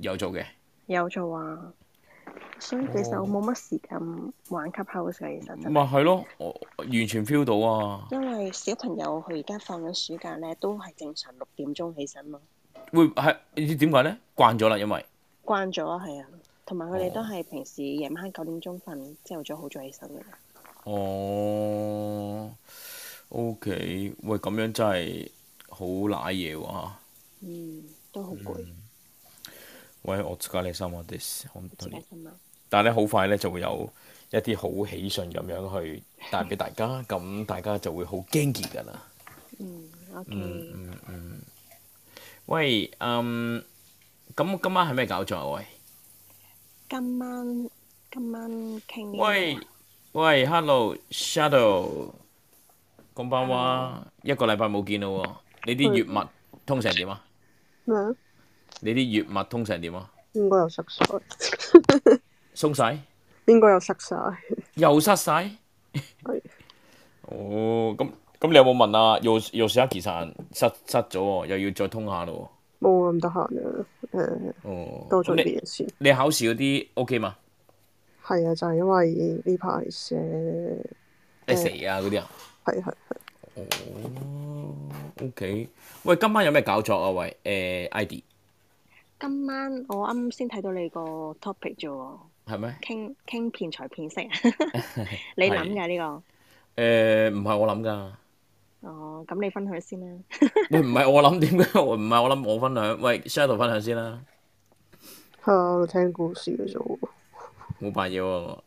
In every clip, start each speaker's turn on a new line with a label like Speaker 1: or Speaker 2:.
Speaker 1: 有做嘅。
Speaker 2: 有做啊。所以其實我冇乜時間玩 Clubhouse 嘅，其實真
Speaker 1: 咪
Speaker 2: 哦係，
Speaker 1: 係咯，我我完全 feel 到啊！
Speaker 2: 因為小朋友佢而家放緊暑假咧，都係正常六點鐘起身咯，
Speaker 1: 會係你知點解咧？慣咗啦，因為
Speaker 2: 慣咗啊，係啊，同埋佢哋
Speaker 1: 哦
Speaker 2: 都係平時夜晚黑九點鐘瞓，朝頭早好早起身嘅。
Speaker 1: 哦，OK，喂，咁樣真係好賴嘢喎啊嚇！
Speaker 2: 嗯，都好攰，
Speaker 1: 喂，お疲れ様です。本
Speaker 2: 自
Speaker 1: 當
Speaker 2: 己
Speaker 1: に。
Speaker 2: 心啊。
Speaker 1: 但係咧，好快咧就會有一啲好喜訊咁樣去帶俾大 家，咁大家就會好驚結㗎啦。嗯
Speaker 2: 嗯，OK，
Speaker 1: 喂，嗯，咁今晚係咩搞作啊？喂？
Speaker 2: 今晚今晚傾呢個
Speaker 1: 喂喂，Hello Shadow，こんばんは，一個禮拜冇見咯喎，你啲粵物通常點啊？
Speaker 3: 咩啊？
Speaker 1: 你啲粵物通常點啊？
Speaker 3: 應該又塞晒，
Speaker 1: 鬆晒？
Speaker 3: 應該又塞晒。
Speaker 1: 又塞晒？
Speaker 3: 係
Speaker 1: 哦，咁咁你有冇問啊？又又上一期散塞塞咗喎，又要再通下咯
Speaker 3: 冇咁得閒啊。誒，
Speaker 1: 喎。哦，
Speaker 3: 多做
Speaker 1: 咁
Speaker 3: 啲
Speaker 1: 你
Speaker 3: 嘢先。
Speaker 1: 你考試嗰啲 OK 嘛？
Speaker 3: 係啊，就係因為呢排寫，
Speaker 1: 你死啊嗰啲啊？
Speaker 3: 係係係。
Speaker 1: 哦，OK。喂，今晚有咩搞作啊？喂，誒 ID
Speaker 2: 今晚我啱先睇到你個 topic 啫喎，
Speaker 1: 係咩？
Speaker 2: 傾傾騙財騙色啊， 你諗㗎呢
Speaker 1: 誒唔係我諗㗎。
Speaker 2: 個？哦，咁你分享先啦。
Speaker 1: 喂，唔係我諗點解？我唔係我諗我分享。喂，Shadow 分享先啦，
Speaker 3: 係啊，我聽故事嘅啫喎，
Speaker 1: 冇扮嘢喎。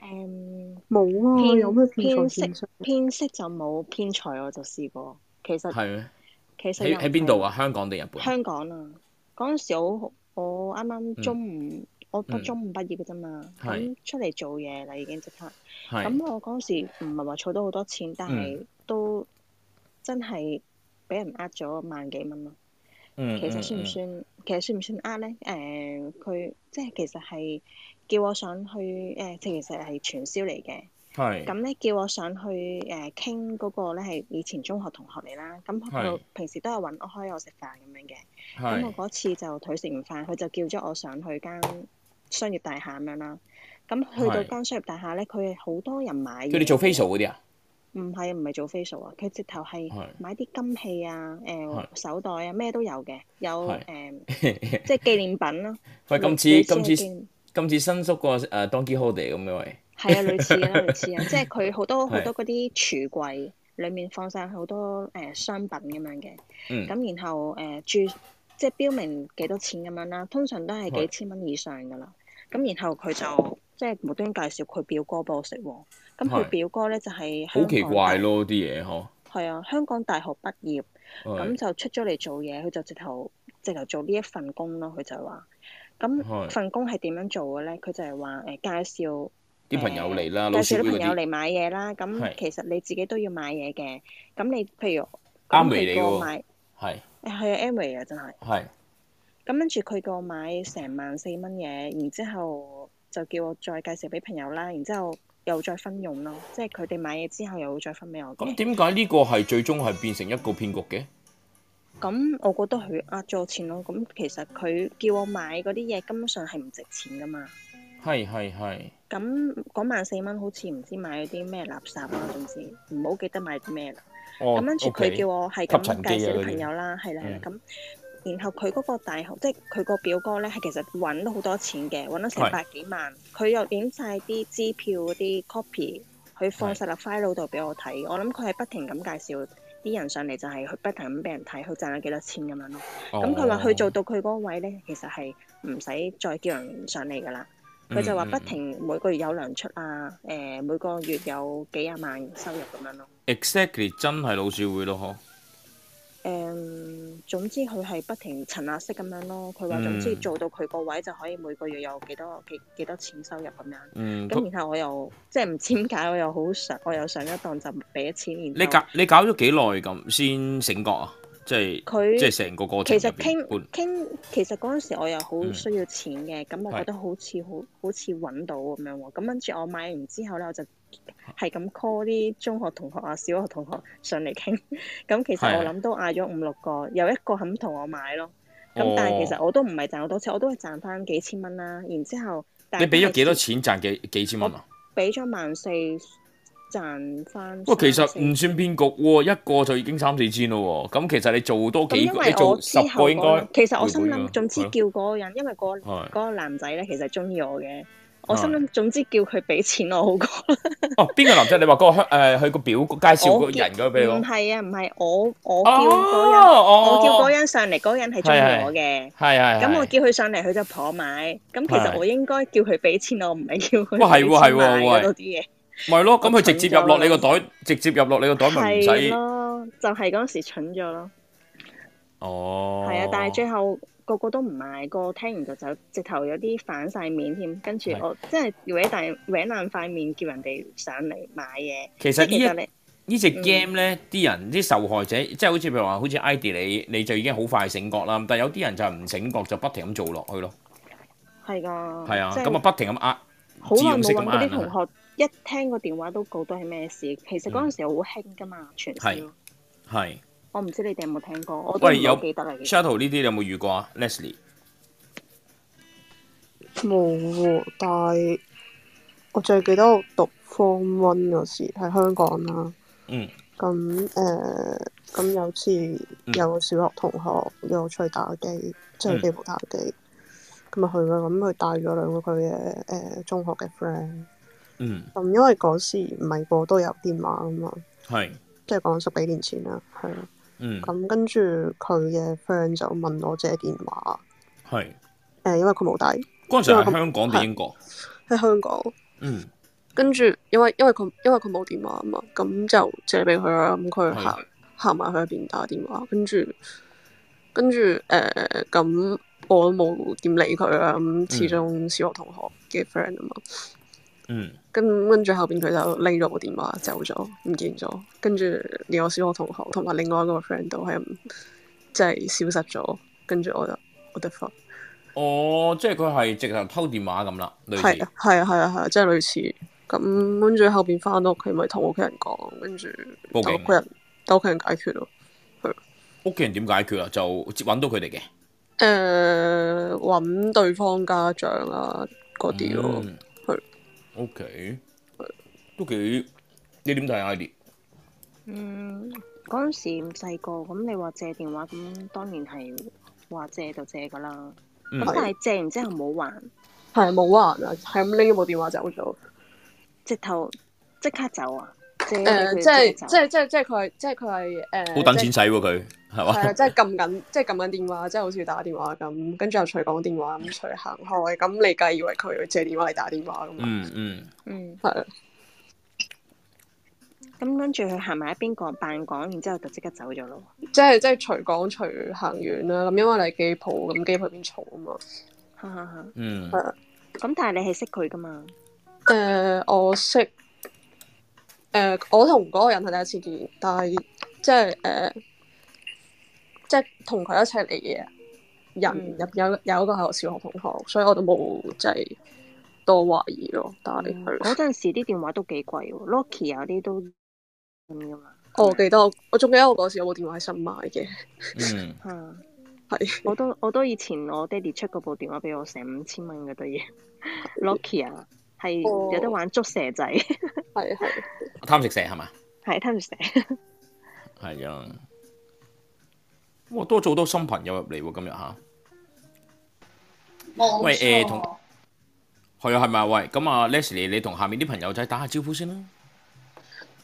Speaker 2: 誒，
Speaker 3: 冇啊，有咩變財
Speaker 2: 偏
Speaker 3: 變色
Speaker 2: 色？偏色就冇偏財，我就試過。其實
Speaker 1: 係咩？
Speaker 2: 其實
Speaker 1: 喺
Speaker 2: 又
Speaker 1: 喺邊度啊？香港定日
Speaker 2: 唔係？
Speaker 1: 本？
Speaker 2: 香港啊，嗰陣時我我啱啱中午，我畢中午畢業嘅啫嘛，
Speaker 1: 嗯係
Speaker 2: 咁出嚟做嘢啦已經即刻。
Speaker 1: 係嗯
Speaker 2: 咁我嗰陣時唔係話儲到好多錢，但係都真係俾人呃咗萬幾蚊咯。
Speaker 1: 嗯，
Speaker 2: 其實算唔算？其實算唔算呃咧？誒、佢即係其實係叫我上去誒、其實係傳銷嚟嘅。
Speaker 1: 算係
Speaker 2: 咁咧叫我上去誒傾嗰個咧係以前中學同學嚟啦，咁
Speaker 1: 係
Speaker 2: 佢平時都係揾我開我食飯咁樣嘅，咁我
Speaker 1: 係
Speaker 2: 嗰次就佢食完飯，佢就叫咗我上去間商業大廈咁樣啦。咁去到
Speaker 1: 係
Speaker 2: 間商業大廈咧，佢係好多人買嘢。
Speaker 1: 佢哋做 facial 嗰啲啊？
Speaker 2: 唔係唔係做 facial 啊，佢直頭係
Speaker 1: 係
Speaker 2: 買啲金器啊、誒、
Speaker 1: 係
Speaker 2: 手袋啊，咩都有嘅，有誒
Speaker 1: 係、
Speaker 2: 即係紀念品啦、
Speaker 1: 喂，
Speaker 2: 類
Speaker 1: 今
Speaker 2: 類
Speaker 1: 次
Speaker 2: 似嘅
Speaker 1: 今次
Speaker 2: 紀念
Speaker 1: 今次新宿個誒 Donkey Holiday 咁嘅喂，
Speaker 2: 係啊，類似啦， 類似啊，即係佢好多
Speaker 1: 係
Speaker 2: 好多嗰啲櫥櫃裡面放晒好多誒、商品咁樣嘅，
Speaker 1: 嗯
Speaker 2: 咁然後誒注、即係標明幾多錢咁樣啦，通常都係
Speaker 1: 係
Speaker 2: 幾千蚊以上㗎啦。咁然後佢就即係無端介紹佢表哥幫我食喎，咁佢
Speaker 1: 係
Speaker 2: 表哥咧就係、
Speaker 1: 好奇怪，咯啲嘢嗬。
Speaker 2: 係啊，香港大學畢業。咁
Speaker 1: 係
Speaker 2: 就出咗嚟做嘢，佢就直頭直頭做呢一份工咯。佢就話，
Speaker 1: 係
Speaker 2: 咁份工係點樣做嘅咧？佢就係話誒介紹
Speaker 1: 啲朋友嚟啦，
Speaker 2: 誒
Speaker 1: 老
Speaker 2: 介
Speaker 1: 師
Speaker 2: 紹啲
Speaker 1: 會嗰
Speaker 2: 朋友
Speaker 1: 啲
Speaker 2: 嚟買嘢啦。
Speaker 1: 係
Speaker 2: 咁其實你自己都要買嘢嘅。咁你譬如咁佢
Speaker 1: 啱你嚟
Speaker 2: 叫我
Speaker 1: 喎，
Speaker 2: 買誒
Speaker 1: 係
Speaker 2: 係啊 Amway 啊，真係。
Speaker 1: 係
Speaker 2: 咁跟住佢叫我買成萬四蚊嘢，然之後就叫我再介紹俾朋友啦，然之後又再分用咯，即係佢哋買嘢之後又會再分俾我嘅。
Speaker 1: 咁點解呢個係最終係變成一個騙局嘅？
Speaker 2: 咁我覺得佢呃咗我錢咯。咁其實佢叫我買嗰啲嘢根本上係唔值錢噶嘛。
Speaker 1: 係係係
Speaker 2: 咁嗰萬四蚊好似唔知買咗啲咩垃圾啦，總之唔好記得買啲咩啦。
Speaker 1: 哦
Speaker 2: 咁跟住佢
Speaker 1: OK
Speaker 2: 叫我係
Speaker 1: 吸塵
Speaker 2: 咁
Speaker 1: 機啊
Speaker 2: 介紹
Speaker 1: 嗰啲
Speaker 2: 啲朋友啦，係啦係啦
Speaker 1: 嗯
Speaker 2: 咁。然後佢嗰個大學，即係佢個表哥咧，係其實揾到好多錢嘅，揾咗
Speaker 1: 係
Speaker 2: 成百幾萬。佢又影晒啲支票嗰啲 copy，佢放晒落 file 度俾我睇。我諗佢係不停咁介紹啲人上嚟，就係佢不停咁俾人睇，佢賺咗幾多錢咁樣咯。
Speaker 1: 哦
Speaker 2: 咁佢話佢做到佢嗰個位咧，其實係唔使再叫人上嚟噶啦。
Speaker 1: 嗯
Speaker 2: 佢就話不停每個月有糧出啊，誒、每個月有幾廿萬收入咁樣咯。
Speaker 1: exactly 真係老鼠會咯嗬。
Speaker 2: 誒、呃總之佢係不停層壓式咁樣咯。佢話
Speaker 1: 嗯
Speaker 2: 總之做到佢個位就可以每個月有幾多幾幾多錢收入咁樣。
Speaker 1: 嗯，咁
Speaker 2: 咁然後我又即係唔知點解我又好上，我又上一檔就俾咗錢，
Speaker 1: 你
Speaker 2: 然後
Speaker 1: 搞你搞咗幾耐咁先醒覺啊？即係
Speaker 2: 佢
Speaker 1: 即係成個過程
Speaker 2: 其
Speaker 1: 入
Speaker 2: 實
Speaker 1: 邊
Speaker 2: 傾
Speaker 1: 半
Speaker 2: 傾，其實嗰陣時我又好
Speaker 1: 嗯
Speaker 2: 需要錢嘅，咁、我
Speaker 1: 係
Speaker 2: 覺得好似好好似揾到咁樣喎。咁跟住我買完之後咧，我就係咁 call 啲中學同學啊、小學同學上嚟傾。咁其
Speaker 1: 係
Speaker 2: 實我諗都嗌咗五六個，有一個肯同我買咯。咁但係其
Speaker 1: 哦
Speaker 2: 實我都唔係賺好多錢，我都係賺翻幾千蚊啦。然之後，但係
Speaker 1: 你俾咗幾多
Speaker 2: 都係？
Speaker 1: 錢賺幾幾千蚊啊？
Speaker 2: 俾咗萬四，賺翻。
Speaker 1: 不過其實唔算騙局喎，一個就已經三四千咯喎。咁其實你做多
Speaker 2: 咁
Speaker 1: 幾
Speaker 2: 因
Speaker 1: 個，
Speaker 2: 為
Speaker 1: 你
Speaker 2: 我
Speaker 1: 做
Speaker 2: 之
Speaker 1: 十
Speaker 2: 後
Speaker 1: 個應
Speaker 2: 嗰
Speaker 1: 該
Speaker 2: 個其實我心
Speaker 1: 回本
Speaker 2: 諗，
Speaker 1: 㗎
Speaker 2: 總之叫嗰個人，因為嗰個
Speaker 1: 啊係
Speaker 2: 嗰個男仔咧，其實中意我嘅。我
Speaker 1: 係
Speaker 2: 心諗，總之叫佢俾錢我好 過。
Speaker 1: 哦邊個男仔？你話嗰個香誒佢個表介紹
Speaker 2: 我
Speaker 1: 個
Speaker 2: 叫
Speaker 1: 人嗰個俾你
Speaker 2: 唔
Speaker 1: 講。
Speaker 2: 係啊，唔係我我叫嗰人，
Speaker 1: 哦，
Speaker 2: 我叫嗰
Speaker 1: 人，
Speaker 2: 人上嚟，嗰人係中
Speaker 1: 係係
Speaker 2: 意我嘅。
Speaker 1: 係係。
Speaker 2: 咁我
Speaker 1: 係
Speaker 2: 叫佢上嚟，佢就破買。咁其
Speaker 1: 係
Speaker 2: 實我應該叫佢俾錢我，唔係叫佢
Speaker 1: 哇係
Speaker 2: 俾
Speaker 1: 喎
Speaker 2: 錢
Speaker 1: 係喎
Speaker 2: 買啊
Speaker 1: 喂
Speaker 2: 嗰度啲嘢。
Speaker 1: 咪咯，咁佢直接入落你個
Speaker 2: 我
Speaker 1: 袋，直接入落你個袋咪唔
Speaker 2: 係
Speaker 1: 使。
Speaker 2: 咯，就係嗰陣時蠢咗咯。
Speaker 1: 哦。
Speaker 2: 係啊，但係最後個個都唔買，個個聽完就走，直頭有啲反晒面添。跟住
Speaker 1: 係
Speaker 2: 我真係搲大搲爛塊面，叫人哋上嚟買嘢。
Speaker 1: 其
Speaker 2: 即係
Speaker 1: 實呢
Speaker 2: 其
Speaker 1: 一
Speaker 2: 實你嗯
Speaker 1: 呢只 game 咧，啲人啲受害者，即係好似譬如話，好似 ID 你，你就已經好快醒覺啦。但係有啲人就係唔醒覺，就不停咁做落去咯。
Speaker 2: 係㗎，
Speaker 1: 係啊，
Speaker 2: 哦即係
Speaker 1: 咁啊不停咁呃，
Speaker 2: 好耐冇
Speaker 1: 自
Speaker 2: 揾
Speaker 1: 動式咁呃
Speaker 2: 嗰
Speaker 1: 啊
Speaker 2: 啲
Speaker 1: 嗌啦
Speaker 2: 同學，一聽個電話都告都係咩事。其實嗰陣時好興㗎嘛，傳銷
Speaker 1: 係。係。
Speaker 2: 我唔知你哋有冇聽過，我都唔
Speaker 1: 喂有
Speaker 2: 係好記得啦。已經
Speaker 1: Shuttle 呢啲你有冇遇過啊？Leslie
Speaker 4: 冇喎，但係我最記得我讀 Form One 嗰時喺香港啦。
Speaker 1: 嗯。
Speaker 4: 咁誒，呃咁、有次
Speaker 1: 嗯
Speaker 4: 有個小學同學約我出去打機，即係機部打機。咁啊去啦，咁佢帶咗兩個佢嘅誒中學嘅 friend。
Speaker 1: 嗯
Speaker 4: 咁因為嗰時唔係個個都有電話啊嘛，
Speaker 1: 係
Speaker 4: 即係講十幾年前啦，係啊。
Speaker 1: 嗯
Speaker 4: 咁跟住佢嘅 friend 就問我借電話，
Speaker 1: 係
Speaker 4: 誒、因為佢冇帶
Speaker 1: 嗰陣時 係香港定
Speaker 4: 係
Speaker 1: 英國？
Speaker 4: 喺香港。
Speaker 1: 嗯
Speaker 4: 跟住因為因為佢因為佢冇電話啊嘛，咁就借俾佢啦。咁佢行行埋去入邊打電話，跟住跟住誒咁我都冇點理佢啦。咁始終小學同學嘅 friend 啊嘛，
Speaker 1: 嗯
Speaker 4: 跟跟住後邊佢就拎咗部電話走咗，唔見咗。跟住連我小學同學同埋另外一個 friend 都係咁即係消失咗。跟住我就我 h a
Speaker 1: 哦，即係佢係直頭偷電話咁啦，類
Speaker 4: 係
Speaker 1: 似
Speaker 4: 啊，係啊，係啊，係啊，即係類似咁，跟住後邊翻到屋企咪同屋企人講，跟住等
Speaker 1: 報警
Speaker 4: 屋企人等屋企人解決咯。
Speaker 1: 屋企人點解決啊？就接揾到佢哋嘅
Speaker 4: 誒、揾對方家長啊嗰啲咯，
Speaker 1: 嗯
Speaker 4: 係
Speaker 1: OK，都幾你點睇啊 ID？
Speaker 2: 嗯，嗰陣時咁細個，咁你話借電話，咁當然係話借就借㗎啦。
Speaker 1: 嗯
Speaker 2: 咁但係借完之後冇還，
Speaker 4: 係冇還啊，係咁拎咗部電話走咗。
Speaker 2: 直頭即刻走啊！借咗
Speaker 4: 誒、
Speaker 2: 俾佢
Speaker 4: 即係
Speaker 2: 刻走
Speaker 4: 即係即係即係佢係即係佢係誒，
Speaker 1: 好等錢啊使喎佢係
Speaker 4: 即係。係啊
Speaker 1: 嘛
Speaker 4: 啦，？即係撳緊，即係撳緊電話，即係好似打電話咁，跟住又隨講電話咁隨行開，咁你梗係以為佢借電話嚟打電話咁嘛？
Speaker 1: 嗯嗯
Speaker 2: 嗯，
Speaker 4: 係啊
Speaker 2: 咁跟住佢行埋一邊講扮講，然之後就即刻走咗咯。
Speaker 4: 即係即係隨講隨行遠啦。咁因為你係機鋪，咁機鋪邊嘈啊嘛。
Speaker 2: 哈哈哈！
Speaker 1: 嗯
Speaker 4: 係啊
Speaker 2: 咁但係你係識佢㗎嘛？
Speaker 4: 誒、我識誒、我同嗰個人係第一次見，但係即係誒、即係同佢一齊嚟嘅
Speaker 2: 嗯
Speaker 4: 人入有有一個係我小學同學，所以我都冇即係多懷疑咯。但係
Speaker 2: 嗯嗰
Speaker 4: 係、
Speaker 2: 陣時啲電話都幾貴喎，Nokia 嗰啲都咁㗎嘛。
Speaker 4: 哦我記得我我仲記得我嗰時有部電話係新買嘅，
Speaker 1: 嗯
Speaker 2: 啊
Speaker 4: 係
Speaker 2: 我都我都以前我爹哋出嗰部電話俾我成五千蚊嗰對 嘢，Nokia 係
Speaker 4: 哦
Speaker 2: 有得玩捉蛇仔，
Speaker 4: 係係
Speaker 1: 貪食蛇係嘛？
Speaker 2: 係貪住蛇。
Speaker 1: 係啊，哇，多咗好多新朋友入嚟喎，今日吓，
Speaker 5: 冇
Speaker 1: 喂誒
Speaker 5: 錯
Speaker 1: 同係啊，係咪啊？喂，咁啊，Leslie，你同下面啲朋友仔打下招呼先啦。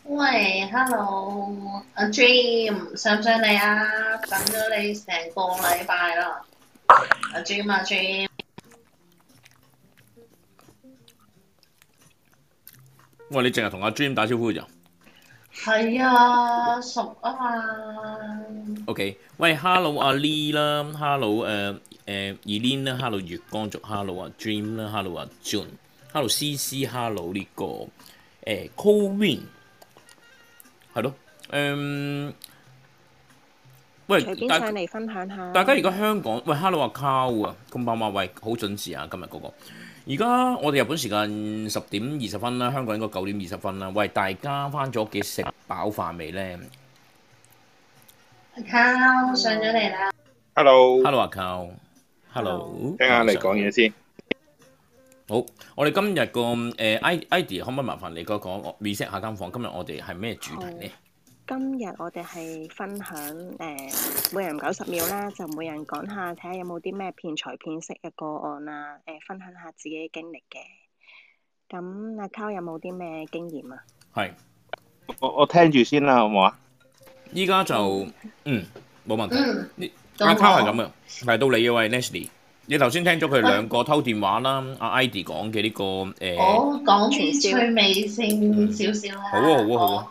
Speaker 5: 喂，hello，阿 Dream，想唔想你啊？等咗你成個禮拜啦，阿 Dream 啊 Dream，
Speaker 1: 喂，你淨係同阿 Dream 打招呼咋
Speaker 5: 係啊，哎熟啊嘛，
Speaker 1: ？OK，喂，Hello 阿 Lee 啦，Hello 誒誒 Elin 啦，Hello 月光族，Hello 阿 Dream 啦，Hello 阿 June，Hello CC，Hello 呢個誒 Colvin，係咯，誒，喂，
Speaker 2: 隨便啊
Speaker 1: 大家
Speaker 2: 上嚟分享下。
Speaker 1: 大家而家香港喂，hello 阿 Cow 啊，咁棒啊，喂，好準時啊，今日嗰、個。而家我哋日本時間十點二十分啦，香港應該九點二十分啦。喂，大家翻咗屋企食飽飯未呢？
Speaker 5: Cow 上咗嚟啦，
Speaker 6: Hello，
Speaker 1: Hello 阿 Cow。Hello，
Speaker 6: 聽下你講嘢先。
Speaker 1: 好，我哋今日個誒 I I D 可唔可以麻煩你嗰個 reset 下間房？今日我哋係咩主題呢？
Speaker 2: 今日我哋係分享誒、每人九十秒啦，就每人講下睇下有冇啲咩騙財騙色嘅個案啊，誒、分享下自己嘅經歷嘅。咁阿 Cow 有冇啲咩經驗啊？
Speaker 1: 係
Speaker 6: 我我聽住先啦，好唔好啊？
Speaker 1: 依家就嗯冇問題。
Speaker 5: 嗯，
Speaker 1: 呢
Speaker 5: 到
Speaker 1: 阿
Speaker 5: 我
Speaker 1: Cow 係咁嘅，係到你嘅喂 Nestle。你頭先聽咗佢兩個偷電話啦，阿 ID 講嘅呢個誒，
Speaker 5: 我講啲趣味性少少啦。
Speaker 1: 好啊好啊好啊
Speaker 5: 我。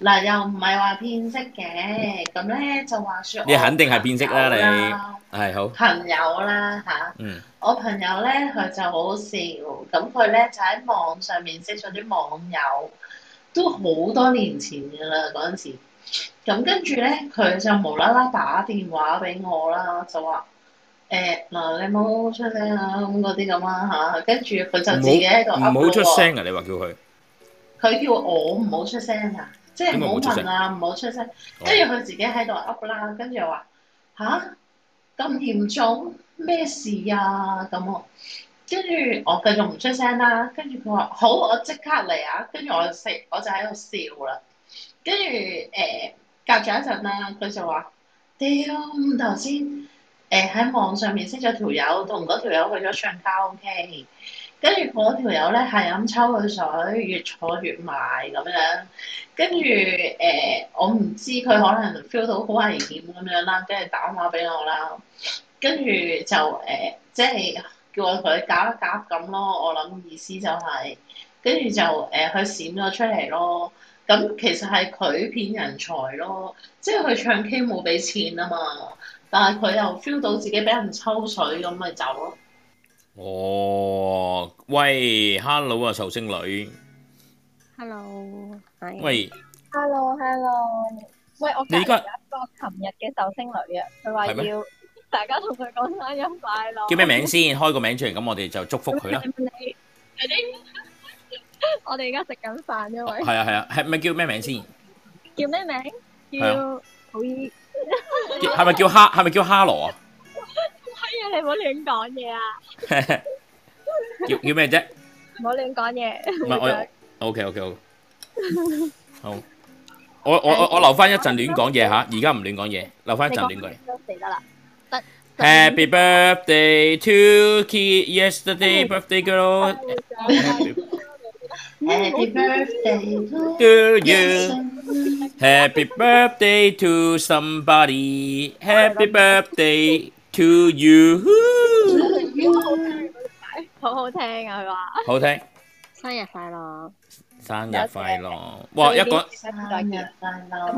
Speaker 5: 嗱，又唔係話偏色嘅，咁咧就話説
Speaker 1: 你肯定係變色啦
Speaker 5: 你
Speaker 1: 係好，
Speaker 5: 朋友啦吓，
Speaker 1: 嗯
Speaker 5: 我朋友咧佢就好笑，咁佢咧就喺網上面識咗啲網友，都好多年前㗎啦嗰陣時。咁跟住咧，佢就無啦啦打電話俾我啦，就話誒嗱你冇出聲啊咁嗰啲咁啦嚇，跟住佢就自己喺
Speaker 1: 唔
Speaker 5: 度 up
Speaker 1: 好出
Speaker 5: 咯喎
Speaker 1: 聲啊！你話叫佢，
Speaker 5: 佢叫我唔好出聲啊，即係
Speaker 1: 點解唔好
Speaker 5: 唔好
Speaker 1: 出聲
Speaker 5: 問啊，唔好出聲。跟住佢自己喺度 up 啦，跟住又話吓，咁嚴重咩事啊咁喎。跟住我繼續唔出聲啦，跟住佢話好，我即刻嚟啊！跟住我就食，我就喺度笑啦。跟住誒隔咗一陣啦，佢就話：屌，頭先誒喺網上面識咗條友，同嗰條友去咗唱卡拉 OK。跟住嗰條友咧係咁抽佢水，越坐越埋咁樣。跟住誒、我唔知佢可能 feel 到好危險咁樣啦，跟住打電話俾我啦。啊跟住就誒、即係叫我同佢夾一夾咁咯。我諗意思就係、跟住就誒，佢閃咗出嚟咯。咁其實係佢騙人才咯，即係佢唱 K 冇俾錢啊嘛，但係佢又 feel 到自己俾人抽水咁咪走咯。
Speaker 1: 哦，喂，hello 啊，壽星女，
Speaker 2: Hello，係
Speaker 1: 喂，
Speaker 7: Hello Hello，喂，我隔
Speaker 1: 你而
Speaker 7: 離有
Speaker 1: 家
Speaker 7: 一個琴日嘅壽星女啊，佢話
Speaker 1: 係咩
Speaker 7: 要大家同佢講生日快樂。
Speaker 1: 叫咩名 先？開個名出嚟，咁我哋就祝福佢啦。
Speaker 7: 你你哋我哋而家食緊飯，因為
Speaker 1: 係啊係啊， 係咪叫咩名先？
Speaker 7: 叫咩名？
Speaker 1: 係
Speaker 7: 叫好意。
Speaker 1: 叫係咪 叫哈？係咪叫哈羅啊？
Speaker 7: 係啊，你唔好亂講嘢啊！
Speaker 1: 叫叫咩啫？
Speaker 7: 唔好亂講嘢。
Speaker 1: 唔係我 OK OK 好，好，我我我我留翻一陣亂講嘢吓，而家唔亂講嘢，留翻一
Speaker 7: 你
Speaker 1: 陣
Speaker 7: 講
Speaker 1: 亂講嘢。
Speaker 7: 都死得啦。得
Speaker 1: Happy birthday to kid yesterday birthday girl
Speaker 7: 得
Speaker 1: happy
Speaker 5: Happy birthday to
Speaker 1: to you。
Speaker 5: you.
Speaker 1: Happy birthday to somebody. Happy birthday to you.
Speaker 7: 好好聽啊！佢話
Speaker 1: 好聽，
Speaker 2: 生日快樂！
Speaker 1: 生日快樂！哇，一個
Speaker 7: 下次再見。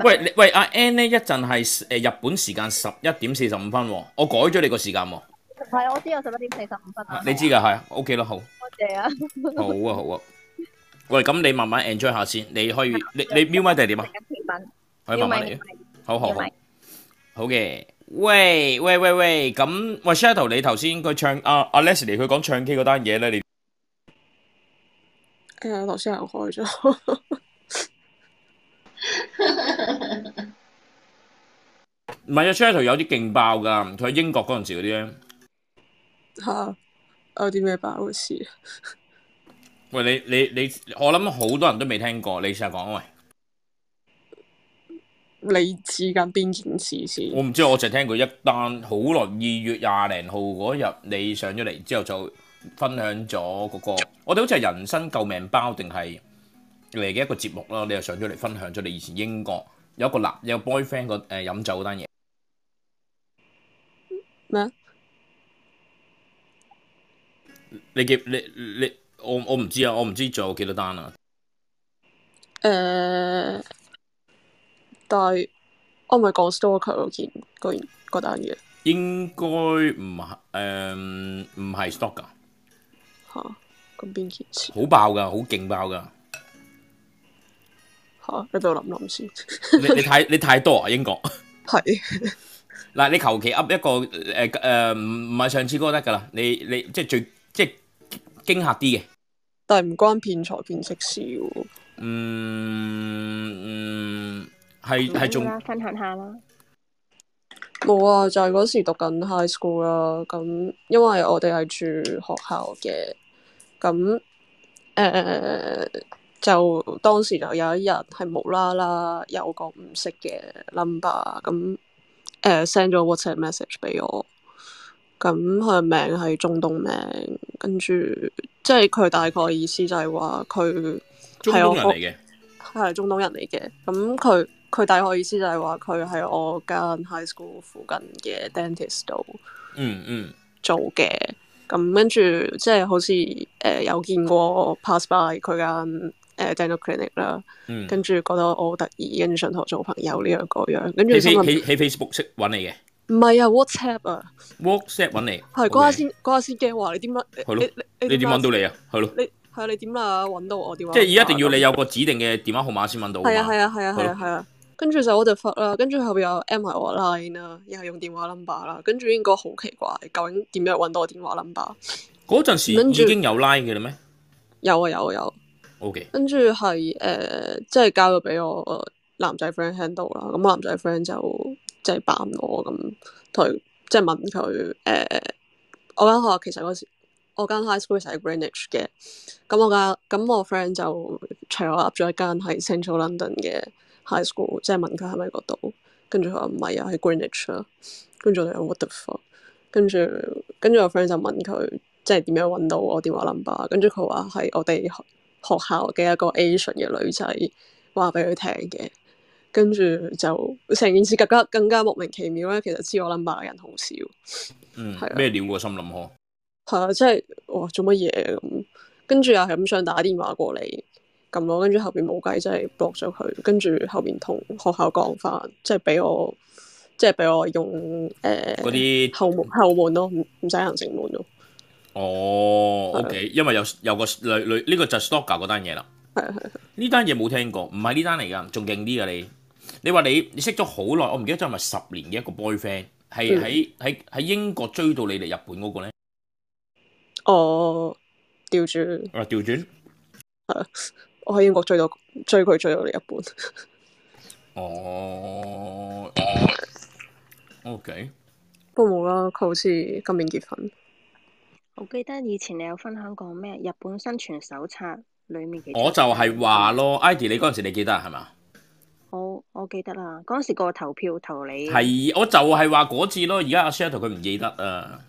Speaker 1: 喂你喂阿 à, N 呢一陣係誒日本時間十一點四十五分喎，我改咗你個時間喎，
Speaker 7: 係，我知我十一點四十五分啊。
Speaker 1: 你知㗎係啊，OK 啦，好，
Speaker 7: 多謝啊！
Speaker 1: 好啊，好啊。喂，咁你慢慢 enjoy 下先，你可以你你瞄咪定係點啊
Speaker 7: 食？緊甜品。
Speaker 1: 可以慢慢嚟啊，好好
Speaker 7: 要
Speaker 1: 好
Speaker 7: 咪。
Speaker 1: 好嘅，喂喂喂喂，咁喂 Shadow，你頭先佢唱阿阿 Leslie 佢講唱 K 嗰單嘢咧，你
Speaker 4: 誒頭先又開咗，
Speaker 1: 唔係啊，Shadow 有啲勁爆噶，佢喺英國嗰陣時嗰啲咧，
Speaker 4: 嚇有啲咩爆嘅事？
Speaker 1: 喂你你你，我諗好多人都未聽過，你試下講喂，
Speaker 4: 你指緊邊件事先？
Speaker 1: 我唔知我淨係聽過一單，好耐二月廿零號嗰日你上咗嚟之後就分享咗嗰、個，我哋好似係人生救命包定係嚟嘅一個節目啦，你又上咗嚟分享咗你以前英國有一個男有個 boyfriend 個誒飲酒嗰單嘢，
Speaker 4: 咩？
Speaker 1: 你記你你我我唔知啊，我唔知仲有幾多單啊。
Speaker 4: 誒，但係我唔係講 stalker 嗰件嗰件嗰單嘢
Speaker 1: 應該唔係誒唔係 stock 噶，
Speaker 4: 嚇，咁邊件事
Speaker 1: 好爆噶，好勁爆噶。
Speaker 4: 嚇？你俾我諗諗先，
Speaker 1: 你你太你太多啊英國。
Speaker 4: 係
Speaker 1: 嗱，你求其噏一個呃誒誒，唔唔係上次嗰個得噶啦。你你即係最即係驚嚇啲嘅。
Speaker 4: 但係唔關騙財騙色事喎。
Speaker 1: 嗯嗯，係係
Speaker 2: 咁
Speaker 1: 仲
Speaker 2: 啦，分享下啦。
Speaker 4: 冇啊，就係嗰時讀緊 high school 啦。咁因為我哋係住學校嘅，咁誒、呃就當時就有一日係無啦啦有個唔識嘅 number，咁誒 send 咗 WhatsApp message 俾我。咁佢嘅名係中東名，跟住即係佢大概意思就係話佢
Speaker 1: 中
Speaker 4: 係我
Speaker 1: 東人嚟嘅，
Speaker 4: 係中東人嚟嘅，咁佢佢大概意思就係話佢喺我間 high school 附近嘅 dentist 度
Speaker 1: 嗯嗯，
Speaker 4: 做嘅，咁跟住即係好似誒、呃有見過 pass by 佢間誒 dental clinic 啦，
Speaker 1: 嗯，
Speaker 4: 跟住覺得我好得意，跟住想同我做朋友呢樣嗰樣，跟住
Speaker 1: 喺
Speaker 4: 心
Speaker 1: fa-
Speaker 4: 諗
Speaker 1: 喺喺 Facebook 識揾你嘅
Speaker 4: 唔係啊 WhatsApp 啊，
Speaker 1: ，WhatsApp 揾你，
Speaker 4: 係
Speaker 1: OK
Speaker 4: 嗰下先嗰下先驚話你點解
Speaker 1: 係咯
Speaker 4: 你
Speaker 1: 你點揾到
Speaker 4: 解
Speaker 1: 你啊？係咯，
Speaker 4: 你係啊你點啊揾到我電話？
Speaker 1: 即係而家一定要你有個指定嘅電話號碼先揾到
Speaker 4: 係
Speaker 1: 㗎
Speaker 4: 啊
Speaker 1: 嘛
Speaker 4: 係。啊係啊
Speaker 1: 係
Speaker 4: 係
Speaker 1: 咯
Speaker 4: 啊係啊，跟住就我就發啦，跟住後邊又 M 埋我 line 啦，又係用電話 number 啦，跟住應該好奇怪，究竟點樣揾到我電話 number？
Speaker 1: 嗰陣時
Speaker 4: 跟
Speaker 1: 已
Speaker 4: 住
Speaker 1: 經有 line 嘅啦咩
Speaker 4: 有啊有啊有啊，
Speaker 1: ？OK，
Speaker 4: 跟住係誒，即係交咗俾我男仔 friend handle 啦，咁我男仔 friend 就即係扮我咁，同佢即係問佢誒、呃我間學校其實嗰時。我間 high school 其實係 Greenwich 嘅，咁我間咁我 friend 就隨我入咗一間係 Central London 嘅 high school，即係問佢係咪嗰度，跟住佢話唔係啊，喺 Greenwich 啊，跟住我哋話 what the fuck，跟住跟住我 friend 就問佢即係點樣揾到我電話 number，跟住佢話係我哋學學校嘅一個 Asian 嘅女仔話俾佢聽嘅。跟住就成件事更加更加莫名其妙咧，其實知我 number 嘅人好少，
Speaker 1: 嗯
Speaker 4: 係，啊
Speaker 1: 咩料個心諗呵？
Speaker 4: 係啊，即係哇做乜嘢咁？跟住又係咁想打電話過嚟咁咯，跟住後邊冇計，真係 block 咗佢。跟住後邊同學校講翻，即係俾我，即係俾我用誒、呃、
Speaker 1: 嗰啲
Speaker 4: 後門後門咯，唔唔使行城門咯。
Speaker 1: 哦
Speaker 4: 係啊
Speaker 1: ，OK，因為有有個女女呢個就係 stalker 嗰單嘢啦。
Speaker 4: 係啊係啊
Speaker 1: 呢單嘢冇聽過，唔係呢單嚟㗎，仲勁啲㗎你。你話你你識咗好耐，我唔記得咗係咪十年嘅一個 boyfriend，係
Speaker 4: 嗯
Speaker 1: 喺喺喺英國追到你嚟日本嗰個咧？
Speaker 4: 我調住，呃
Speaker 1: 啊，調轉。
Speaker 4: 我喺英國追到追佢追到 嚟日本，
Speaker 1: 哦，OK，
Speaker 4: 不過冇啦，佢好似今年結婚。
Speaker 2: 我記得以前你有分享過咩日本生存手冊裡面嘅，
Speaker 1: 我就係話咯，Ivy 你嗰陣時你記得係嘛？
Speaker 2: 我我記得啦，嗰陣時個投票投你
Speaker 1: 係，我就係話嗰次咯。而家阿 Shadow 佢唔記得啊，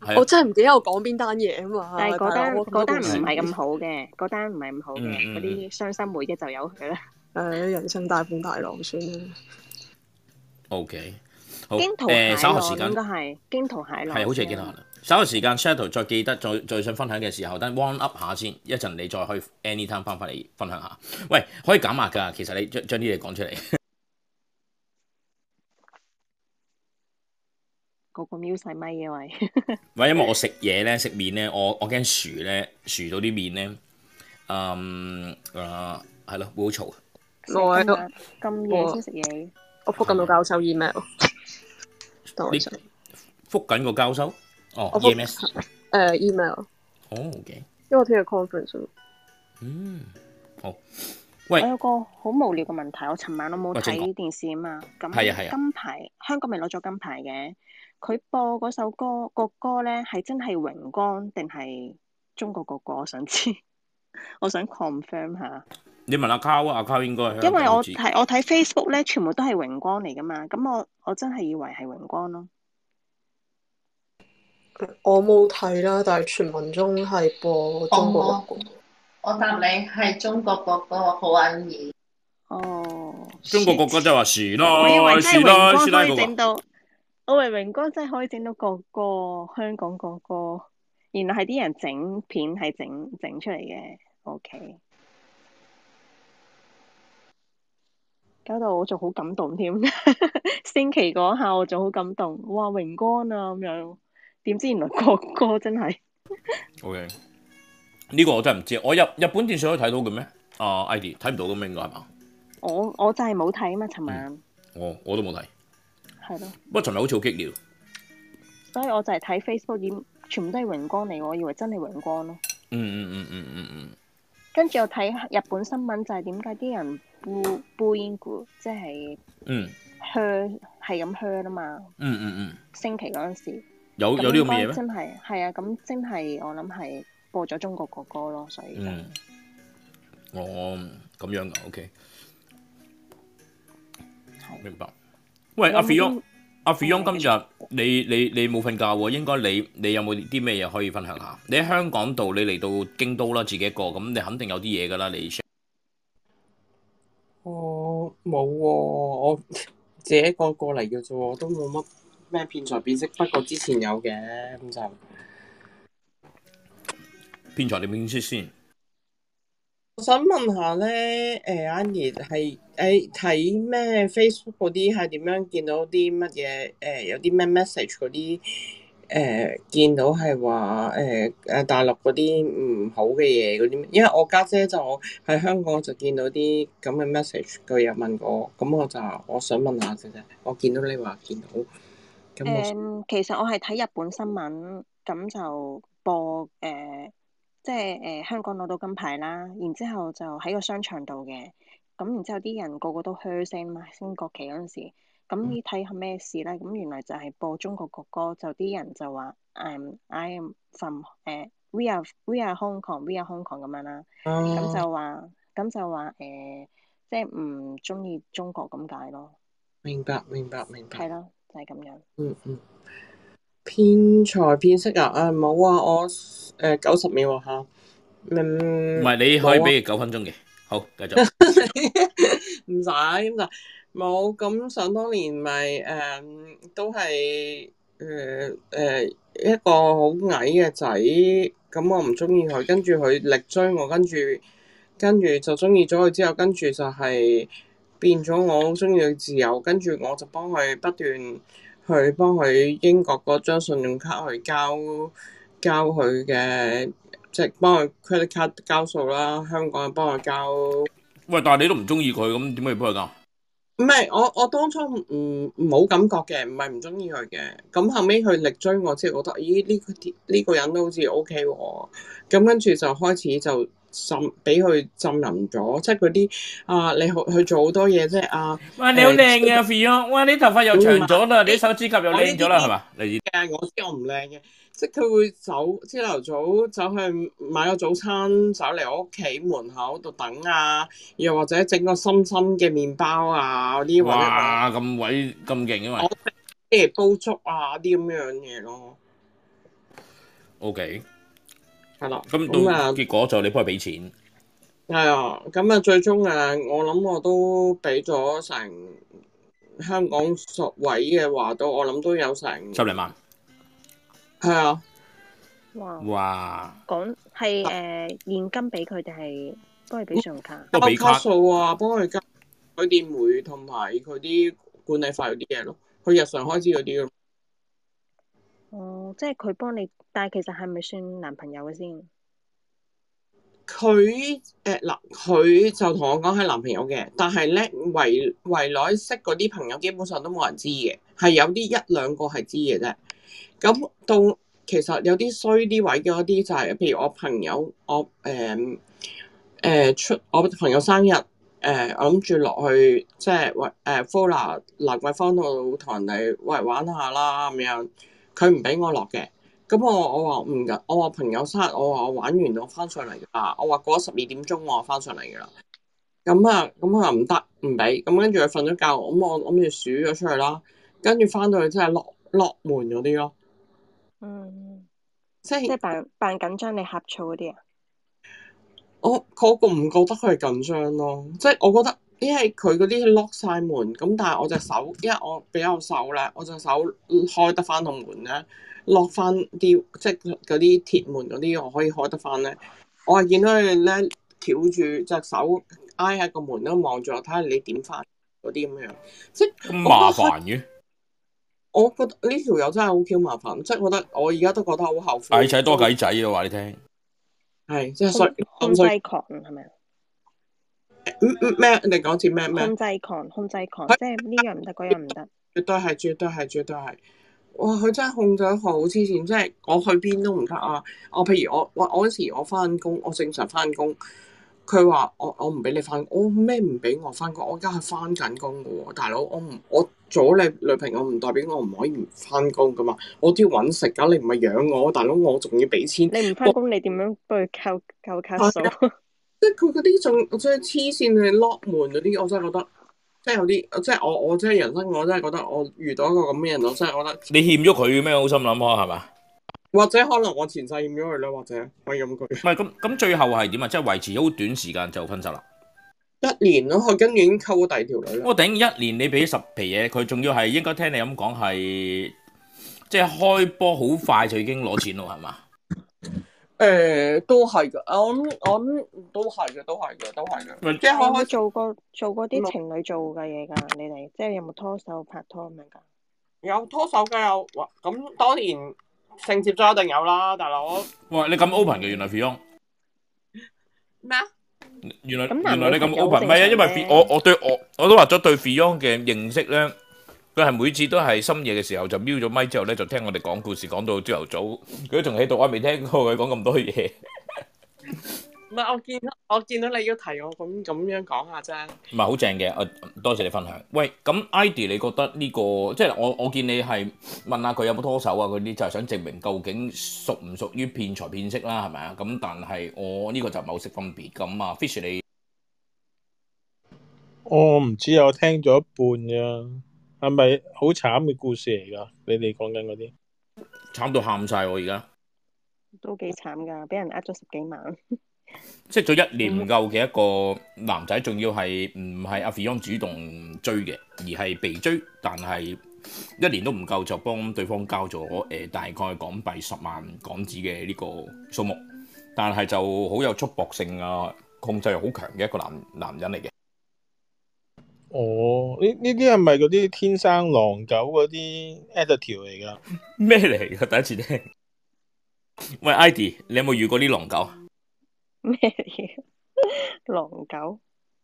Speaker 1: 係
Speaker 4: 我
Speaker 1: 啊，
Speaker 4: 真係唔記得我講邊單嘢啊嘛。
Speaker 2: 但係嗰單嗰單唔係咁
Speaker 4: 好。
Speaker 2: 好嘅，嗰單唔係咁好 嘅，
Speaker 1: 嗯嗯
Speaker 2: 嗰啲傷心回憶就由佢啦。
Speaker 4: 誒，人生大風大浪算啦。
Speaker 1: OK，好
Speaker 2: 驚濤
Speaker 1: 誒，稍後時
Speaker 2: 駭浪
Speaker 1: 間
Speaker 2: 應該係驚濤駭浪，
Speaker 1: 係好似係啊記得啦。哦嗯稍後時間 Shadow 再記得，再再想分享嘅時候，等 warm up 下先。一陣你再可以 anytime 翻返嚟分享下。喂，可以減壓㗎，其實你將將啲嘢講出嚟。
Speaker 2: 個個瞄晒咪嘅喂，
Speaker 1: 喂，因為我食嘢咧，食麵咧，我我驚薯咧，薯到啲麵咧，嗯啊，係咯，會好嘈。
Speaker 4: 我喺度
Speaker 2: 咁夜先食嘢，
Speaker 4: 啊我覆緊到教授 email。等我一陣
Speaker 1: 你覆緊個教授？哦
Speaker 4: 我覆
Speaker 1: ，EMS。
Speaker 4: 誒呃 email，
Speaker 1: 哦，OK，
Speaker 4: 因為我聽日 conference 啊喎。
Speaker 1: 嗯。
Speaker 2: 我有個好無聊嘅問題，我尋晚我冇
Speaker 1: 喂請講
Speaker 2: 睇電視啊嘛，咁
Speaker 1: 係啊係啊
Speaker 2: 金牌香港咪攞咗金牌嘅，佢播嗰首歌個歌咧係真係榮光定係中國國歌？我想知， 我想 confirm 下，
Speaker 1: 你問阿 Cow 啊，阿 Cow 應該係香
Speaker 2: 因
Speaker 1: 港
Speaker 2: 為我
Speaker 1: 知
Speaker 2: 睇我睇 Facebook 咧，全部都係榮光嚟噶嘛，咁我我真係以為係榮光咯。
Speaker 4: 我冇睇啦，但係傳聞中係播中國
Speaker 1: 哦
Speaker 4: 國歌。
Speaker 5: 我答你係中國國歌好韻兒，
Speaker 2: 哦，
Speaker 1: 中國國歌
Speaker 2: shit
Speaker 1: 就係話樹
Speaker 2: 我以
Speaker 1: 咯，
Speaker 2: 為真係榮
Speaker 1: 樹咯，樹
Speaker 2: 光
Speaker 1: 啦
Speaker 2: 可以
Speaker 1: 嗰
Speaker 2: 整
Speaker 1: 個。
Speaker 2: 到，我以為榮光真係可以整到國歌，香港國歌，原來係啲人整片係整整出嚟嘅，OK。搞到我仲好感動添， 升旗嗰下我仲好感動，哇榮光啊咁樣，點知原來 國歌真係
Speaker 1: OK，呢個我真係唔知，我日日本電視可以睇到嘅咩？啊，ID 睇唔到嘅咩？應該係嘛？
Speaker 2: 我我就係冇睇啊嘛，尋晚
Speaker 1: 我我都冇睇，
Speaker 2: 係咯，
Speaker 1: 不過尋日好似好激烈。
Speaker 2: 所以我就係睇 Facebook 演，全部都係榮光嚟，我以為真係榮光咯。
Speaker 1: 嗯嗯嗯嗯嗯嗯，
Speaker 2: 跟住我睇日本新聞就係點解啲人 boo boo i n g 即係
Speaker 1: 嗯，
Speaker 2: 噓係咁 hurt 啊嘛，
Speaker 8: 嗯嗯嗯，
Speaker 2: 升旗嗰陣時。
Speaker 8: 有有呢咁嘅嘢
Speaker 2: 咁
Speaker 8: 咩？
Speaker 2: 真係係啊，咁真係我諗係播咗中國國歌咯，所以就
Speaker 8: 嗯，哦，咁樣噶，OK，
Speaker 2: 係。
Speaker 8: 明白。喂，
Speaker 2: 有
Speaker 8: 阿
Speaker 2: 冇
Speaker 8: Fion。
Speaker 2: 啲
Speaker 8: 阿 Fion 今日你你你冇瞓覺喎，應該你你有冇啲咩嘢可以分享下？你喺香港度，你嚟到京都啦，自己一個，咁你肯定有啲嘢噶啦，你 share
Speaker 9: 我哦冇喎，我 自己一個過嚟嘅啫喎，我都冇乜咩騙財騙色，不過之前有嘅咁就
Speaker 8: 編財你邊先先？
Speaker 9: 我想問下咧，誒 Annie 係誒睇咩 Facebook 嗰啲係點樣見到啲乜嘢？誒有啲咩 message 嗰啲誒見到係話誒誒大陸嗰啲唔好嘅嘢嗰啲咩？因為我家姐就喺香港就見到啲咁嘅 message，佢又問我，咁我就我想問下嘅啫。我見到你話見到，咁我想
Speaker 2: 誒，嗯其實我係睇日本新聞，咁就播誒、呃即係誒、香港攞到金牌啦，然之後就喺個商場度嘅，咁然之後啲人個個都噓聲嘛，升國旗嗰陣時，咁你睇下咩事咧？咁原來就係播中國國歌，就啲人就話 I'm I am from 誒、We are We are Hong Kong，We are Hong Kong 咁樣啦，
Speaker 10: Ờ. 哦
Speaker 2: 咁就話咁就話誒、即係唔中意中國咁解咯，
Speaker 9: 明白明白明白
Speaker 2: 係。咯，就係、咁樣。
Speaker 9: 嗯嗯，騙財騙色啊！啊冇啊，我誒九十秒啊吓，
Speaker 8: 唔
Speaker 9: 嗯
Speaker 8: 係你可以
Speaker 9: 冇啊
Speaker 8: 俾佢九分鐘嘅，好繼續。
Speaker 9: 唔使咁就冇咁。想當年咪誒、嗯都係誒誒一個好矮嘅仔，咁我唔中意佢，跟住佢力追我，跟住跟住就中意咗佢之後，跟住就係變咗我好中意佢自由，跟住我就幫佢不斷去幫佢英國嗰張信用卡去交交佢嘅。即係幫佢 credit card 交數啦，香港又幫佢交
Speaker 8: 喂，但係你都唔中意佢，咁點解要幫佢㗎？
Speaker 9: 唔係，我我當初唔唔冇感覺嘅，唔係唔中意佢嘅。咁後尾佢力追我之後，覺得咦呢、個呢、個人都好似 O K 喎。咁跟住就開始就浸俾佢浸淫咗，即係嗰啲啊，你好佢做好多嘢，即係啊
Speaker 8: 哇，
Speaker 9: 你好靚
Speaker 8: 嘅阿 Fion，哇，你頭髮又
Speaker 9: 長
Speaker 8: 咗啦，
Speaker 9: 你
Speaker 8: 手指甲又
Speaker 9: 靚咗啦係
Speaker 8: 嘛？你
Speaker 9: 嘅，我知我唔靚嘅，即係佢會走朝頭早走去買個早餐，走嚟我屋企門口度等啊，又或者整個心心嘅麵包啊嗰啲，或者
Speaker 8: 哇咁鬼咁勁因為
Speaker 9: 我誒煲粥啊啲咁樣嘢咯，
Speaker 8: OK，
Speaker 9: 係啦。
Speaker 8: 咁
Speaker 9: 咁啊
Speaker 8: 到結果就你幫佢俾錢，
Speaker 9: 係啊，咁啊，最終啊，我諗我都俾咗成香港索位嘅話都，我諗都有成
Speaker 8: 十零萬。
Speaker 9: 係啊，
Speaker 2: 哇！
Speaker 8: 哇！
Speaker 2: 講係誒
Speaker 9: 啊
Speaker 2: 現金俾佢定係都係俾信用卡？
Speaker 8: 都俾
Speaker 9: 交
Speaker 8: 卡，
Speaker 9: 數啊，幫佢交佢電煤同埋佢啲管理費嗰啲嘢咯，佢日常開支嗰啲咯。
Speaker 2: 哦，即係佢幫你，但係其實係咪算男朋友嘅先？
Speaker 9: 佢誒嗱，佢、就同我講係男朋友嘅，但係咧圍圍內識嗰啲朋友基本上都冇人知嘅，係有啲一兩個係知嘅啫。咁到其實有啲衰啲位嘅嗰啲就係、譬如我朋友，我誒誒、嗯呃出我朋友生日，誒、呃我諗住落去即係喂誒 f o l a 蘭桂坊度同人哋喂玩下啦咁樣，佢唔俾我落嘅。咁我我話唔緊，我話朋友生日，我話我玩完我翻上嚟㗎啦，我話過咗十二點鐘我翻上嚟㗎啦。咁啊，咁佢話唔得，唔俾。咁跟住佢瞓咗覺，咁我諗住鼠咗出去啦。跟住翻到去真係落落門嗰啲咯，
Speaker 2: 嗯，
Speaker 9: 即
Speaker 2: 即
Speaker 9: 係
Speaker 2: 係扮扮緊張你呷醋嗰啲啊？
Speaker 9: 我哦嗰個唔覺得佢係緊張咯，即係我覺得，因為佢嗰啲 lock 晒門，咁但係我隻手，因為我比較手咧，我隻手開得翻個門咧，lock 翻啲即係嗰啲鐵門嗰啲，我可以開得翻咧。我係見到佢咧翹住隻手挨喺個門度望住我，睇下你點翻嗰啲咁樣。
Speaker 8: 咁麻煩嘅。
Speaker 9: 我覺得呢條友真係好 Q 麻煩，即係覺得我而家都覺得好後悔。
Speaker 8: 矮仔多計仔啊！話你聽，
Speaker 9: 係即係衰
Speaker 2: 控控
Speaker 9: 咁衰
Speaker 2: 制狂係咪啊？
Speaker 9: 嗯嗯咩？你講次咩咩？
Speaker 2: 控制狂，控制狂，
Speaker 9: 係
Speaker 2: 即係呢樣唔得，嗰樣唔得。
Speaker 9: 絕對係，絕對係，絕對係。哇！佢真係控制得好黐線，即係我去邊都唔得啊！我譬如我我我嗰時我翻工，我正常翻工，佢話我我唔俾你翻，我咩唔俾我翻工？我而家係翻緊工嘅喎，大佬，我唔我做咗你女朋友唔代表我唔可以唔翻工噶嘛，我都要揾食噶，你唔係養我，大佬，我仲要俾錢。
Speaker 2: 你唔翻工，你點樣幫佢扣扣
Speaker 9: 啊
Speaker 2: 卡數？
Speaker 9: 即係佢嗰啲仲即係黐線嘅 lock 門嗰啲，我真係覺得，即係有啲，即係我我真係人生，我真係覺得我遇到一個咁嘅人，我真係覺得，
Speaker 1: 你欠咗佢嘅咩？好心諗開係嘛？
Speaker 9: 或者可能我前世欠咗佢啦，或者可以咁講。
Speaker 1: 唔係咁咁，最後係點啊？即係維持咗好短時間就分手啦。
Speaker 9: 一年咯，佢跟住已經溝咗第二條女啦。
Speaker 1: 我頂一年你俾十皮嘢，佢仲要係應該聽你咁講係，即係開波好快就已經攞錢咯，係嘛？
Speaker 9: 誒、都係嘅，我諗我諗都係嘅，都係嘅，都係
Speaker 1: 喂
Speaker 9: 嘅。即係
Speaker 2: 你有
Speaker 9: 開
Speaker 2: 冇
Speaker 9: 開
Speaker 2: 做過做過
Speaker 9: 嗯
Speaker 2: 啲情侶做嘅嘢㗎？你哋即係有冇拖手拍拖咁樣㗎？
Speaker 9: 有拖手嘅有，哇咁當然性接觸一定有啦，大佬。
Speaker 1: 哇！你咁 open 嘅，原來 Fion，
Speaker 9: 咩啊？
Speaker 1: 原來
Speaker 2: 咁男
Speaker 1: 原
Speaker 2: 女
Speaker 1: 來你
Speaker 2: 朋
Speaker 1: 咁
Speaker 2: 友
Speaker 1: open，唔係啊，
Speaker 2: 正
Speaker 1: 因為
Speaker 2: 常
Speaker 1: Fi-
Speaker 2: 啫
Speaker 1: 我我對我我都話咗對 Fion 嘅認識咧，佢係每次都係深夜嘅時候就瞄咗咪之後咧，就聽我哋講故事，講到朝頭早，佢都仲喺度，我未聽過佢講咁多嘢。
Speaker 9: 唔係我見到我見到你要提我咁咁樣講下啫。
Speaker 1: 唔係好正嘅，我多謝你分享。喂，咁 ID 你覺得呢、個即係我我見你係問下佢有冇拖手啊嗰啲，就係、想證明究竟屬唔屬於騙財騙色啦，係咪啊？咁但係我呢、個就唔係好識分別咁啊。Fish 你
Speaker 6: 我唔知啊，我聽咗一半咋，係咪好慘嘅故事嚟㗎？你哋講緊嗰啲，
Speaker 1: 慘到喊晒喎，而家
Speaker 2: 都幾慘㗎，俾人呃咗十幾萬。
Speaker 1: 識咗一年唔夠嘅一個男仔，仲要係唔係阿 Fion 主動追嘅，而係被追，但係一年都唔夠就幫對方交咗誒、呃大概港幣十萬港紙嘅呢個數目，但係就好有束縛性啊，控制欲好強嘅一個男男人嚟嘅。
Speaker 6: 哦，呢呢啲係咪嗰啲天生狼狗嗰啲 attitude 嚟㗎？
Speaker 1: 咩嚟㗎？第一次聽。喂，Idy，你有冇遇過啲狼 狗？
Speaker 2: 咩嘢？ 狼狗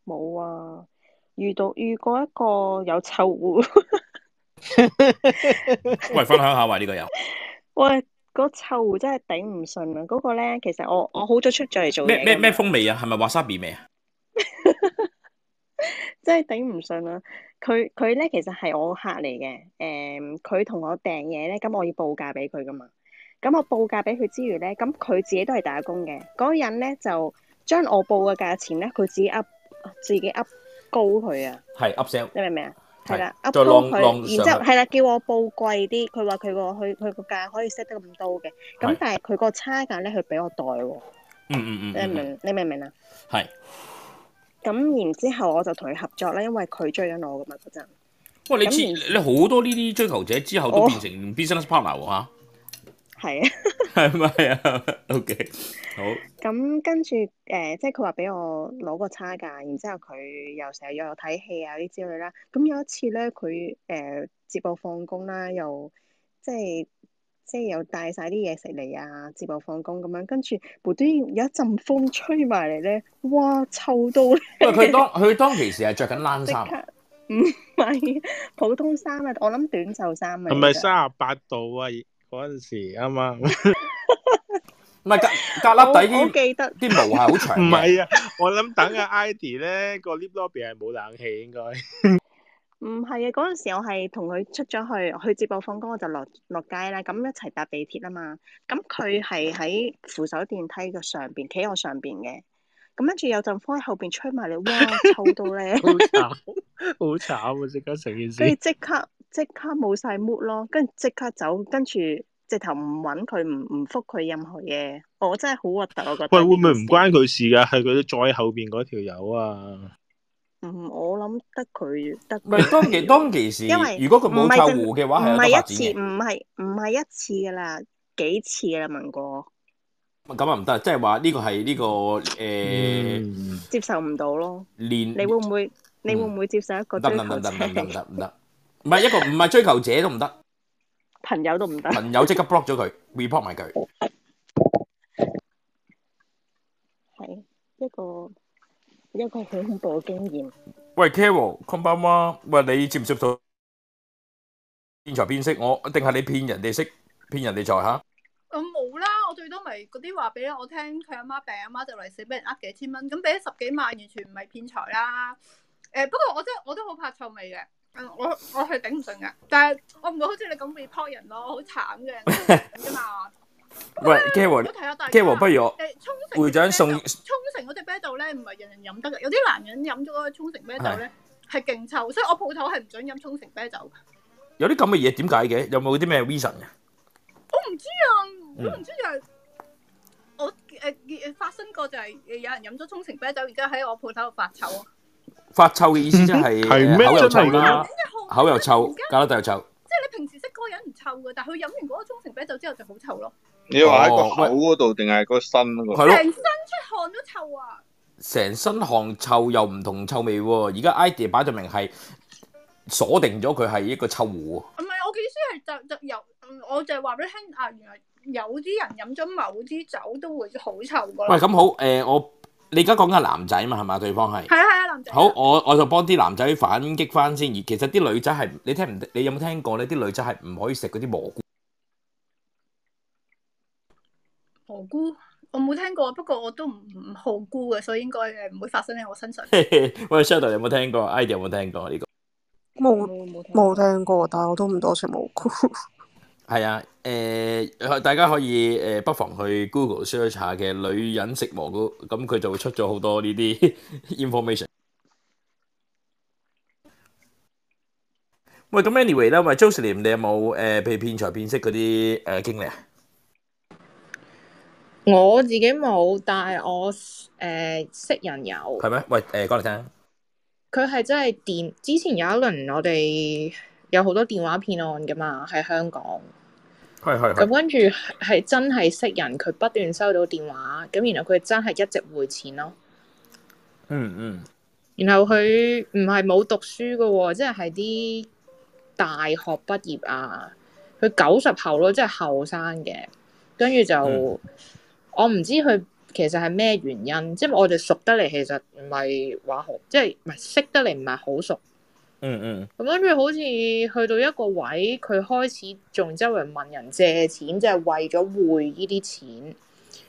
Speaker 2: 冇啊！遇到遇過一個有臭狐，
Speaker 1: 喂，分享下喂，呢、個有。
Speaker 2: 喂，嗰臭狐真係頂唔順啊！嗰、個咧，其實我我好早出咗嚟做嘢
Speaker 1: 咩
Speaker 2: 㗎
Speaker 1: 咩咩
Speaker 2: 嘛
Speaker 1: 風味啊？係咪 wasabi 味啊？
Speaker 2: 真係頂唔順啦！佢佢咧其實係我客嚟嘅，誒、佢同我訂嘢咧，咁我要報價俾佢噶嘛。咁我報價俾佢之餘咧，咁佢自己都係打工嘅。嗰、個人咧就將我報嘅價錢咧，佢自己 up 自己 up 高佢啊！
Speaker 1: 係 upsell。
Speaker 2: 你明唔明啊？
Speaker 1: 係
Speaker 2: 係啦
Speaker 1: 再
Speaker 2: ，up 高
Speaker 1: 浪
Speaker 2: 佢，
Speaker 1: 浪
Speaker 2: 然之
Speaker 1: 上
Speaker 2: 後
Speaker 1: 去
Speaker 2: 係啦，叫我報貴啲，佢話佢個佢佢個價可以 set 得咁高嘅，
Speaker 1: 係
Speaker 2: 咁但係佢個差價咧，佢俾我代喎，
Speaker 1: 嗯嗯嗯
Speaker 2: 你明唔
Speaker 1: 嗯嗯，
Speaker 2: 明？你明唔明啊？
Speaker 1: 係。
Speaker 2: 咁然之後我就同佢合作啦，因為佢追緊我噶嘛嗰陣。
Speaker 1: 喂，你
Speaker 2: 咁哦
Speaker 1: 知
Speaker 2: 然
Speaker 1: 你好多呢啲追求者之後都
Speaker 2: 我
Speaker 1: 變成 business partner 喎嚇，
Speaker 2: 係啊。
Speaker 1: 係咪啊？OK，好，
Speaker 2: 咁跟住誒、呃即係佢話俾我攞個差價，然之後佢又成日約我睇戲啊啲之類啦。咁有一次咧，佢誒、呃接我放工啦，又即係即係又帶晒啲嘢食嚟啊，接我放工咁樣。跟住無端端有一陣風吹埋嚟咧，哇，臭到咧！
Speaker 1: 因為佢當佢當其時係着緊冷
Speaker 2: 即
Speaker 1: 衫，啊
Speaker 2: 刻唔係普通衫啊，我諗短袖衫啊。
Speaker 6: 係咪
Speaker 2: 其實
Speaker 6: 三十八度啊？嗰陣時啱啱，
Speaker 1: 唔係格格
Speaker 2: 我
Speaker 1: 粒
Speaker 2: 我
Speaker 1: 底
Speaker 2: 記得
Speaker 1: 啲啲毛係好長
Speaker 6: 唔
Speaker 1: 嘅，
Speaker 6: 係啊，我諗等阿 Idy 咧個 lift lobby 係冇冷氣應該。
Speaker 2: 唔係啊！嗰陣時我係同佢出咗去，佢接我放工，我就落落街啦。咁一齊搭地鐵啊嘛。咁佢係喺扶手電梯嘅上邊，企我上邊嘅。咁跟住有陣風喺後邊吹埋嚟，哇！臭到咧，
Speaker 6: 好慘，好慘啊！即刻成件
Speaker 2: 跟住
Speaker 6: 事，
Speaker 2: 即刻即刻冇晒 mood 咯，跟住即刻走，跟住直頭唔揾佢，唔唔覆佢任何嘢。我真係好核突，我覺得。
Speaker 6: 喂，會唔會唔？關佢事㗎？係佢再後邊嗰條友
Speaker 10: à.
Speaker 6: 啊！
Speaker 2: 嗯，我諗得佢得。
Speaker 1: 唔係當其當其時，
Speaker 2: 因為
Speaker 1: 如果佢冇
Speaker 2: 唔係
Speaker 1: 臭
Speaker 2: 淨
Speaker 1: 狐嘅話
Speaker 2: 唔
Speaker 1: 係有得發
Speaker 2: 係一
Speaker 1: 展
Speaker 2: 次，
Speaker 1: 嘅，
Speaker 2: 唔係唔係一次噶啦，幾次㗎啦問過。
Speaker 1: 咁啊唔得，即係話呢個係呢個誒
Speaker 6: 嗯，
Speaker 2: 接受唔到咯。
Speaker 1: 連
Speaker 2: 你會唔會你會唔會接受一個
Speaker 1: 得
Speaker 2: 追
Speaker 1: 唔得唔
Speaker 2: 求
Speaker 1: 得
Speaker 2: 者
Speaker 1: 唔得唔得唔得唔得，唔係一個唔係追求者都唔得，
Speaker 2: 朋友都唔得？
Speaker 1: 朋友即刻 block 咗佢，report 埋佢。
Speaker 2: 係一個一個好恐怖嘅經驗。
Speaker 1: 喂，Carol，こんばんは。喂，你接唔接受騙財騙色？我-定係你騙人哋色，騙人哋財，吓？
Speaker 11: 我冇啦，我最多咪為嗰啲話俾我聽，佢阿媽病，阿媽就嚟死，俾人呃幾千蚊，咁俾咗十幾萬，完全唔係騙財啦。誒、不過我真係我都好怕臭味嘅，嗯我我係頂唔順嘅，但係我唔會好似你咁 report 人咯，好慘嘅人啫嘛。 哎
Speaker 1: 喂 k e v i
Speaker 11: 都睇下大
Speaker 1: k e v i 不如我
Speaker 11: 誒沖繩
Speaker 1: 會長送
Speaker 11: 沖繩嗰只啤酒咧，唔係人人飲得嘅，有啲男人飲咗嗰個沖繩啤酒咧係勁臭，所以我鋪頭係唔准飲沖繩啤酒。
Speaker 1: 有啲咁嘅嘢點解嘅？有冇啲咩 reason 嘅？
Speaker 11: 我唔知啊，
Speaker 1: 嗯
Speaker 11: 我唔知就係我呃誒誒發生過就係有人飲咗沖繩啤酒，然之後喺我鋪頭度發臭啊！
Speaker 1: 發臭嘅意思即係
Speaker 10: 係咩
Speaker 1: 口又
Speaker 10: 真
Speaker 1: 臭
Speaker 10: 係㗎
Speaker 1: 啦，口又臭，加拿大又臭。
Speaker 11: 即係你平時識嗰個人唔臭嘅，但係佢飲完嗰個沖繩啤酒之後就好臭咯，
Speaker 6: 你話喺
Speaker 1: 哦
Speaker 6: 個口嗰度定係個身嗰
Speaker 1: 係
Speaker 11: 成
Speaker 1: 咯
Speaker 11: 身出汗都臭啊！
Speaker 1: 成身汗臭又唔同臭味喎。而家 idea 擺到明係鎖定咗佢係一個臭狐
Speaker 11: 唔係我嘅意思係就就由嗯我就係話俾你聽啊，原來有啲人飲咗某啲酒都會好臭噶
Speaker 1: 喎。喂，
Speaker 11: 啦。
Speaker 1: 咁好誒、我你而家講緊係男仔嘛係嘛？對方
Speaker 11: 係
Speaker 1: 係。
Speaker 11: 啊係啊，男仔。
Speaker 1: 好，我我就幫啲男仔反擊翻先。而其實啲女仔係你聽唔？你有冇聽過呢？啲女仔係唔可以食嗰啲蘑菇。
Speaker 11: 蘑菇，我冇聽過，不過我都唔唔好菇嘅，所以應該誒唔會發生喺我身上。
Speaker 1: 喂 s h a d o w 有冇聽過？idea 有冇聽過呢、個？
Speaker 3: 冇冇聽過，但係我都唔多食蘑菇。
Speaker 1: 係啊，誒、大家可以誒、不妨去 Google search 下嘅女人食蘑菇，咁佢就會出咗好多呢啲 information。喂，咁 anyway 啦，喂 j o s e l i n 你有冇誒、被騙財騙色嗰啲誒經歷啊？
Speaker 12: 我自己冇，但係我誒、呃、識人有，
Speaker 1: 係咩？喂，誒、講嚟聽。
Speaker 12: 佢係真係電。之前有一輪我哋有好多電話騙案噶嘛，喺香港。
Speaker 1: 係係
Speaker 12: 咁跟住係真係識人，佢不斷收到電話，咁然後佢真係一直匯錢咯。
Speaker 1: 嗯嗯，
Speaker 12: 然後佢唔係冇讀書噶喎、即係係啲大學畢業啊，佢九十後咯，即係後生嘅。跟住就、
Speaker 13: 嗯
Speaker 12: 我唔知佢其實係咩原因，即係我哋熟得嚟，其實唔係話好，即係唔係識得嚟唔係好熟。
Speaker 1: 嗯嗯，
Speaker 12: 咁跟住好似去到一個位，佢開始仲周圍問人借錢，就係、為咗匯呢啲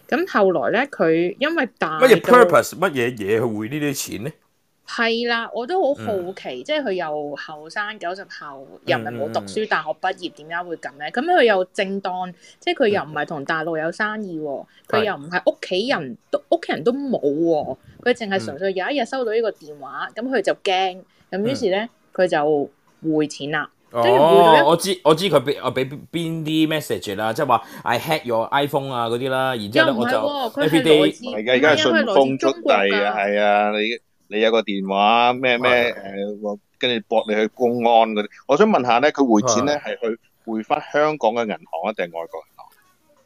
Speaker 12: 錢。咁後來咧，佢因為大
Speaker 1: 乜嘢
Speaker 12: 到
Speaker 1: purpose？乜嘢嘢去匯呢啲錢咧？
Speaker 12: 係啦，我都好好奇，即係佢又後生九十後，又唔係冇讀書，大學畢業點解會咁咧？咁佢又正當，即係佢又唔係同大陸有生意喎，佢
Speaker 13: 係
Speaker 12: 又唔係屋企人都屋企人都冇喎，佢淨係純粹有一日收到呢個電話，咁佢就驚，咁於是咧佢就匯錢啦，跟住匯到一
Speaker 1: 哦，我知我知佢俾我俾邊啲 message 啦，即係話 I hack your iPhone 啊嗰啲啦，然之後咧
Speaker 12: 又唔
Speaker 1: 我
Speaker 12: 係
Speaker 1: 就
Speaker 12: 喎佢係
Speaker 1: every
Speaker 12: 來
Speaker 1: day
Speaker 12: 自啊
Speaker 6: 係嘅，而家係順豐速遞
Speaker 1: à?
Speaker 6: 啊，係啊，你你有個電話咩咩誒，跟住駁你去公安嗰啲。我想問下咧，佢匯錢咧係去匯翻香港嘅銀行啊，定係外國銀行？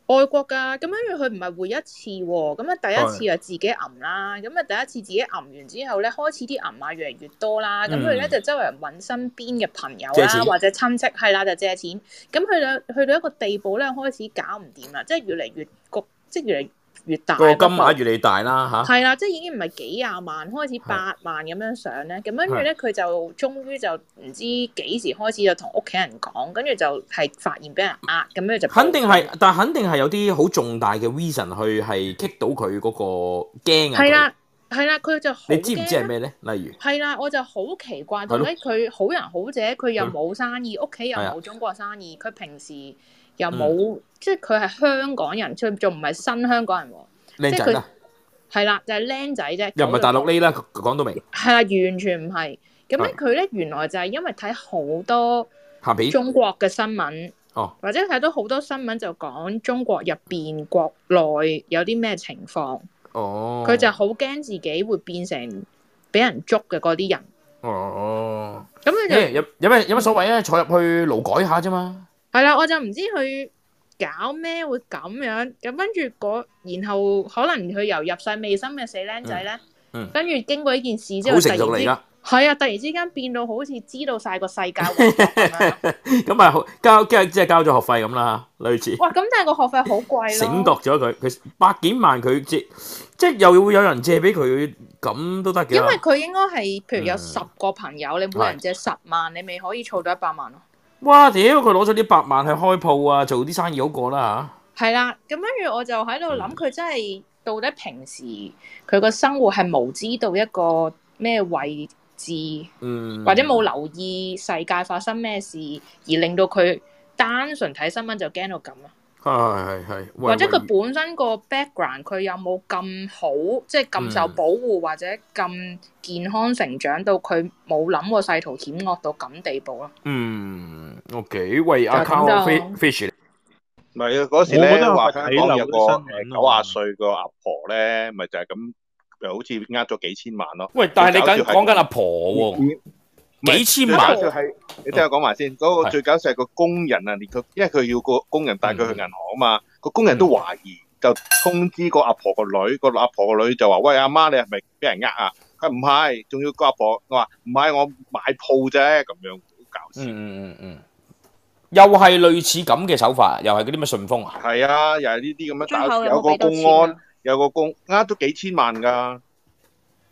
Speaker 12: 外國㗎，咁跟住佢唔係匯一次喎，咁啊第一次
Speaker 6: 係
Speaker 12: 啊自己揞啦，咁啊第一次自己揞完之後咧，開始啲銀啊越嚟越多啦，咁
Speaker 13: 嗯
Speaker 12: 佢咧就周圍揾身邊嘅朋友
Speaker 13: 借
Speaker 12: 啦
Speaker 13: 錢
Speaker 12: 或者親戚，係啦就借錢，咁佢就去到一個地步咧，開始搞唔掂啦，即係越嚟越局，即係越嚟越大
Speaker 1: 個
Speaker 12: 嗰
Speaker 1: 金額
Speaker 12: 個
Speaker 1: 越嚟越大啦吓，
Speaker 12: 係啦，即係已經唔係幾廿萬，開始八萬咁樣上咧，咁跟住咧佢就終於就唔知幾時開始就同屋企人講，跟住就係發現俾人呃，咁樣就報
Speaker 1: 肯定係，但係肯定係有啲好重大嘅 reason 去係 kick 到佢嗰個驚啊！
Speaker 12: 係啦，係啦，佢就好
Speaker 1: 佢，你知唔知係
Speaker 12: 驚啊
Speaker 1: 咩咧？例如，
Speaker 12: 係啦，我就好奇怪到
Speaker 1: 係咯
Speaker 12: 咧，佢好人好者，佢又
Speaker 1: 係咯
Speaker 12: 冇生意，屋企又
Speaker 1: 係啊嗯
Speaker 12: 冇中國生意，佢平時又冇，即係佢係香港人，佢仲唔係新香港人喎，即
Speaker 1: 靚
Speaker 12: 係
Speaker 1: 仔
Speaker 12: 佢
Speaker 1: 啦，
Speaker 12: 係啦，就係僆仔啫，
Speaker 1: 又唔係大陸
Speaker 12: 呢，
Speaker 1: 呢啦，講到明
Speaker 12: 係啦，完全唔係。咁咧
Speaker 1: 係
Speaker 12: 佢咧原來就係因為睇好多
Speaker 1: 下邊
Speaker 12: 中國嘅新聞。
Speaker 1: 哦，
Speaker 12: 或者睇到好多新聞就講中國入邊國內有啲咩情況，
Speaker 1: 哦，
Speaker 12: 佢就好驚自己會變成俾人捉嘅嗰啲人。
Speaker 1: 哦，
Speaker 12: 咁佢就
Speaker 1: 誒有有咩有乜所謂啊？坐入去勞改下啫嘛，
Speaker 12: 係啦，我就唔知佢搞咩會咁樣。咁跟住嗰，然後可能佢由入世未深嘅死僆仔咧，
Speaker 1: 嗯，
Speaker 12: 跟住經過呢件事之後，
Speaker 1: 好
Speaker 12: 突
Speaker 1: 成
Speaker 12: 然
Speaker 1: 熟嚟
Speaker 12: 之
Speaker 1: 㗎
Speaker 12: 係啊，突然之間變到好似知道晒個世界。
Speaker 1: 咁啊好交即係即係交咗學費咁啦嚇，類似。
Speaker 12: 哇！咁但係個學費好貴咯。
Speaker 1: 醒覺咗佢，佢百幾萬佢借，即係又會有人借俾佢，咁都得嘅。
Speaker 12: 因為佢應該係譬如有
Speaker 1: 嗯
Speaker 12: 十個朋友，你每人借十萬，你咪可以儲到一百萬咯。
Speaker 1: 哇屌，佢攞咗呢百萬去開鋪啊，做啲生意好過啦
Speaker 12: 係啦，咁跟住我就喺度諗，佢真係到底平時佢個生活係無知到一個咩位置，
Speaker 1: 嗯
Speaker 12: 或者冇留意世界發生咩事，而令到佢單純睇新聞就驚到咁啊！
Speaker 1: 係係係，喂
Speaker 12: 或者
Speaker 1: 喂
Speaker 12: 佢本身個 background 佢有冇咁好，即係咁受
Speaker 1: 嗯
Speaker 12: 保護或者咁健康成長到佢冇諗過世途險惡到咁地步咯。
Speaker 1: 嗯，OK，喂，
Speaker 12: 就係
Speaker 1: 阿
Speaker 12: 咁
Speaker 1: Carl
Speaker 12: 就
Speaker 1: Fi- Fish，
Speaker 6: 唔係啊，嗰時
Speaker 1: 我覺
Speaker 6: 咧
Speaker 1: 得係咪
Speaker 6: 話香港有個
Speaker 1: 睇漏咗
Speaker 6: 誒九啊歲個阿婆咧，咪就係咁，又好似呃咗幾千萬咯。
Speaker 1: 喂，但係你
Speaker 6: 最
Speaker 1: 緊
Speaker 6: 搞笑係
Speaker 1: 講緊阿婆喎，幾千萬
Speaker 6: 最搞笑係你
Speaker 10: Ờ.
Speaker 6: 聽我講埋先，嗰個最搞笑係個工人啊，連佢因為佢要個工人帶佢去銀行啊嘛，個工人都懷疑，就通知個阿婆個女，個阿婆個女就話：喂，阿媽，你係咪俾人呃啊？佢話唔係，仲要個阿婆我話唔係，我買鋪啫咁樣。
Speaker 1: 嗯嗯嗯嗯，又係類似咁嘅手法，又係嗰啲咩順豐啊？
Speaker 6: 係啊，又係呢啲咁樣，
Speaker 2: 最後
Speaker 6: 但
Speaker 2: 有
Speaker 6: 係有
Speaker 2: 冇
Speaker 6: 個
Speaker 2: 俾到
Speaker 6: 公
Speaker 2: 錢啊
Speaker 6: 安，有個公呃咗幾千萬㗎。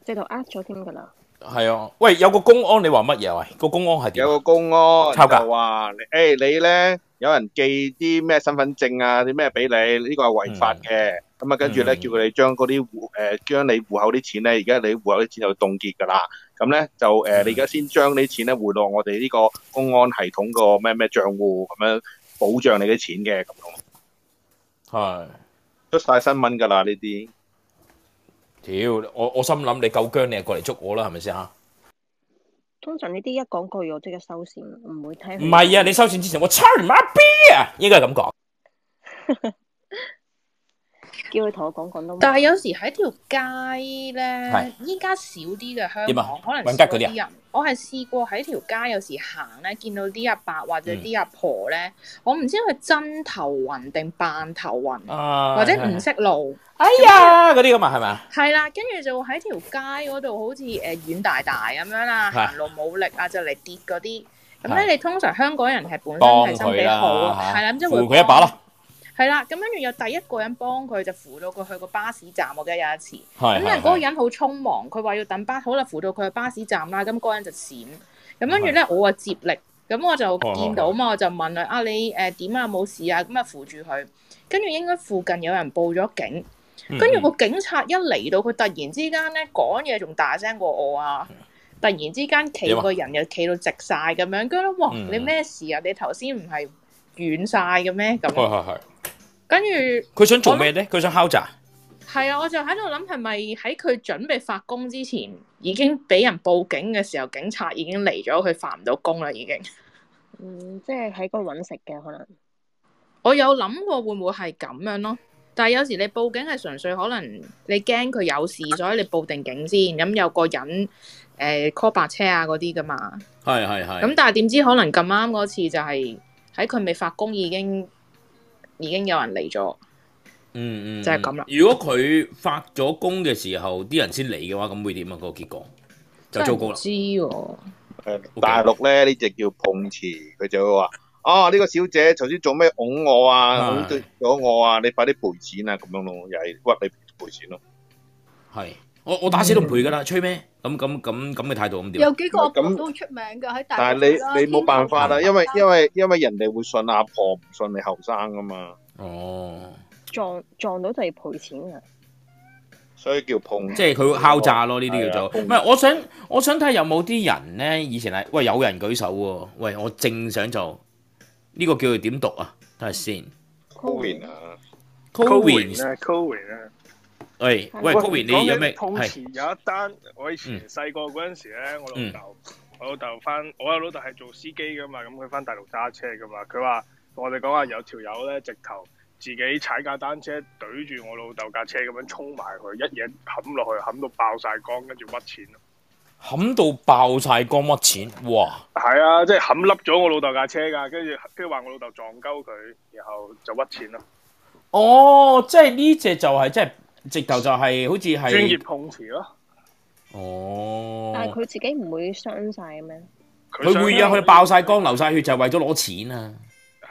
Speaker 2: 直頭呃咗添㗎啦。
Speaker 1: 係啊，喂，有個公安你話乜嘢啊？喂，個公安係點啊？
Speaker 6: 有個公安
Speaker 1: 抄㗎
Speaker 6: 就話：，誒你咧有人寄啲咩身份證啊，啲咩俾你，呢個係違
Speaker 1: 嗯
Speaker 6: 法嘅。咁啊，跟住咧叫佢哋將嗰啲户誒將你户口啲錢咧，而家你户口啲錢就凍結㗎啦。咁咧就
Speaker 1: 嗯
Speaker 6: 誒，你而家先將啲錢咧匯落我哋呢個公安系統個咩咩帳户咁樣保障你啲錢嘅咁樣。
Speaker 1: 係。
Speaker 6: 出晒新聞㗎啦呢啲。
Speaker 1: 屌，我我心諗你夠姜，你就過嚟捉我啦，係咪先啊？
Speaker 2: 通常呢啲一講句我即刻收線，唔會聽佢。
Speaker 1: 唔係啊，你收錢之前我操你媽逼啊，應該係咁講。
Speaker 2: 叫佢同我講廣東話。
Speaker 12: 但係有時喺條街咧
Speaker 1: 係，
Speaker 12: 依家少啲嘅香
Speaker 1: 點啊
Speaker 12: 港，可能
Speaker 1: 搵
Speaker 12: 少
Speaker 1: 吉嗰啲啊
Speaker 12: 啲人。我係試過喺條街有時行咧，見到啲阿伯或者
Speaker 1: 嗯
Speaker 12: 啲阿婆咧，我唔知佢真頭暈定扮頭暈，
Speaker 1: 啊
Speaker 12: 或者唔識路。
Speaker 1: 哎呀，嗰啲咁啊，係咪啊？
Speaker 12: 係啦，跟住就會喺條街嗰度好似誒軟大大咁樣啦，
Speaker 1: 係
Speaker 12: 行路冇力啊，就嚟跌嗰啲。咁
Speaker 1: 係
Speaker 12: 咧，你通常香港人係本身
Speaker 1: 幫
Speaker 12: 係身
Speaker 1: 佢
Speaker 12: 體
Speaker 1: 啦
Speaker 12: 好啊，
Speaker 1: 嚇
Speaker 12: 係啦，咁即係
Speaker 1: 扶
Speaker 12: 會
Speaker 1: 佢一把啦。
Speaker 12: 係啦，咁跟住有第一個人幫佢就扶到佢去個巴士站，我記得有一次。
Speaker 1: 係
Speaker 12: 咁但係嗰個人好匆忙，佢話要等巴，好啦，扶到佢去巴士站啦，咁嗰個人就閃。咁跟住咧，我啊接力，咁我就
Speaker 1: 哦
Speaker 12: 見到嘛，我就問佢啊你誒點啊冇事啊，咁啊扶住佢。跟住應該附近有人報咗警，
Speaker 1: 嗯
Speaker 12: 跟住個警察一嚟到，佢突然之間咧講嘢仲大聲過我啊！
Speaker 1: 嗯
Speaker 12: 突然之間企個人又企到直晒咁樣，跟住咧哇
Speaker 1: 啊嗯
Speaker 12: 你咩事啊？你頭先唔係軟晒嘅咩？咁
Speaker 1: 係係係。
Speaker 12: 跟住
Speaker 1: 佢想做咩咧？佢想敲詐。
Speaker 12: 係啊，我就喺度諗係咪喺佢準備發工之前，已經俾人報警嘅時候，警察已經嚟咗，佢發唔到工啦已經。
Speaker 2: 嗯，即係喺嗰度揾食嘅可能。
Speaker 12: 我有諗過會唔會係咁樣咯？但係有時你報警係純粹可能你驚佢有事，所以你報定警先，咁有個人誒 call 白車啊嗰啲噶嘛。
Speaker 8: 係係係。
Speaker 12: 咁但係點知可能咁啱嗰次就係喺佢未發工已經已經有人嚟咗。
Speaker 8: 嗯嗯，
Speaker 12: 就係咁啦
Speaker 8: 嗯如果佢發咗工嘅時候，啲人先嚟嘅話，咁會點啊？個結果就糟糕啦。
Speaker 12: 喎。
Speaker 6: 大陸咧呢只叫碰瓷，佢就會話：啊呢、個小姐頭先做咩擁我啊，
Speaker 8: 係
Speaker 6: 擁咗我啊，你快啲賠錢啊咁樣咯，又係屈你賠錢咯。
Speaker 8: 係，我我打死都唔賠㗎啦，吹咩？咁咁咁咁嘅態度咁點啊？
Speaker 14: 有幾個阿婆都好出名㗎喺大
Speaker 6: 但係
Speaker 14: 陸啦
Speaker 6: 你你冇辦法啦，因為
Speaker 14: 天后
Speaker 6: 因為因為人哋會信阿婆，唔信你後生噶嘛。
Speaker 8: 哦，
Speaker 2: 撞撞到就要賠錢㗎。
Speaker 6: 所以叫碰，
Speaker 8: 即係佢敲詐咯，呢啲叫
Speaker 6: 係
Speaker 8: 做。
Speaker 6: 啊
Speaker 8: 唔係，我想我想睇下有冇啲人咧，以前係喂有人舉手喎，喂我正想做呢個叫佢點讀啊？睇下先。
Speaker 6: Cohen 啊
Speaker 8: Covid
Speaker 10: 啊 c o i n 啊。
Speaker 8: 喂喂，Covid 你有咩
Speaker 10: 碰瓷
Speaker 8: 係？嗯
Speaker 10: 有一單，我以前細個嗰陣時咧，我老豆，我老豆翻，我老豆係做司機噶嘛，咁佢翻大陸揸車噶嘛，佢話同我哋講話有條友咧，直頭自己踩架單車懟住我老豆架車咁樣衝埋佢，一嘢冚落去，冚到爆晒缸，跟住屈錢咯。
Speaker 1: 冚到爆晒光乜錢？哇！
Speaker 10: 係啊，即係冚笠咗我老豆架車㗎，跟住跟住話我老豆撞鳩佢，然後就屈錢咯。
Speaker 8: 哦，即係呢只就係即係直頭就係好似係
Speaker 10: 專業碰瓷咯，
Speaker 8: 哦。
Speaker 2: 但係佢自己唔會傷晒嘅咩？
Speaker 8: 佢會啊！佢爆晒光、流晒血就係為咗攞錢啊！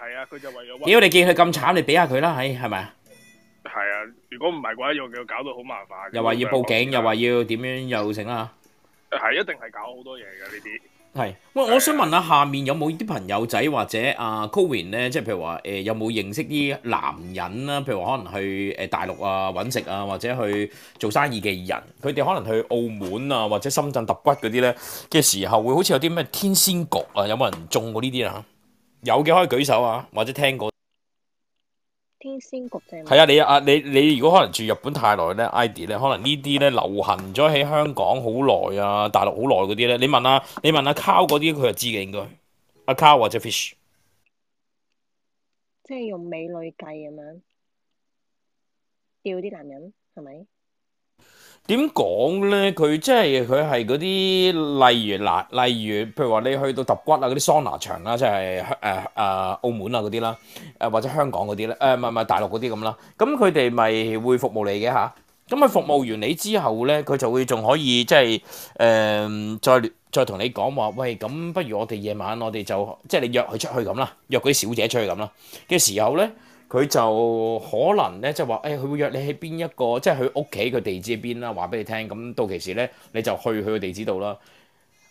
Speaker 10: 係啊，佢就為咗屈。
Speaker 8: 屌你見佢咁慘，你俾下佢啦，唉，係咪啊？
Speaker 10: 係啊，如果唔係嘅話，又又搞到好麻煩。
Speaker 8: 又話要報警，又話要點樣又成啦啊
Speaker 10: 係一定係搞好多嘢嘅呢啲。
Speaker 1: 係，喂，我想問下下面有冇啲朋友仔或者阿 Corin 咧，即係譬如話誒、有冇認識啲男人啦？譬如話可能去誒大陸啊揾食啊，或者去做生意嘅人，佢哋可能去澳門啊或者深圳揼骨嗰啲咧嘅時候，會好似有啲咩天仙局啊？有冇人中過呢啲啊？有嘅可以舉手啊，或者聽過。
Speaker 2: 天仙局定
Speaker 1: 係啊，你啊，你你如果可能住日本太耐咧，ID 咧，可能呢啲咧流行咗喺香港好耐啊，大陸好耐嗰啲咧，你問啊，你問阿 Cow 嗰啲，佢就知嘅應該。阿 Cow 或者 Fish
Speaker 2: 即係用美女計咁樣吊啲男人係咪？
Speaker 1: 點講咧？佢即係佢係嗰啲，例如嗱，例如譬如話你去到揼骨啊，嗰啲桑拿場啦，即係誒誒澳門啊嗰啲啦，誒或者香港嗰啲咧，誒唔係唔係大陸嗰啲咁啦。咁佢哋咪會服務你嘅吓。咁佢服務完你之後咧，佢就會仲可以即係誒、再再同你講話，喂，咁不如我哋夜晚我哋就即係你約佢出去咁啦，約嗰啲小姐出去咁啦嘅時候咧。佢就可能咧，即係話，誒、佢會約你喺邊一個，即係佢屋企佢地址喺邊啦，話俾你聽。咁到其時咧，你就去佢個地址度啦。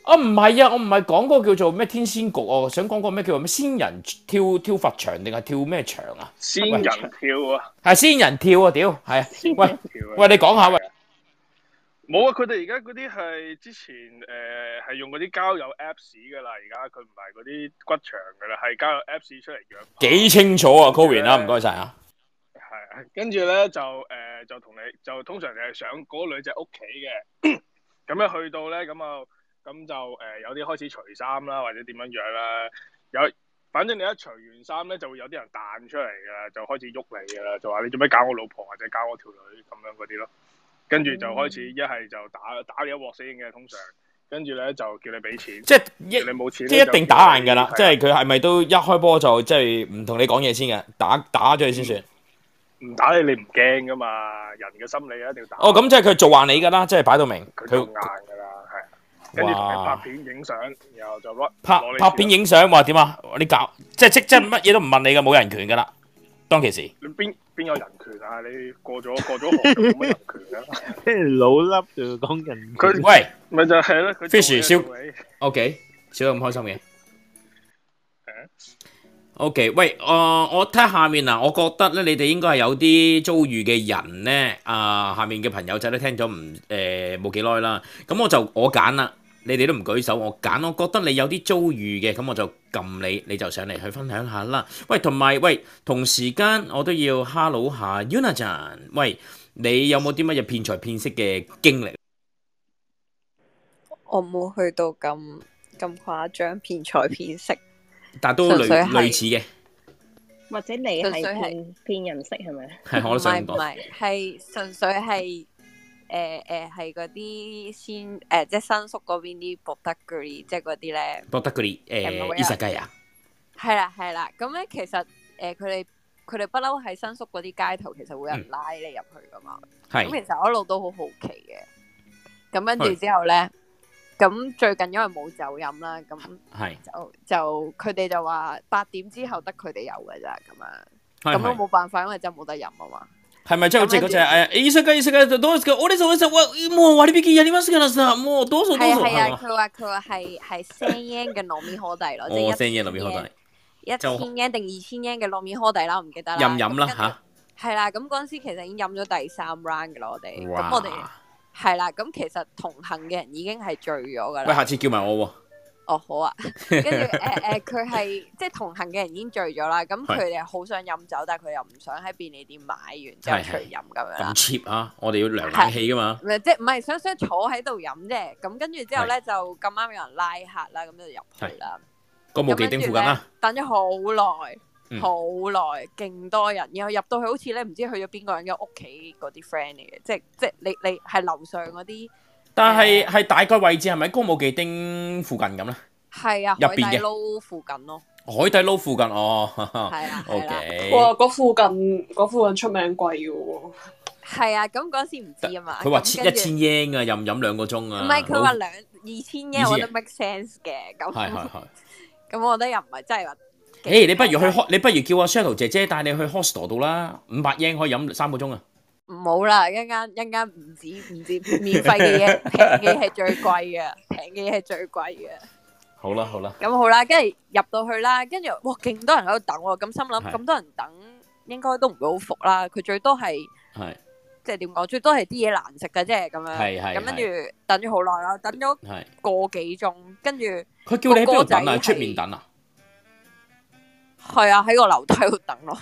Speaker 1: 啊，唔係啊，我唔係講嗰個叫做咩天仙局啊，我想講個咩叫做咩仙人跳跳佛牆定係跳咩牆啊？
Speaker 10: 仙人跳啊！
Speaker 1: 係仙人跳啊！屌，係啊！喂喂，你講下喂，
Speaker 10: 冇啊！佢哋而家嗰啲係之前誒係、用嗰啲交友 Apps 噶啦，而家佢唔係嗰啲骨場噶啦，係交友 Apps 出嚟約。
Speaker 1: 幾清楚啊 c o r i n 啊，唔該晒啊！
Speaker 10: 係啊，跟住咧就誒、呃就同你就通常你係上嗰個女仔屋企嘅，咁一去到咧咁啊咁就誒、呃有啲開始除衫啦，或者點樣樣啦，有反正你一除完衫咧就會有啲人彈出嚟㗎啦，就開始喐你㗎啦，就話你做咩搞我老婆或者搞我條女咁樣嗰啲咯，跟住就開
Speaker 1: 嗯
Speaker 10: 始一係就打打你一鑊死應嘅通常。跟住咧就叫你俾錢，
Speaker 1: 即係
Speaker 10: 一你冇錢呢，
Speaker 1: 即係一定打硬㗎啦，
Speaker 10: 就
Speaker 1: 即
Speaker 10: 叫你啊
Speaker 1: 係佢係咪都一開波就即係唔同你講嘢先嘅，打打咗你先
Speaker 10: 嗯
Speaker 1: 算。
Speaker 10: 唔打你，你唔驚噶嘛？人嘅心理一定要打。
Speaker 1: 哦，咁即係佢做壞你㗎啦，即係擺到明。
Speaker 10: 佢做硬㗎啦，係。跟住同你拍片影相，然後就攞
Speaker 1: 拍
Speaker 10: 攞你
Speaker 1: 拍
Speaker 10: 錢
Speaker 1: 片影相話點啊？你搞即係即即係乜嘢都唔問你嘅，冇人權㗎啦。當 其時，
Speaker 10: 你邊邊有人權啊？你過咗過咗河就冇乜人權啦。
Speaker 15: 老粒就講人。
Speaker 10: 佢
Speaker 1: 喂，
Speaker 10: 咪就係咯，佢
Speaker 1: Fish
Speaker 10: 做嘢
Speaker 1: 燒
Speaker 10: 做你
Speaker 1: OK，笑得咁開心嘅。
Speaker 10: 係啊
Speaker 1: OK，喂，ờ, 呃我睇下下面啊，我覺得咧，你哋應該係有啲遭遇嘅人咧，啊、下面嘅朋友仔咧聽咗唔誒冇幾耐啦，咁我就我揀啦，你哋都唔舉手，我揀，我覺得你有啲遭遇嘅，咁我就撳你，你就上嚟去分享下啦。喂，同埋喂，同時間我都要 hello 下 Una 醬，喂，你有冇啲乜嘢騙財騙色嘅經歷？
Speaker 16: 我冇去到咁咁誇張，騙財騙色，
Speaker 1: 但都
Speaker 16: 純
Speaker 1: 類
Speaker 16: 粹係
Speaker 1: 類似嘅，
Speaker 2: 或者你
Speaker 16: 純
Speaker 2: 係
Speaker 16: 粹係
Speaker 2: 騙騙人色係 咪？
Speaker 1: 係我
Speaker 16: 唔
Speaker 1: 都想
Speaker 16: 係唔
Speaker 1: 講。
Speaker 16: 係，係純粹係誒誒係嗰啲先誒，即係新宿嗰邊啲博德嗰啲，即係嗰啲咧。
Speaker 1: 博得嗰啲
Speaker 16: 係咪
Speaker 1: 誒
Speaker 16: 會
Speaker 1: 伊
Speaker 16: 有
Speaker 1: 薩雞啊，
Speaker 16: 係啦係啦，咁咧其實誒佢哋佢哋不嬲喺新宿嗰啲街頭，其實會有人拉你入去噶嘛。
Speaker 1: 係
Speaker 16: 咁其實我一路都好好奇嘅。咁跟住之後咧，咁最近因為冇酒飲啦，咁
Speaker 1: 係
Speaker 16: 就就佢哋就話八點之後得佢哋有嘅咋咁樣。
Speaker 1: 係
Speaker 16: 咁
Speaker 1: 係
Speaker 16: 我冇辦法，因為真係冇得飲啊嘛。
Speaker 1: 係咪即係好似
Speaker 16: 咁樣
Speaker 1: 嗰只誒伊薩雞伊薩雞多數我哋就就話冇話呢邊嘅人點樣識嘅啦，冇多數多
Speaker 16: 係啊
Speaker 1: 數
Speaker 16: 係
Speaker 1: 係
Speaker 16: 啊，
Speaker 1: 嘛？
Speaker 16: 佢話佢話係係1000円嘅糯米可弟咯，即
Speaker 1: 我聲
Speaker 16: 係
Speaker 1: 嘢裏面好大，
Speaker 16: 一千
Speaker 1: 哦就
Speaker 16: yen 定二千 yen 嘅糯米可弟啦，唔記得啦。
Speaker 1: 任飲啦嚇，
Speaker 16: 係啦，咁嗰陣時其實已經飲咗第三 round 嘅啦，我哋。
Speaker 1: 哇
Speaker 16: 咁我哋係啦，咁其實同行嘅人已經係醉咗噶
Speaker 1: 喂，下
Speaker 16: 啦。
Speaker 1: 次叫埋我
Speaker 16: 哦，好 啊。
Speaker 1: 喎。
Speaker 16: 跟住誒誒，佢係即係同行嘅人已經醉咗啦，咁
Speaker 1: 係
Speaker 16: 佢哋好想飲酒，但係佢又唔想喺便利店買完之後
Speaker 1: 係
Speaker 16: 出去飲咁樣啦
Speaker 1: 咁。cheap 啊！我哋要涼冷氣噶嘛
Speaker 16: 唔。係即係唔係想想坐喺度飲啫，咁跟住之後咧
Speaker 1: 係
Speaker 16: 就咁啱有人拉客啦，咁就入去啦。
Speaker 1: 個無忌丁附近啦，
Speaker 16: 等咗好耐，
Speaker 1: 嗯
Speaker 16: 好耐，勁多人，然後入到去好似咧唔知去咗邊個人嘅屋企嗰啲 friend 嚟嘅，即係即係你你係樓上嗰啲
Speaker 1: 但係係大概位置係咪喺歌舞伎町附近咁咧？
Speaker 16: 係啊
Speaker 1: 入
Speaker 16: 海
Speaker 1: 邊嘅
Speaker 16: 底撈附近咯，
Speaker 1: 海底撈附近哦。
Speaker 16: 係啦
Speaker 1: O
Speaker 16: 係啦
Speaker 1: K。
Speaker 4: 哇！嗰附近嗰附近出名貴嘅喎，
Speaker 16: 係啊，咁嗰時唔知啊嘛，
Speaker 1: 佢話
Speaker 16: 咁
Speaker 1: 千
Speaker 16: 跟
Speaker 1: 一
Speaker 16: 住
Speaker 1: 千 yen 啊，任飲兩個鐘啊。
Speaker 16: 唔係佢話
Speaker 1: 好
Speaker 16: 兩二千嘅，我覺得 make sense 嘅，
Speaker 1: 係係
Speaker 16: 咁
Speaker 1: 係。
Speaker 16: 咁我覺得又唔係真係話。
Speaker 1: 誒，你不如去
Speaker 16: 啊
Speaker 1: ho- 你不如叫阿 Shuttle 姐姐帶你去 hostel 度啦，五百 yen 可以飲三個鐘啊。
Speaker 16: 唔好啦，一間一間唔 à, 止唔止免費嘅嘢，平嘅嘢係最貴嘅，平嘅嘢係最貴嘅。
Speaker 1: 好啦好啦，
Speaker 16: 咁好啦，跟住入到去啦，跟住哇，勁多人喺度等喎，咁心
Speaker 1: 係
Speaker 16: 諗咁多人等，應該都唔會好服啦。佢最多係
Speaker 1: 係
Speaker 16: 即係點講，最多係啲嘢難食嘅啫，咁樣。
Speaker 1: 係係
Speaker 16: 咁跟
Speaker 1: 係
Speaker 16: 住等咗好耐啦，等咗
Speaker 1: 係。
Speaker 16: 個幾鐘，跟住
Speaker 1: 佢叫你喺
Speaker 16: 個
Speaker 1: 邊度
Speaker 16: 哥仔
Speaker 1: 等啊？喺出
Speaker 16: 係
Speaker 1: 面等啊？
Speaker 16: 係啊，喺個樓梯度等咯。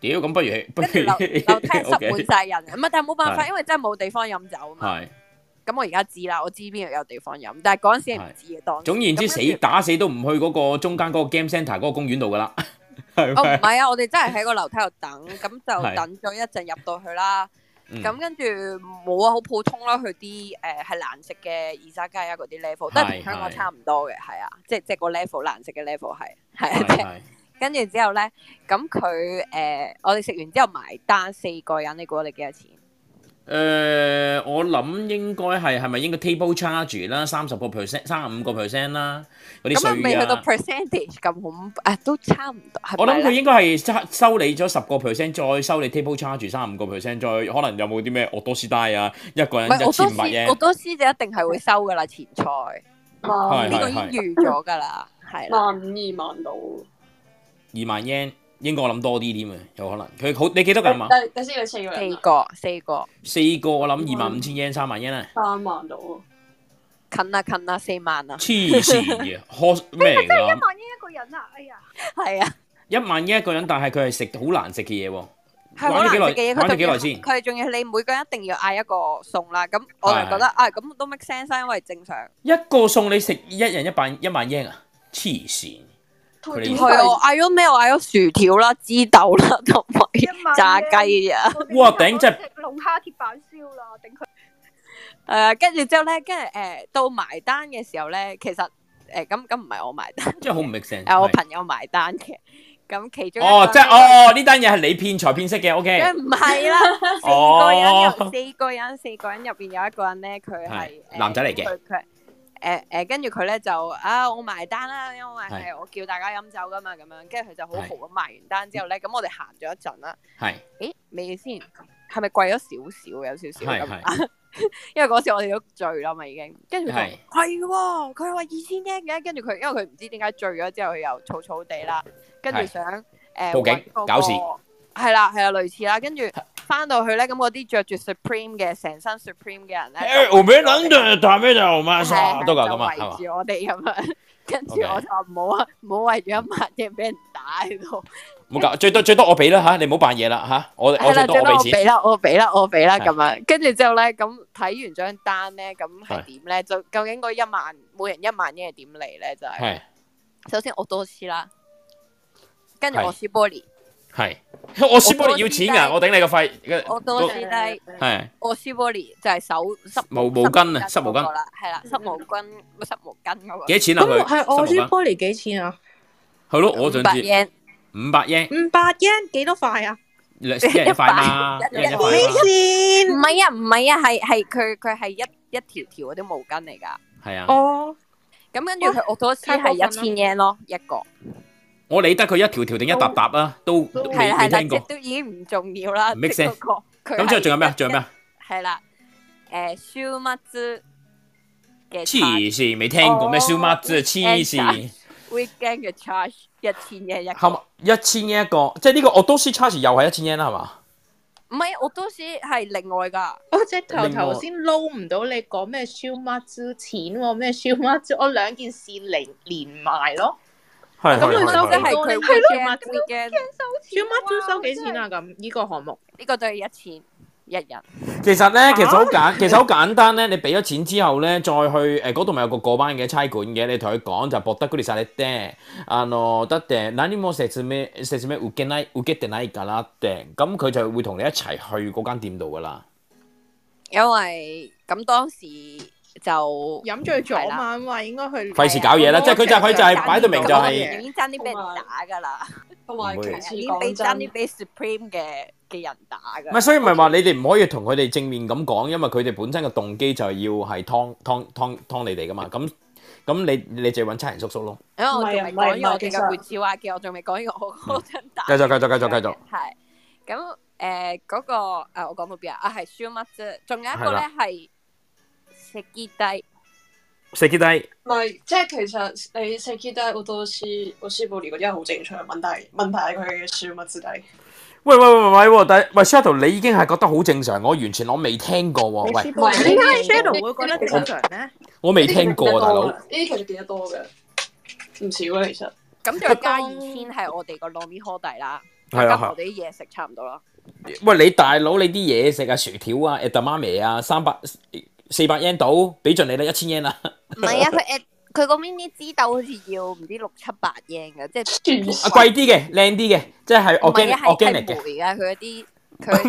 Speaker 1: 屌，咁不如不如
Speaker 16: 樓樓梯塞滿晒人，唔係，但係冇辦法，
Speaker 1: 係
Speaker 16: 因為真係冇地方飲酒啊嘛。
Speaker 1: 係，
Speaker 16: 咁我而家知啦，我知邊度有地方飲，但係嗰陣時係唔知嘅當時。
Speaker 1: 總言之，死
Speaker 16: 咁跟住
Speaker 1: 打死都唔去嗰個中間嗰個 game centre 嗰個公園度噶啦， 係
Speaker 16: 哦，唔
Speaker 1: 咪？
Speaker 16: 係啊，我哋真係喺個樓梯度等，咁
Speaker 1: 係
Speaker 16: 就等咗一陣入到去啦。
Speaker 1: 嗯
Speaker 16: 咁跟住冇啊，好普通啦，佢啲誒係難食嘅二沙雞啊嗰啲 level，都係
Speaker 3: 係
Speaker 16: 同香港
Speaker 3: 係
Speaker 16: 差唔多嘅，係啊，即係即係個 level 難食嘅 level 係係啊，即係
Speaker 3: 係
Speaker 16: 跟住之後咧，咁佢誒我哋食完之後埋單四個人，你估我哋幾多錢？
Speaker 1: 誒，我諗應該係係咪應該 table charge 啦，三十個 percent、三十五個 percent 啦，嗰啲
Speaker 16: 咁啊，未去
Speaker 1: 税
Speaker 16: 到
Speaker 1: 啊。
Speaker 16: percentage 咁恐怖，啊都差唔多，係
Speaker 1: 我
Speaker 16: 咪
Speaker 1: 諗佢
Speaker 16: 咧
Speaker 1: 應該係收收你咗十個 percent，再收你 table charge 三十五個 percent，再可能有冇啲咩惡多斯帶啊，一個
Speaker 16: 唔
Speaker 1: 人
Speaker 16: 係
Speaker 1: 一
Speaker 16: 我
Speaker 1: 千
Speaker 16: 多
Speaker 1: 五百
Speaker 16: 師，我
Speaker 1: yen，
Speaker 16: 多師就一定係會收噶啦前 菜，
Speaker 1: 係
Speaker 16: 呢個已
Speaker 1: 係
Speaker 16: 經預咗噶啦，係啦，
Speaker 4: 萬五二萬到。
Speaker 1: 二萬 yen，應該我諗多啲添啊，有可能佢好你幾多個人嘛？
Speaker 4: 但但先你四個人
Speaker 16: 四
Speaker 4: 啊
Speaker 16: 個四個
Speaker 1: 四個我
Speaker 16: 嗯
Speaker 1: 諗二萬五千 yen、三萬 yen 啊，
Speaker 4: 三萬到啊，
Speaker 16: 近啦近啦四萬啊啦，
Speaker 1: 黐線 嘅，hos 咩嚟
Speaker 17: 真係
Speaker 1: 㗎
Speaker 17: 一？萬英一個人啊！哎呀，
Speaker 16: 係啊，
Speaker 1: 一萬 yen 一個人，但係佢係食好難食嘅嘢喎。
Speaker 16: 係好
Speaker 1: 玩咗
Speaker 16: 難
Speaker 1: 幾
Speaker 16: 食嘅嘢，
Speaker 1: 耐
Speaker 16: 佢
Speaker 1: 玩咗
Speaker 16: 仲
Speaker 1: 幾耐
Speaker 16: 要
Speaker 1: 先
Speaker 16: 佢仲要你每個人一定要嗌一個餸啦，咁我
Speaker 1: 係
Speaker 16: 就覺得啊咁都 make sense 啦因為正常。
Speaker 1: 一個餸你食一人一萬一萬 yen 啊？黐線！佢哋
Speaker 16: 係啊，我嗌咗咩？我嗌咗薯條啦、枝豆啦，同埋炸雞啊！
Speaker 1: 哇頂真係
Speaker 17: 龍蝦鐵板燒啦，頂佢。
Speaker 16: 係啊，跟住之後咧，跟住誒到埋單嘅時候咧，其實誒咁咁唔係我埋單，
Speaker 1: 真係好唔 make sense。
Speaker 16: 係我朋友埋單嘅。咁其中一個
Speaker 1: 哦，即係
Speaker 16: 咧
Speaker 1: 哦呢單嘢係你騙財騙色嘅
Speaker 16: 梗
Speaker 1: ，OK
Speaker 16: 係。唔係 啦，四個人
Speaker 1: 哦
Speaker 16: 有四個人，四個人入邊有一個人咧，佢係
Speaker 1: 係男仔嚟嘅
Speaker 16: 佢佢誒誒，跟住佢咧就啊，我埋單啦，因為係我叫大家飲酒噶嘛，咁樣，跟住佢就好豪咁埋完單之後咧，咁我哋行咗一陣啦。
Speaker 1: 係
Speaker 16: 咦，你先係咪貴咗少少？有少少
Speaker 1: 係
Speaker 16: 咁啊， 因為嗰時我哋都醉啦嘛，已經。跟住佢
Speaker 1: 係
Speaker 16: 就係喎，佢話二千 yen 嘅，跟住佢因為佢唔知點解醉咗之後，佢又草草地啦，跟住
Speaker 1: 係
Speaker 16: 想誒
Speaker 1: 報警
Speaker 16: 搵嗰
Speaker 1: 搞事
Speaker 16: 個係啦係啦，類似啦，跟住翻到去咧，咁嗰啲着住 Supreme 嘅成身 Supreme 嘅人 咧，
Speaker 1: 我俾諗嘅，但咩就嘛
Speaker 16: 係係
Speaker 1: 都夠
Speaker 16: 就
Speaker 1: 咁啊，係
Speaker 16: 圍
Speaker 1: 嘛
Speaker 16: 住？我哋咁樣，跟住
Speaker 1: OK
Speaker 16: 我就話唔好啊，唔好為咗一萬嘢俾人打喺度。
Speaker 1: 冇搞，最多最多我俾啦嚇，你唔好扮嘢啦嚇，我我
Speaker 16: 係啦，最
Speaker 1: 最多
Speaker 16: 多
Speaker 1: 我
Speaker 16: 我
Speaker 1: 俾
Speaker 16: 俾
Speaker 1: 錢。
Speaker 16: 啦，我俾啦，我俾啦
Speaker 1: 係
Speaker 16: 咁啊樣。跟住之後咧，咁睇完張單咧，咁
Speaker 1: 係
Speaker 16: 係點咧？就究竟嗰一萬每人一萬英係點嚟咧？就係
Speaker 1: 係
Speaker 16: 首先我多斯啦，跟住
Speaker 1: 係
Speaker 16: 我斯波利，
Speaker 1: 係， 我輸波你要錢㗎，我頂你個肺。
Speaker 16: 我多斯低，
Speaker 1: 係
Speaker 16: 我斯波利就係手濕
Speaker 1: 毛毛巾啊，濕毛
Speaker 16: 嗰個
Speaker 1: 巾
Speaker 16: 啦，係啦，濕毛巾，濕毛巾嗰個。
Speaker 1: 幾錢啊佢
Speaker 12: 係我
Speaker 1: 濕毛巾
Speaker 12: 啲 Poly 幾錢啊？
Speaker 1: 係咯，我想
Speaker 16: 五百
Speaker 1: 知
Speaker 16: yen
Speaker 1: 五百 yen
Speaker 12: 五百 yen 幾多塊啊？
Speaker 1: 兩一人一塊嘛，
Speaker 16: Dạ,
Speaker 1: 一人一塊嘛，
Speaker 12: 線
Speaker 16: 唔係啊，唔係啊，係係佢佢係一一條條嗰啲毛巾嚟㗎。
Speaker 1: 係啊。
Speaker 12: 哦，
Speaker 16: 咁跟住佢我多斯
Speaker 12: 太過
Speaker 16: 係
Speaker 12: 分啦
Speaker 16: 一千 yen 咯，一個。
Speaker 1: 我理得佢一條條定一沓沓啊，都
Speaker 16: 都
Speaker 1: 未
Speaker 16: 哦係啦係啦，
Speaker 1: 未聽
Speaker 16: 即
Speaker 1: 過
Speaker 16: 係。都已經唔重要啦。
Speaker 1: 唔 make
Speaker 16: 即係嗰
Speaker 1: sense
Speaker 16: 個佢
Speaker 1: 咁之後仲有咩啊？仲有咩啊？
Speaker 16: 係啦，誒 s h u m a z 嘅
Speaker 1: 黐線，未聽
Speaker 16: 哦
Speaker 1: 過咩燒乜啫？黐線，
Speaker 16: weekend 嘅 charge 一千嘅一
Speaker 1: 係嘛
Speaker 16: 個，
Speaker 1: 一千 yen 一個，即係呢個 Odosi charge 又係一千 yen 啦，係嘛？
Speaker 16: 唔係我都是係另外㗎。
Speaker 12: 我隻哦頭
Speaker 1: 另外
Speaker 12: 頭先撈唔到你講咩燒乜椒錢喎，咩燒乜椒，我兩件事連連埋咯。
Speaker 1: 係
Speaker 12: 咁佢收
Speaker 16: 係係
Speaker 12: 幾多咧？
Speaker 16: 係
Speaker 12: 係
Speaker 16: 咯
Speaker 12: 咯，
Speaker 16: weekend
Speaker 12: 燒乜椒收幾錢啊？咁呢個項目
Speaker 16: 呢個都係一千一人，
Speaker 1: 其實咧，其實好簡，其實好簡單咧。你俾咗錢之後咧，再去誒嗰度咪有個過班嘅差館嘅，你同佢講就博得嗰啲曬你爹，啊咯得爹，嗱啲冇食住咩食住咩烏雞奶烏雞定奶㗎啦爹，咁佢就會同你一齊去嗰間店度㗎啦。
Speaker 16: 因為咁當時就
Speaker 12: 飲醉咗
Speaker 16: 係啦
Speaker 12: 嘛，因為應該去
Speaker 1: 費事搞嘢啦即係佢就係佢就係擺到明就係
Speaker 16: 已經爭啲俾人打㗎啦，
Speaker 4: 同
Speaker 1: 埋其
Speaker 16: 已
Speaker 4: 次
Speaker 16: 經俾
Speaker 4: 講真
Speaker 16: 爭啲俾 Supreme 嘅嘅人打㗎。
Speaker 1: 唔係，所以唔係話你哋唔可以同佢哋正面咁講，因為佢哋本身嘅動機就係要係劏劏劏劏你哋噶嘛。咁咁你你就要揾差人叔叔咯。
Speaker 16: 因為我仲未講完我哋
Speaker 4: 唔係啊唔係唔係
Speaker 16: 嘅回照話嘅，我仲未講完 我嗰張單。
Speaker 1: 繼續繼續繼續繼續。
Speaker 16: 係咁誒嗰個誒，我講到邊啊？啊係燒乜啫？仲有一個
Speaker 1: 係
Speaker 16: 咧
Speaker 1: 啦
Speaker 16: 係食雞低，
Speaker 18: 食結低
Speaker 4: 唔係，即係其實你食 K 低好多次，我師傅嗰啲係好正常嘅問題，問題係佢嘅書物之底。
Speaker 1: 喂喂喂喂喂喎，但喂 Shadow，你已經係覺得好正常，我完全我未聽過喎。哦喂，
Speaker 4: 唔係
Speaker 19: 點解 Shadow 會覺得正常咧？
Speaker 1: 我未聽
Speaker 16: 啊
Speaker 1: 過，啊大佬
Speaker 4: 呢。啲其實見得多嘅，唔少嘅其實。
Speaker 16: 咁再加二千係我哋個 l o m i 科底啦，
Speaker 1: 係啊
Speaker 16: 咁我哋啲嘢食差唔多啦。
Speaker 1: 喂，你大佬，你啲嘢食啊，薯條啊，edamame 啊，三百四百 yen 到，俾盡你啦，一千 yen 啦。
Speaker 16: 唔係啊，佢 at 佢嗰邊啲支豆好似要唔知六七八 yen 嘅，即係
Speaker 1: 啊貴啲嘅，靚啲嘅，即係
Speaker 16: 唔係
Speaker 1: organic
Speaker 16: 啊，係係
Speaker 1: organic 嘅，
Speaker 16: 梅啊，佢嗰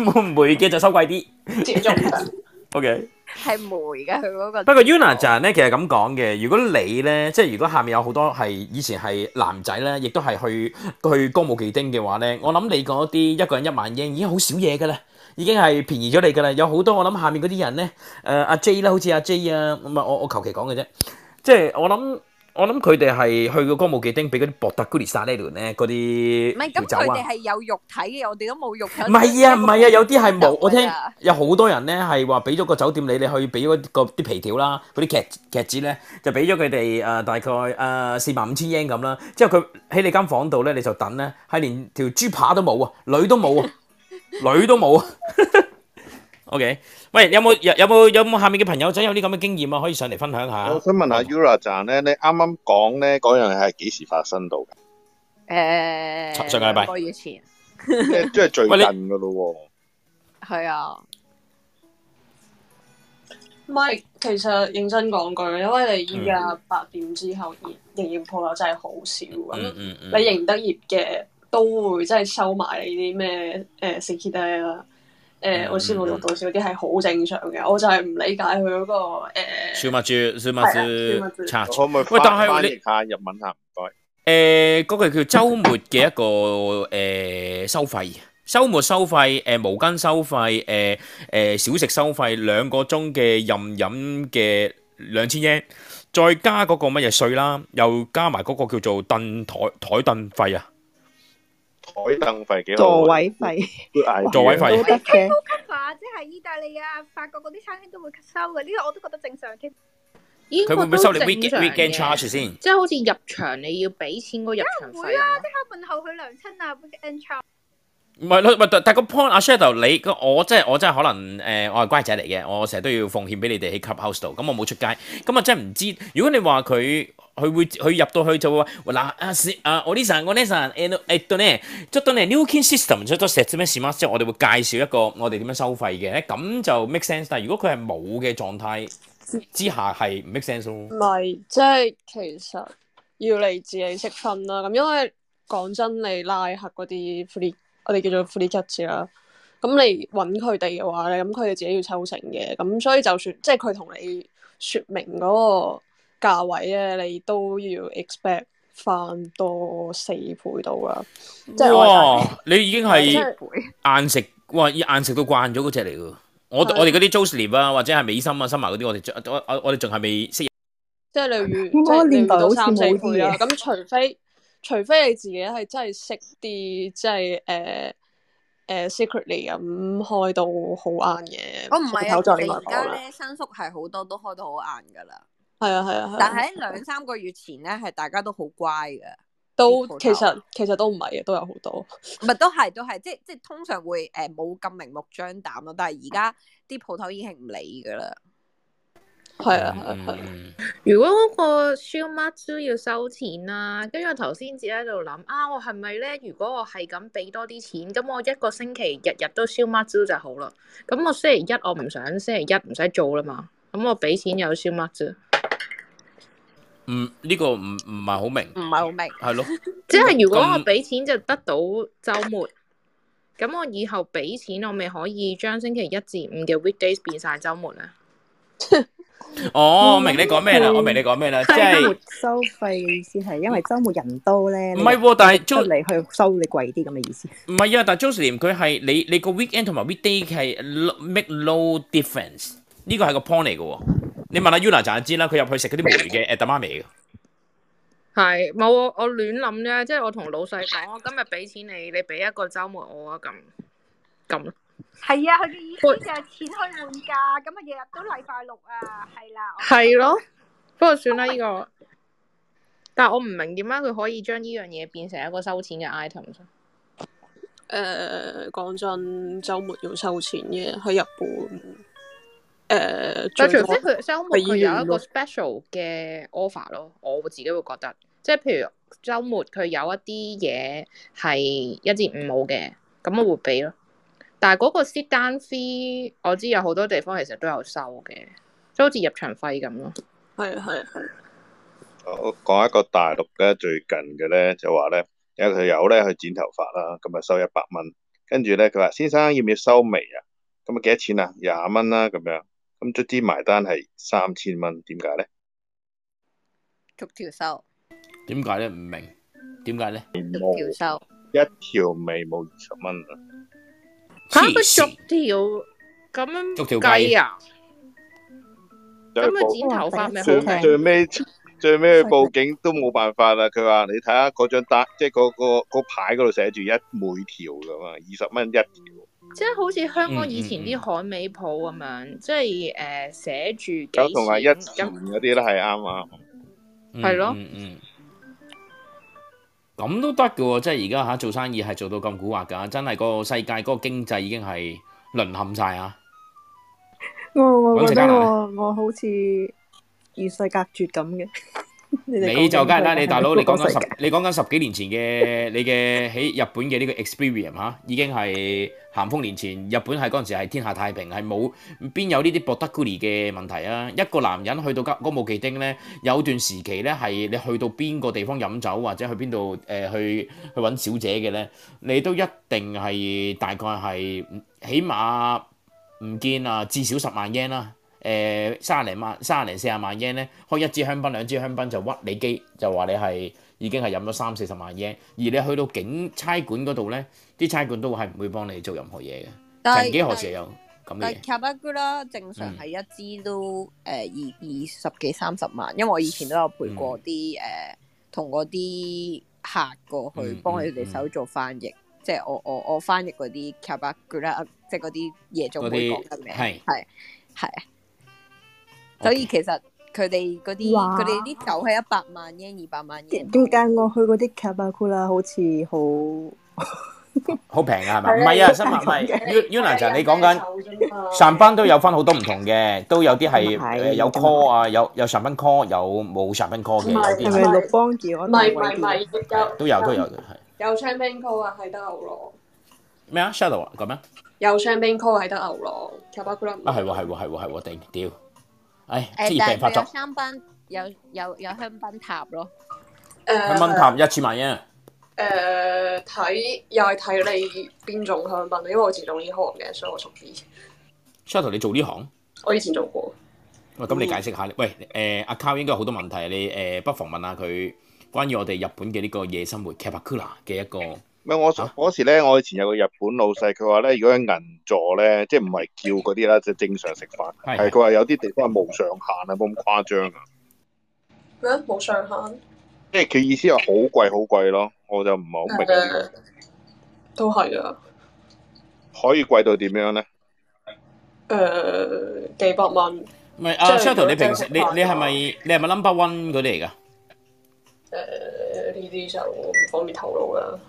Speaker 16: 啲
Speaker 1: 冇 梅嘅就收貴啲。OK。
Speaker 16: 係梅嘅，佢嗰個。
Speaker 1: 不過 Yuna 就咧，其實咁講嘅。如果你咧，即係如果下面有好多係以前係男仔咧，亦都係去去歌舞伎町嘅話咧，我諗你嗰啲一個人一萬英已經好少嘢㗎啦，已經係便宜咗你㗎啦。有好多我諗下面嗰啲人咧，誒、阿 J 啦，好似阿 J 啊，唔係我我求其講嘅啫。即係我諗我諗佢哋係去個歌舞伎町俾嗰啲博特古利沙呢度咧嗰啲
Speaker 16: 唔係，
Speaker 1: 調
Speaker 16: 咁
Speaker 1: 酒
Speaker 16: 佢
Speaker 1: 啊
Speaker 16: 哋。係有肉體嘅，我哋都冇肉體。
Speaker 1: 唔係啊，唔係啊，有啲係冇。我聽
Speaker 16: 啊
Speaker 1: 有好多人咧係話俾咗個酒店你，你去俾咗個啲皮條啦，嗰啲劇劇紙咧，就俾咗佢哋誒大概誒四萬五千 yen 咁啦。之後佢喺你間房度咧，你就等咧，係連條豬扒都冇啊，女都 冇啊，女都冇啊。OK，喂，有冇有有冇有冇下面嘅朋友仔有啲咁嘅經驗啊？可以上嚟分享下。
Speaker 6: 我想問下 Ura 站咧，你啱啱講咧嗰樣嘢係幾時發生到嘅？
Speaker 16: Ờ, 誒，
Speaker 6: 上個禮拜
Speaker 16: 兩個月前
Speaker 6: 即係即係最近噶咯
Speaker 16: 係啊，
Speaker 4: 唔係，其實認真講句，因為你依
Speaker 1: 嗯
Speaker 4: 家八點之後營營業鋪頭真係好少啊咁，
Speaker 1: 嗯
Speaker 4: 你營得業嘅都會真係收埋你啲咩誒食 K 低啦。
Speaker 1: 嗯
Speaker 4: 誒，我師傅六度少啲係好正常嘅，我就係唔理解佢嗰個誒
Speaker 1: 小麥豬，小
Speaker 4: 係啊小麥豬
Speaker 6: 可唔可以
Speaker 1: 喂，但
Speaker 6: 翻
Speaker 1: 係
Speaker 6: 翻
Speaker 1: 你
Speaker 6: 譯下日文啊？唔該。
Speaker 1: 誒嗰個叫週末嘅一個誒、收費，週末收費，誒、毛巾收費，誒、誒、小食收費，兩個鐘嘅任飲嘅兩千 yen，再加嗰個乜嘢税啦，又加埋嗰個叫做凳台台凳費啊，
Speaker 6: 台凳費幾好啊
Speaker 19: 座位費，
Speaker 1: 座位
Speaker 19: 都
Speaker 1: 費。
Speaker 19: 得嘅。
Speaker 11: cover 即係意大利啊、法國嗰啲餐廳都會收嘅，呢個我都覺得正常添。
Speaker 12: 英
Speaker 1: 佢
Speaker 12: 國
Speaker 1: 會唔會
Speaker 12: 都
Speaker 1: 收你
Speaker 12: 正
Speaker 1: weekend
Speaker 12: 常
Speaker 1: weekend
Speaker 12: 嘅
Speaker 1: charge 先？
Speaker 12: 即係好似入場你要俾錢個入場
Speaker 11: 會
Speaker 12: 費。
Speaker 11: 啊，即刻問候佢娘親啊，weekend c h a
Speaker 1: 唔係咯，喂但但個 point 阿 Shadow，你個我真係我真係可能誒、呃我係乖仔嚟嘅，我成日都要奉獻俾你哋喺 clubhouse 度，咁我冇出街，咁啊真係唔知。如果你話佢佢會佢入到去就會話嗱啊是啊我呢層我呢層誒誒到咧，出到咧 new kin system 出咗 set 咩 s m 之後，我哋會介紹一個我哋點樣收費嘅，咁就 make sense。但係如果佢係冇嘅狀態之下係唔 make sense
Speaker 4: 唔
Speaker 1: 咯。
Speaker 4: 係，即係其實要你自己識分啦。咁因為講真，你拉客嗰啲 free，我哋叫做 free cut 啦。咁你揾佢哋嘅話咧，咁佢哋自己要抽成嘅。咁所以就算即係佢同你説明嗰個價位咧，你都要 expect 翻多四倍到啦。即係我哋
Speaker 1: 哇！你已經係
Speaker 4: 真係
Speaker 1: 硬食，哇！硬食到慣咗嗰只嚟噶。我
Speaker 4: 係
Speaker 1: 我哋嗰啲 j o s l e 啊，或者係美心啊、森麻嗰啲，我哋仲我我我哋仲係未識。
Speaker 4: 即係你遇，即
Speaker 19: 應該
Speaker 4: 係你遇
Speaker 19: 年代
Speaker 4: 到
Speaker 19: 好似
Speaker 4: 三四
Speaker 19: 冇啲
Speaker 4: 倍啦。
Speaker 19: 嘢
Speaker 4: 咁除非除非你自己係真係識啲，即係誒誒 secretly 咁開到好晏嘅
Speaker 12: 哦
Speaker 16: 我唔係
Speaker 4: 鋪頭再
Speaker 16: 啊，其
Speaker 4: 另
Speaker 16: 實
Speaker 4: 外
Speaker 16: 而家
Speaker 4: 講啦。
Speaker 16: 咧新宿係好多都開到好晏㗎啦，
Speaker 4: 係啊係啊係啊。
Speaker 16: 但係喺兩三個月前咧係大家都好乖嘅，啲鋪頭
Speaker 4: 都其實其實都唔係嘅，都啊有好多。
Speaker 16: 唔係都係都係，即係即係通常會誒冇咁明目張膽咯，但係而家啲鋪頭已經係唔理㗎啦。
Speaker 4: 係啊係
Speaker 1: 啊係啊。
Speaker 12: 嗯如果嗰個 s h o w m a t 要收錢啦、跟住我頭先只喺度諗啊，我係咪咧？如果我係咁俾多啲錢，咁我一個星期日日都 s h o w m a t 就好啦。咁我星期一我唔想，星期一唔使做啦嘛。咁我俾錢有 s h o w m a t
Speaker 1: 唔呢個唔唔係好明，
Speaker 16: 唔係好明。
Speaker 1: 係咯，
Speaker 12: 即係如果我
Speaker 1: 咁
Speaker 12: 俾錢就得到週末，咁我以後俾錢我咪可以將星期一至五嘅 weekdays 變晒週末咧？
Speaker 16: 嗯
Speaker 1: 哦，我明你講咩啦，我明你講
Speaker 4: 啊
Speaker 1: 咩啦，即
Speaker 19: 週末
Speaker 1: 係
Speaker 19: 收費嘅意思係因為週末人多咧，
Speaker 1: 唔係喎但係
Speaker 19: 出嚟去收你貴啲咁嘅意思。
Speaker 1: 唔係啊？但 j o s l e 佢係你你個 weekend 同埋 weekday 係 lo- make no difference，呢個係個 point 嚟嘅喎。你問下 Yuna 就知啦，佢入去食嗰啲梅嘅 a d a m a m 嘅。
Speaker 12: 係冇我我亂諗啫，即係我同老細講，我今日俾錢你，你俾一個週末我啊咁咁咯。
Speaker 11: 係啊，佢嘅意思就係錢去換價，咁啊日日都禮拜六啊，係啦。
Speaker 12: 係咯，不過算啦，呢、個，但我唔明點解佢可以將呢樣嘢變成一個收錢嘅 item。
Speaker 4: 誒呃講真，週末要收錢嘅喺日本誒，
Speaker 12: 但除
Speaker 4: 最
Speaker 12: 非
Speaker 4: 多
Speaker 12: 佢週末佢
Speaker 4: 俾
Speaker 12: 有
Speaker 4: 完
Speaker 12: 一個
Speaker 4: 咯
Speaker 12: special 嘅 offer 咯，我自己會覺得，即係譬如週末佢有一啲嘢係一至五冇嘅，咁我會俾咯。但係嗰個 sit down fee，我知有好多地方其實都有收嘅，即係好似入場費咁咯。
Speaker 4: 係啊係係。
Speaker 6: 呃我講一個大陸咧最近嘅咧就話咧，有條友咧去剪頭髮啦，咁啊收一百蚊，跟住咧佢話先生要唔要收眉啊？咁啊幾多錢啊？廿蚊啦咁樣，咁卒之埋單係三千蚊，點解咧？
Speaker 16: 逐條收，
Speaker 1: 點解咧？唔明點解咧？
Speaker 4: 哦
Speaker 16: 逐條收。
Speaker 6: 一條眉毛二十蚊啊！
Speaker 12: 嚇佢逐條咁樣
Speaker 6: 逐條計
Speaker 12: 計啊？咁佢剪頭髮咪好平
Speaker 6: 最最尾最尾去報警都冇辦法啦。佢話你睇下嗰張單，即係嗰嗰嗰牌嗰度寫住一每條噶嘛，二十蚊一條。
Speaker 12: 即係好似香港以前
Speaker 6: 嗯
Speaker 12: 啲海味鋪咁樣，即係誒寫住幾
Speaker 6: 咁同埋一
Speaker 12: 錢
Speaker 6: 錢嗰啲咧係啱啊。
Speaker 12: 係咯
Speaker 1: 嗯嗯。咁都得嘅喎，即係而家嚇做生意係做到咁古惑㗎，真係個世界嗰個經濟已經係淪陷晒啊！
Speaker 19: 我
Speaker 1: 搵
Speaker 19: 我覺
Speaker 1: 食
Speaker 19: 得
Speaker 1: 艱難
Speaker 19: 我我好似與世隔絕咁嘅。 你哋
Speaker 1: 你就
Speaker 19: 講緊
Speaker 1: 梗係啦，
Speaker 19: 世界
Speaker 1: 你大佬
Speaker 19: 係咪
Speaker 1: 你講緊
Speaker 19: 嗰個世
Speaker 1: 十
Speaker 19: 界，
Speaker 1: 你講緊十幾年前嘅你嘅喺日本嘅呢個 experience 嚇，已經係咸豐年前，日本係嗰陣時係天下太平，係冇邊有呢啲博德古尼嘅問題啊！一個男人去到歌歌舞伎町咧，有段時期咧係你去到邊個地方飲酒或者去邊度誒去去揾小姐嘅咧，你都一定係大概係起碼唔見啊，至少十萬 yen 啦。誒三十零萬、三十零四十萬 yen 咧，開一支香檳、兩支香檳就屈你機，就話你係已經係飲咗三四十萬 yen，而你去到警差館嗰度咧，啲差館都係唔會幫你做任何嘢嘅。
Speaker 16: 但係
Speaker 1: 曾幾何時有咁嘅
Speaker 16: 但
Speaker 1: 嘢？
Speaker 16: 卡巴古啦，正常
Speaker 12: 嗯
Speaker 16: 係一支都誒二二十幾三十萬，因為我以前都有陪過啲誒呃同嗰啲客過去
Speaker 12: 嗯
Speaker 16: 幫佢哋手做翻譯，即係我我我翻譯嗰啲卡巴古啦，即係嗰啲夜總會
Speaker 12: 嗰
Speaker 16: 講
Speaker 12: 啲
Speaker 16: 嘅名，
Speaker 12: 係
Speaker 16: 係係啊，所以其實佢哋嗰啲
Speaker 19: 哇
Speaker 16: 佢哋啲酒係一百萬 yen 二百萬 yen，
Speaker 19: 點解我去嗰啲卡巴庫啦，好似好
Speaker 1: 好平啊，係咪？唔
Speaker 19: 係啊
Speaker 1: 係啊，
Speaker 19: 都
Speaker 1: 新聞唔係
Speaker 19: 係咁嘅
Speaker 1: u n a 你講緊上班都有分好多唔同嘅，都有啲係誒有 call 啊，有有上班 call，有冇上班 call 嘅，有啲
Speaker 19: 係咪
Speaker 1: 係
Speaker 19: 六幫住我
Speaker 4: 唔
Speaker 19: 大
Speaker 4: 係唔
Speaker 19: 位
Speaker 4: 係唔
Speaker 19: 啲？
Speaker 4: 係，有
Speaker 1: 都有都有嘅，係
Speaker 4: 有 champagne call 啊，係得牛郎。
Speaker 1: 咩啊？Shadow 啊，咁樣。
Speaker 4: 有 champagne call 係得牛郎 c a b a c u l
Speaker 1: 啊，係喎，係喎，係喎，係喎，頂屌！唉，職
Speaker 16: 誒
Speaker 1: 業
Speaker 16: 但
Speaker 1: 病
Speaker 16: 係
Speaker 1: 發
Speaker 16: 佢
Speaker 1: 作
Speaker 16: 有，香檳有有有香檳塔咯，
Speaker 1: 香蚊
Speaker 16: 啊
Speaker 1: 塔一千萬啫。
Speaker 4: 誒睇又係睇你邊種香檳，因為我自動呢行嘅，所以我熟啲。
Speaker 1: Shuttle，你做呢行，
Speaker 4: 我以前做過。
Speaker 1: 喂，
Speaker 16: 嗯
Speaker 1: 咁你解釋下，喂，誒阿 Cow 應該有好多問題，啊你誒不妨問下佢關於我哋日本嘅呢個夜生活 Capacula 嘅一個，
Speaker 6: 唔係我
Speaker 20: 啊
Speaker 6: 嗰時咧，我以前有個日本老細，佢話咧，如果喺銀座咧，即係唔係叫嗰啲啦，就正常食飯。
Speaker 1: 係
Speaker 6: 係佢話有啲地方係無上限啊，冇咁誇張啊。
Speaker 4: 咩冇上限？
Speaker 6: 即係佢意思係好貴好貴咯，我就唔係好明呢個
Speaker 4: 誒都係啊。
Speaker 6: 可以貴到點樣咧？
Speaker 4: 誒幾百蚊。
Speaker 1: 唔係
Speaker 4: 即
Speaker 1: 阿
Speaker 4: 係
Speaker 1: 啊 Shuttle，你
Speaker 4: 如果真係
Speaker 1: 平時你
Speaker 4: 食飯啊
Speaker 1: 你係咪你係咪 number one 嗰啲嚟㗎？
Speaker 4: 誒呢啲就唔方便透露啦。
Speaker 16: 嗯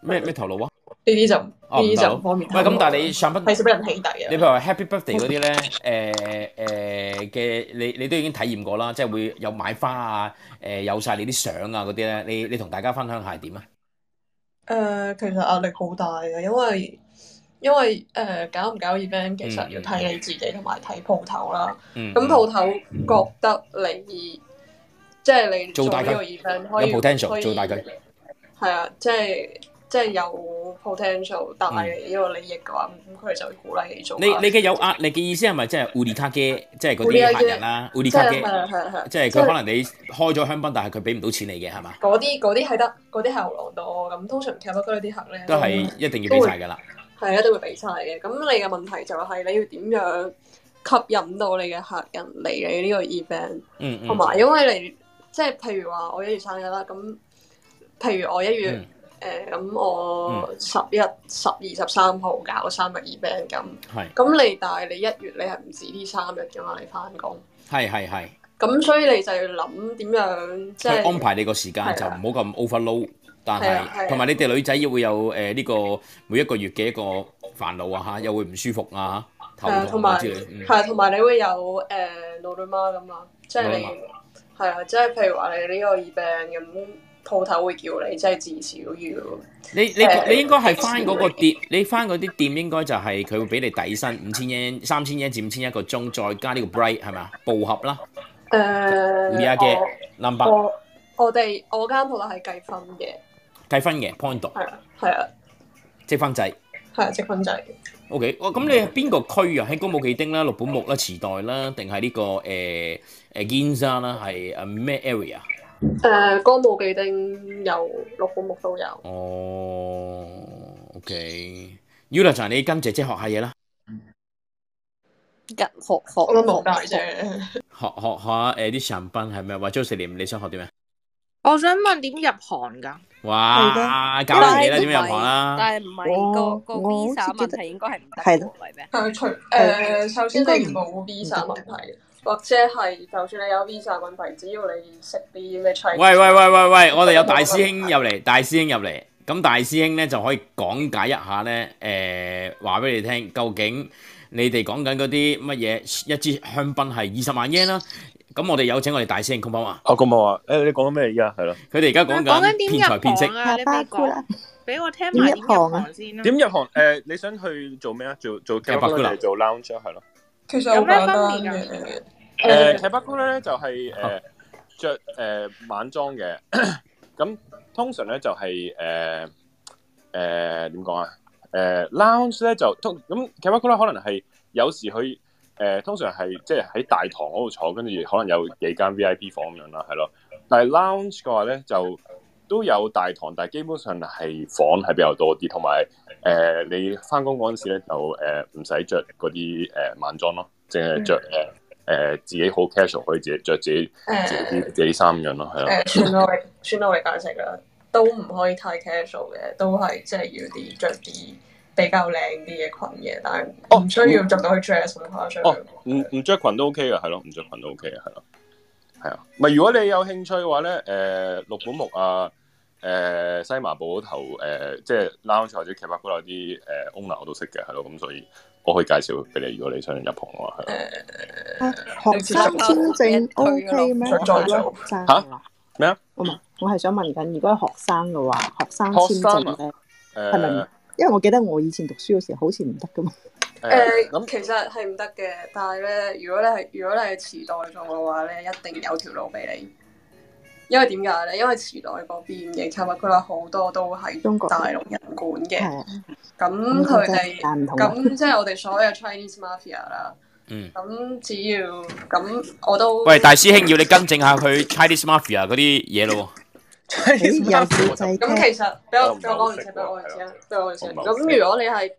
Speaker 1: 咩咩頭腦啊？
Speaker 4: 呢啲就呢
Speaker 1: 哦，唔
Speaker 4: 啲就
Speaker 1: 頭
Speaker 4: 唔方便
Speaker 1: 腦。
Speaker 4: 透
Speaker 1: 喂，
Speaker 4: 露啦。
Speaker 1: 咁但係你上
Speaker 4: 係
Speaker 1: 賓
Speaker 4: 識俾人起底啊
Speaker 1: 你譬如！話 Happy Birthday 嗰 啲咧，誒誒嘅你你都已經體驗過啦，即係會有買花啊，誒、有晒你啲相啊嗰啲咧，你你同大家分享下係點啊？
Speaker 4: 誒、呃其實壓力好大嘅，因為因為誒、呃搞唔搞 event 其實要睇你自己同埋睇鋪頭啦。
Speaker 1: 嗯
Speaker 4: 咁鋪頭覺得你即係你
Speaker 1: 做大
Speaker 4: 呢個
Speaker 1: 佢
Speaker 4: event 可以
Speaker 1: 有 potential
Speaker 4: 可以
Speaker 1: 做大佢，
Speaker 4: 係啊，即係即係有 potential，但係呢個利益嘅話，咁佢就會鼓勵你做啊
Speaker 1: 你
Speaker 4: 啦。
Speaker 1: 嗯你嘅有壓力嘅意思係咪即係 u l i k a 即係嗰
Speaker 4: 烏哩卡
Speaker 1: 啲
Speaker 4: 嘅
Speaker 1: 客人啦 u l
Speaker 4: 即
Speaker 1: i
Speaker 4: 係
Speaker 1: k a
Speaker 4: 係啊係啊係啊，
Speaker 1: 即係
Speaker 4: 即係
Speaker 1: 佢可能你開咗香檳，但係佢俾唔到錢你嘅係嘛？
Speaker 4: 嗰啲嗰啲係得啊嗰啲係牛郎多，咁通常 c a p 嗰啲客咧
Speaker 1: 都係一定要俾晒㗎啦。
Speaker 4: 係一啊定會俾晒嘅。咁你嘅問題就係你要點樣吸引到你嘅客人嚟你呢個 event，
Speaker 1: 嗯
Speaker 4: 同埋因為你即係譬如話我一月生日啦，咁譬如我一
Speaker 1: 嗯
Speaker 4: 月誒咁、我十一、十二、十三號搞三日 event 咁，
Speaker 1: 係
Speaker 4: 咁你但係你一月你係唔止呢三日㗎嘛，你翻工。
Speaker 1: 係係係
Speaker 4: 咁所以你就要諗點樣即
Speaker 1: 佢
Speaker 4: 係
Speaker 1: 安排你個時間
Speaker 4: 係
Speaker 1: 就唔
Speaker 4: 啊
Speaker 1: 好咁 overload，但
Speaker 4: 係啊係
Speaker 1: 係
Speaker 4: 啊
Speaker 1: 同埋你哋女仔要會有誒呢個每一個月嘅一個煩惱啊嚇，又會唔舒服啊頭
Speaker 4: 係啊，同
Speaker 1: 痛啊
Speaker 4: 埋
Speaker 1: 之類，嗯
Speaker 4: 係啊同埋你會有誒老女媽咁啦，即係你
Speaker 1: 老女
Speaker 4: 係啊，即係譬如話你呢個耳病咁，鋪頭會叫你即係至少要。呃
Speaker 1: 你
Speaker 4: 誒
Speaker 1: 你你應該係翻嗰個店，你翻嗰啲店應該就係佢會俾你底薪五千 yen、三千 yen 至五千一個鐘，再加呢個 break 係咪啊？步合啦，
Speaker 4: 誒，
Speaker 1: 而家嘅
Speaker 4: 呃我
Speaker 1: number
Speaker 4: 我我哋我間鋪頭係計分嘅，
Speaker 1: 計分嘅 point 度
Speaker 4: 係啊係啊
Speaker 1: 積分制。
Speaker 4: 係啊積分制嘅。
Speaker 1: O K，哇！咁你係邊個區啊？喺歌舞伎町啦、六本木啦、池袋啦，定係呢個誒誒堅山啦？係誒咩 area？
Speaker 4: 誒歌舞伎町有六本木都有。
Speaker 1: 哦，O K，Ula 就係你跟姐姐學下嘢啦，
Speaker 2: 日學學
Speaker 4: 我都冇
Speaker 2: 學
Speaker 4: 解啫。
Speaker 1: 學學學下誒啲產品係咩？或者 Josephine 你想學啲咩？
Speaker 12: 我想問點入行㗎？
Speaker 1: 哇！教人嘢啦，點樣入行啦？
Speaker 2: 但係唔係
Speaker 21: 哦
Speaker 2: 個個 visa 問題應該係唔得喎，
Speaker 4: 係
Speaker 2: 係咩？
Speaker 4: 係除
Speaker 2: 係
Speaker 4: 誒，首先你冇 visa 問題，或者係就算你有 visa 問題，只要你識啲咩 Chinese
Speaker 1: 喂喂喂喂喂，我哋有大師兄入嚟，大師兄入嚟，咁大師兄咧就可以講解一下咧，誒話俾你聽，究竟你哋講緊嗰啲乜嘢一支香檳係二十萬 yen 啦，咁我哋有請我哋大師兄 c o 啊，
Speaker 20: 我哦咁我話，誒你講緊咩而家係咯？
Speaker 1: 佢哋而家講緊
Speaker 12: 點
Speaker 1: 騙財
Speaker 12: 入
Speaker 1: 騙色
Speaker 12: 行，啊？你未講，俾我聽埋
Speaker 20: 點
Speaker 12: 點入行先啦。
Speaker 20: 點入行？誒你想去做咩啊？做做
Speaker 1: 踢白姑娘
Speaker 20: 定做 lounge 啊係咯？
Speaker 4: 其實
Speaker 12: 有
Speaker 4: 好
Speaker 12: 咩
Speaker 4: 簡
Speaker 12: 分
Speaker 4: 單
Speaker 12: 別啊㗎？
Speaker 4: 嘅。
Speaker 20: 誒 c a b a c o 咧就係
Speaker 19: 哦
Speaker 20: 誒呃着誒晚裝嘅， 咁通常咧就係誒誒點講啊？誒 lounge 咧就通咁 c a b a c o 咧可能係有時去誒通常係即係喺大堂嗰度坐，跟住可能有幾間 VIP 房咁樣啦，係咯。但係 lounge 嘅話咧就都有大堂，但係基本上係房係比較多啲，同埋誒你翻工嗰陣時咧就誒唔使着嗰啲誒晚裝咯，淨係着呃誒誒自己好 casual 可以自己着自己自己啲自己衫咁樣咯，係啊咯。
Speaker 4: 呃誒，算啦，我哋算啦，我哋解釋啦，都唔可以太 casual 嘅，都係即係要啲着啲比較靚啲嘅裙嘅，但
Speaker 1: 哦
Speaker 4: 係唔需要着到去 dress 咁誇張。
Speaker 20: 哦，唔唔着裙都 OK 嘅，係咯，唔着裙都 OK 嘅，係咯，係啊。咪如果你有興趣嘅話咧，誒、六本木啊，誒、西麻布嗰頭，誒、即係 lounge 或者 c a b a c o 有啲誒 owner 我都識嘅，係咯，咁所以我可以介紹俾你，如果你想入行嘅話，係咯。
Speaker 19: 學生簽證 OK 咩？
Speaker 20: 再做
Speaker 19: 如果學生
Speaker 20: 嚇
Speaker 19: 嘅話，
Speaker 20: 咩啊？
Speaker 19: 我問，我係想問緊，如果係學生嘅話，學生
Speaker 20: 學生
Speaker 19: 簽證
Speaker 20: 啊
Speaker 19: 咧，
Speaker 20: 誒
Speaker 19: 係咪唔？因為我記得我以前讀書嘅時候好似唔得噶嘛。
Speaker 4: 誒，咁呃其實係唔得嘅，但係咧，如果你係如果你係池袋做嘅話咧，一定有條路俾你。因為點解咧？因為池袋嗰邊嘅 c a b a c o 好多都係大陸人管嘅，啊咁佢哋
Speaker 19: 咁就係唔同
Speaker 4: 咁即係我哋所有 Chinese mafia 啦。
Speaker 1: 嗯。
Speaker 4: 咁只要咁我都
Speaker 1: 喂，大師兄要你更正下佢 Chinese Mafia 嗰啲嘢咯
Speaker 19: 咦 有小仔聽
Speaker 4: 咁其實俾我
Speaker 1: 我唔
Speaker 4: 俾
Speaker 1: 係
Speaker 4: 我
Speaker 1: 好
Speaker 4: 講完
Speaker 1: 識
Speaker 4: 先，俾我講完先，俾我講完先。
Speaker 1: 我唔係好
Speaker 4: 咁
Speaker 1: 識
Speaker 4: 如果你係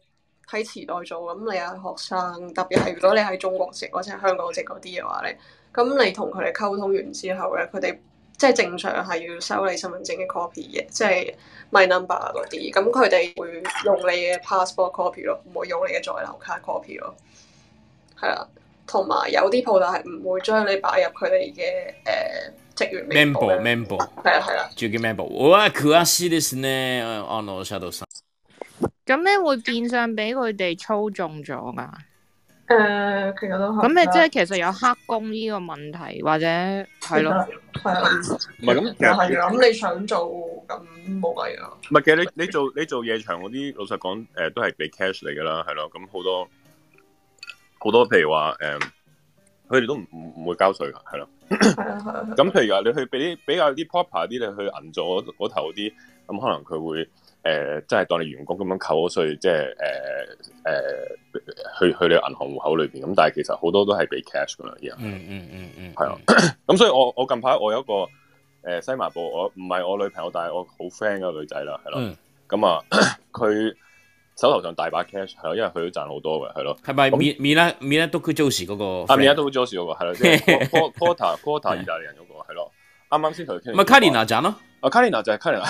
Speaker 4: 喺池袋做，咁你係學生，特別係如果你喺中國籍或者係香港籍嗰啲嘅話咧，咁你同佢哋溝通完之後咧，佢哋即係正常係要收你身份證嘅 copy 嘅，即係 my number 嗰啲。咁佢哋會用你嘅 passport copy 咯，唔會用你嘅在留卡 copy 咯。係啦，同埋有啲鋪頭係唔會將你擺入佢哋嘅誒職員
Speaker 1: 喎
Speaker 4: 名簿嘅。
Speaker 1: ，Mambo，Mambo，
Speaker 4: 係啊係啊。
Speaker 1: 仲叫 Mambo，哇，佢啊 c i t i 呢，on 我 ờ, shadow 山，
Speaker 12: 咁咧會變相俾佢哋操縱咗㗎。
Speaker 4: 誒、其實都係。
Speaker 12: 咁你即係其實有黑工呢個問題，或者係咯，
Speaker 4: 係啊，
Speaker 20: 唔係咁其
Speaker 4: 但
Speaker 20: 實
Speaker 4: 係咁你想做咁冇計啊。
Speaker 20: 唔係其實你你做你做夜場嗰啲，老實講，誒、都係俾 cash 嚟㗎啦，係咯。咁好多好多譬如話誒，佢哋都唔唔唔會交税㗎，係咯。
Speaker 4: 係啊係啊。
Speaker 20: 咁譬如話，你去俾啲比較啲 proper 啲，你去銀座嗰嗰頭啲，咁可能佢會誒、呃真係當你員工咁樣扣咗税，即係誒誒去去你銀行戶口裏邊。咁但係其實好多都係俾 cash 㗎啦，而家
Speaker 1: 嗯嗯嗯嗯，
Speaker 20: 係啊。咁所以我我近排我有一個誒、呃西麻布，我唔係我女朋友，但係我好 friend 嘅女仔啦，係咯。
Speaker 1: 嗯
Speaker 20: 咁啊， 佢手頭上大把 cash 係咯，因為佢都賺好多嘅，係咯。
Speaker 1: 係咪
Speaker 20: 咁
Speaker 1: 米米拉米拉都佢 j o s 嗰個 friend？
Speaker 20: 啊，面都好 Josh 嗰個係咯，即係 Qu- Quarter Quarter 意大利人嗰個係咯。啱啱先同佢傾。
Speaker 1: 咪 Carina 賺咯。
Speaker 20: 啊，Carina 就係 Carina。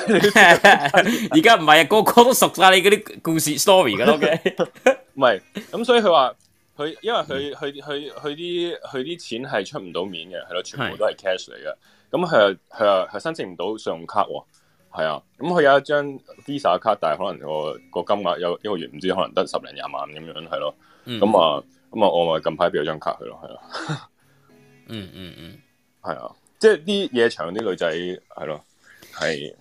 Speaker 1: 而家唔係啊，個個都熟晒你嗰啲故事 story 噶啦，OK？
Speaker 20: 唔係，咁所以佢話佢因為
Speaker 1: 嗯
Speaker 20: 佢佢佢佢啲佢啲錢係出唔到面嘅，係咯，全部都係 cash 嚟嘅。咁佢又佢又佢申請唔到信用卡喎，係啊。咁佢有一張 Visa 卡，但係可能個個金額有一個月唔知可能得十零廿萬咁樣，係咯。
Speaker 1: 嗯
Speaker 20: 咁啊咁啊，我咪近排俾咗張卡佢咯，係啊，
Speaker 1: 嗯嗯嗯，
Speaker 20: 係啊，即係啲夜場啲女仔係咯，係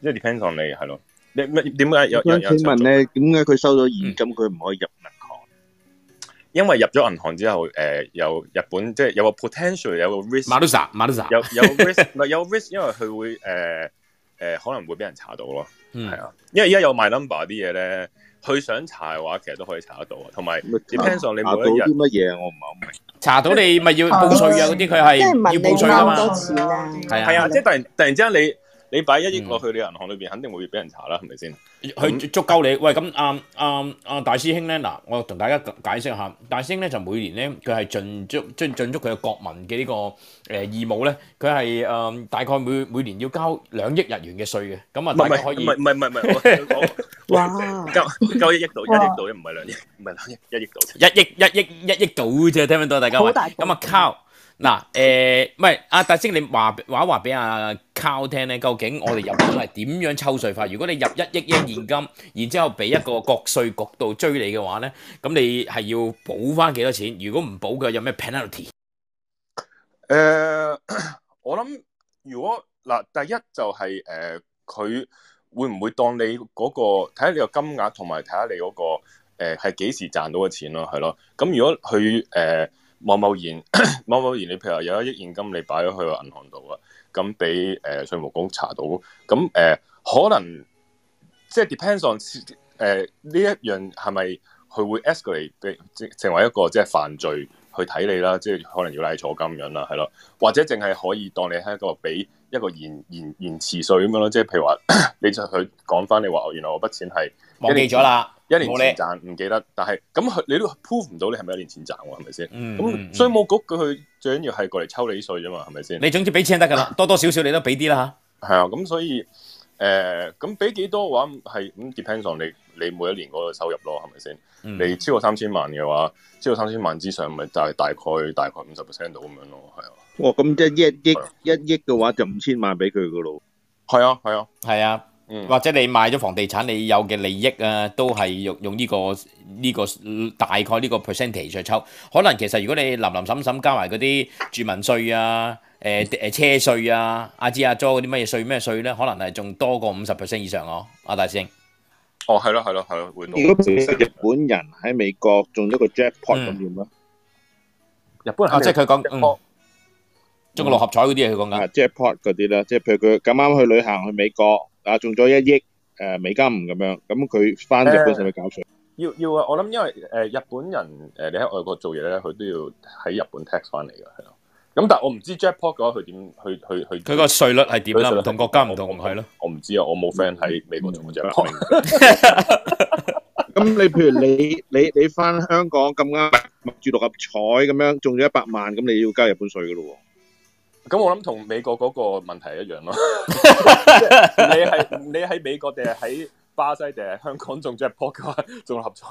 Speaker 20: 即係 depends on 你係咯。你乜點解有有
Speaker 6: 想
Speaker 20: 有嗯
Speaker 6: 請問咧，點解佢收咗現金佢唔可以入銀行？
Speaker 20: 因為入咗銀行之後，誒、有日本即係有個 potential 有個 risk。
Speaker 1: Marusa- Marusa
Speaker 20: 有有 risk 唔係有 risk，因為佢會誒誒、可能會俾人查到咯。
Speaker 1: 嗯
Speaker 20: 係啊，因為而家有 my number 啲嘢咧，佢想查嘅話，其實都可以查得到啊。同埋 depends on 你
Speaker 6: 查到
Speaker 20: 每一
Speaker 6: 啲
Speaker 20: 日
Speaker 6: 乜嘢啊？我唔係好明。
Speaker 1: 查到你咪要報税啊嗰啲，佢係要報税噶嘛。係啊嗯
Speaker 20: 係啊，即係突然突然之間你你擺一億落去你銀行裏邊，肯定會俾人查啦，係咪先？
Speaker 1: 佢足夠你喂咁啊啊啊大師兄咧嗱，我同大家解釋下，大師兄咧就每年咧佢係盡足盡盡足佢嘅國民嘅呢、個誒、呃、義務咧，佢係誒大概每每年要交兩億日元嘅稅嘅，咁啊
Speaker 20: 唔係
Speaker 1: 大
Speaker 20: 唔
Speaker 1: 家可
Speaker 20: 係
Speaker 1: 以
Speaker 20: 唔係唔係唔係唔係，我我夠夠一億度，一億度，唔係兩億，唔係兩億，一億度。
Speaker 1: 一億一億一億到啫，聽唔聽到大家？
Speaker 20: 好大
Speaker 1: 咁啊 c o 嗱誒，唔係阿達星，你話話一話俾阿 c o 聽咧，究竟我哋日本係點樣抽税法？如果你入一億 yen 現金，然之後俾一個國税局度追你嘅話咧，咁你係要補翻幾多錢？如果唔補嘅，有咩 penalty？
Speaker 20: 誒、呃 我諗如果嗱，第一就係、誒，佢、會唔會當你嗰、個睇下你個金額，同埋睇下你嗰、個誒係幾時賺到嘅錢咯，係咯。咁如果佢誒貿貿然 貿貿然，你譬如話有一億現金，你擺咗去個銀行度啊，咁俾誒稅務局查到，咁誒、可能即係 depends on 誒、呢一樣係咪佢會 escalate 俾即成為一個即係犯罪去睇你啦，即係可能要拉你坐監咁樣啦，係咯，或者淨係可以當你係一個俾一個延延延遲税咁樣咯，即係譬如話 你就佢講翻你話哦，原來我筆錢係
Speaker 1: 忘記咗啦
Speaker 20: 一年
Speaker 1: 冇
Speaker 20: 前
Speaker 1: 咧
Speaker 20: 賺唔記得，但係咁佢你都 prove 唔到你係咪一年前賺喎，係咪先？
Speaker 1: 嗯嗯嗯
Speaker 20: 咁稅務局佢佢最緊要係過嚟抽你啲稅啫嘛，係咪先？
Speaker 1: 你總之俾錢就得㗎啦，多多少少你都俾啲啦
Speaker 20: 係啊，咁所以誒，咁俾幾多嘅話係咁 depends on 你你每一年嗰個收入咯，係咪先？
Speaker 1: 嗯
Speaker 20: 你超過三千萬嘅話，超過三千萬之上，咪就係大概大概五十 percent 到咁樣咯，係啊。
Speaker 6: 哦，咁即係一億一億嘅話就五千萬俾佢噶咯。
Speaker 20: 係啊，係啊，
Speaker 1: 係啊，
Speaker 20: 嗯
Speaker 1: 或者你賣咗房地產，你有嘅利益啊，都係用用呢、個呢、個大概呢個 percentage 去抽。可能其實如果你林林沈沈加埋嗰啲住民税啊、
Speaker 20: 嗯
Speaker 1: 誒、誒車税啊、阿芝阿 jo 嗰啲乜嘢税咩税咧，可能係仲多過五十 percent 以上哦，阿大師兄。
Speaker 20: 哦，係咯，係咯，係咯，會到。
Speaker 6: 如果譬如日本人喺美國中咗個 jackpot 咁點啊？
Speaker 20: 嗯日本
Speaker 1: 啊，即係佢講嗯，中國六合彩嗰啲嘢佢講緊。
Speaker 6: 啊，jackpot 嗰啲啦，即係譬如佢咁啱去旅行去美國啊，中咗一億誒美金咁樣，咁佢翻日本使咪搞税？
Speaker 20: 要要啊！我諗因為誒、呃日本人誒、呃你喺外國做嘢咧，佢都要喺日本 tax 翻嚟嘅，係咯。咁但係我唔知 jackpot 嘅話，佢點去去去
Speaker 1: 佢個稅率係點啦？
Speaker 20: 佢個
Speaker 1: 唔
Speaker 20: 稅率係
Speaker 1: 同國家唔同係咯。嗯
Speaker 20: 我唔知啊，我冇 friend 喺美國做過 jackpot。
Speaker 6: 咁你譬如你你你翻香港咁啱買住六合彩咁樣中咗一百萬，咁你要交日本税噶咯喎。
Speaker 20: 咁我諗同美國嗰個問題一樣 咯，即係你係你喺美國定係喺巴西定係香港中 jackpot 嘅話，中六合彩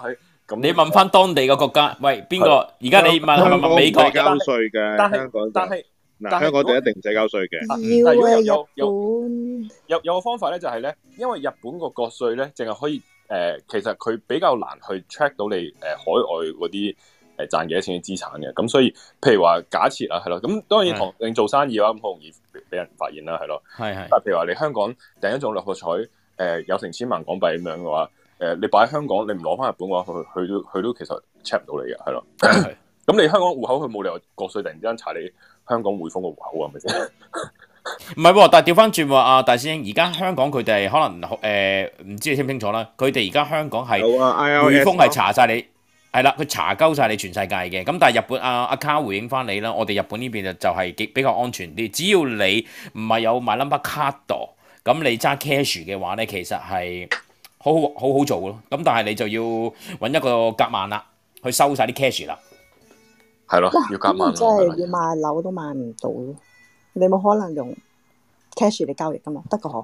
Speaker 20: 咁
Speaker 1: 你問翻當地嘅國家，喂邊個？而家你問係咪
Speaker 6: 香港
Speaker 1: 問美國
Speaker 6: 唔使交税嘅，
Speaker 20: 但係
Speaker 6: 香港就
Speaker 20: 但係
Speaker 6: 嗱，
Speaker 20: 但係
Speaker 6: 香港就一定唔使交税
Speaker 20: 啊
Speaker 6: 嘅。
Speaker 20: 但係如果有有有
Speaker 19: 本
Speaker 20: 有有個方法咧，就係咧，因為日本個國税咧，淨係可以誒、呃其實佢比較難去 check 到你誒、呃海外嗰啲誒賺幾多錢嘅資產嘅，咁所以譬如話假設啊，係咯，咁當然
Speaker 1: 係
Speaker 6: 嗯
Speaker 20: 同你做生意嘅話，咁好容易俾人發現啦，係咯。
Speaker 1: 係係
Speaker 20: 但係譬如話你香港訂一種六合彩，誒、有成千萬港幣咁樣嘅話，誒、你擺喺香港你唔攞翻日本嘅話，佢佢都佢都其實 check 唔到你嘅，係咯。咁你香港戶口佢冇理由國税突然之間查你香港匯豐個戶口啊，係咪先？
Speaker 1: 唔係喎，但係調翻轉喎，阿大師兄，而家香港佢哋可能誒唔、知你清唔清楚啦，佢哋而家香港係
Speaker 6: 有啊
Speaker 1: 匯
Speaker 6: ，IRS
Speaker 1: 豐係查晒你，係啦，佢查鳩晒你全世界嘅。咁但係日本啊阿阿卡回應翻你啦，我哋日本呢邊就就係幾比較安全啲，只要你唔係有買 number card 度，咁你揸 cash 嘅話咧，其實係好好好好做咯。咁但係你就要揾一個夾萬啦，去收晒啲 cash 啦。
Speaker 20: 係咯
Speaker 19: 哇咁啊你真係要買樓都買唔到咯，你冇可能用 cash 嚟交易噶嘛，得個可。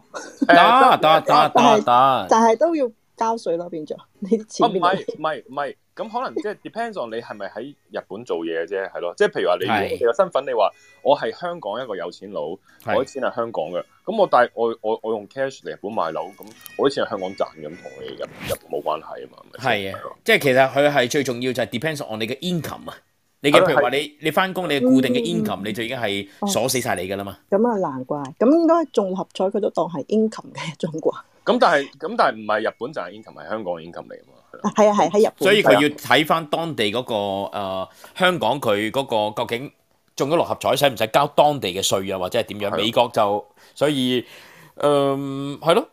Speaker 1: 啊得得得
Speaker 19: 但
Speaker 1: 得
Speaker 19: 係
Speaker 1: 得。
Speaker 19: 但係都要交税咯，變咗 呢啲
Speaker 20: 哦，
Speaker 19: 錢
Speaker 20: 唔
Speaker 19: 變咗
Speaker 20: 係唔係唔係，咁可能即係 depends on 你係咪喺日本做嘢啫，係咯，即係譬如話你
Speaker 6: 係
Speaker 20: 你個身份，你話我係香港一個有錢佬，我啲錢係香港嘅，咁我帶我我我用 cash 嚟日本買樓，咁我啲錢係香港賺咁同你日日本冇關係啊嘛，係咪
Speaker 1: 係啊，即係其實佢係最重要就係 depends on 你嘅 income 啊。你嘅
Speaker 20: 係咯
Speaker 1: 譬如話
Speaker 20: 係
Speaker 1: 你你翻工，你嘅固定嘅
Speaker 19: 嗯哦
Speaker 1: income 你就已經係鎖死晒你㗎啦嘛。
Speaker 19: 咁啊，難怪。咁應該中六合彩佢都當係 income 嘅一種啩。
Speaker 20: 咁但係咁但係唔係日本賺 income 係香港 income 嚟啊嘛，係咯
Speaker 19: 啊係啊係喺日本。
Speaker 1: 所以佢要睇翻當地嗰、個、呃、香港佢嗰、個究竟中咗六合彩使唔使交當地嘅税啊，或者係點樣？美國就所以誒係咯，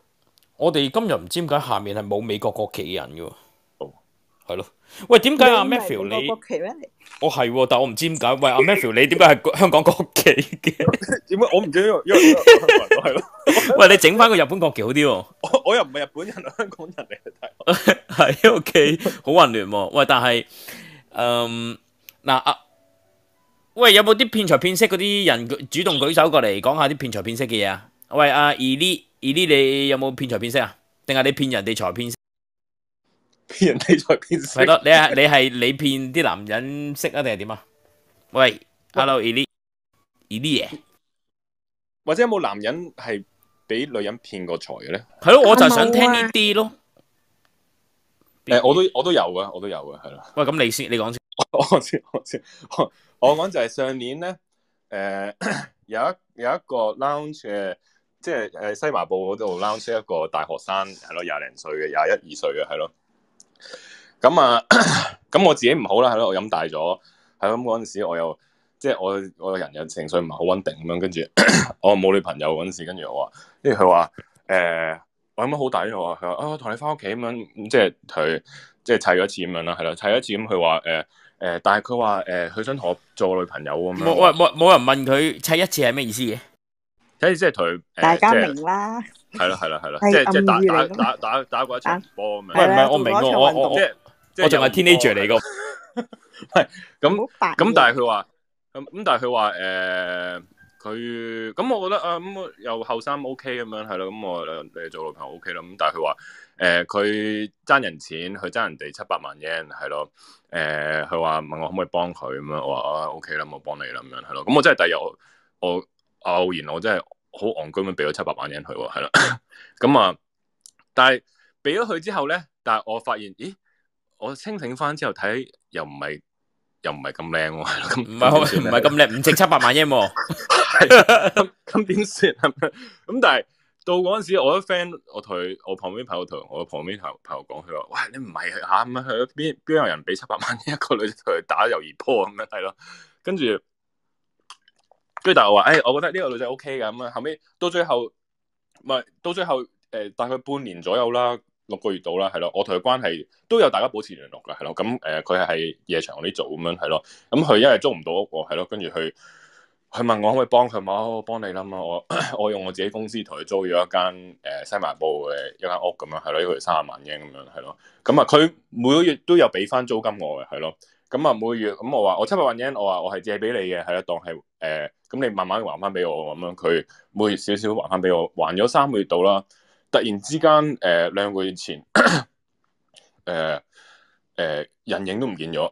Speaker 1: 我哋今日唔知點解下面係冇美國國旗嘅人嘅喎。
Speaker 20: 哦，
Speaker 1: 係咯。喂，點解阿
Speaker 19: 你唔係
Speaker 1: Matthew
Speaker 19: 美國
Speaker 1: 你？
Speaker 19: 國旗咩？你
Speaker 1: 我係喎，但我唔知點解。喂，阿 Matthew 你點解係香港國旗嘅？
Speaker 20: 點解我唔知？因為因為係咯。
Speaker 1: 喂，你整翻個日本國旗好啲喎。
Speaker 20: 我我又唔係日本人，香港人嚟嘅，大佬。
Speaker 1: 係 OK，好混亂喎、喂，但係嗯嗱啊，喂，有冇啲騙財騙色嗰啲人舉主動舉手過嚟講下啲騙財騙色嘅嘢啊？喂，阿 Eli Eli，你有冇騙財騙色啊？定係你騙人哋財騙色？
Speaker 20: 騙 人哋財騙色
Speaker 1: 係咯，你係你係你騙啲男人色啊，定係點啊？喂，Hello Eli Eli 耶，
Speaker 20: 或者有冇男人係俾女人騙過財嘅咧？
Speaker 1: 係咯，我就想聽呢啲咯。
Speaker 20: 誒，我都我都有嘅，我都有嘅，係啦。
Speaker 1: 喂，咁你先，你講先。
Speaker 20: 我先，我先，我我講就係上年咧，誒、呃 有一有一個 lounge 嘅，即係誒西麻布嗰度 lounge 一個大學生係咯，廿零歲嘅，廿一二歲嘅係咯。咁啊， 咁我自己唔好啦，係咯，我飲大咗，係咯，咁嗰陣時我又即係我我個人又情緒唔係好穩定咁樣，跟住 我冇女朋友嗰陣時，跟住我話，跟住佢話誒，我有乜好抵我啊？佢話啊，同你翻屋企咁樣，咁即係佢即係砌咗一次咁樣啦，係啦，砌咗一次咁，佢話誒誒，但係佢話誒，佢想同我做女朋友咁
Speaker 1: 冇
Speaker 20: 樣。
Speaker 1: 喂冇冇人問佢砌一次係咩意思嘅？
Speaker 20: 砌一次即係同佢誒
Speaker 19: 大家
Speaker 20: 即係
Speaker 19: 明啦。
Speaker 20: 係啦係啦係啦，
Speaker 19: 係
Speaker 20: 即係即
Speaker 19: 暗語
Speaker 20: 係
Speaker 19: 啊嚟
Speaker 20: 打
Speaker 19: 㗎啊
Speaker 20: 打打打打過一場波咁樣。
Speaker 1: 喂唔係我明喎我我我
Speaker 20: 即係即
Speaker 1: 我仲係
Speaker 20: 有
Speaker 1: teenager 嚟㗎。
Speaker 20: 咁咁，但係佢話咁咁，但係佢話誒，佢咁，我覺得啊，咁我又後生 OK 咁樣係咯，咁我你做女朋友 OK 啦。咁但係佢話誒，佢爭人錢，佢爭人哋七百萬 yen 係咯。誒，佢話問我可唔可以幫佢咁樣，我話啊 OK 啦，咁我幫你啦咁樣係咯。咁我真係第日我我偶然我真係好戇居咁樣俾咗七百萬 yen 佢喎，係啦。 咁啊，但係俾咗佢之後咧，但係我發現咦，我清醒翻之後睇又唔係。又唔係咁靚喎，係咯咁
Speaker 1: 唔係好唔係咁叻，唔值七百萬 yen 喎。
Speaker 20: 咁咁點算啊？咁但係到嗰陣時，我啲 friend 我同佢，我旁邊朋友同我旁邊朋友朋友講，佢話：喂，你唔係啊嚇咁樣，佢邊邊有人俾七百萬一個女仔同佢打友誼波咁樣係咯？跟住跟住，但係我話：誒、哎我覺得呢個女仔 OK 㗎咁啊。後尾到最後，唔係到最後誒、呃大概半年左右啦，六個月到啦，係咯。我同佢關係都有大家保持聯絡㗎，係咯。咁誒，佢係喺夜場嗰啲做咁樣係咯。咁佢因為租唔到屋喎，係咯，跟住佢。佢問我可唔可以幫佢，我話哦我幫你啦嘛，我 我用我自己公司同佢租咗一間誒、呃西麻布嘅一間屋咁樣，係咯，一個月三十萬英咁樣，係咯，咁啊佢每個月都有俾翻租金我嘅，係咯，咁啊每個月咁我話我七百萬英，我話我係借俾你嘅，係啦，當係誒，呃咁、你慢慢還翻俾我咁樣，佢每月少少還翻俾我，還咗三個月到啦，突然之間誒、呃、兩個月前 誒誒、呃人影都唔見咗，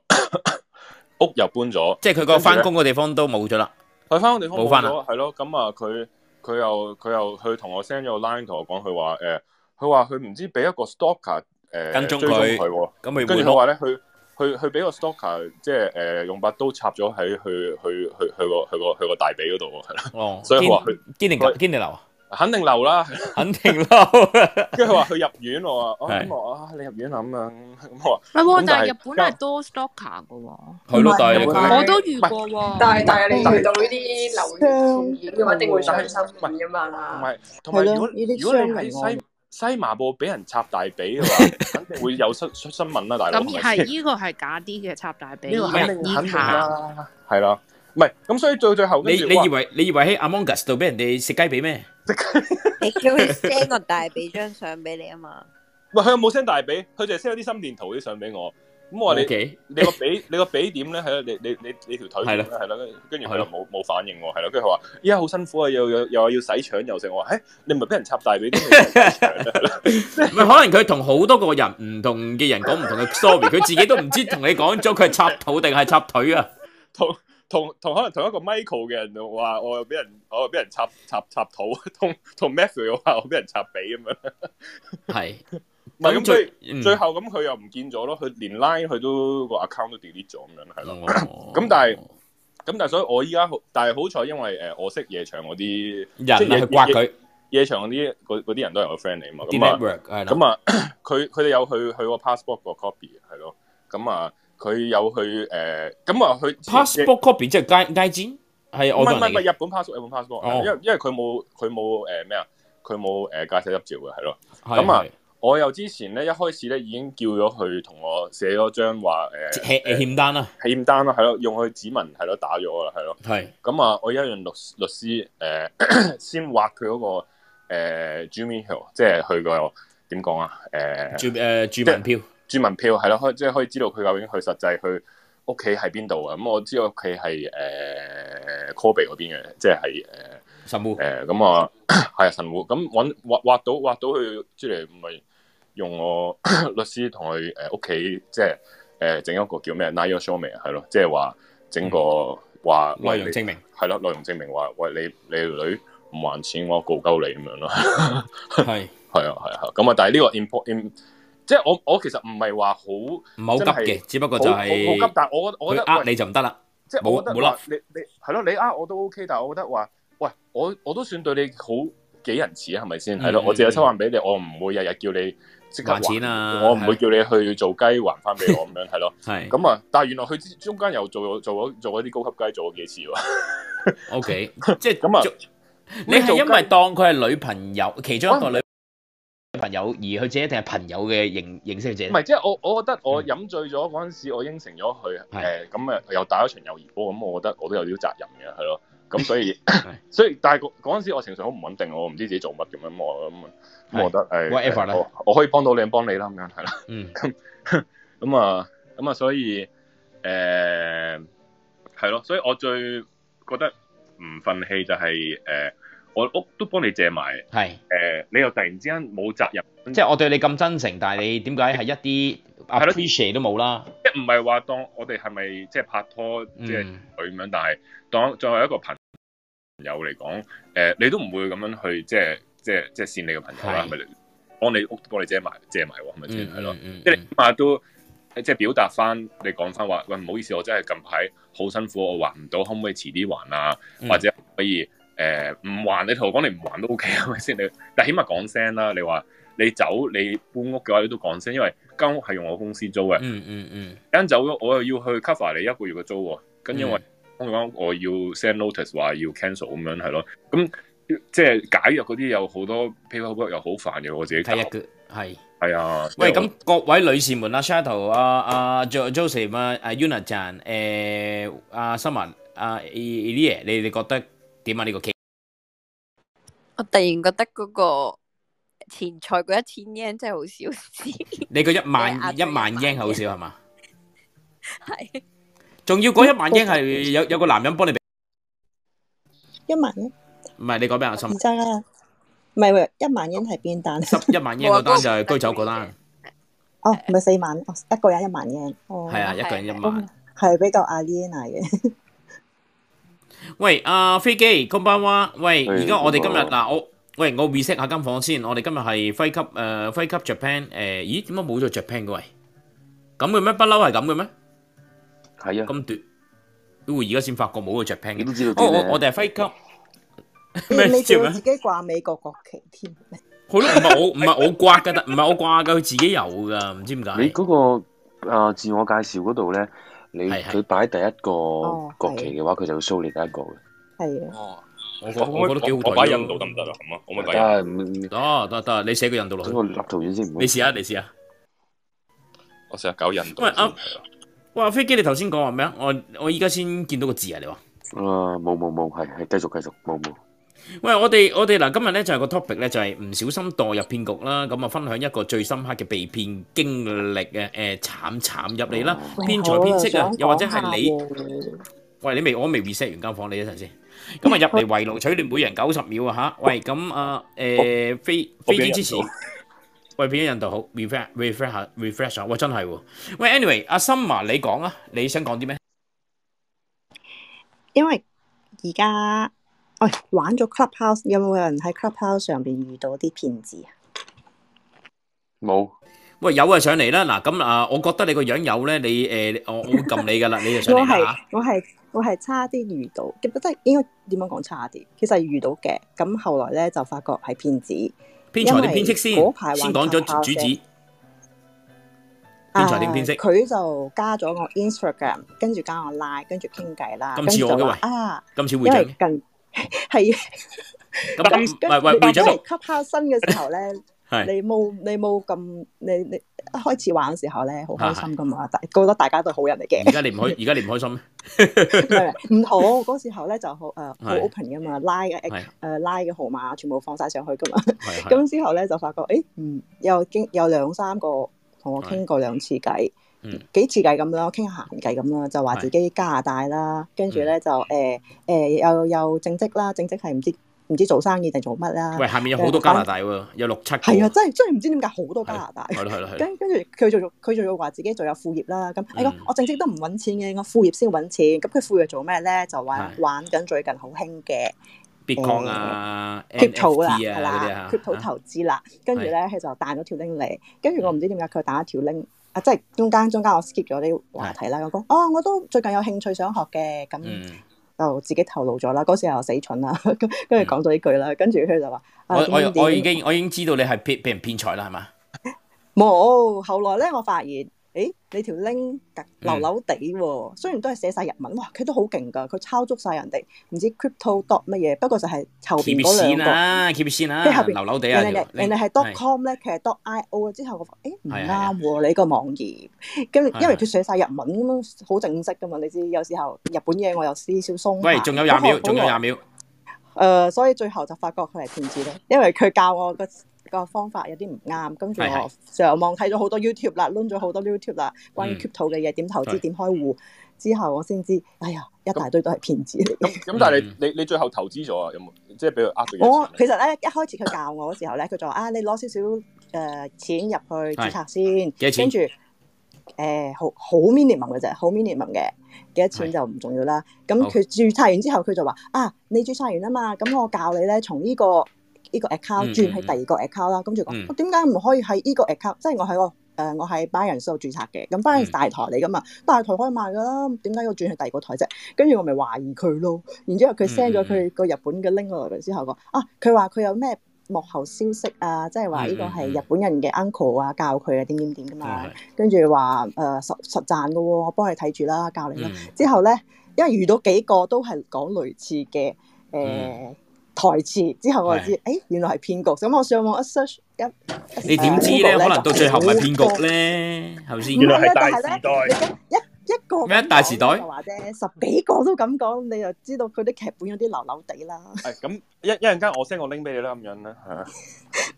Speaker 20: 屋又搬咗，
Speaker 1: 即係佢個翻工嘅地方都冇咗啦。
Speaker 20: 佢翻個地方
Speaker 1: 冇返啊
Speaker 20: 咗，係咯，咁啊，佢佢又佢又佢同我 send 咗個 line 同我講，佢話誒，佢話佢唔知俾一個 stalker 誒
Speaker 1: 跟蹤佢
Speaker 20: 追蹤佢喎，
Speaker 1: 咁咪
Speaker 20: 跟住
Speaker 1: 換屋
Speaker 20: 佢話咧，佢佢佢俾個 stalker 即係誒用把刀插咗喺佢佢佢佢個佢個佢個大髀嗰度喎，係啦，
Speaker 1: 哦，
Speaker 20: 所以我話佢
Speaker 1: 堅定堅定流啊，
Speaker 20: 肯定流啦，
Speaker 1: 肯定流。
Speaker 20: 跟住佢話佢入院，我話哦
Speaker 1: 係
Speaker 20: 咁我啊你入院諗啊，咁我話
Speaker 12: 唔係喎
Speaker 20: 咁，
Speaker 12: 但係日本啊係多 stalker 嘅喎。
Speaker 1: 係咯但係
Speaker 20: 佢
Speaker 12: 我都遇過喎。嗯
Speaker 21: 但係但係你遇到呢啲流言嘅話，一定會上心㗎
Speaker 20: 同
Speaker 21: 嘛。
Speaker 20: 埋同埋，
Speaker 21: 係咯
Speaker 20: 如果
Speaker 21: 呢啲
Speaker 20: 如果你
Speaker 21: 雙明
Speaker 20: 喺
Speaker 21: 愛
Speaker 20: 西西麻布俾人插大髀嘅話，肯定會有新新新聞啦，大佬。
Speaker 12: 咁
Speaker 20: 咪
Speaker 12: 係
Speaker 20: 先
Speaker 12: 呢個係假啲嘅插大髀，
Speaker 20: 呢個肯定肯
Speaker 12: 依
Speaker 20: 定
Speaker 12: 下
Speaker 1: 啊
Speaker 20: 啦，係啦，唔係咁，所以到最後
Speaker 1: 你
Speaker 20: 跟住
Speaker 1: 你
Speaker 20: 哇
Speaker 1: 以為你以為喺 Among Us 度俾人哋食雞髀咩？
Speaker 16: 你叫佢 send 個大髀張相俾你啊嘛。
Speaker 20: 喂佢有冇 send 大髀？佢就係 send 咗啲心電圖啲相俾我。咁我話你
Speaker 1: OK
Speaker 20: 你個比你個比點咧係咯，你你你你條腿
Speaker 1: 係
Speaker 20: 係
Speaker 1: 啦
Speaker 20: 啦係啦，跟跟住佢
Speaker 1: 係
Speaker 20: 又
Speaker 1: 啦
Speaker 20: 冇冇反應喎，係啦，跟住佢話依家好辛苦啊，又又又話要洗腸又剩，我話誒你唔係俾人插大髀啲咩？
Speaker 1: 唔係可能佢同好多個人唔同嘅人講唔同嘅 sorry，佢自己都唔知同你講咗佢係插肚定係插腿啊！
Speaker 20: 同同同可能同一個 Michael 嘅人就話我又俾人我又俾人插插插肚， 同同 Matthew 又話我俾人插髀咁樣。
Speaker 1: 係，
Speaker 20: 唔係
Speaker 1: 最
Speaker 20: 咁最
Speaker 1: 嗯
Speaker 20: 最後咁佢又唔見咗咯，佢連 line 佢都個 account 都 delete 咗咁樣係
Speaker 1: 哦
Speaker 20: 咯。咁但係咁但係所以我依家好，但係好彩因為誒我識夜場嗰啲
Speaker 1: 人啊
Speaker 20: 即係夜
Speaker 1: 去刮佢
Speaker 20: 夜夜場嗰啲嗰嗰啲人都係我 friend 嚟嘛，
Speaker 1: 啲
Speaker 20: 咁啊
Speaker 1: network，係啦
Speaker 20: 咁啊 佢佢哋有去去個 passport 個 copy 係咯，咁啊佢有去誒咁啊佢
Speaker 1: passport copy 即係街街展，係外
Speaker 20: 唔係唔
Speaker 1: 國人
Speaker 20: 係唔
Speaker 1: 嚟
Speaker 20: 係
Speaker 1: 嘅
Speaker 20: 日本 passport 日本 passport，、
Speaker 1: 哦
Speaker 20: 因為因為佢冇佢冇誒咩啊，佢冇誒駕駛執照嘅係咯。
Speaker 1: 係
Speaker 20: 咁啊
Speaker 1: 係，
Speaker 20: 我又之前咧一開始咧已經叫咗佢同我寫咗張話誒
Speaker 1: 欠欠單啊啦，
Speaker 20: 欠單啊啦係咯，用佢指紋係咯打咗啦係咯。
Speaker 1: 係
Speaker 20: 咁啊，我而家用律律師誒、呃 先畫佢嗰、個、呃、住民票，即係佢個點講啊誒
Speaker 1: 住誒住民呃票，
Speaker 20: 住民票係咯，可以即係可以知道佢究竟佢實際佢屋企喺邊度啊。咁我知道屋企係誒呃 Kobe 嗰邊嘅，即係誒
Speaker 1: 神戶
Speaker 20: 誒咁啊， 係啊神戶咁揾畫畫到畫到佢出嚟，咪用我 律師同佢誒屋企即係誒整一個叫咩 n i r s h o w m 係咯，即係話整個話
Speaker 1: 嗯內容證明
Speaker 20: 係咯，內容證明話喂你你女唔還錢，我告鳩你咁樣咯。
Speaker 1: 係
Speaker 20: 係啊係啊，咁啊，但係呢個 import im 即係我我其實唔係話好唔
Speaker 1: 唔係好急嘅，只不過就係
Speaker 20: 好急，但係我覺得我覺
Speaker 1: 佢
Speaker 20: 得
Speaker 1: 呃
Speaker 20: 喂
Speaker 1: 你就唔得啦，
Speaker 20: 即係我
Speaker 1: 冇
Speaker 20: 覺得
Speaker 1: 冇
Speaker 20: 話
Speaker 1: 啦，
Speaker 20: 你你係咯，你呃我都 OK，但係我覺得話喂，我我都算對你好幾人錢係咪先？係咯，
Speaker 1: 嗯
Speaker 20: 我借咗七萬俾你，我唔會日日叫你即刻
Speaker 1: 還錢啊
Speaker 20: 我唔
Speaker 1: 係
Speaker 20: 會叫你去做雞還翻俾我咁樣係咯。
Speaker 1: 係
Speaker 20: 咁啊，但係原來佢之中間又做做咗做咗啲高級雞，做咗幾次 喎。
Speaker 1: O K，即係
Speaker 20: 咁
Speaker 1: 啊，你係因為當佢係女朋友，其中一個女朋友，而佢自己一定係朋友嘅認認識者。
Speaker 20: 唔係，即係我我覺得
Speaker 1: 嗯
Speaker 20: 我飲醉咗嗰陣時，我應承咗佢誒，咁誒又打咗場友誼波，咁我覺得我都有啲責任嘅，係咯。咁所以 所以，但係嗰嗰陣時我情緒好唔穩定，我唔知自己做乜咁樣，我咁啊咁我覺得誒
Speaker 1: Whatever
Speaker 20: 誒
Speaker 1: 啦
Speaker 20: 我我可以幫到你，幫你啦咁樣係啦。
Speaker 1: 嗯，
Speaker 20: 咁咁啊咁啊，所以誒係咯，所以我最覺得唔憤氣就係誒，我屋都幫你借埋，
Speaker 1: 係
Speaker 20: 誒你又突然之間冇責任。
Speaker 1: 即係我對你咁真誠，但係你點解係一啲 appreciate 都冇啦？
Speaker 20: 即係唔係話當我哋係咪即係拍拖即係佢咁樣，但係當作為一個朋友嚟講，誒、你都唔會咁樣去即係即係即係善你嘅朋友
Speaker 1: 係
Speaker 20: 啦，係咪？幫你屋幫你借埋借埋喎，係咪先？係咯，
Speaker 1: 嗯
Speaker 20: 即係你起碼都呃即係表達翻，你講翻話，喂唔好意思，我真係近排好辛苦，我還唔到，可唔可以遲啲還啊？
Speaker 1: 嗯
Speaker 20: 或者可唔可以誒唔、還？你同我講你唔還都 OK 係咪先？你但起碼講聲啦，你話你走你搬屋嘅話，你都講聲，因為間屋係用我公司租嘅。
Speaker 1: 嗯嗯嗯，
Speaker 20: 間走咗，我又要去 cover 你一個月嘅租喎。跟因為
Speaker 1: 嗯
Speaker 20: 香港我要 send notice 話要 cancel 咁樣係咯。咁即係解約嗰啲有好多 paperwork 又好煩嘅，我自己睇一
Speaker 1: 嘅係。
Speaker 20: 係啊，
Speaker 1: 喂，
Speaker 20: 即係
Speaker 1: 咁各位女士們啊，Shadow 啊、啊 Jo Joseph 啊、啊 Una 讚、誒啊新文、啊 Elia，你哋覺得點啊？呢個 case
Speaker 16: 我突然覺得嗰個前菜嗰一千 yen 真係好少事，
Speaker 1: 你個一萬一萬 yen 係好少係嘛？
Speaker 16: 係
Speaker 1: 仲要嗰一萬 yen 係有有個男人幫你俾，
Speaker 19: 一萬一
Speaker 1: 唔係你講俾啊阿心
Speaker 19: 而，家啦，唔係喎一萬英係邊單？
Speaker 1: 一萬 yen 嗰單就係居酒嗰單，
Speaker 19: 哦，唔係四萬，哦一個人一萬英。哦，
Speaker 1: 係啊，一個人一萬。
Speaker 19: 係比較阿 l i n a 嘅。
Speaker 1: 喂，阿、飛機，咁班哇！喂，
Speaker 20: 係
Speaker 1: 而家我哋今日
Speaker 20: 咁啊
Speaker 1: 嗱，我喂我 reset 下間房先。我哋今日係輝級誒、呃、輝級 Japan 誒、咦點解冇咗 Japan 嘅喂？咁嘅咩？不嬲係咁嘅咩？
Speaker 20: 係啊，
Speaker 1: 咁短，妖而家先發覺冇咗 Japan 嘅。
Speaker 20: 知道
Speaker 1: 哦，
Speaker 20: 啲咩
Speaker 1: 我我哋係輝級，咩啊
Speaker 19: 你仲
Speaker 1: 笑
Speaker 19: 要
Speaker 1: 咩
Speaker 19: 自己掛美國國旗添？
Speaker 1: 好咯，唔係我唔係我掛㗎，但唔係我掛㗎，佢自己有㗎，唔知點
Speaker 22: 你
Speaker 1: 解。
Speaker 22: 嗰個啊自我介紹嗰度咧，你
Speaker 1: 係係
Speaker 22: 佢擺第一個國
Speaker 19: 係
Speaker 22: 旗嘅話，佢就會 show 你第一個嘅。
Speaker 19: 係啊。
Speaker 20: 哦，
Speaker 1: 我覺
Speaker 20: 我
Speaker 1: 我覺得幾好睇
Speaker 20: 我
Speaker 1: 咯
Speaker 20: 擺印度得唔得啊？咁啊，我咪
Speaker 22: 得
Speaker 20: 擺印度。
Speaker 1: 得得得，你寫個印度落去。
Speaker 22: 等我立圖片先，唔好
Speaker 1: 你試下，你試下。啊
Speaker 20: 我成日搞印度
Speaker 1: 喂。啊，哇！飛機，你頭先講話咩啊？我我依家先見到個字啊，你話。
Speaker 22: 啊冇冇冇，係係繼續繼續冇冇。
Speaker 1: 喂，我哋我哋嗱，今日咧就係個 topic 咧就係唔小心墮入騙局啦，咁啊分享一個最深刻嘅被騙經歷嘅誒慘慘入嚟啦，
Speaker 21: 喂
Speaker 1: 騙財騙色啊
Speaker 21: 好啊，
Speaker 1: 又或者係
Speaker 21: 想講下
Speaker 1: 你，喂你未我未 reset 完間房，你一陣先，咁啊入嚟圍爐取暖，每人九十秒啊吓，喂咁啊誒飛
Speaker 8: 我
Speaker 1: 飛機
Speaker 8: 變咗
Speaker 1: 之
Speaker 8: 印
Speaker 1: 前
Speaker 8: 度。
Speaker 1: 喂，變咗印度好，refresh refresh 下 refresh 下，喂真係喎。喂，anyway，阿森華你講啊，你想講啲咩？
Speaker 19: 因為而家喂玩咗 Clubhouse，有冇人喺 Clubhouse 上邊遇到啲騙子啊？
Speaker 1: 冇。喂，有啊，上嚟啦！嗱，咁啊，我覺得你個樣有咧，你誒，我我會撳你噶啦，你就上
Speaker 19: 我
Speaker 1: 嚟啦
Speaker 19: 係
Speaker 1: 嚇
Speaker 19: 我係我係差啲遇到，記得應該點樣講差啲？其實係遇到嘅，咁後來咧就發覺係騙子。
Speaker 1: 編財定
Speaker 19: 因為
Speaker 1: 編色先
Speaker 19: 嗰排玩，
Speaker 1: 先講咗
Speaker 19: Clubhouse
Speaker 1: 主
Speaker 19: 呢
Speaker 1: 旨。編財定編色
Speaker 19: 啊佢就加咗我 Instagram，跟住加我 Line，跟住傾偈啦。
Speaker 1: 今次我嘅
Speaker 19: 跟住就話
Speaker 1: 喂
Speaker 19: 啊，
Speaker 1: 今次會
Speaker 19: 因
Speaker 1: 長
Speaker 19: 為近 係啊
Speaker 1: 咁唔係喂
Speaker 19: 你
Speaker 1: 會長
Speaker 19: 因為 Clubhouse 新嘅時候咧
Speaker 1: 係，
Speaker 19: 你冇你冇咁你你一開始玩嘅時候咧，好開
Speaker 1: 係係
Speaker 19: 心噶嘛，大覺得大家都好人嚟嘅。
Speaker 1: 啊而家你唔開，而家你唔開心咩？
Speaker 19: 唔同嗰時候咧就好誒好
Speaker 1: 係
Speaker 19: open 噶嘛，拉嘅
Speaker 1: 係
Speaker 19: 誒拉嘅號碼全部放晒上去噶嘛。
Speaker 1: 係
Speaker 19: 咁之後咧就發覺，誒嗯有經有兩三個同我傾過兩次偈，
Speaker 1: 嗯
Speaker 19: 幾次偈咁啦，傾下閒偈咁啦，就話自己加拿大啦，跟住
Speaker 1: 嗯
Speaker 19: 咧就誒誒又有正職啦，正職係唔知唔知做生意定做乜啦。呃
Speaker 1: 喂，下面有好多
Speaker 19: ờ.
Speaker 1: 加拿大喎，有六七個。
Speaker 19: 係啊，真係真係唔知點解好多加拿大。
Speaker 1: 係咯係咯係嗯咯
Speaker 19: 跟跟住佢仲要佢仲要話自己仲有副業啦。咁哎呀，我正職都唔揾錢嘅，我副業先揾錢。咁佢副業做咩咧？就玩
Speaker 1: 係
Speaker 19: 玩緊最近好興嘅
Speaker 1: Bitcoin à, 啊
Speaker 19: Ờ. crypto 啦，
Speaker 1: NFT
Speaker 19: 係啦
Speaker 1: 啊嗰啲
Speaker 19: ，crypto
Speaker 1: 啊
Speaker 19: 投資啦。跟住咧，佢就彈咗條 link 嚟。跟住我唔知點解佢彈咗條 link。啊，即係中間中間我 skip 咗啲話題啦。我講哦，我都最近有興趣想學嘅，咁
Speaker 1: 嗯
Speaker 19: 就自己透露咗啦。嗰時候死蠢啦， 跟跟住講咗呢句啦。跟住佢就話
Speaker 1: 我
Speaker 19: 啊，點
Speaker 1: 嗯我
Speaker 19: 點
Speaker 1: 我
Speaker 19: 點
Speaker 1: 已經我已經知道你係騙俾人騙財啦，係嘛？
Speaker 19: 冇，後來咧我發現，誒你條 link 特
Speaker 1: 嗯
Speaker 19: 流流地喎，雖然都係寫晒日文，哇佢都好勁㗎，佢抄足晒人哋，唔知 crypto dot 乜嘢，不過就係後
Speaker 1: keep
Speaker 19: 邊
Speaker 1: 住
Speaker 19: 嗰
Speaker 1: 先
Speaker 19: 兩個。
Speaker 1: 啦，keep 住先啦
Speaker 19: 即係後，邊
Speaker 1: 流流地啊，
Speaker 19: 人哋
Speaker 1: 條
Speaker 19: 人哋
Speaker 1: link
Speaker 19: 係 dot com 咧，佢係 dot io 啊。之後我發誒唔
Speaker 1: 係啊
Speaker 19: 啱喎，你個網頁，跟
Speaker 1: 係
Speaker 19: 住因為
Speaker 1: 係
Speaker 19: 佢寫晒日文咁樣，好正式噶嘛。你知有時候日本嘢我有少少鬆懈
Speaker 1: 喂，仲有廿秒，
Speaker 19: 咁
Speaker 1: 仲有
Speaker 19: 我
Speaker 1: 廿秒。
Speaker 19: 誒、呃所以最後就發覺佢係騙子咯，因為佢教我個個方法有啲唔啱，跟住
Speaker 1: 係係
Speaker 19: 我上網睇咗好多 YouTube 啦，攆咗好多 YouTube 啦，關於
Speaker 20: 嗯
Speaker 19: crypto 嘅嘢點投資
Speaker 20: 係
Speaker 19: 點開戶，之後我先知，哎呀，一大堆都係騙子嚟嘅。
Speaker 20: 咁但係
Speaker 1: 嗯
Speaker 20: 你你你最後投資咗啊？有冇即係俾佢呃咗幾多
Speaker 19: 我
Speaker 20: 錢？
Speaker 19: 其實咧一開始佢教我嗰時候咧，佢就話啊，你攞少少誒錢入去註冊先，
Speaker 20: 幾多錢
Speaker 19: 跟住誒好好 minimum 嘅啫，好 minimum 嘅幾多錢就唔重要啦。咁
Speaker 20: 好
Speaker 19: 佢註冊完之後，佢就話啊，你註冊完啊嘛，咁我教你咧從呢個呢個
Speaker 20: 嗯
Speaker 19: account
Speaker 20: 嗯
Speaker 19: 轉去第二個 account 啦。咁住
Speaker 20: 嗯
Speaker 19: 講哦我點解唔可以喺呢個 account？即係我喺個誒我喺 Binance 度註冊嘅，咁
Speaker 20: 嗯
Speaker 19: Binance 大台嚟噶嘛，大台可以賣噶啦，點解要轉去第二個台啫？跟住我咪懷疑佢咯。然之後佢 send
Speaker 1: 嗯
Speaker 19: 咗佢個日本嘅 link 落嚟之後講啊，佢話佢有咩幕後消息啊，即係
Speaker 1: 嗯
Speaker 19: 話呢個係日本人嘅 uncle 啊，教佢啊點點點噶嘛。跟住話誒實實賺嘅喎，我幫你睇住啦，教你啦。
Speaker 1: 嗯
Speaker 19: 之後咧，因為遇到幾個都係講類似嘅誒。呃
Speaker 1: 嗯
Speaker 19: 台詞之後我就知，
Speaker 1: 係
Speaker 19: 誒、原來係騙局。咁我上網一 search 一，一呃
Speaker 1: 你點知咧？
Speaker 19: Google
Speaker 1: 可能到最後唔係
Speaker 19: 就好
Speaker 1: 騙
Speaker 19: 多
Speaker 1: 局咧，係咪先？
Speaker 19: 原來係大時代。一個咁
Speaker 1: 咩大時代
Speaker 19: 講就話啫，十幾個都咁講，你就知道佢啲劇本有啲流流地啦。
Speaker 20: 係咁一一陣間我 send 個 link 俾你啦，咁樣啦，係啊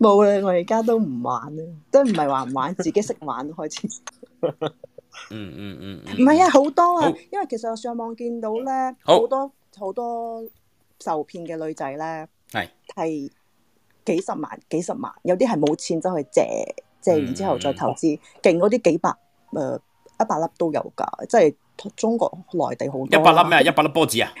Speaker 19: 冇啦，我而家都唔玩啦，都唔係話唔玩，自己識玩開始。
Speaker 1: 嗯嗯嗯嗯
Speaker 19: 唔係啊，好多啊
Speaker 1: 好，
Speaker 19: 因為其實我上網見到咧，
Speaker 1: 好
Speaker 19: 好多好多受騙嘅女仔咧，
Speaker 1: 係
Speaker 19: 係幾十萬、幾十萬，有啲係冇錢走去借，借
Speaker 1: 嗯
Speaker 19: 完之後再投資，勁嗰啲幾百誒、呃一百粒都有㗎，即係中國內地好多啊
Speaker 1: 一
Speaker 19: 啦。
Speaker 1: 百粒咩？一百粒波子啊？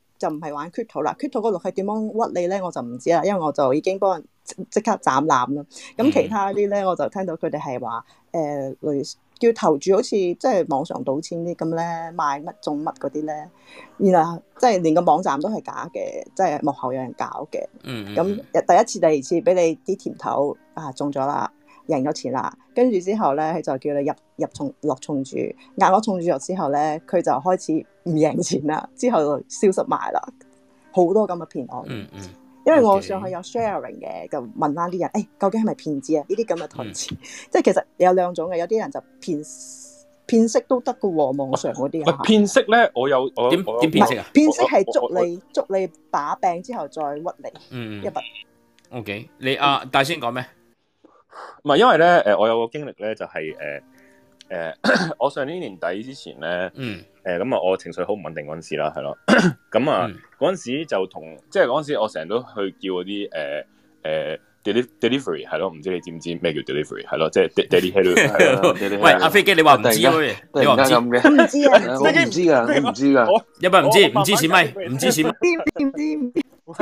Speaker 19: 就唔係玩 crypto 啦，crypto 嗰度係點樣屈你咧，我就唔知啊啦，因為我就已經幫
Speaker 1: 嗯
Speaker 19: 呃人即即刻斬纜啦。咁其他啲咧，我就聽到佢哋係話誒類叫投注，好似即係網上賭錢啲咁咧，買乜中乜嗰啲咧，然後即係連個網站都係假嘅，即係幕後有人搞嘅。
Speaker 1: 嗯
Speaker 19: 咁第一次、第二次俾你啲甜頭啊中咗啦，贏咗錢啦，跟住之後咧，佢就叫你入入重落重注，壓落重注入之後咧，佢就開始唔贏錢啦，之後就消失埋啦，好多咁嘅騙案。
Speaker 1: 嗯嗯，
Speaker 19: 因為我上去有 sharing 嘅，就問翻啲人，誒、究竟係咪騙子啊？呢啲咁嘅台 詞，即係其實有兩種嘅，有啲人就騙騙色都得嘅喎，網上嗰啲
Speaker 20: 喂，
Speaker 19: 啊。
Speaker 20: 騙色咧，我有我點
Speaker 1: 點騙色啊
Speaker 19: 騙色係
Speaker 20: 我
Speaker 19: 捉你捉你把柄之後再屈你
Speaker 1: 嗯
Speaker 19: 一筆。
Speaker 1: O K，你啊，大仙講咩？
Speaker 20: 唔係因為咧，誒、我有個經歷咧，就係誒誒， 我上年年底之前咧，
Speaker 1: 嗯，
Speaker 20: 誒咁啊，我情緒好唔穩定嗰陣時啦， 係咯，咁
Speaker 1: 嗯
Speaker 20: 啊嗰陣時就同，即係嗰陣時我成日都去叫嗰啲誒誒 deli- delivery 係咯，唔知你知唔知咩叫 delivery 係咯，即係 de- daily hello 係咯 daily hello
Speaker 1: 喂，阿飛機，你話唔知啊？喂
Speaker 22: 突
Speaker 1: 你
Speaker 22: 然間
Speaker 1: 話唔知
Speaker 22: 咁嘅佢唔知啊我唔知㗎佢唔知㗎
Speaker 1: 一百唔
Speaker 20: 我
Speaker 1: 知，
Speaker 20: 我慢
Speaker 1: 唔
Speaker 20: 慢
Speaker 1: 知錢咪，唔知錢咪。
Speaker 19: 唔知唔
Speaker 20: 知， 喂，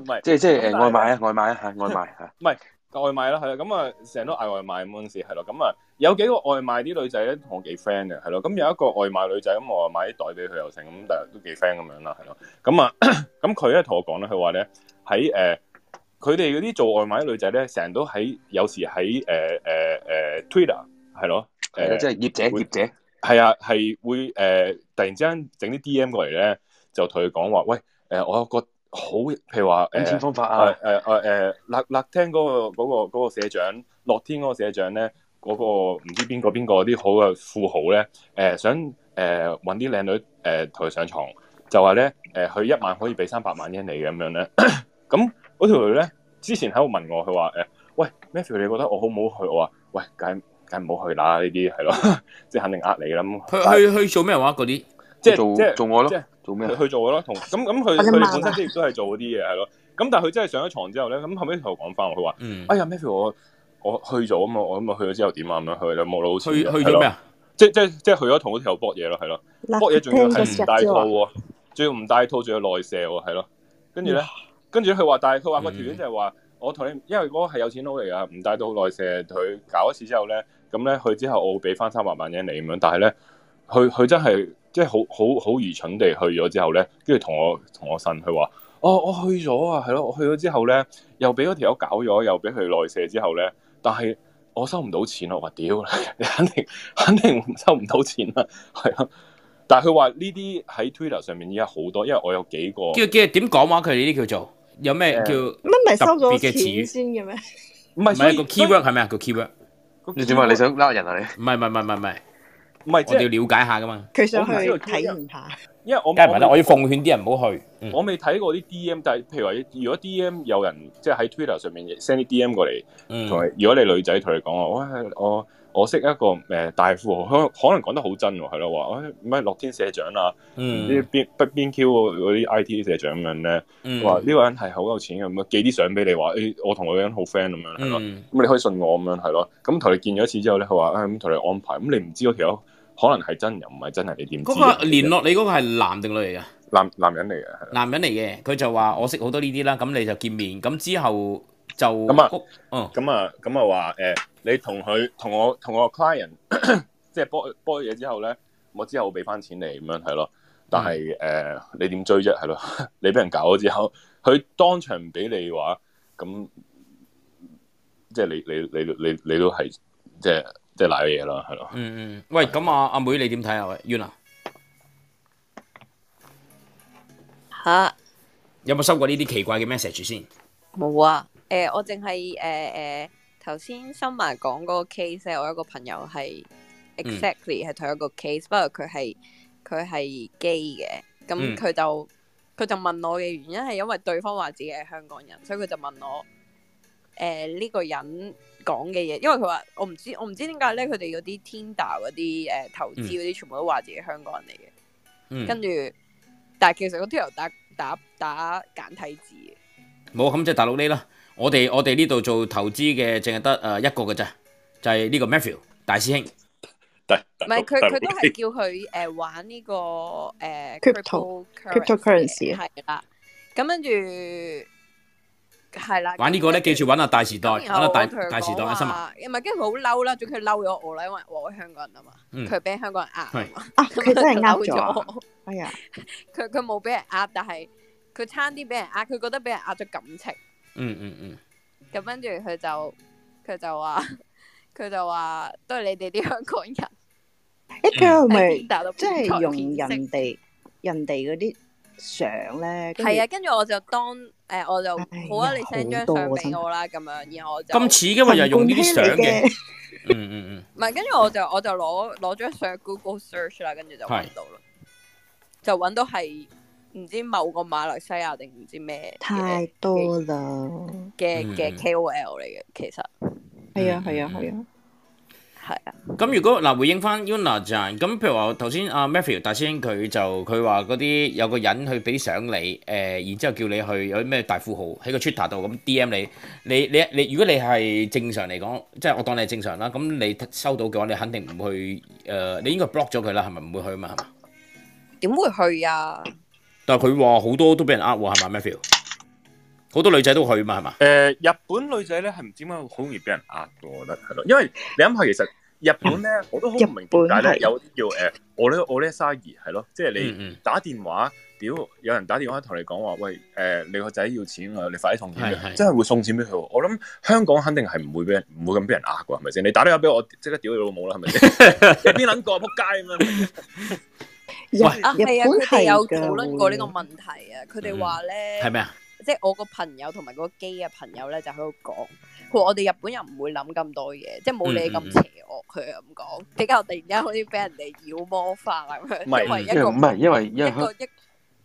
Speaker 20: 唔係，
Speaker 22: 即係即係
Speaker 20: 咁但
Speaker 22: 誒外賣啊，外賣啊，嚇外賣嚇。
Speaker 20: 唔係外賣啦，係啦，咁啊成日都嗌外賣咁嗰陣時係咯，咁啊有幾個外賣啲女仔咧同我幾 friend 嘅係咯，咁有一個外賣女仔咁我買啲袋俾佢又成，咁但係都幾 friend 咁樣啦係咯，咁啊咁佢咧同我講咧，佢話咧喺誒佢哋嗰啲做外賣啲女仔咧，成日都喺有時喺誒誒誒 Twitter 係咯，
Speaker 22: 係啦即係業者
Speaker 20: 會
Speaker 22: 業者
Speaker 20: 係啊係會誒、突然之間整啲 DM 過嚟咧，就同佢講話喂誒、我有個好譬如話誒
Speaker 22: 揾錢方法啊
Speaker 20: 誒誒誒辣辣聽嗰、個嗰、個嗰、個社長，樂天嗰個社長咧，嗰、個唔知邊個邊個啲好嘅富豪咧，誒、想誒揾啲靚女誒同佢上床，就話咧誒佢一晚可以俾三百萬 yen 你嘅咁樣咧， 咁嗰條女咧之前喺度問我，佢話誒喂 Matthew 你覺得我好唔好去？我話喂梗梗唔好去啦，呢啲係咯， 即係肯定呃你啦咁。
Speaker 1: 佢去去做咩話嗰啲？
Speaker 20: 即係即係即係
Speaker 22: 做
Speaker 1: 啊
Speaker 20: 佢去做嘅咯，同咁咁佢
Speaker 1: 或者
Speaker 20: 佢
Speaker 1: 慢
Speaker 20: 哋
Speaker 1: 啊
Speaker 20: 本身即係都係做嗰啲嘢係咯。咁但係佢真係上咗床之後咧，咁後尾同我講翻，佢話：
Speaker 1: 嗯
Speaker 20: 哎呀 Matthew 我我去咗啊嘛，我咁啊去咗之後點啊咁樣去啦，冇老
Speaker 1: 去去咗咩啊？
Speaker 20: 即即即係去咗同嗰條友搏嘢咯，係咯，
Speaker 1: 嗱
Speaker 20: 搏嘢仲要
Speaker 1: 聽個
Speaker 20: 係唔
Speaker 1: 石
Speaker 20: 戴
Speaker 1: 啫
Speaker 20: 套
Speaker 1: 喎
Speaker 20: 喎，仲要唔戴套，仲要內射喎，係咯。跟住咧
Speaker 1: 哇，
Speaker 20: 跟住佢話，但係佢話個條件就係話，我同你，因為嗰個係有錢佬嚟噶，唔戴套內射，佢搞一次之後咧，咁咧佢之後我會俾翻三百萬 yen 你咁樣，但係咧。佢佢真係即係好好好愚蠢地去咗之後咧，跟住同我同我呻，佢話：哦，我去咗啊，係咯，我去咗之後咧，又俾嗰條友搞咗，又俾佢內射之後咧，但係我收唔到錢啊咯，我話屌，你肯定 肯定收唔到錢啦，係啊。但係佢話呢啲喺 Twitter 上面依家好多，因為我有幾個
Speaker 1: 叫叫點講話？佢哋呢啲叫做有咩叫
Speaker 23: 乜咪收
Speaker 1: 特
Speaker 23: 咗
Speaker 1: 別
Speaker 23: 錢
Speaker 1: 嘅詞語？
Speaker 23: 先嘅咩？
Speaker 20: 唔
Speaker 1: 唔係個 keyword 係咩啊？個 keyword
Speaker 22: 你點啊你想拉人啊？
Speaker 1: 你唔係唔係唔係唔係
Speaker 20: 唔係
Speaker 1: 我哋要了解下噶嘛。
Speaker 23: 佢想去
Speaker 20: 我唔知道
Speaker 23: 體驗下。
Speaker 20: 因為我
Speaker 1: 梗係唔係啦，
Speaker 20: 我
Speaker 1: 我要奉勸啲人唔好去。嗯
Speaker 20: 我未睇過啲 DM，但係譬如話，如果 DM 有人即係喺 Twitter 上面 send 啲 DM 過
Speaker 1: 嗯
Speaker 20: 嚟，同、如果你女仔同你講話，喂，我我識一個誒、呃大富豪，可可能講得好真喎，係咯，話喂咩樂天社長啊，
Speaker 1: 嗯
Speaker 20: 唔知邊北邊 Q 嗰啲 IT 社長咁樣咧，
Speaker 1: 嗯
Speaker 20: 話呢個人係好有錢嘅咁樣，啊寄啲相俾你話，誒、我同嗰個人好 friend 咁樣，係咯，咁、
Speaker 1: 嗯
Speaker 20: 你可以信我咁樣係咯，咁同你見咗一次之後咧，佢話嗯誒咁同你安排，咁你唔知嗰條友可能係真又唔係真係，你點知？
Speaker 1: 嗰個聯絡你嗰個係男定女嚟㗎？
Speaker 20: 男男人嚟嘅，係
Speaker 1: 男人嚟嘅，佢就話我識好多呢啲啦，咁你就見面，咁之後就
Speaker 20: 咁啊
Speaker 1: 谷，哦
Speaker 20: 咁啊，咁啊話誒，你同佢同我同我 client 即係波波嘢之後咧，我之後會俾翻錢你咁樣係咯。但係誒、
Speaker 1: 嗯
Speaker 20: 呃你點追啫係咯？ 你俾人搞咗之後，佢當場唔俾你話，咁即係你你你你你你都係即係即係賴嘢啦，係咯。
Speaker 1: 嗯嗯，喂，咁啊阿妹你點睇啊？喂 Yuna
Speaker 16: 吓
Speaker 1: 有冇收過呢啲奇怪嘅 message 先？
Speaker 16: 冇啊，诶、我淨係诶诶，头先新埋講嗰個 case 咧，我有一個朋友係
Speaker 1: 嗯
Speaker 16: exactly 係同一個 case，不過佢係佢係 gay 嘅，咁
Speaker 1: 嗯
Speaker 16: 佢就佢就問我嘅原因係因為對方話自己係香港人，所以佢就問我诶呢、個人講嘅嘢，因為佢話我唔知我唔知點解咧，佢哋嗰啲 Tinder 嗰啲诶投資嗰啲全部都話自己香港人嚟嘅。
Speaker 1: 嗯
Speaker 16: 跟住，但係其實嗰條友打打打簡體字嘅，
Speaker 1: 冇，咁即係大陸呢啦。我哋我哋呢度做投資嘅，淨係得誒一個嘅咋，就係、呢個 Matthew 大師兄。
Speaker 16: 唔係佢佢都係叫佢誒玩呢個呃誒
Speaker 23: Crypto-
Speaker 16: cryptocurrency
Speaker 23: cryptocurrency
Speaker 16: 係啦。咁跟住係啦，
Speaker 1: 玩呢個咧，記住揾下大時代，
Speaker 16: 咁
Speaker 1: 揾
Speaker 16: 然後
Speaker 1: 下
Speaker 16: 我
Speaker 1: 大
Speaker 16: 同佢
Speaker 1: 大時代
Speaker 16: 講
Speaker 1: 阿森啊，
Speaker 16: 話，唔係跟住佢好嬲啦，總之佢嬲咗我啦，因為我係香港人啊嘛，
Speaker 1: 嗯
Speaker 16: 佢俾香港人呃
Speaker 1: 係
Speaker 16: 啊，
Speaker 19: 佢真係 呃
Speaker 16: 嬲
Speaker 19: 咗啊
Speaker 16: 我，
Speaker 19: 哎呀，
Speaker 16: 佢佢冇俾人呃，但係佢差啲俾人呃，佢覺得俾人呃咗感情，
Speaker 1: 嗯嗯嗯，
Speaker 16: 咁跟住佢就佢就話佢就話都係你哋啲香港人。
Speaker 19: 誒佢係咪
Speaker 16: 嗯打到
Speaker 19: 即係
Speaker 16: 邊台
Speaker 19: 用
Speaker 16: 邊
Speaker 19: 人哋人哋嗰啲相咧？跟住
Speaker 16: 係啊，跟住我就當誒、我就好啊，你 send 張相俾我啦，咁樣，然後我就
Speaker 1: 咁似嘅喎，又係用呢啲相
Speaker 19: 陳冠
Speaker 1: 嘅
Speaker 19: 希嚟嘅，
Speaker 1: 嗯嗯
Speaker 16: 唔係，跟住我就我就攞攞張相 Google search 啦，跟住就
Speaker 1: 係
Speaker 16: 揾到啦，就揾到係唔知某個馬來西亞定唔知咩
Speaker 19: 太多啦，
Speaker 16: 嘅嘅
Speaker 1: 嗯
Speaker 16: KOL 嚟嘅，其實
Speaker 19: 係啊係啊係啊，
Speaker 1: 嗯。咁如果嗱回應翻 Yuna 就係咁，譬如話頭先阿 Matthew 大師兄佢就佢話嗰啲呃有個人去俾啲相你，誒、然之後叫你去有啲咩大富豪喺個 Twitter 度咁 DM 你，你你你，如果你係正常嚟講，即係我當你係正常啦，咁你收到嘅話，你肯定唔會誒、呃你應該 block 咗佢啦，係咪唔會去嘛？係嘛？
Speaker 16: 點會去啊？
Speaker 1: 但係佢話好多都俾人呃喎，係咪 Matthew？好多女仔都去嘛，係嘛？
Speaker 20: 誒，日本女仔咧係唔知點解好容易俾人呃嘅，我覺得係咯，因為你諗下，其實日本咧我都好唔明點解
Speaker 1: 日本
Speaker 20: 咧
Speaker 1: 係
Speaker 20: 有啲叫誒我咧我咧沙兒係咯，即係
Speaker 1: 嗯
Speaker 20: 你
Speaker 1: 嗯
Speaker 20: 打電話，屌有人打電話同你講話，喂誒你個仔要錢啊，你快啲送錢
Speaker 1: 係
Speaker 20: 俾
Speaker 1: 係
Speaker 20: 佢，真係會送錢俾佢喎。我諗香港肯定係唔會俾人唔會咁俾人呃嘅，係咪先？你打電話 俾我，即刻屌你老母 啦，係咪先？你邊撚個仆街咁樣？
Speaker 19: 日
Speaker 23: Dạ,
Speaker 16: 啊，
Speaker 19: 日
Speaker 16: 係啊，
Speaker 19: 本
Speaker 16: 佢哋有
Speaker 19: 係
Speaker 16: 討論
Speaker 19: 㗎
Speaker 16: 過呢個問題啊，佢哋話咧
Speaker 1: 係咪啊？
Speaker 16: 即係我個朋友同埋嗰個基嘅朋友咧，就喺度講，佢話我哋日本人唔會諗咁多嘢，即係冇你咁邪惡，佢又咁講，比較突然間好似俾人哋妖魔化 咁樣，
Speaker 22: 唔係
Speaker 16: 因為一
Speaker 22: 因為
Speaker 16: 個
Speaker 22: 唔係因為因為
Speaker 16: 一個一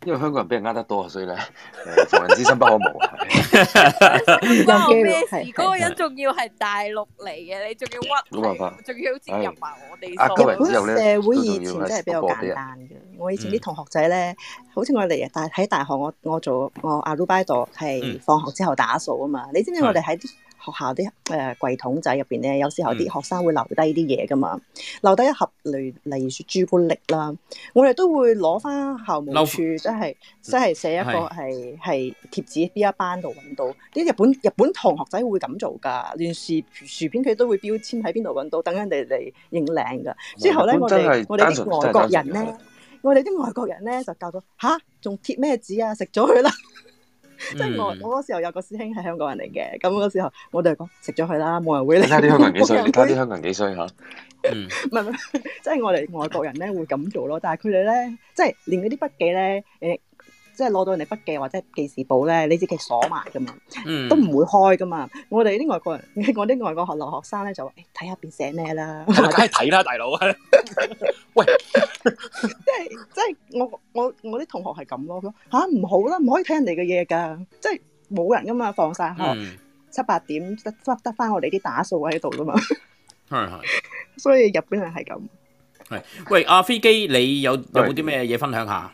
Speaker 22: 因為香港人俾人呃得多，所以咧 誒防人之心不可無啊。
Speaker 16: 關我
Speaker 22: 有
Speaker 16: 咩事？嗰個人仲要係大陸嚟嘅，你仲要屈
Speaker 22: 冇辦法
Speaker 16: 佢，仲要好似入埋我哋
Speaker 22: 唉
Speaker 19: À,
Speaker 22: 呃鳩人
Speaker 16: 數。
Speaker 22: 之後咧，
Speaker 19: 社會
Speaker 22: 都
Speaker 19: 以
Speaker 22: 仲要
Speaker 19: 前
Speaker 22: 係
Speaker 19: 真係比較
Speaker 22: support 啲
Speaker 19: 簡
Speaker 22: 人
Speaker 19: 單嘅。我以前啲同學仔咧，好似我哋大喺大學，我我做我阿 r u b a 度係
Speaker 22: 嗯
Speaker 19: 放學之後打掃啊嘛。你知唔知
Speaker 22: 係
Speaker 19: 我哋喺啲學校啲誒櫃桶仔入邊咧，有時候
Speaker 22: 嗯
Speaker 19: 啲學生會留低啲嘢噶嘛，留低一盒例例如説朱古力啦，我哋都會攞翻校務
Speaker 22: 留嗯
Speaker 19: 處，即係即係寫一個
Speaker 22: 係
Speaker 19: 係係貼紙邊一班度揾到。啲日本日本同學仔會咁做㗎，連薯薯片佢都會標籤喺邊度揾到，等人哋嚟認領㗎。之後咧，
Speaker 22: 日本
Speaker 19: 我
Speaker 22: 真
Speaker 19: 哋
Speaker 22: 係
Speaker 19: 我哋
Speaker 22: 單純
Speaker 19: 啲外
Speaker 22: 真係
Speaker 19: 國
Speaker 22: 單純
Speaker 19: 人
Speaker 22: 嘅
Speaker 19: 咧，我哋啲外國人咧就教到吓，仲貼咩紙啊？食咗佢啦！即
Speaker 20: 嗯
Speaker 19: 係我我嗰時候有個師兄係香港人嚟嘅，咁嗰時候我哋就講食咗佢啦，冇人會
Speaker 22: 你
Speaker 19: 嚟，
Speaker 22: 睇下啲香港 人幾衰，你睇
Speaker 19: 冇
Speaker 22: 下啲
Speaker 19: 人會
Speaker 22: 香港人幾衰嚇。
Speaker 1: 嗯。
Speaker 19: 唔係唔係， 即係我哋外國人咧會咁做咯，但係佢哋咧即係連嗰啲筆記咧誒。即係攞到人哋筆記或者記事簿咧，你自己鎖埋噶嘛，
Speaker 1: 嗯
Speaker 19: 都唔會開噶嘛。我哋啲外國人，我啲外國學留學生咧就話：誒哎睇下邊寫咩啦，
Speaker 20: 梗係睇啦，大佬。
Speaker 19: 即係即係我我我啲同學係咁咯，佢話吓唔好啦，唔可以睇人哋嘅嘢㗎，即係冇人噶嘛，放晒學
Speaker 1: 嗯
Speaker 19: 七八點得得得翻我哋啲打掃喺度噶嘛，
Speaker 1: 係係。
Speaker 19: 所以日本人係咁。
Speaker 1: 係，喂，阿飛機，你有有冇啲咩嘢分享下？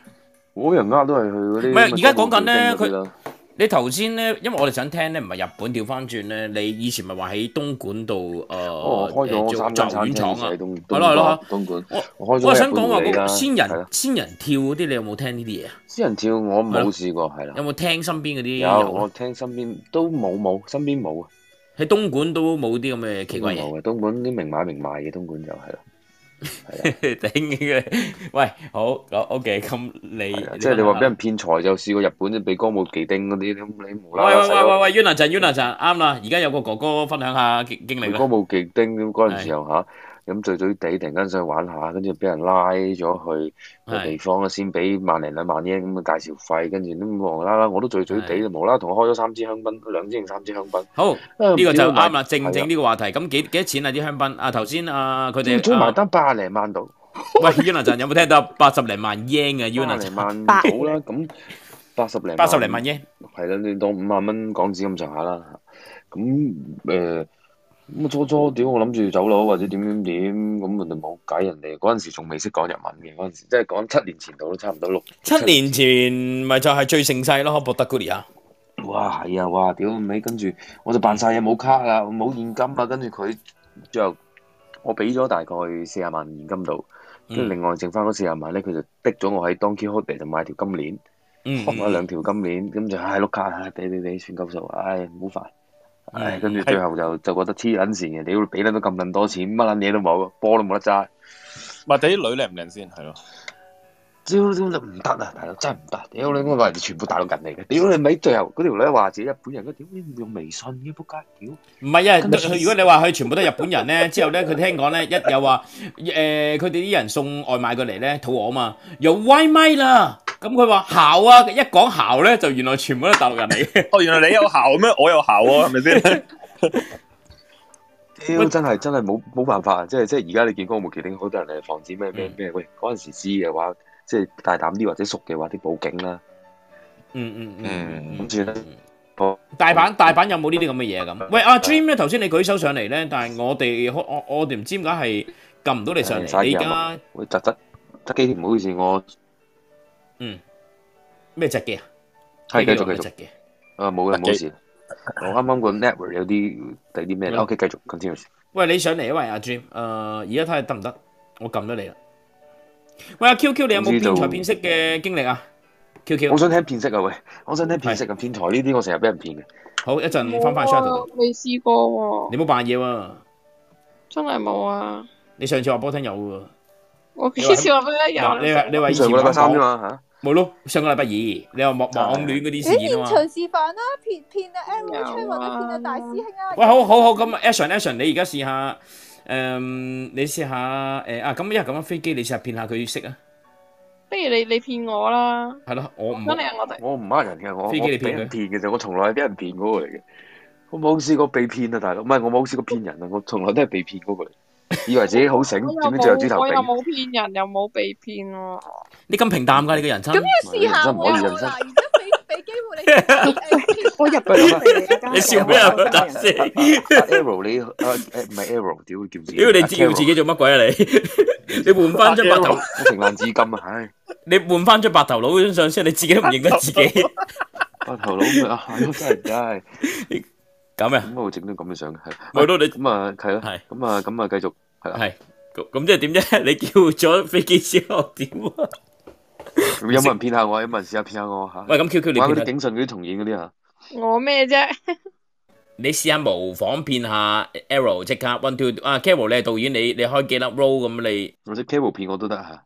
Speaker 22: 我人呃都係去嗰啲
Speaker 1: 唔係
Speaker 22: 咩
Speaker 1: 而家
Speaker 22: 歌舞
Speaker 1: 講緊咧
Speaker 22: 伎町嗰啲
Speaker 1: 佢
Speaker 22: 啦
Speaker 1: 你頭先咧，因為我哋想聽咧，唔係日本調翻轉咧，你以前咪話喺東莞度誒，
Speaker 22: 哦，我開
Speaker 1: 誒
Speaker 22: 咗
Speaker 1: 呃做
Speaker 22: 三間
Speaker 1: 做牛
Speaker 22: 餐
Speaker 1: 丸
Speaker 22: 廳
Speaker 1: 廠
Speaker 22: 就
Speaker 1: 啊，
Speaker 22: 喺東
Speaker 1: 係咯係咯
Speaker 22: 東。莞，東莞。
Speaker 1: 我
Speaker 22: 我開
Speaker 1: 係
Speaker 22: 咗
Speaker 1: 想
Speaker 22: 日本
Speaker 1: 講
Speaker 22: 料
Speaker 1: 話
Speaker 22: 理
Speaker 1: 嗰個
Speaker 22: 啦，
Speaker 1: 仙
Speaker 22: 係啊啦
Speaker 1: 人仙人跳嗰啲，你有冇聽呢啲嘢啊？
Speaker 22: 仙人跳我
Speaker 1: 係
Speaker 22: 冇
Speaker 1: 咯
Speaker 22: 試過，係啦。
Speaker 1: 有冇聽身邊嗰啲
Speaker 22: 有，
Speaker 1: 有
Speaker 22: 我
Speaker 1: 啊？
Speaker 22: 聽身邊都冇冇，身邊冇啊。
Speaker 1: 喺東莞都冇啲咁嘅奇怪嘢。
Speaker 22: 冇嘅，東莞啲明買明賣嘅，東莞就係啦。
Speaker 1: 頂嘅，喂，好，OK，咁你
Speaker 22: 即係你話俾
Speaker 1: 分享下
Speaker 22: 人騙財就試過日本，即係俾歌舞伎町嗰啲，咁你無啦
Speaker 1: 喂
Speaker 22: 啦
Speaker 1: 喂喂
Speaker 22: 細
Speaker 1: 喂啊
Speaker 22: 佬
Speaker 1: 喂，Yuna 陣 Yuna 陣啱啦，而家有個哥哥分享下經經歷
Speaker 22: 去
Speaker 1: 啦
Speaker 22: 歌。舞伎町咁嗰陣時候嚇，咁醉醉地突然間想去玩下，跟住俾人拉咗去個
Speaker 1: 係
Speaker 22: 地方先俾萬零兩萬英咁嘅介紹費，跟住都無啦啦我都醉醉地，無啦啦同我開咗三支香檳，兩支定三支香檳。
Speaker 1: 好，
Speaker 22: 啊唔啊
Speaker 1: 呢個
Speaker 22: 知
Speaker 1: 就
Speaker 22: 點解
Speaker 1: 啱啦，
Speaker 22: 買
Speaker 1: 正正呢個話題。咁幾幾多錢啊？啲香檳啊，頭先啊，佢
Speaker 22: 朝
Speaker 1: 哋
Speaker 22: 早埋
Speaker 1: 啊，
Speaker 22: 單百零萬度。
Speaker 1: 喂 u n a 陣有冇聽到八十零萬 yen 啊 u n a
Speaker 22: 百零萬
Speaker 1: 陣
Speaker 22: 到啦，咁八十零
Speaker 1: 八十零萬 yen，
Speaker 22: 係啦，你當五萬蚊港紙咁上下啦。咁誒咁啊初初屌我諗住走佬或者點點點，咁人哋冇計，人哋嗰陣時仲未識講日文嘅，嗰陣時即係講七年前度都差唔多六
Speaker 1: 七年前咪就係最盛世咯，博德古利亞。
Speaker 22: 哇，係啊，哇，屌尾，跟住我就扮晒嘢冇卡啦，冇現金啊，跟住佢最後我俾咗大概四十萬現金度，跟住
Speaker 1: 嗯
Speaker 22: 另外剩翻嗰四十萬咧，佢就滴咗我喺 Donkey Hole 就買條金鏈，
Speaker 1: 嗯
Speaker 22: 放咗兩條金鏈，咁就唉碌卡，唉俾俾俾算鳩數，唉唔好煩。唉，
Speaker 1: 嗯
Speaker 22: 跟住
Speaker 1: 係
Speaker 22: 最後就就覺得黐撚線嘅，屌俾得都咁撚多錢，乜撚嘢都冇，波都冇得揸。
Speaker 20: 或者啲女靚唔靚先 係咯？
Speaker 22: 屌屌唔得啊，大佬真係唔得，屌你我話人哋全部大陸人嚟嘅，屌你咪最後嗰條女話自己日本人，佢屌你用微信嘅仆街，屌！
Speaker 1: 唔係啊！佢如果你話佢全部都係日本人咧，之後咧佢聽講咧一有話誒，呃佢哋啲人送外賣過嚟咧，肚餓啊嘛，有威咪啦。咁佢話姣啊，一講姣咧就原來全部都係大陸人嚟嘅。
Speaker 20: 哦，原來你有姣咩？我有姣喎，係
Speaker 1: 啊
Speaker 20: 咪先？
Speaker 22: 屌真係真係冇冇辦法，啊即係即係而家你見歌舞伎町好多人誒防止咩咩咩，喂嗰陣時知嘅話，即係大膽啲或者熟嘅話，啲報警啦。
Speaker 1: 嗯嗯
Speaker 22: 嗯，咁算啦。
Speaker 1: 大
Speaker 22: 嗯
Speaker 1: 阪大阪有冇呢啲咁嘅嘢咁？喂，阿 Dream 咧，頭先你舉手上嚟咧，但係我哋我我我哋唔知點解係撳唔到你上
Speaker 22: 嗯
Speaker 1: 嚟。你而家
Speaker 22: 喂窒窒窒機，唔好意思，我
Speaker 1: 嗯咩隻嘅啊？
Speaker 22: 係繼
Speaker 1: 呢度
Speaker 22: 續
Speaker 1: 有
Speaker 22: 繼
Speaker 1: 隻
Speaker 22: 續
Speaker 1: 嘅。
Speaker 22: 啊冇啦冇事，我啱啱個 network 有啲第啲咩
Speaker 1: 嗯
Speaker 22: ？OK 繼續 continue。
Speaker 1: 喂，你上嚟啊，喂，阿 Dream，誒、而家睇下得唔得？我撳咗你啦。喂，阿 QQ，你有冇
Speaker 22: 唔知道
Speaker 1: 變財變色嘅經歷啊？QQ，
Speaker 22: 我想聽片色啊喂，我想聽片色啊，片台呢啲我成日俾人騙嘅。
Speaker 1: 好一
Speaker 21: 啊
Speaker 1: 陣翻返 s h a d o 度，
Speaker 21: 未試過喎，
Speaker 1: 你冇扮嘢喎。
Speaker 21: 真係冇啊！
Speaker 1: 你上次話波聽有喎。
Speaker 21: 我幾時話俾你有
Speaker 1: 嗱，你話你話以前
Speaker 22: 上個禮拜三
Speaker 1: 玩
Speaker 22: 啫
Speaker 1: 網
Speaker 22: 嘛
Speaker 1: 冇咯，上個禮拜二，你話網網戀嗰啲事
Speaker 14: 誒
Speaker 1: 件啊
Speaker 14: 現
Speaker 1: 嘛。
Speaker 14: 場示範啦，騙騙啊 Aaron Chan 或者騙啊大師兄啊。
Speaker 1: 喂，好好好，咁 action action，你而家試下，誒、你試下，誒、啊，咁因為咁樣飛機，你試下騙下佢識啊，
Speaker 21: 不如你你騙我啦，
Speaker 1: 係咯，我唔
Speaker 21: 真係我哋
Speaker 22: 我唔呃人嘅，我我
Speaker 1: 飛機
Speaker 22: 俾
Speaker 1: 你騙佢
Speaker 22: 人騙嘅啫，我從來係俾人騙嗰個嚟嘅。我冇試過被騙啊，大佬，唔係我冇試過騙人啊，我從來都係被騙嗰個嚟，以為自己好醒，
Speaker 21: 我又
Speaker 22: 點知最後豬頭
Speaker 21: 冇我又
Speaker 22: 炳。
Speaker 21: 冇騙人，又冇被騙喎。
Speaker 1: 你咁平淡㗎，你個人生。
Speaker 21: 咁要試下
Speaker 22: 真唔可以
Speaker 21: 喎
Speaker 22: 人生。
Speaker 19: 我入
Speaker 22: 不如
Speaker 19: 邊
Speaker 1: 你笑咩啊？得先，
Speaker 22: Arrow 你啊誒唔係 Arrow，屌叫自己。
Speaker 1: 屌你叫自己做乜鬼啊你？你 換翻張白頭，
Speaker 22: 我情難至今啊，唉，
Speaker 1: 你換翻張白頭佬張相先，你自己都唔認得自己。
Speaker 22: 白頭佬咪啊，係咯， 真係真係。
Speaker 1: 咁啊？
Speaker 22: 點解會整到咁嘅相嘅？係。
Speaker 1: 咪咯，你
Speaker 22: 咁啊，係咯，係。咁啊，咁啊，繼續係啦。
Speaker 1: 係。咁咁即係點 啫？你叫咗飛機之後點啊？
Speaker 22: 有冇人騙下我？有冇人試下騙下我嚇？
Speaker 1: 喂咁 QQ 你
Speaker 22: 玩嗰
Speaker 1: 騙下
Speaker 22: 啲警訊嗰啲重演嗰啲啊？
Speaker 21: 我咩啫？
Speaker 1: 你試下模仿騙下 Arrow 即刻 one two à, 啊 Carol 你係導演，你你開幾粒 roll 咁你？
Speaker 22: 或者 Carol 騙我都得嚇。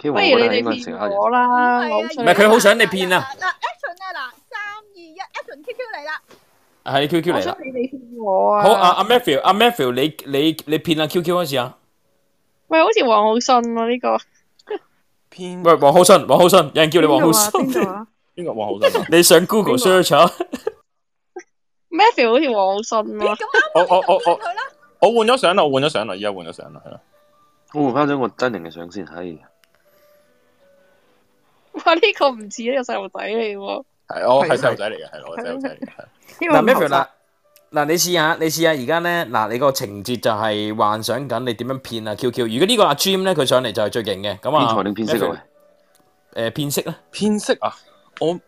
Speaker 22: Carol
Speaker 21: 不
Speaker 22: 我
Speaker 21: 如
Speaker 22: 覺得
Speaker 21: 你
Speaker 22: 應該成
Speaker 21: 哋騙
Speaker 22: 日呃人。
Speaker 21: 我啦，我好
Speaker 1: 唔
Speaker 21: 想
Speaker 1: 係佢好想你騙啊，
Speaker 14: 嗱 action 啊嗱，三二一 action QQ 嚟啦！
Speaker 1: 係 QQ
Speaker 21: 我
Speaker 1: 嚟
Speaker 21: 想
Speaker 1: 啦。
Speaker 21: 你哋騙我啊。
Speaker 1: 好啊，阿 à, Matthew，阿 Matthew，你你你騙下 QQ 開始啊！
Speaker 21: 喂，好似黃浩信喎呢個。
Speaker 1: 喂，黃浩信，黃浩信，有人叫你黃浩信，
Speaker 21: 邊度 啊？
Speaker 20: 邊個黃浩信啊？
Speaker 1: 你上 Google search 啊
Speaker 21: Matthew 好似黃浩信喎。
Speaker 20: 我我我我我換咗相啦，我換咗相啦，而家換咗相啦，係啦。
Speaker 22: 我換翻張我真人嘅相先，係。
Speaker 21: 哇，呢個唔似呢個細路仔嚟喎。
Speaker 20: 係我係細路仔嚟嘅，係我係細路仔嚟嘅。
Speaker 1: 嗱，Matthew 嗱，嗱你試下，你試下而家咧，嗱你個情節就係幻想緊你點樣騙啊 QQ。如果呢個阿 Jim 咧，佢上嚟就係最勁嘅。咁啊，
Speaker 22: 騙財定騙色啊？
Speaker 1: 誒騙色啦，
Speaker 20: 騙色啊！我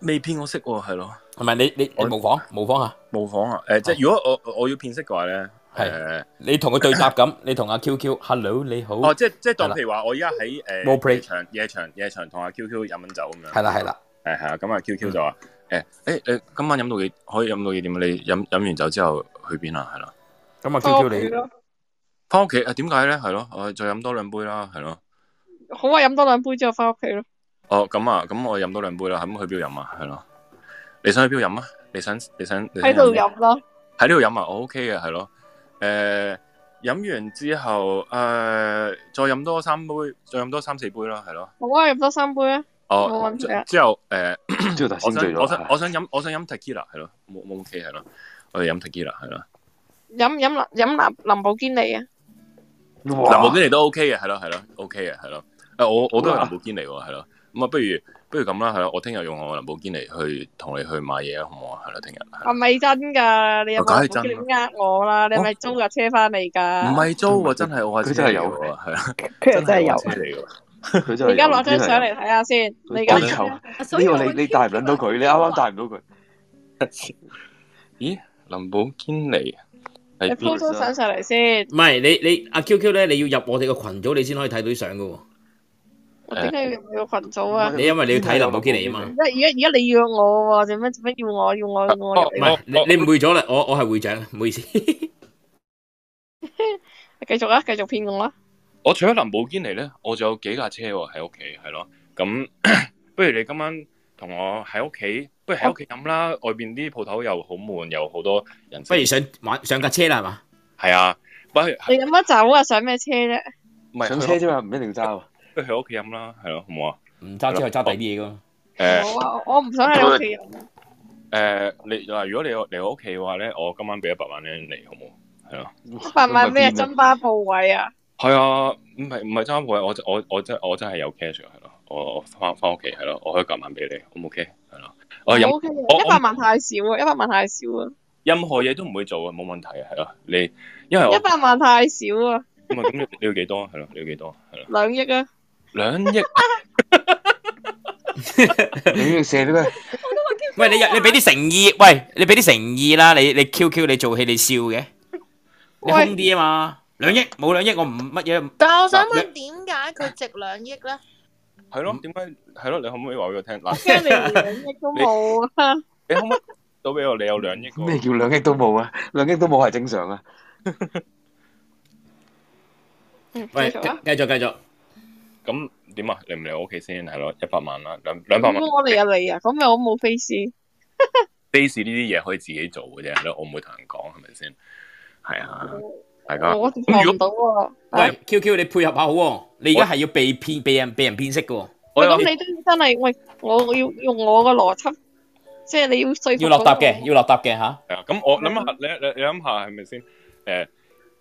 Speaker 20: 未騙我色喎，係咯。
Speaker 1: 係咪你你你模仿模仿下？
Speaker 20: 模仿啊！誒，即係如果我我要騙色嘅話咧，
Speaker 1: 係你同佢對答咁， 你同阿 QQ，hello 你好。
Speaker 20: 哦，即係即係當
Speaker 1: 係啦
Speaker 20: 譬如話，我而家喺誒
Speaker 1: No break
Speaker 20: 夜場夜場夜場同阿 QQ 飲緊酒咁樣。
Speaker 1: 係啦係啦。嗯
Speaker 20: 係係啊，咁啊 QQ 就話誒誒你今晚飲到幾可以飲到幾點啊？你飲飲完酒之後去邊啊？係啦。
Speaker 1: 咁啊
Speaker 21: 翻屋企咯，
Speaker 20: 翻屋企啊？點解咧？係咯，我再飲多兩杯啦，係咯。
Speaker 21: 好啊，飲多兩杯之後翻屋企咯。
Speaker 20: 哦，咁啊，咁我飲多兩杯啦，咁去邊度飲啊？係咯。你想去邊度飲啊？你想你想你想
Speaker 21: 喺度
Speaker 20: 咩
Speaker 21: 飲啦。
Speaker 20: 喺呢度飲啊，我 OK 嘅，係咯。誒、飲完之後，誒、再飲多三杯，再飲多三四杯啦，係咯。
Speaker 21: 好啊，飲多三杯啊。
Speaker 20: 哦
Speaker 21: 冇問，題
Speaker 20: 之
Speaker 21: 啊。
Speaker 20: 之後誒，
Speaker 22: 之後頭
Speaker 20: 我
Speaker 22: 先
Speaker 20: 想
Speaker 22: 醉咗
Speaker 20: 我想我想飲我想飲 tequila 係咯，冇冇 OK 係咯，我哋飲 tequila 係咯，
Speaker 21: 飲飲林飲林林寶堅尼啊。
Speaker 20: 林寶堅尼都 OK 嘅係咯係咯 OK 嘅係咯，誒我我都有林寶堅尼喎係咯，咁啊不如不如咁啦係咯，我聽日用我林寶堅尼去同你去買嘢啦好唔好啊係咯聽日，
Speaker 4: À,
Speaker 21: 係咪真噶？你有
Speaker 20: 梗
Speaker 21: 冇
Speaker 20: 係
Speaker 21: 林寶堅
Speaker 20: 真
Speaker 21: 尼呃我啦？你係咪租架車翻嚟噶？
Speaker 4: 啊
Speaker 20: 唔係租喎真係我架
Speaker 22: 佢
Speaker 20: 車
Speaker 22: 真係
Speaker 20: 嚟
Speaker 22: 有
Speaker 20: 嘅喎係啊，
Speaker 19: 佢真係有
Speaker 20: 我架車嚟嘅喎。
Speaker 22: 佢真
Speaker 21: 你
Speaker 22: 係
Speaker 21: 而家攞張
Speaker 22: 真係
Speaker 21: 相嚟睇下先。你而
Speaker 22: 我
Speaker 21: 家
Speaker 22: 有啊呢個你你帶唔撚到佢，你
Speaker 21: 啊
Speaker 22: 啱啱帶唔到佢。
Speaker 20: 咦，林寶堅尼
Speaker 21: 你 po 張
Speaker 4: 啊
Speaker 21: 相上嚟先。
Speaker 1: 唔係你你阿 QQ 咧，你要入我哋個群組，你先可以睇到啲相噶喎。
Speaker 24: 我點解要用你個群組啊？
Speaker 1: 你因為你要睇林寶堅尼啊嘛。
Speaker 24: 而家而家而家你要我喎，做咩做咩要我要我要我
Speaker 1: 唔係你你誤會咗啦，我我係會長，唔好意思。
Speaker 24: 繼續啊，繼續騙我啦。
Speaker 20: 我除咗林寶堅尼咧，我仲有幾架車喎喺屋企，係咯。咁 不如你今晚同我喺屋企，不如喺屋企飲啦。外邊啲鋪頭又好悶，又好多人。
Speaker 1: 不如上玩上架車啦，係嘛？
Speaker 20: 係啊，不如
Speaker 24: 你飲乜酒啊？上咩車啫？
Speaker 20: 唔係
Speaker 22: 上車啫嘛，唔一定揸喎。
Speaker 20: 不如去屋企飲啦，係咯，好唔好啊？
Speaker 1: 唔揸車去揸第啲嘢噶。
Speaker 20: 誒
Speaker 24: 我啊，我唔想喺你屋企飲。
Speaker 20: 誒，你嗱，如果你嚟我屋企嘅話咧，我今晚俾一百萬咧你，好唔好？係咯。
Speaker 24: 一百萬咩？珍巴部位啊？
Speaker 20: 係啊，唔係唔係爭鋪，我我我真我真係有 cash 係咯，我我翻翻屋企係咯，我可以夾萬俾你，O 唔 OK 係咯，我任
Speaker 24: O K 一百萬太少啊，一百萬太少啊，
Speaker 20: 任何嘢都唔會做啊，冇問題啊，係咯，你因為我
Speaker 24: 一百萬太少啊，
Speaker 20: 咁啊咁你你要幾多係咯，你要幾多係咯，
Speaker 24: 兩億啊，
Speaker 20: 兩 億
Speaker 22: 兩億射啲咩？
Speaker 1: 喂，你你俾啲誠意，喂，你俾啲誠意啦，你你 Q Q 你做戲你笑嘅，你空啲啊嘛。兩億冇兩億，我唔乜嘢。
Speaker 12: 但係我想問點解佢值兩億咧？
Speaker 20: 係咯，點解係咯？你可唔可以話俾我聽？
Speaker 24: 嗱，你兩億都冇啊！
Speaker 20: 你可唔可以到俾我？你有兩億？
Speaker 22: 咩叫兩億都冇啊？兩億都冇係正常啊。
Speaker 1: 喂，
Speaker 24: 啊
Speaker 1: 繼續繼續。
Speaker 20: 咁點啊？嚟唔嚟我屋企先？係咯，一百萬啦，兩兩百萬。
Speaker 24: 我嚟啊嚟啊！咁咪我冇 face。
Speaker 20: face 呢啲嘢可以自己做嘅啫，係咯，我唔會同人講，係咪先？係啊。大家
Speaker 24: 我接受唔到喎。
Speaker 1: 喂，Q Q，你配合下好喎，你而家係要被騙、被人、被人騙色嘅喎。
Speaker 24: 喂，咁你都真係喂，我要用我個邏輯，即係你要說服。
Speaker 1: 要落搭嘅，要落搭嘅吓。
Speaker 20: 係啊，咁我諗下，你你你諗下係咪先？誒，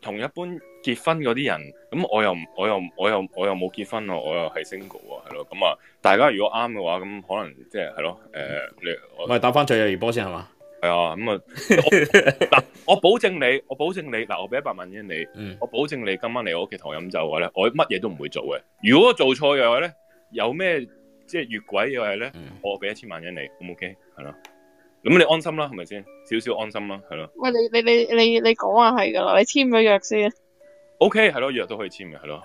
Speaker 20: 同一般結婚嗰啲人，咁我又唔，我又我又我又冇結婚喎，我又係 single 喎，係咯。咁啊，大家如果啱嘅話，咁可能即係係咯，誒，你
Speaker 1: 我係打翻最友誼波先係嘛？
Speaker 20: 係啊， 咁啊，嗱，我保證你，我保證你，嗱，我俾一百萬蚊
Speaker 1: 嗯
Speaker 20: 你，我保證你今晚嚟我屋企同我飲酒嘅話咧，我乜嘢都唔會做嘅。如果我做錯嘅話咧，有咩即係越軌嘅話咧，
Speaker 1: 嗯
Speaker 20: 我俾一千萬蚊你，O 唔 OK？係咯，咁你安心啦，係咪先？少少安心啦，係咯。
Speaker 24: 喂，你你你你你講下係噶啦，你簽咗約先。
Speaker 20: OK，係咯，約都可以簽嘅，係咯。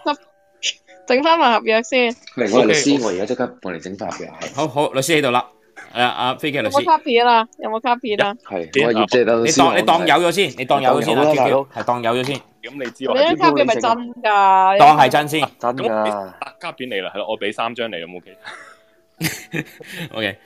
Speaker 24: 整翻埋合約先。
Speaker 22: 嚟，我係律師，我而家即刻幫你整啊翻合約。
Speaker 1: 好好，律師喺度啦。誒，阿飛機律
Speaker 24: 師有冇卡片啊？有冇卡片啊？
Speaker 22: 係，我係葉姐律
Speaker 1: 師。你當你當有咗先，啊你當有咗先啦，係當有咗先。
Speaker 20: 咁你知
Speaker 24: 我張卡片咪真
Speaker 11: 啊
Speaker 24: 噶？
Speaker 1: 當係真先，
Speaker 22: 真噶。
Speaker 20: 卡片嚟啦，係咯，我俾三張你咁 OK。
Speaker 1: OK，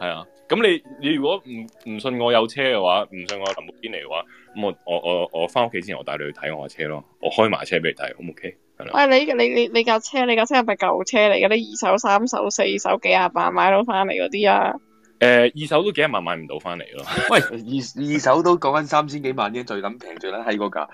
Speaker 20: 係啊。咁你你如果唔唔信我有車嘅話，唔信我林寶堅尼嘅話，咁我我我我翻屋企之前，我帶你去睇我車咯，我開埋車俾你睇，好唔 OK？
Speaker 24: 喂，你你你你架車，你架車係咪舊車嚟嘅？啲二手、三手、四手幾廿萬買到翻嚟嗰啲啊？
Speaker 20: 誒，呃二手都幾廿萬買唔到翻嚟咯。
Speaker 1: 喂，
Speaker 22: 二二手都講緊三千幾萬已經最撚平最撚閪嗰價。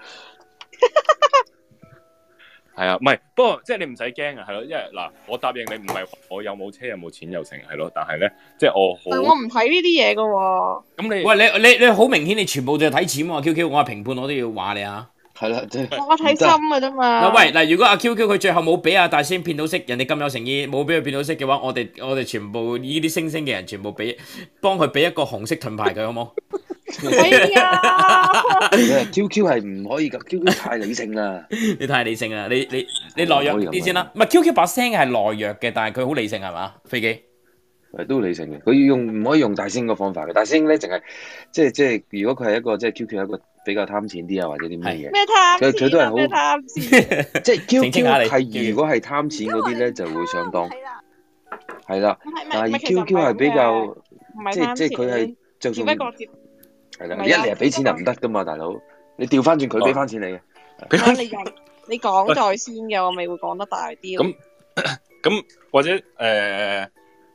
Speaker 20: 係啊，唔係，不過即係你唔使驚啊，係咯，因為嗱，我答應你唔係我有冇車有冇錢有成係咯，但係咧，即係我好。
Speaker 24: 我唔睇呢啲嘢噶喎。
Speaker 20: 咁你
Speaker 1: 喂，你你你好明顯你全部就睇錢喎，Q Q，我係評判我都要話你啊。
Speaker 22: 係啦，即係
Speaker 24: 我睇心啊嘅啫嘛。
Speaker 1: 嗱喂，嗱如果阿 QQ 佢最後冇俾阿大仙騙到息，人哋咁有誠意冇俾佢騙到息嘅話，我哋我哋全部呢啲星星嘅人全部俾幫佢俾一個紅色盾牌佢好冇？
Speaker 24: 係啊
Speaker 22: ，QQ 係唔可以咁，QQ 太理性啦。
Speaker 1: 你太理性啦，你你你懦弱啲先啦。唔係 QQ 把聲係懦弱嘅，但係佢好理性係嘛？飛機。
Speaker 22: 誒 都理性嘅，佢要用唔可以用大師兄嘅方法嘅。大師兄咧，淨係即係即係，如果佢係一個即係 QQ 一個比較貪錢啲啊，或者啲乜嘢，
Speaker 24: 咩貪
Speaker 22: 佢佢都
Speaker 24: 錢
Speaker 22: 係
Speaker 24: 啊？
Speaker 22: 好
Speaker 24: 咩貪錢？
Speaker 22: 即係 QQ
Speaker 1: 澄清下你
Speaker 22: 係如果係貪錢嗰啲咧，就會上當。係啦，但
Speaker 24: 唔係
Speaker 22: 係
Speaker 24: 其實唔係
Speaker 22: QQ 係比較
Speaker 24: 唔係
Speaker 22: 即係
Speaker 24: 貪
Speaker 22: 即
Speaker 24: 錢
Speaker 22: 係佢係着
Speaker 24: 只
Speaker 22: 重
Speaker 24: 不過接
Speaker 22: 係啦
Speaker 24: 唔，係
Speaker 22: 一
Speaker 24: 啊
Speaker 22: 嚟係俾錢就唔得噶嘛，大佬。你調翻轉佢
Speaker 1: 哦
Speaker 22: 俾翻錢你嘅，
Speaker 24: 啊你人你講在先嘅，我咪會講得大啲咯。
Speaker 20: 咁咁或者誒呃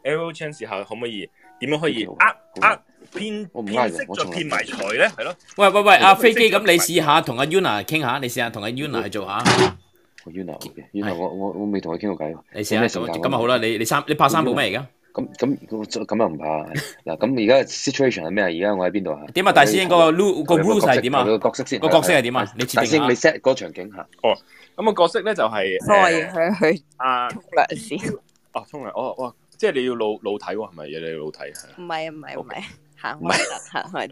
Speaker 20: L O Chance 下可唔可以點樣可以呃呃騙
Speaker 22: 唔
Speaker 20: 騙
Speaker 22: 呃人
Speaker 20: 色
Speaker 22: 我
Speaker 20: 再
Speaker 22: 從來
Speaker 20: 騙埋財咧？係咯。
Speaker 1: 喂喂喂，阿飛機咁你試下同阿 Yuna 傾下，你試下同阿 Yuna 去做下。
Speaker 22: 我 Una 嘅，Una 我我我未同佢傾過偈喎。
Speaker 1: 你試下
Speaker 22: 啊
Speaker 1: 咁咁咪啊好啦，你你三你拍三部咩而家？
Speaker 22: 咁咁咁又唔怕嗱，咁而家 situation 係咩啊？而家我喺邊度啊？
Speaker 1: 點啊？大師兄個 rule 個
Speaker 22: 佢有
Speaker 1: rules
Speaker 22: 角色
Speaker 1: 係點啊？
Speaker 22: 佢個角色先，
Speaker 1: 個角色係點啊？你設
Speaker 22: 大師
Speaker 1: 定下
Speaker 22: 兄，你 set 嗰個場景嚇。
Speaker 20: 哦，咁個角色咧就係誒
Speaker 16: 所以佢去
Speaker 20: 啊
Speaker 16: 沖涼先，
Speaker 20: 啊沖涼哦哇！即係你要老老睇喎，係咪？你要老睇係啊
Speaker 16: 唔係唔係唔係，行開啦，行開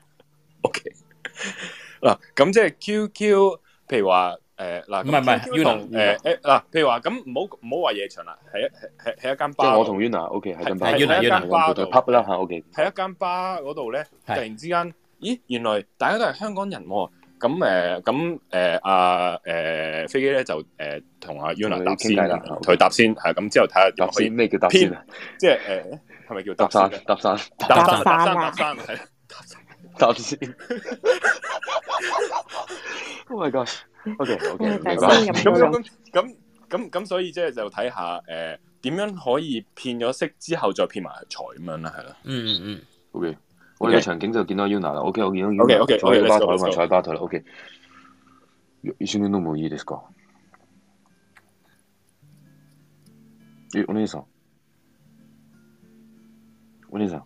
Speaker 16: 啦。
Speaker 20: 嗱，咁即係 QQ，譬如話誒、誒嗱，
Speaker 1: 唔係唔係
Speaker 20: 咁
Speaker 1: Yuna，
Speaker 20: 同誒誒嗱，譬如話咁，唔好唔好話夜場啦，喺喺喺一間
Speaker 22: 即係
Speaker 20: 巴，
Speaker 22: 我同 Yuna，OK，係咁吧
Speaker 20: 係係一間巴度
Speaker 22: pub 啦嚇，OK。
Speaker 20: 喺一間巴嗰度咧，突
Speaker 22: 係
Speaker 20: 然之間，咦，原來大家都係香港人喎、咁誒，呃咁誒啊誒飛機咧就誒同阿 Yuna 搭先
Speaker 22: 傾偈啦
Speaker 20: 同佢搭先係咁之後睇下點
Speaker 22: 搭
Speaker 20: 可以
Speaker 22: 先咩叫搭先啊
Speaker 20: 編？即係誒係咪叫搭
Speaker 22: 搭
Speaker 20: 先
Speaker 22: 訕
Speaker 20: 嘅？
Speaker 22: 搭訕
Speaker 20: 搭
Speaker 22: 搭
Speaker 20: 訕
Speaker 22: 訕
Speaker 20: 搭訕
Speaker 22: 啊
Speaker 20: 搭訕係啦
Speaker 22: 搭先。Oh my Oh god！OK OK，明白。
Speaker 20: 嗯咁咁咁咁咁，所以即係就睇下誒點樣可以騙咗色之後再騙埋財咁樣啦，係啦。
Speaker 1: 嗯嗯
Speaker 22: OK，我哋嘅場景就見到 Yuna 啦。OK，我見到 Yuna
Speaker 20: OK，OK，OK，
Speaker 22: 坐喺
Speaker 20: let's
Speaker 22: 吧台
Speaker 20: go，let's
Speaker 22: 嘛，
Speaker 20: go
Speaker 22: 坐喺吧台啦。OK，一緒に飲もういいですか？え、お姉さん。お姉さん。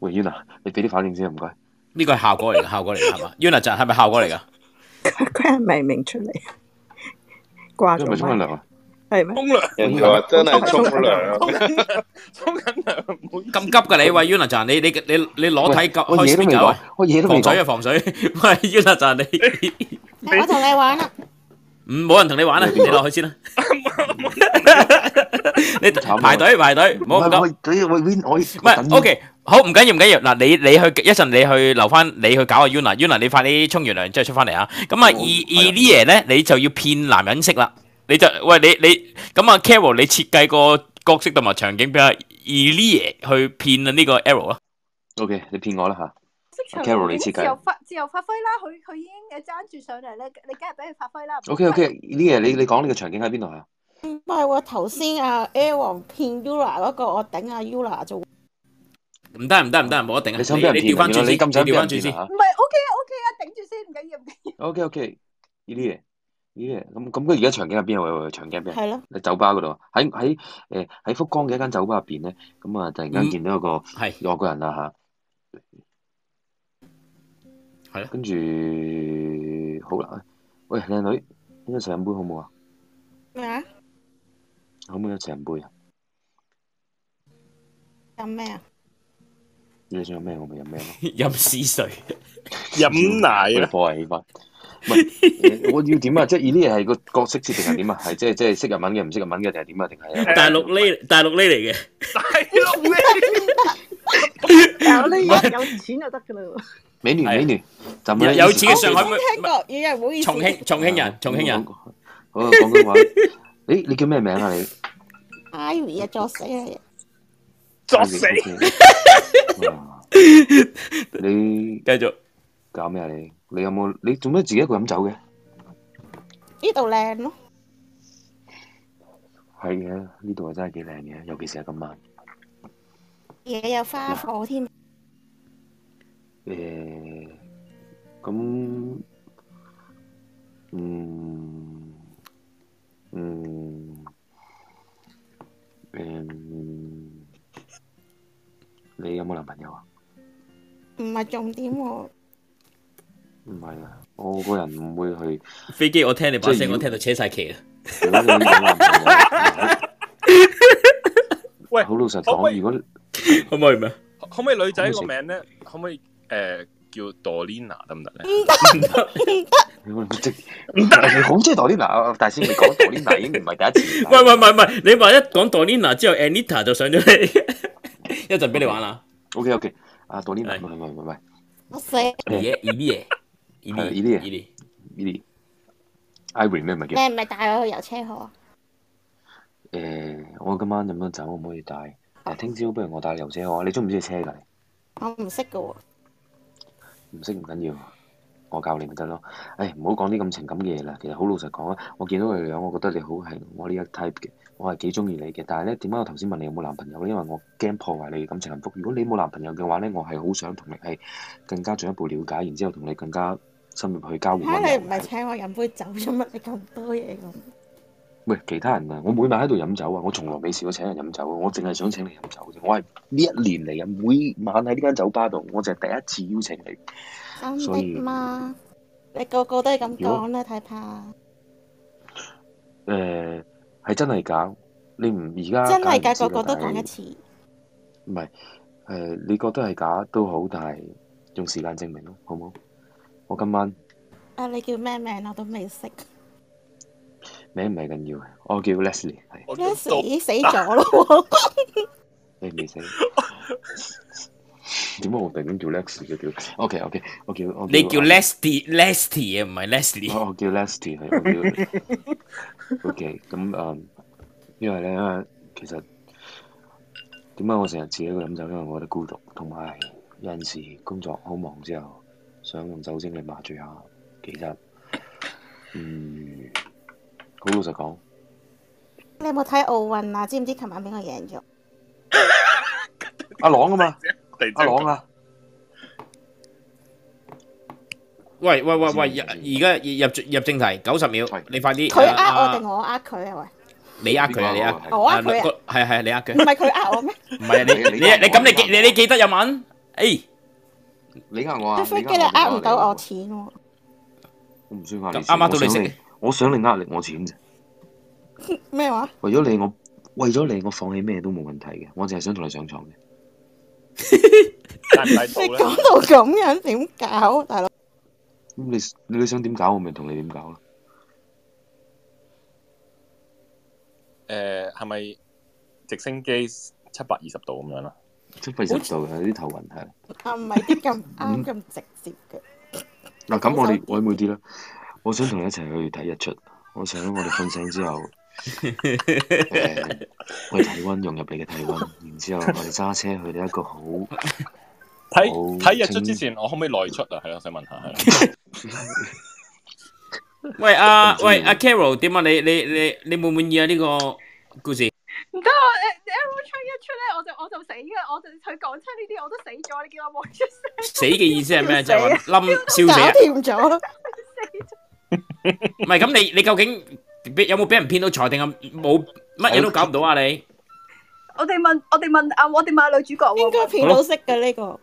Speaker 22: 喂，Yuna，你俾啲反應先啊，唔該。
Speaker 1: 呢個係效果嚟嘅，效果嚟嘅係嘛？Una 就係咪效果嚟㗎？
Speaker 19: 佢系咪明出嚟？挂
Speaker 22: 今日
Speaker 19: 咗
Speaker 22: 咪沖緊
Speaker 19: 咪
Speaker 22: 涼啊？
Speaker 19: 系咩？
Speaker 20: 沖涼
Speaker 6: 人哋話 真係沖涼，
Speaker 1: 咁急㗎你喂 Una 就係你你你你裸體
Speaker 22: 喂
Speaker 1: 急
Speaker 22: 我
Speaker 1: 開
Speaker 22: 嘢都未
Speaker 1: speaker
Speaker 22: 講
Speaker 1: 喂
Speaker 22: 我嘢都未
Speaker 1: 防水啊
Speaker 22: 講
Speaker 1: 防水， 喂 Una 就係你
Speaker 3: 我同你玩啦，
Speaker 1: 唔冇人同你玩啦，
Speaker 22: Ừ.
Speaker 1: 你落去先啦。 你排隊排隊，唔好咁急。
Speaker 22: 喂喂 Win，我唔
Speaker 1: 係 OK，好唔緊要唔緊要。嗱，你你去一陣，你去留翻，你去搞阿 Yuna，Yuna 你快啲沖完涼之後出翻嚟啊。咁啊，二二呢嘢咧，你就要騙男人識啦。你就喂你你咁啊，Carol，你設計個角色同埋場景俾阿二呢嘢去騙啊呢個 Arrow 啦。
Speaker 22: OK，你騙我啦嚇。
Speaker 14: 即場
Speaker 22: Carol，你
Speaker 14: 已經
Speaker 22: 設計
Speaker 14: 自由發自由發揮啦，佢佢已經誒爭住上嚟咧，你梗係俾佢發揮啦。
Speaker 22: OK OK，呢嘢你你講呢個場景喺邊度啊？
Speaker 3: 唔係喎，頭先阿 A 王騙 Ula 嗰個，我頂阿 Ula 做。
Speaker 1: 唔得唔得唔得，冇得頂啊！
Speaker 22: 你想俾人
Speaker 1: 你
Speaker 22: 騙
Speaker 1: 調
Speaker 22: 啊
Speaker 1: 翻轉
Speaker 22: 原來
Speaker 1: 先，
Speaker 22: 你咁想
Speaker 1: 調翻
Speaker 22: 俾
Speaker 1: 轉
Speaker 22: 人
Speaker 1: 先
Speaker 22: 騙。啊
Speaker 14: 唔係 OK 啊 OK 啊，頂住先，唔緊要唔緊要。
Speaker 22: ？OK OK，呢啲嘢呢啲嘢咁咁，佢而家場景喺邊啊？喂喂喂，場景喺邊啊？
Speaker 3: 係咯
Speaker 22: 喺酒吧嗰度啊，喺喺誒喺福江嘅一間酒吧入邊咧，咁啊突然
Speaker 1: 嗯
Speaker 22: 間見到有個外國人啦嚇。
Speaker 1: 係
Speaker 22: 跟住好啦，喂靚女，一齊飲杯好唔好啊？
Speaker 3: 咩啊？
Speaker 22: 可唔可以一齊飲杯啊？
Speaker 3: 飲咩啊？
Speaker 22: 你想飲咩？我咪飲咩咯。
Speaker 1: 飲屎水，
Speaker 22: 飲奶 啊！破壞氣氛。唔係，誒我要點啊？即係呢啲嘢係個角色設定係點啊？係即係即係識日文嘅，唔識日文嘅定係點啊？定係
Speaker 1: 大陸呢大陸呢嚟嘅。
Speaker 19: 搞呢嘢有錢就得噶啦。
Speaker 22: 美
Speaker 1: à.
Speaker 22: 聯美聯就咁啦
Speaker 1: 有有錢嘅上海妹
Speaker 3: 我先聽國語啊，唔好意思。
Speaker 1: 重慶重慶人，重慶
Speaker 22: Ờ,
Speaker 1: 人。
Speaker 22: 好啊廣東話。誒，你叫咩名啊？你
Speaker 3: Ivy 啊，作死啊！
Speaker 22: 作死。 你
Speaker 1: 繼續
Speaker 22: 搞咩啊？你你有冇？你做咩自己一個飲酒嘅？
Speaker 3: 呢度靚咯，
Speaker 22: 係嘅，呢度係真係幾靚嘅，尤其是係今晚。
Speaker 3: 嘢有花火添。
Speaker 22: 誒，咁，嗯，嗯，誒，你有冇男朋友啊？
Speaker 3: 唔係重點喎，
Speaker 22: 唔係啊，我個人唔會去。
Speaker 1: 飛機我聽你把
Speaker 22: 即係
Speaker 1: 聲，
Speaker 22: 如
Speaker 1: 我聽到扯晒旗啦。
Speaker 22: 如果你有男朋友，
Speaker 20: 喂，
Speaker 22: 好老實
Speaker 20: 可唔可
Speaker 22: 講，
Speaker 20: 以
Speaker 22: 如果
Speaker 1: 可唔可以咩？
Speaker 20: 可唔可以女仔個名咧？可唔可以誒叫 Dorina 得唔得咧？
Speaker 22: 唔得，唔得，啊你好中意 Dorina，但係先你講 Dorina 已經唔係第一次啦。
Speaker 1: 喂喂喂喂，你話一講 Dorina 之後，Anita 就上 咗嚟，一陣俾你玩啦。
Speaker 22: OK À, OK，阿 Dorina，喂喂喂喂。
Speaker 3: 我死。
Speaker 1: 嘢，依啲嘢，依啲，
Speaker 22: 依啲嘢，依啲。Ivory 咩咪
Speaker 3: 你
Speaker 22: 叫？
Speaker 3: 係咪帶我去遊車河啊？
Speaker 22: 誒，我今晚飲咗酒，可唔可以帶？誒，聽朝不如我帶你遊車河，你中唔中意車㗎？
Speaker 3: 我唔識噶喎。
Speaker 22: 你唔識唔緊要，我教你咪得咯。誒，唔好講啲咁情感嘅嘢啦。其實好老實講啊，我見到你哋兩個，我覺得你好係我呢一 type 嘅，我係幾中意你嘅。但係咧，點解我頭先問你有冇男朋友咧？因為我驚破壞你嘅感情幸福。如果你冇男朋友嘅話咧，我係好想同你係更加進一步了解，然之後同你更加深入去交換
Speaker 3: 嚇
Speaker 22: 溫
Speaker 3: 你
Speaker 22: 柔
Speaker 3: 唔。係請我飲杯酒做乜？你咁多嘢咁？
Speaker 22: 喂，其他人啊，我每晚喺度飲酒啊，我從來未試過請人飲酒啊，我淨係想請你飲酒啫。我係呢一年嚟啊，每晚喺呢間酒吧度，我就係第一次邀請你。所
Speaker 3: 真
Speaker 22: 以
Speaker 3: 的嗎？你個個都係咁
Speaker 22: 如果
Speaker 3: 講啦，睇怕。
Speaker 22: 誒、係真係假？你唔而家
Speaker 3: 真係㗎，
Speaker 22: 假唔
Speaker 3: 個
Speaker 22: 知啦
Speaker 3: 個都
Speaker 22: 但
Speaker 3: 講
Speaker 22: 係
Speaker 3: 一次。
Speaker 22: 唔係誒？ 你覺得係假都好，但係用時間證明咯，好唔好？我今晚
Speaker 3: 誒、啊，你叫咩名啊我都未識。
Speaker 22: 名唔係緊要嘅，我叫 Leslie，係
Speaker 3: 我死死咗咯喎！
Speaker 22: 你未死？點解我突然間叫 Leslie 嘅叫？OK OK，我 Ờ, 叫我
Speaker 1: 你叫 Leslie Leslie 啊，唔係 Leslie。
Speaker 22: 我叫 Leslie 係我叫 OK 咁誒，因為咧其實點解我成日自己一個飲酒，因為我覺得孤獨，同埋有陣時工作好忙之後，想用酒精嚟麻醉下。其實嗯，好老實講，
Speaker 3: 你有冇睇奧運啊？知唔知琴晚邊個贏咗？
Speaker 22: 阿朗啊嘛，阿朗啊，
Speaker 1: 喂喂喂喂，入而家入入正題，九十秒，你快啲。
Speaker 3: 佢
Speaker 1: 啊
Speaker 3: 呃我定
Speaker 1: 啊
Speaker 3: 我呃佢啊？
Speaker 1: 你呃佢啊，你呃佢
Speaker 3: 我呃佢啊
Speaker 1: 啊，係係你呃
Speaker 3: 喂，
Speaker 1: 佢
Speaker 3: 唔。係佢呃 我咩？
Speaker 1: 唔係你你你咁你記你你記得有問？誒，
Speaker 22: 你呃我
Speaker 3: 啲
Speaker 22: 啊，
Speaker 3: 飛
Speaker 22: 你
Speaker 3: 機你
Speaker 22: 呃我定
Speaker 3: 呃
Speaker 22: 呃
Speaker 3: 唔
Speaker 22: 你
Speaker 3: 到我錢喎。
Speaker 22: 我唔需要呃
Speaker 1: 咁
Speaker 22: 你錢，
Speaker 1: 啱啱到你
Speaker 22: 我想
Speaker 1: 識
Speaker 22: 我想你呃你我錢啫。
Speaker 3: 咩話？
Speaker 22: 為咗你我，為咗你我放棄咩都冇問題嘅，我淨係想同你上床嘅。
Speaker 3: 你講到咁樣點搞，大佬？
Speaker 22: 咁你你想點搞，我咪同你點搞咯。
Speaker 20: 誒係咪直升機七百二十度咁樣啊啦？
Speaker 22: 七百二十度嘅有啲頭暈係。
Speaker 3: 啊，唔係啲咁啱咁直接嘅。
Speaker 22: 嗱咁我哋曖昧啲啦，我想同你一齊去睇日出。我想我哋瞓 醒之後，誒我哋體温融入你嘅體温，然之後我哋揸車去到一個好
Speaker 20: 睇
Speaker 22: 好
Speaker 20: 睇日出
Speaker 22: 清
Speaker 20: 之前，我可唔可以內出啊？係咯，我想問下。係啦
Speaker 1: 喂阿喂阿 à, Carol 點啊？你你你你滿唔滿意啊？呢個故事
Speaker 14: 唔得我誒你 Arrow 吹一出咧，我就我就死嘅，我就佢講出呢啲我都死咗，你叫我冇出聲。
Speaker 1: 死嘅意思係咩？即係話冧
Speaker 3: 搞
Speaker 1: 燒死啊？
Speaker 3: 掂咗，
Speaker 1: 唔係咁你你究竟俾有冇俾人騙到財定係冇乜嘢都搞唔到啊？你
Speaker 14: 我哋問我哋問啊，我哋問女主角應該
Speaker 1: 騙到識
Speaker 3: 嘅呢個。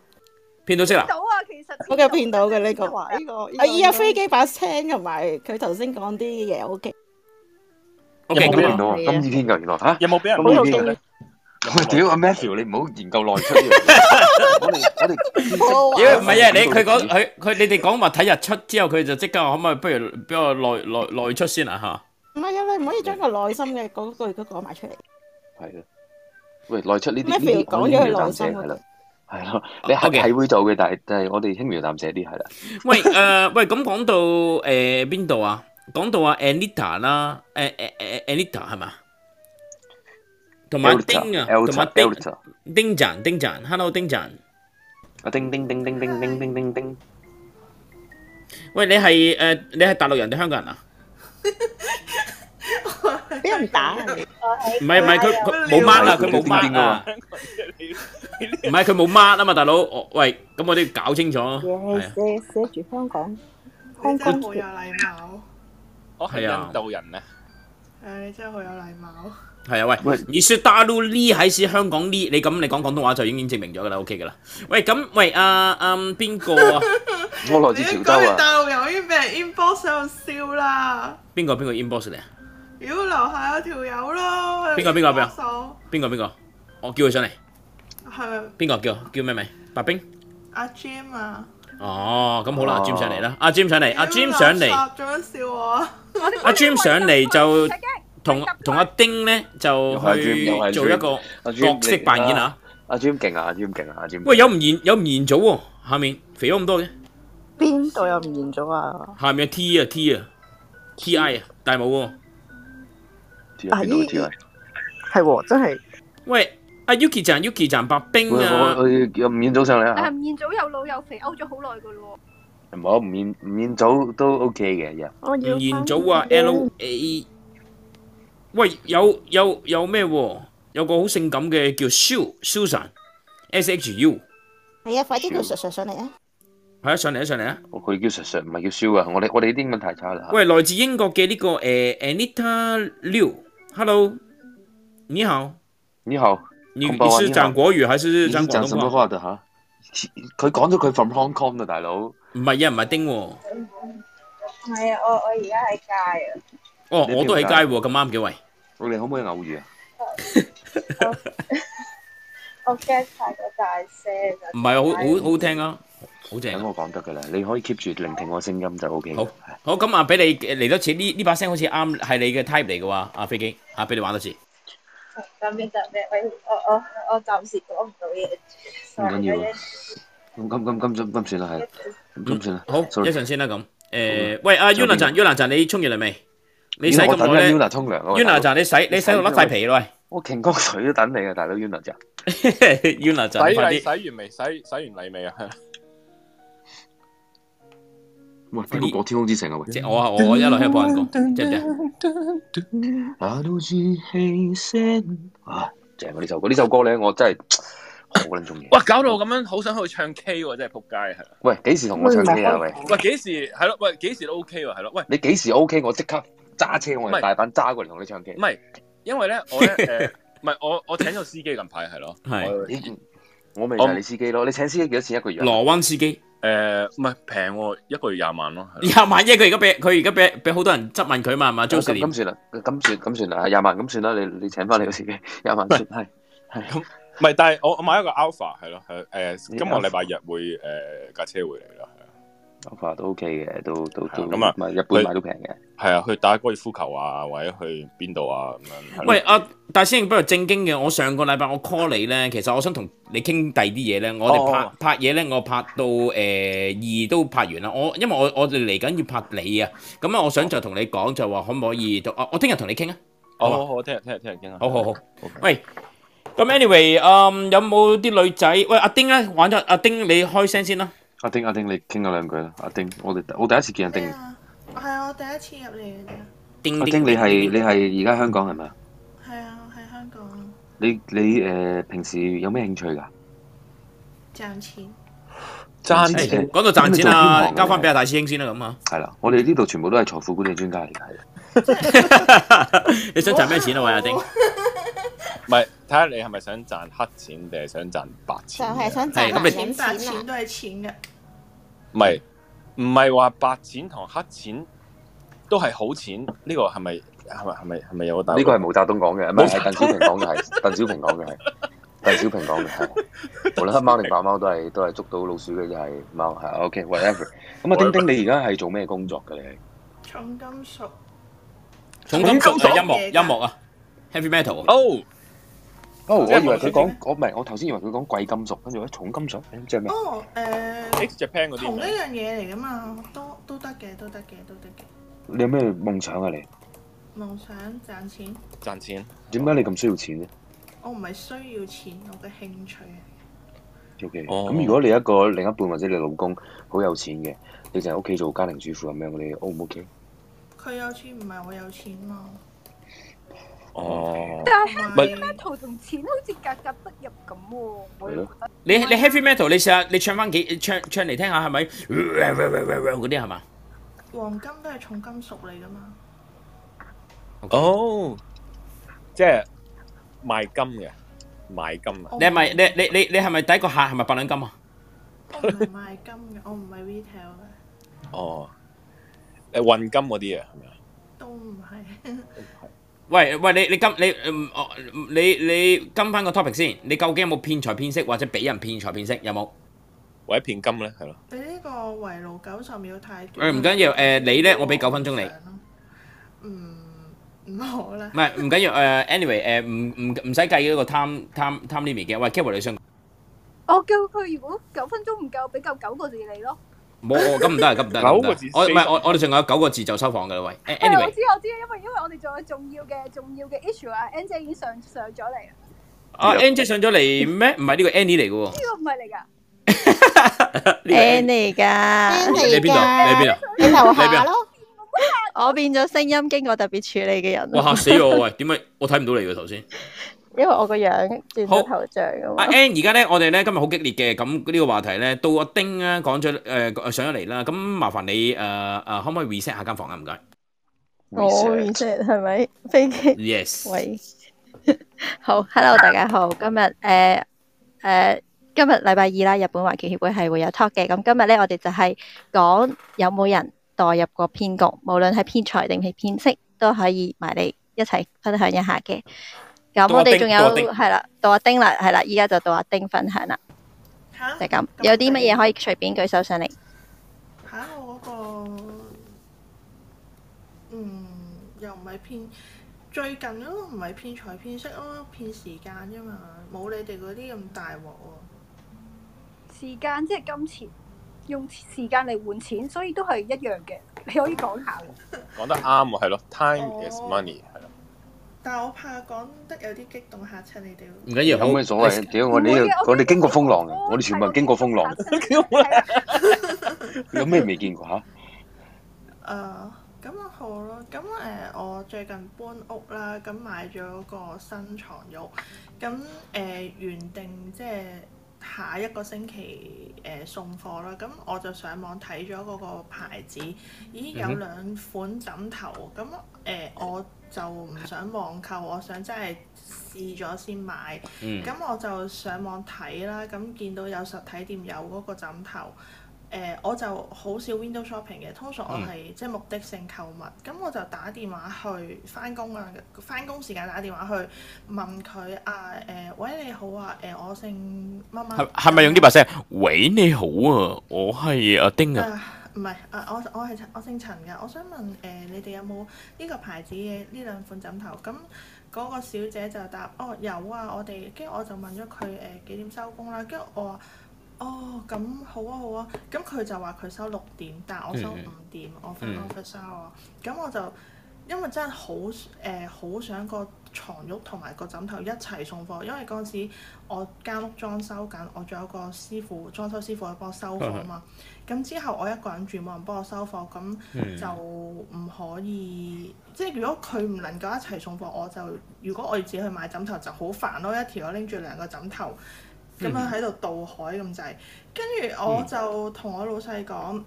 Speaker 1: 騙到識啦？
Speaker 14: 到啊，其實
Speaker 3: 我嘅騙到嘅呢個。
Speaker 14: 哇呢個
Speaker 3: 我依家飛機把聲同埋佢頭先講啲嘢 O K。
Speaker 22: 有冇俾人到啊？
Speaker 3: 咁
Speaker 22: 咁易傾㗎原來嚇。
Speaker 20: 有冇俾
Speaker 3: 人
Speaker 22: 咁易
Speaker 3: 好
Speaker 22: 傾
Speaker 3: 有
Speaker 22: 㗎？喂， 屌阿 Matthew，你唔好 研究內出呢樣嘢我哋我
Speaker 3: 啊
Speaker 22: 哋
Speaker 1: 因為唔係啊，你佢講佢佢你哋講話睇日出之後，佢就即刻話可唔可以不如俾我內內內出先啊嚇？
Speaker 3: 唔係啊，你唔可以將個內心嘅嗰句都講埋出嚟。
Speaker 22: 係啦。喂，內出呢啲呢
Speaker 3: Matthew
Speaker 22: 啲
Speaker 3: 講
Speaker 22: 我
Speaker 3: 咗
Speaker 22: 輕
Speaker 3: 佢
Speaker 22: 描
Speaker 3: 內
Speaker 22: 淡
Speaker 3: 心啊
Speaker 22: 寫
Speaker 3: 嗰
Speaker 22: 係啦，係咯，你係係會做嘅，但係但係我哋輕描淡寫啲係啦。
Speaker 1: 喂誒喂，咁講到誒邊度啊？講到啊 à? Anita 啦，誒誒誒 Anita 係嘛？同埋丁啊，同埋丁丁陣丁陣，Hello 丁陣。
Speaker 22: 啊丁丁丁丁丁丁丁丁丁。
Speaker 1: 喂，你係誒你係大陸人定香港人啊？
Speaker 3: 俾人打啊！
Speaker 1: 唔係唔係，佢佢冇 mark 啊，佢冇 mark 啊，唔係佢冇 mark 啊嘛，大佬。我喂，咁我都要搞清楚。係啊，
Speaker 19: 寫寫住香港，
Speaker 14: 你真係好有禮貌，
Speaker 20: 我係
Speaker 1: 係啊
Speaker 20: 印度人咧。
Speaker 14: 誒你真係好有禮貌。
Speaker 1: 係啊，喂，你說大陸呢喺是香港呢，你咁你講廣東話就已經證明咗㗎啦，OK 㗎啦。喂，咁喂啊啊邊個啊？
Speaker 22: 我來自啊
Speaker 14: 你講完大陸人，我已經俾人 inbox 喺度笑啦。
Speaker 1: 邊個邊個 inbox 你啊？
Speaker 14: 妖樓下有條友咯，
Speaker 1: 邊個邊個邊
Speaker 14: 個？
Speaker 1: 邊個邊個？我叫佢上嚟。
Speaker 14: 係咪
Speaker 1: 邊個叫叫咩名？白冰。
Speaker 14: 阿 Jim 啊？
Speaker 1: 哦，咁好啦，阿
Speaker 22: 哦
Speaker 1: Jim 上嚟啦，阿 Jim 上嚟，阿啊 Jim 上嚟，
Speaker 14: 垃圾做乜笑我啊？
Speaker 1: 阿 Jim 上嚟就同同阿丁咧就
Speaker 22: 又係 Jim，又
Speaker 1: 去
Speaker 22: 係
Speaker 1: 做一
Speaker 22: Jim
Speaker 1: 個
Speaker 22: 阿 Jim，
Speaker 1: 角色扮演啊。
Speaker 22: 阿 Jim 勁啊，阿 Jim 勁啊，阿 Jim。
Speaker 1: 喂，有吳彦有吳彦祖喎，下面肥咗咁多嘅，
Speaker 19: 邊度有吳彥祖啊？
Speaker 1: 下面有 T 啊 T 啊 T I 啊大帽喎。
Speaker 19: 啊依係喎，真係
Speaker 1: 喂，阿 Yuki 站 Yuki 站白冰
Speaker 22: 喂，
Speaker 1: 啊
Speaker 22: 我，我有吳彥祖上嚟
Speaker 14: 但
Speaker 22: 啊
Speaker 14: 係！吳彥祖又老又肥，勾咗好耐噶咯
Speaker 22: 唔好吳彥吳彥祖都 OK 嘅，又
Speaker 14: 喎。我
Speaker 1: 吳彥祖啊
Speaker 19: 哎
Speaker 1: L A。喂，有有有咩喎？有個好性感嘅叫 Shu Susan S H U，
Speaker 3: 係啊，快啲叫 Sir Sir 上嚟啊！
Speaker 1: 係啊，上嚟啊，上嚟啊！
Speaker 22: 哦佢叫 Sir Sir 唔係叫 Sue 啊！我哋我哋啲英文太差啦。
Speaker 1: 喂，來自英國嘅呢、個誒、呃 Anita Liu，Hello，你好，
Speaker 22: 你好，
Speaker 1: 你
Speaker 22: こんばんは
Speaker 1: 你是
Speaker 22: 你好
Speaker 1: 講國語還是
Speaker 22: 你是
Speaker 1: 講廣
Speaker 22: 講什麼
Speaker 1: 東啊
Speaker 22: 話
Speaker 1: 話？
Speaker 22: 的嚇？佢講咗佢 from Hong Kong 嘅大佬。
Speaker 1: 唔係啊，唔係丁喎、
Speaker 21: 係啊，我我而家喺街啊。
Speaker 1: 哦，
Speaker 22: 你
Speaker 1: 我都喺
Speaker 22: 邊
Speaker 1: 街
Speaker 22: 個
Speaker 1: 喎，咁啱嘅喂。
Speaker 22: 我哋可唔可以偶遇啊？
Speaker 21: 我 get 太過大聲啊！
Speaker 1: 唔係啊好好好聽啊！好正啊
Speaker 22: 等我講得㗎啦，你可以 keep 住聆聽我聲音就 O K。
Speaker 1: 好，好咁啊，俾你嚟多次呢呢把聲好似啱係你嘅 type 嚟嘅喎，啊飛機啊，俾你玩多次。
Speaker 5: 咁樣就咩？喂，我我我暫時講唔到嘢住，
Speaker 22: 唔緊要啊。咁咁咁咁咁算啦，係咁算啦。
Speaker 1: 嗯好，
Speaker 22: sorry 啊
Speaker 1: 一陣先啦咁。誒，喂，阿 Yuna 陣，Yuna 陣，你沖完嚟未？你
Speaker 22: 咦
Speaker 1: 洗咁
Speaker 22: 我等
Speaker 1: 耐咧
Speaker 22: 緊 Yuna 沖涼啊喂
Speaker 1: Yuna
Speaker 22: 大佬
Speaker 1: 陣，你洗你洗到甩晒皮啦喂！
Speaker 22: 我勁江水都等你啊，大佬 Yuna 咋？
Speaker 1: Yuna 陣，
Speaker 20: 洗
Speaker 1: 快啲
Speaker 20: 禮洗。完未？洗洗完禮未啊？
Speaker 22: 喂，邊個播《天空之城》啊？喂，
Speaker 1: 即我啊，我一路喺度播人講，知唔知啊？
Speaker 22: 那都是氣聲啊！正啊！呢首歌，呢首歌咧，我真係好撚中意。
Speaker 20: 哇，搞到我咁樣好想去唱 K 喎，真係仆街係。
Speaker 22: 喂，幾時同我唱 K 啊？喂，
Speaker 20: 喂，幾時係咯？喂，幾時都 OK 喎，係咯？喂，
Speaker 22: 你幾時 OK？我即刻揸車，我
Speaker 20: 唔係
Speaker 22: 嚟大阪揸過嚟同你唱 K。
Speaker 20: 唔係，因為咧， 我咧誒，唔係我我請咗司機近排係咯，
Speaker 22: 係我咪就係你司機咯。你請司機幾多錢一個月啊？
Speaker 1: 羅灣司機。
Speaker 20: 誒，唔係平喎，一個月廿萬咯。係咯
Speaker 1: 廿萬億佢而家俾佢而家俾俾好多人質問佢嘛，係嘛
Speaker 22: 咁
Speaker 1: ？Joseph，
Speaker 22: 咁算啦，咁算咁算啦，廿萬咁算啦。你你請翻你個司機廿萬算係係
Speaker 20: 咁。唔係，但係我我買一個 Alpha 係咯，係誒，今個禮拜日會誒架車會嚟啦。
Speaker 22: Alpha 都 OK 嘅，都都都
Speaker 20: 咁啊
Speaker 22: 唔係日本買都平嘅。
Speaker 20: 係啊，去打高爾夫球啊，或者去邊度啊咁樣。係咯
Speaker 1: 喂，阿大師兄，不如正經嘅，我上個禮拜我 call 你咧，其實我想同你傾第二啲嘢咧，我哋拍、
Speaker 20: 哦
Speaker 1: 拍嘢咧，我拍到誒二、都拍完啦，我因為我我哋嚟緊要拍你啊，咁啊，我想就同你講就話可唔可以到，啊我聽日同你傾啊，好
Speaker 20: 好
Speaker 1: 嘛
Speaker 22: 哦
Speaker 20: 好好，聽日聽日聽日傾啊。
Speaker 1: 好好好，喂，咁 anyway，嗯，有冇啲女仔？喂，阿丁咧玩咗，阿丁你開聲先啦，
Speaker 22: 阿丁阿丁，你傾咗兩句啦。阿丁，我哋我第一次見阿丁。
Speaker 25: 係啊，我第一次入嚟嘅啫。
Speaker 1: 丁
Speaker 22: 阿丁，你係你係而家香港係咪啊？
Speaker 25: 係啊，喺香港
Speaker 22: 你你誒平時有咩興趣㗎？
Speaker 25: 賺錢。
Speaker 1: 賺
Speaker 22: 錢
Speaker 1: 講到賺
Speaker 22: 咁你
Speaker 1: 錢
Speaker 22: 做邊
Speaker 1: 啊，
Speaker 22: 行嘅
Speaker 1: 交翻俾阿大師兄先啦，咁啊，
Speaker 22: 係啦，我哋呢度全部都係財富管理專家嚟嘅。
Speaker 1: 你想賺咩錢啊？喂，阿丁，
Speaker 20: 唔係睇下你係咪想賺黑錢定係想賺白錢？
Speaker 25: 係想
Speaker 1: 賺係咁你男人
Speaker 25: 白錢啊都係錢嘅。
Speaker 20: 唔係唔係話白錢同黑錢都係好錢？呢個係咪係咪係咪係咪有個大陸？
Speaker 22: 呢個係毛澤東講嘅，唔係係
Speaker 20: 毛
Speaker 22: 鄧
Speaker 20: 澤東
Speaker 22: 小平講嘅，係 鄧小平講嘅係鄧小平講嘅係，無論黑貓定白貓都係都係捉到老鼠嘅，就係貓係 OK whatever。咁啊，丁丁，你而家係做咩工作嘅你？
Speaker 25: 重金屬
Speaker 1: 重金屬
Speaker 25: 重金屬
Speaker 1: 嘅音樂音樂啊，heavy metal 啊
Speaker 20: 哦。
Speaker 22: 哦，我
Speaker 20: 即係
Speaker 22: 以為
Speaker 20: 黃色
Speaker 22: 佢講，我唔係，我頭先以為佢講貴金屬，跟住話哎重金屬，即係咩？
Speaker 25: 哦，誒
Speaker 20: X Japan 嗰
Speaker 25: 同一樣嘢嚟噶嘛，都都得嘅，都得嘅，都得嘅。
Speaker 22: 你有咩夢想啊？你
Speaker 25: 夢想賺錢，
Speaker 20: 賺錢？
Speaker 22: 點解你咁需要錢呢
Speaker 25: 我唔係需要錢，我嘅興趣。
Speaker 22: o K，咁如果你一個另一半或者你老公好有錢嘅，你就喺屋企做家庭主婦咁樣，你 O 唔 O K？
Speaker 25: 佢有錢唔係我有錢嘛？
Speaker 22: 哦
Speaker 11: 但係
Speaker 25: 唔
Speaker 1: 係
Speaker 11: heavy metal 同錢好似格格不入咁喎，我又覺得。
Speaker 1: 你你 heavy metal，你試下你唱翻幾唱唱嚟聽下係咪？嗰啲係嘛？
Speaker 25: 黃金都係重金屬嚟噶嘛？
Speaker 20: 哦，即係賣金嘅，賣金啊！
Speaker 1: 你係咪你你你你係咪第一個客係咪八兩金啊？
Speaker 25: 我唔係賣金嘅，我唔係 retail 嘅，
Speaker 20: 哦，誒運金嗰啲啊，係咪啊？
Speaker 25: 都唔係。
Speaker 1: 喂喂，你你今你嗯哦你你跟翻個 topic 先，你究竟有冇騙財騙色或者俾人騙財騙色有冇？
Speaker 20: 或者騙金咧，係咯？
Speaker 25: 你呢個圍爐九十秒太
Speaker 1: 誒
Speaker 25: 短。
Speaker 1: 唔緊要，誒、你咧我俾九分鐘你，
Speaker 25: 嗯唔好啦
Speaker 1: 唔。係唔緊要誒、anyway ờ, 誒、唔唔唔使計嗰個 time time time limit 嘅。喂 k e v i 你想
Speaker 11: 我叫佢如果九分鐘唔夠，俾夠九個字你咯。
Speaker 1: 冇我咁唔得啊，咁唔得，咁唔
Speaker 20: 九
Speaker 1: 得
Speaker 20: 個字
Speaker 1: 我唔係我我哋仲有九個字就收房㗎啦喂。
Speaker 11: 誒
Speaker 1: anyway
Speaker 11: 我。知我知，因為因為我哋仲有重要嘅重要嘅 issue 啊，N 姐已經上上咗嚟啦。
Speaker 1: 啊，Angie 上咗嚟咩？唔係呢個 Annie 嚟嘅喎
Speaker 11: 呢。個唔係嚟㗎，
Speaker 2: N 嚟噶
Speaker 1: 你喺邊度？你喺邊度？
Speaker 2: 你
Speaker 1: 你
Speaker 2: 楼
Speaker 1: 喺邊
Speaker 2: 下
Speaker 1: 度？
Speaker 2: 咯。我變咗聲音經過特別處理嘅人。
Speaker 1: 哇嚇死我！！喂，點解我睇唔到你嘅頭先？
Speaker 2: 因為我個樣轉咗頭像咁
Speaker 1: 阿
Speaker 2: 嘛。
Speaker 1: N 而家咧，我哋咧今日好激烈嘅，咁呢個話題咧，到阿丁咧講咗誒上咗嚟啦，咁麻煩你誒誒可唔可以 ờ, reset 下間房啊？唔該。
Speaker 2: 我 reset 係咪飛機
Speaker 1: Yes
Speaker 2: 喂，好，hello 大家好，今日誒誒，今日禮拜二啦，日本華僑協會係會有 talk 嘅，咁今日咧我哋就係講有冇人墮入過騙局，無論係騙財定係騙色，都可以埋嚟一齊分享一下嘅。咁咁我哋仲有到阿丁到阿丁係啦，到阿丁啦，係啦，依家就到阿丁分享啦。
Speaker 26: 就係咁。有啲乜嘢可以隨便舉手上嚟？
Speaker 25: 嚇！我嗰、個嗯又唔係偏最近咯，唔係偏財偏色咯，偏時間啫嘛，冇你哋嗰啲咁大鑊喎。
Speaker 14: 時間即係金錢，用時間嚟換錢，所以都係一樣嘅。你可以講下嘅。
Speaker 20: 講得啱喎，係咯，time is money，係咯，
Speaker 25: 但我怕講得有啲激動嚇親你哋喎。
Speaker 22: 唔緊要，有咩所謂？屌我哋呢度，我哋經過風浪嘅，我哋全部人經過風浪， 有咩未見過嚇？
Speaker 25: 誒、咁啊好咯，咁誒、啊我最近搬屋啦，咁買咗個新床褥，咁誒、原定即係下一個星期誒、送貨啦，咁我就上網睇咗嗰個牌子，咦有嗯哼兩款枕頭，咁誒、呃我就唔想網購，我想真係試咗先買，咁、
Speaker 5: 嗯
Speaker 25: 我就上網睇啦，咁見到有實體店有嗰個枕頭。誒、呃我就好少 window shopping 嘅，通常
Speaker 1: 嗯
Speaker 25: 我係即係目的性購物，咁我就打電話去翻工啊，翻工時間打電話去問佢啊誒、喂你好啊，誒、我姓乜乜，
Speaker 1: 係係咪用呢把聲？喂，你好啊，我係阿丁啊。
Speaker 25: 啊唔係啊，我我係我姓陳㗎，我想問誒、你哋有冇呢個牌子嘅呢兩款枕頭？咁嗰個小姐就答哦有啊，我哋跟住我就問咗佢誒幾點收工啦，跟住我話。哦，咁好啊好啊，咁佢就話佢收六點，但我收
Speaker 5: 嗯嗯
Speaker 25: 五點，我翻
Speaker 5: 嗯
Speaker 25: office hour，咁我就因為真係好誒好、想個床褥同埋個枕頭一齊送貨，因為嗰陣時我間屋裝修緊，我仲有個師傅裝修師傅去幫我收貨啊嘛。咁之後我一個人住，冇人幫我收貨，咁
Speaker 5: 嗯
Speaker 25: 就唔可以，即係如果佢唔能夠一齊送貨，我就如果我要自己去買枕頭就好煩咯，一條我拎住兩個枕頭。咁啊樣
Speaker 2: 嗯
Speaker 25: 喺度渡海咁滯，跟住
Speaker 5: 嗯
Speaker 25: 我就同我老細講，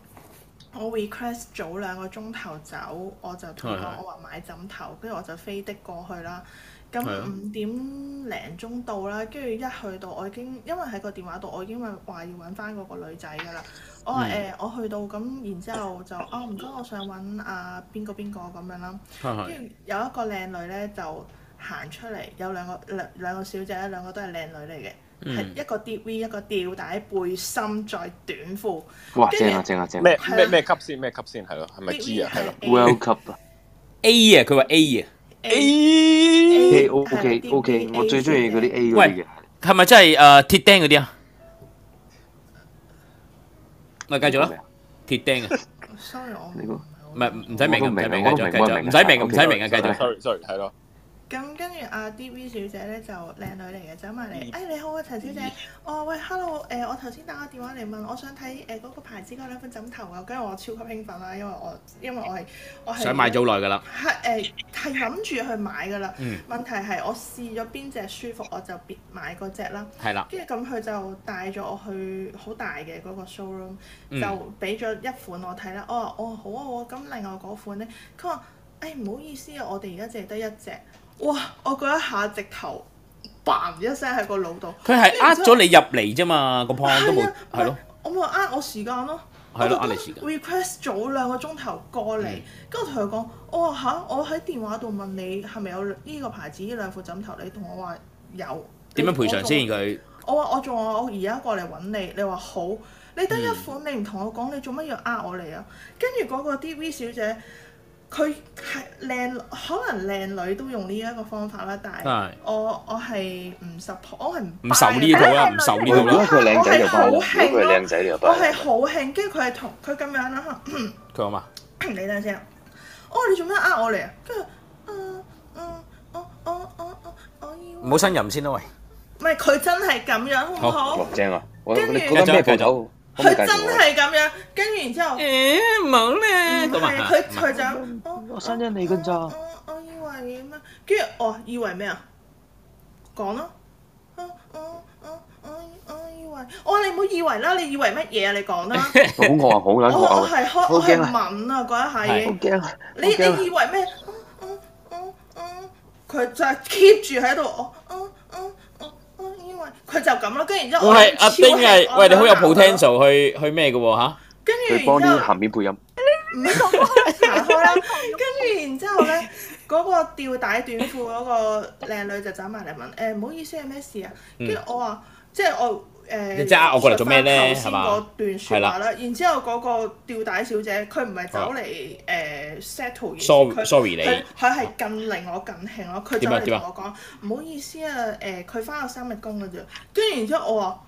Speaker 25: 我 request 早兩個鐘頭走，我就同佢
Speaker 5: 係係
Speaker 25: 講我話買枕頭，跟住我就飛的過去啦。咁
Speaker 5: 係啊
Speaker 25: 五點零鐘到啦，跟住一去到我已經，因為喺個電話度我已經話要揾翻嗰個女仔㗎啦。我話誒、
Speaker 5: 嗯
Speaker 25: 我去到咁，然之後就哦唔該，我想揾啊邊個邊個咁樣啦。
Speaker 5: 係係
Speaker 25: 跟住有一個靚女咧就行出嚟，有兩個兩兩個小姐咧，兩個都係靚女嚟嘅。
Speaker 22: 嗯
Speaker 25: 係一個吊 V，一個吊帶背心再短褲。
Speaker 22: 哇，
Speaker 25: 跟住
Speaker 22: 正啊正啊正啊！
Speaker 20: 咩
Speaker 25: 係啊
Speaker 20: 咩咩級先？咩級先？係咯，係咪 G 啊？係咯
Speaker 22: World Cup 啊
Speaker 1: A 啊，佢話 A 啊。
Speaker 22: ，A O K O K，我最中意嗰啲 A 嗰啲嘅
Speaker 1: 喂。，係咪真係誒鐵釘嗰啲啊？咪繼續啦，鐵釘啊，
Speaker 25: Sorry，我
Speaker 22: 你個
Speaker 1: 唔係唔使明
Speaker 22: 我都
Speaker 1: 啊，唔使明，
Speaker 22: 明
Speaker 1: 繼
Speaker 22: 啊
Speaker 1: 續繼
Speaker 22: 我都明我都明
Speaker 1: 續，唔使明，唔
Speaker 22: OK，
Speaker 1: 使明啊，繼
Speaker 22: sorry，
Speaker 1: 續。
Speaker 22: sorry，
Speaker 20: sorry，係咯。
Speaker 25: 咁跟住阿 D.V 小姐咧就靚女嚟嘅，走埋嚟，哎你好啊陳小姐，我話喂 hello，誒、我頭先打個電話嚟問，我想睇誒嗰個牌子嗰兩款枕頭啊，跟住我超級興奮啊啦，因為我因為我係我係
Speaker 1: 想買咗好耐㗎啦。
Speaker 25: 係誒係諗住去買㗎啦。
Speaker 1: 嗯
Speaker 25: 問題係我試咗邊只舒服，我就別買嗰只啦。
Speaker 1: 係啦
Speaker 25: 跟住咁佢就帶咗我去好大嘅嗰個 showroom，、
Speaker 1: 嗯
Speaker 25: 就俾咗一款我睇啦。我話哦好啊好啊，咁另外嗰款呢，佢話誒唔好意思啊，我哋而家淨係得一隻。哇！我嗰一下直頭 bang 一聲喺個腦度，
Speaker 1: 佢係呃咗你入嚟啫嘛，個 point 都冇，係咯，
Speaker 25: 我咪呃我時間咯。
Speaker 1: 係咯，呃你時間。
Speaker 25: request 早兩個鐘頭過嚟，跟住我同佢講，我話吓，我喺電話度問你係咪有呢個牌子呢兩副枕頭，你同我話有。
Speaker 1: 點樣賠償先？佢
Speaker 25: 我話我仲話我而家過嚟揾你，你話好，你得一
Speaker 1: 嗯
Speaker 25: 款你唔同我講，你做乜要呃我嚟啊？跟住嗰個 D.V 小姐，佢係靚，可能靚女都用呢一個方法啦，但
Speaker 1: 係
Speaker 25: 係我我係唔 s u 我係唔啊
Speaker 1: 唔受呢個啊啦，唔受呢個
Speaker 22: 如果
Speaker 1: 啦。
Speaker 22: 佢靚仔就拜啦，如果佢靚仔就拜
Speaker 25: 我係
Speaker 22: 啦。
Speaker 25: 好興，跟住佢係同佢咁樣啦。
Speaker 1: 佢話嘛，
Speaker 25: 你等陣先啊！哦，你做咩呃我嚟啊？跟住，嗯嗯，我我我我我要，
Speaker 1: 唔好呻吟先啦，喂。
Speaker 25: 唔係佢真係咁樣，好唔好？
Speaker 22: 哇正啊！我
Speaker 25: 跟住
Speaker 22: 你嗰間咩鋪頭？可唔可
Speaker 25: 佢
Speaker 22: 以介
Speaker 25: 真
Speaker 22: 紹我？
Speaker 25: 係咁樣，跟住然之後，
Speaker 1: 誒冇咧
Speaker 25: 唔
Speaker 22: 咁啊
Speaker 25: 係
Speaker 22: 嚇
Speaker 25: 佢
Speaker 22: 唔係
Speaker 25: 佢就咁哦
Speaker 22: 我生咗你㗎咋？
Speaker 25: 我以為咩？跟住我以為咩啊？講啦，我我我我我以為，我話你唔好以為啦，你以為乜嘢啊？你 講啦，
Speaker 22: 好餓啊！好撚
Speaker 25: 我我
Speaker 22: 餓
Speaker 25: 係
Speaker 22: 啊！
Speaker 25: 開
Speaker 22: 好
Speaker 25: 我係
Speaker 22: 驚啊！
Speaker 25: 敏啊嗰一下已經，
Speaker 22: 驚啊！
Speaker 25: 你你以為咩？嗯嗯嗯嗯佢就係 keep 住喺度，我嗯嗯嗯我以為佢就咁咯，跟住然之後
Speaker 1: 我係阿丁係，喂你好有
Speaker 25: 抱
Speaker 1: potential 去去咩嘅喎嚇？
Speaker 25: 跟住然之後。
Speaker 22: 鹹片配音。
Speaker 25: 唔係講行開啦，跟住然之後咧，嗰、個吊帶短褲嗰個靚女就走埋嚟問：誒、唔好意思係咩事啊？跟住我話，即係我誒、誒，
Speaker 1: 嗯你即係呃我過嚟做咩咧
Speaker 25: 述
Speaker 1: 係
Speaker 25: 返
Speaker 1: 嘛
Speaker 25: 頭先嗰
Speaker 1: 係
Speaker 25: 段説
Speaker 1: 啦啊
Speaker 25: 話啦，然之後嗰個吊帶小姐，佢唔係走嚟誒 settle 嘅
Speaker 1: Sorry-
Speaker 25: 佢
Speaker 1: sorry 你啊
Speaker 25: 佢佢係更令我更興咯。佢走
Speaker 1: 點啊
Speaker 25: 嚟
Speaker 1: 點
Speaker 25: 同
Speaker 1: 啊
Speaker 25: 我講唔好意思啊，誒佢翻咗三日工嘅啫，跟住然之後我話。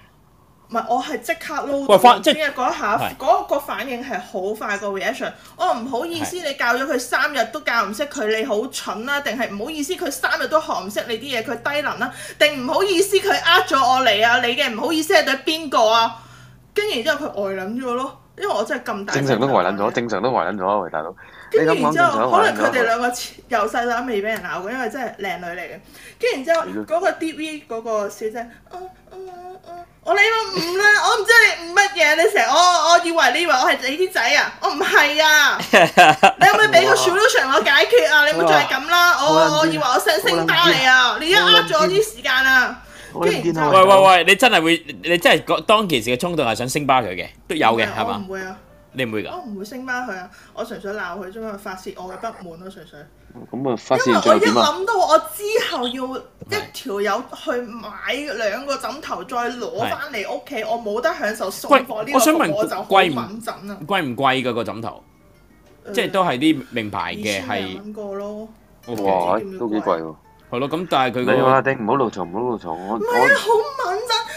Speaker 25: 唔係，我係即刻撈
Speaker 1: 喂
Speaker 25: 到
Speaker 1: 返
Speaker 25: 唔
Speaker 1: 即
Speaker 25: 知
Speaker 1: 係
Speaker 25: 啊！嗰一下
Speaker 1: 係
Speaker 25: 嗰個反應係好快個 reaction。我話唔好意思，
Speaker 1: 係
Speaker 25: 你教咗佢三日都教唔識佢，你好蠢啦、定係唔好意思，佢三日都學唔識你啲嘢，佢低能啦、定唔好意思，佢呃咗我嚟啊！你嘅唔好意思係對邊個啊？跟住然之後佢呆撚咗咯，因為我真係咁大
Speaker 22: 正常都呆撚咗，正常都呆撚咗，喂大佬，你
Speaker 25: 跟住
Speaker 22: 咁
Speaker 25: 然
Speaker 22: 講正
Speaker 25: 之後，
Speaker 22: 常
Speaker 25: 可
Speaker 22: 呆
Speaker 25: 能佢哋
Speaker 22: 撚咗
Speaker 25: 兩個由細到大未俾人鬧過，因為真係靚女嚟嘅。跟住然之後，嗰個 DV 嗰個小姐，嗯嗯嗯嗯我你個唔啦， 我唔知你唔乜嘢，你成日我我以為你以為我係你啲仔啊，我唔係啊，你可唔可以俾個 solution 我解決啊？你唔好再咁啦，
Speaker 1: 哇好撚癲
Speaker 25: 我我以為我想升巴你啊，你而家呃咗我啲時間啊，跟住然之後，
Speaker 1: 喂喂喂，你真係會，你真係當其時嘅衝動係想升巴佢嘅，都有嘅係
Speaker 25: 我
Speaker 1: 嘛
Speaker 25: 唔？會啊，
Speaker 1: 你唔會㗎
Speaker 25: 我？唔會升巴佢啊，我純粹鬧佢啫嘛，發泄我嘅不滿咯，純粹。
Speaker 22: 咁啊發
Speaker 25: 因
Speaker 22: 泄
Speaker 25: 為
Speaker 22: 完
Speaker 25: 我
Speaker 22: 最後
Speaker 25: 一
Speaker 22: 點啊？
Speaker 25: 諗到我之後要一條友去買兩個枕頭，再攞翻嚟屋企，我冇得享受送貨呢
Speaker 1: 我
Speaker 25: 個
Speaker 1: 想
Speaker 25: 服
Speaker 1: 問
Speaker 25: 務，我就好
Speaker 1: 貴唔
Speaker 25: 敏感啊！
Speaker 1: 貴唔貴㗎個枕頭？
Speaker 25: Ừ.
Speaker 1: 即係都係啲名牌嘅係。
Speaker 25: 揾過咯，
Speaker 22: 哇，都幾貴喎！
Speaker 1: 係咯，咁但係佢
Speaker 22: 你
Speaker 1: 個
Speaker 22: 話頂唔好露藏，唔好露藏，我我
Speaker 25: 唔係啊，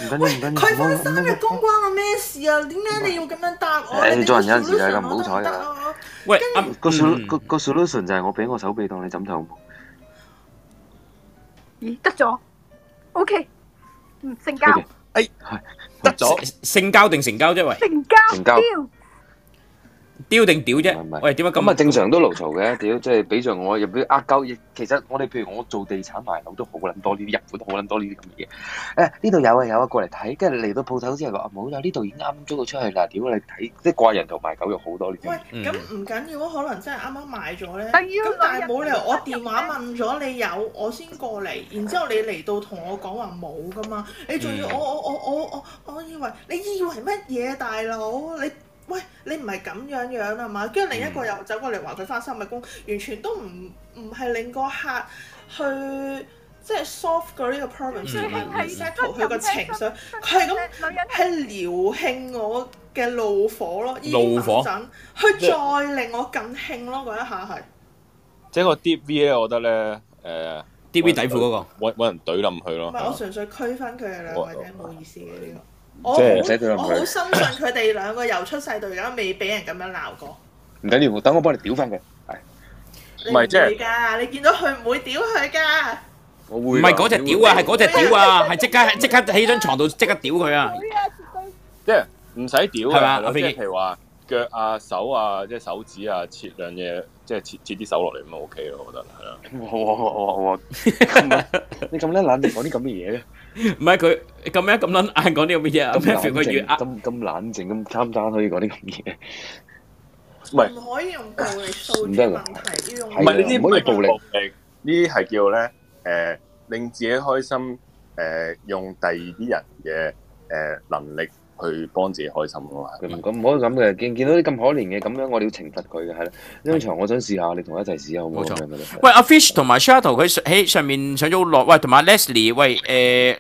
Speaker 22: 唔
Speaker 25: 好敏
Speaker 22: 緊要
Speaker 25: 感。
Speaker 22: 唔緊要，
Speaker 25: 佢翻
Speaker 22: 我
Speaker 25: 三日工關我咩事啊？點解你要咁樣答我？
Speaker 22: 誒
Speaker 25: 哦你
Speaker 22: 做人有陣時就係咁
Speaker 25: 唔
Speaker 22: 唔好彩㗎
Speaker 25: 啊
Speaker 22: 啦。
Speaker 1: 喂，啊嗯
Speaker 22: 個 solu 個個 solution 就係我俾我手臂當你枕頭，
Speaker 14: 咦，得咗，OK，嗯，性交，
Speaker 1: 誒得咗性交定成交啫？喂，
Speaker 14: 性交，
Speaker 22: 成交
Speaker 14: 屌
Speaker 1: 丟定屌啫？喂，點解
Speaker 22: 咁啊
Speaker 1: 咁？
Speaker 22: 正常都勞嘈嘅，屌即係俾着我入邊呃鳩嘢。其實我哋譬如我做地產賣樓都好撚多呢啲，日本都好撚多呢啲咁嘅嘢。誒呢度有啊有啊，過嚟睇，跟住嚟到鋪頭之後話啊冇啦，呢度已經啱啱租咗出去啦。屌你睇，即係怪人同埋狗肉好多呢啲。
Speaker 1: 嗯
Speaker 25: 喂，咁唔緊要啊，可能真係啱啱買咗咧。
Speaker 1: 啊
Speaker 25: 咁但係冇理由我電話問咗你有，我先過嚟，然之後你嚟到同我講話冇噶嘛？你仲要
Speaker 1: 嗯
Speaker 25: 我我我我我我以為你以為乜嘢啊大佬？你喂你唔係咁樣樣啊嘛？跟住另一個又走過嚟話佢翻三日工，完全都唔唔係令個客去。即係 solve 過呢個 problem，
Speaker 1: 嗯
Speaker 25: 即係
Speaker 1: 嗯嗯
Speaker 25: 佢 settle 佢個情緒，佢係咁係撩興我嘅怒火咯，已經
Speaker 20: 怒火
Speaker 25: 猛震佢再令我更興咯，嗰一下係。
Speaker 20: 即係個 Deep V 咧，我覺得咧，誒
Speaker 1: Deep V 底褲嗰
Speaker 20: 個，揾揾人懟冧佢
Speaker 25: 唔係，我
Speaker 20: 咯。
Speaker 25: 純粹區分佢哋兩位啫，冇意思嘅呢個。我
Speaker 20: 即係
Speaker 25: 好
Speaker 20: 唔使對冧佢
Speaker 25: 我好深信佢哋兩個由出世到而家未俾人咁樣鬧過。
Speaker 22: 唔緊要，等我幫你屌翻佢。
Speaker 25: 你
Speaker 22: 唔係即係
Speaker 25: 會㗎，你見到佢唔會屌佢㗎。
Speaker 22: 我
Speaker 1: 唔
Speaker 22: 會
Speaker 1: 係嗰只屌啊，係嗰只屌啊，係即刻即刻喺張床度即刻屌佢啊！
Speaker 20: 即係唔使屌
Speaker 1: 係
Speaker 20: 啊
Speaker 1: 嘛
Speaker 20: 嘅，係
Speaker 1: 阿
Speaker 20: 咯
Speaker 1: 飛
Speaker 20: 即
Speaker 1: 機
Speaker 20: 係譬如話腳啊、手啊、即係手指啊，切兩嘢，即係切切啲手落嚟咁咪 OK 咯，我覺得係啊啦。
Speaker 22: 我我我我你咁叻懶定講啲咁嘅嘢嘅？
Speaker 1: 唔係佢咁樣咁撚硬講啲咁嘅嘢啊
Speaker 22: 咁冷
Speaker 1: ，Matthew 佢越
Speaker 22: 靜，
Speaker 1: 呃
Speaker 22: 咁咁冷靜，咁參單可以講啲咁嘅嘢。唔
Speaker 25: 唔可以用暴力訴
Speaker 22: 唔
Speaker 25: 諸
Speaker 22: 得㗎
Speaker 25: 問題，要用
Speaker 20: 唔係呢啲
Speaker 22: 唔可以暴力
Speaker 20: 力，呢啲係叫咧誒、令自己開心誒、用第二啲人嘅誒、能力去幫自己開心啊咯。
Speaker 22: 佢
Speaker 1: 嗯
Speaker 22: 唔咁唔可以咁嘅，見見到啲咁可憐嘅咁樣，我哋要懲罰佢嘅，係啦。呢張場我想試下，你同我一齊試下好唔好？
Speaker 1: 冇錯
Speaker 22: 咁樣嘅啫
Speaker 1: 喂，阿 Fish 同埋 Shadow 佢喺上面上咗好耐，喂，同埋 Leslie，喂，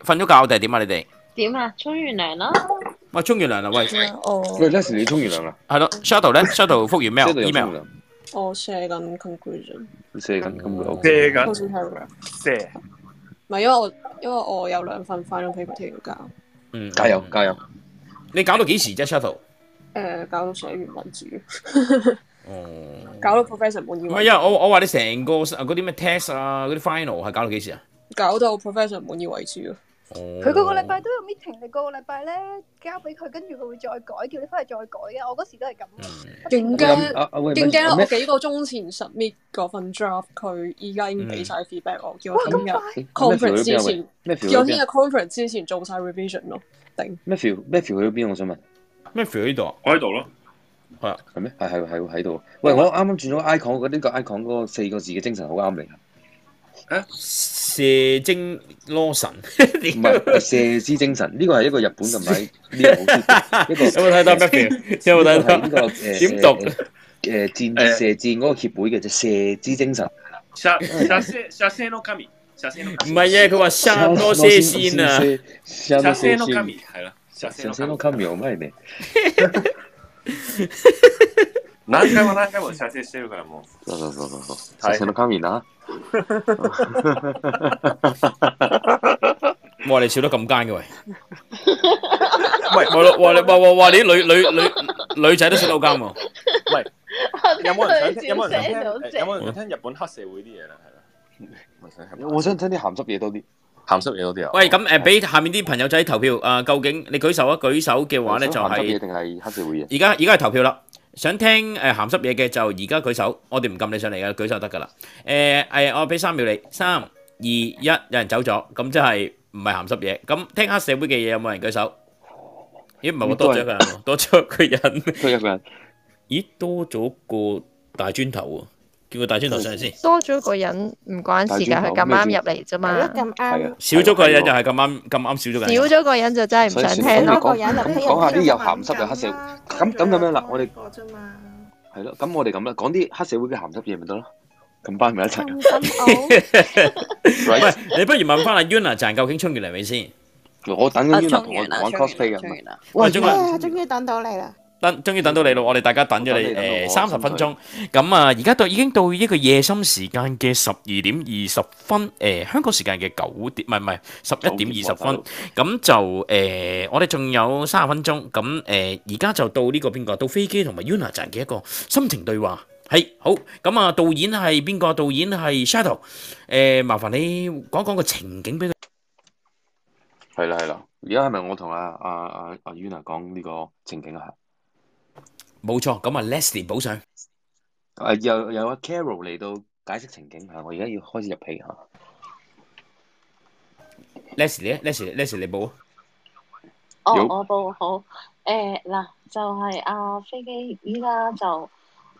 Speaker 1: 誒，瞓咗覺定係點啊？你哋？
Speaker 21: 點啊？沖完涼啦，
Speaker 1: 喂，沖完涼啦，喂，
Speaker 21: 哦
Speaker 22: 喂，Leslie 你沖完涼啦？
Speaker 1: 係咯，Shadow 咧，Shadow 覆完
Speaker 22: Shadow 有
Speaker 1: mail，email，
Speaker 23: 我寫緊 conclusion，
Speaker 22: 射緊咁嘅
Speaker 20: 射
Speaker 23: 好似係㗎
Speaker 20: 射，
Speaker 23: 唔係因為我因為我有兩份 final paper 要交，
Speaker 1: 嗯，
Speaker 22: 加油加油！
Speaker 1: 你搞到幾時啫，Shadow？
Speaker 23: 誒搞到寫完為止，
Speaker 1: 哦，
Speaker 23: 搞到 professor 滿意
Speaker 1: 唔
Speaker 23: 為
Speaker 1: 係，因為我我話你成個嗰啲咩 test 啊，嗰啲 final 係搞到幾時啊？
Speaker 23: 搞到 professor 滿意為止啊！
Speaker 1: 佢
Speaker 5: 佢個個禮拜都有 meeting，你個個禮拜咧交俾佢，跟住佢會再改，叫你翻去再改嘅。我嗰時都係咁嘅。
Speaker 23: 勁
Speaker 22: 咁啊啊
Speaker 23: 驚
Speaker 22: 喂
Speaker 23: 勁
Speaker 22: 咪
Speaker 23: 驚啦！
Speaker 22: 咩
Speaker 23: 我幾個鐘前 submit 嗰份 draft，佢依家已
Speaker 22: 嗯
Speaker 23: 經俾晒 feedback 我，叫我聽日
Speaker 22: 快
Speaker 23: conference 之
Speaker 22: 咩啊咩
Speaker 23: 前，
Speaker 22: 條
Speaker 23: 叫我
Speaker 22: 女
Speaker 23: 聽日
Speaker 22: 邊啊
Speaker 23: conference 之前做晒 revision 咯。頂
Speaker 22: Matthew Matthew 去咗邊？我想問。
Speaker 1: Matthew 喺度啊？
Speaker 22: 我喺度咯。
Speaker 1: 係啊。
Speaker 22: 係咩？係係係喎喺度。喂，我啱啱轉咗 icon，嗰呢個 icon 嗰四個字嘅精神好啱你啊！
Speaker 1: 射精羅神，
Speaker 22: 唔係射之精神，呢個係一個日本同 埋呢個好一個。
Speaker 1: 有冇睇到 Matthew？有冇睇到
Speaker 22: 呢個誒
Speaker 1: 點讀啊
Speaker 22: 誒戰射箭嗰個協會嘅啫，射之精神。
Speaker 9: 射射射精の神，射精の
Speaker 1: 唔係啊，佢話 shut 多些先啊。
Speaker 22: 射
Speaker 9: 神，射精の神係啦。写
Speaker 22: 先生の看病前ね。
Speaker 9: 何回 も何回も写生してるからもう。
Speaker 22: そうそうそうそうそう。
Speaker 9: は
Speaker 22: 写
Speaker 9: い
Speaker 22: 真の神な。
Speaker 1: 哇！你笑得咁奸嘅喂，喂，冇啦！哇！你哇哇哇！你啲女女女女仔都笑得好奸喎。
Speaker 20: 喂， 有冇人想
Speaker 9: 佢
Speaker 20: 有冇人
Speaker 9: 照
Speaker 20: 想
Speaker 9: 寫到
Speaker 20: 聽？有冇人想聽日本黑社會啲嘢咧？ 係啦，啊我想聽
Speaker 22: 我想聽啲鹹濕嘢多啲。
Speaker 20: 鹹濕嘢多啲啊！
Speaker 1: 喂，咁誒，俾下面啲朋友仔投票啊！究竟你舉手啊？舉手嘅話咧，就
Speaker 22: 鹹濕嘢
Speaker 1: 係
Speaker 22: 定係黑社會嘢？
Speaker 1: 而家而家係投票啦。想聽誒鹹濕嘢嘅就而家舉手，我哋唔撳你上嚟嘅，舉手得㗎啦。誒誒，我俾三秒你，三二一，有人走咗，咁即係唔係鹹濕嘢？咁聽黑社會嘅嘢有冇人舉手？咦，唔係喎，多咗一個人喎，多咗一個 人，
Speaker 22: 多一個人。
Speaker 1: 咦，多咗個大磚頭喎，叫個大磚頭上嚟先。
Speaker 2: 多咗個人唔關事㗎，佢咁啱入嚟啫嘛。咁 啱
Speaker 1: 少咗個人又係啊咁啱咁啱少咗個人。
Speaker 2: 啊少咗個人就真係唔想聽
Speaker 22: 所以
Speaker 2: 咯。
Speaker 22: 講講下啲有鹹濕嘅黑社會。咁咁咁樣啦，我哋係咯，咁我哋咁啦，講啲黑社會嘅鹹濕嘢咪得咯，咁班咪一齊。
Speaker 1: 喂，你不如問翻阿啊 Yuna 陣究竟沖完嚟未先？
Speaker 22: 我等
Speaker 2: 緊 Yuna 同我講
Speaker 22: cosplay
Speaker 2: 嘅
Speaker 22: 咁
Speaker 2: 啊。
Speaker 1: 喂，終於
Speaker 2: 終於等到你啦！
Speaker 1: 等，終於等到你咯！我哋大家等咗你誒三十分鐘。咁啊，而家到已經到一個夜深時間嘅十二點二十分，誒香港時間嘅九點，唔係唔係十一點二十分。咁就誒，我哋仲有三十分鐘。咁誒，而家就到呢個邊個？到飛機同埋 Yuna 陣嘅一個心情對話。係好咁啊！導演係邊個？導演係 Shadow。誒，麻煩你講講個情景俾佢。
Speaker 22: 係啦係啦，而家係咪我同阿阿阿阿 Yuna 講呢個情景啊？
Speaker 1: 冇錯，咁啊 Leslie 補上。
Speaker 22: 誒又有阿 Carol 嚟到解釋情景嚇，我而家要開始入戲嚇。
Speaker 1: Leslie 咧，Leslie Leslie 你補啊。
Speaker 27: 哦，
Speaker 1: 有
Speaker 27: 我報好誒嗱、就係、阿飛機依家就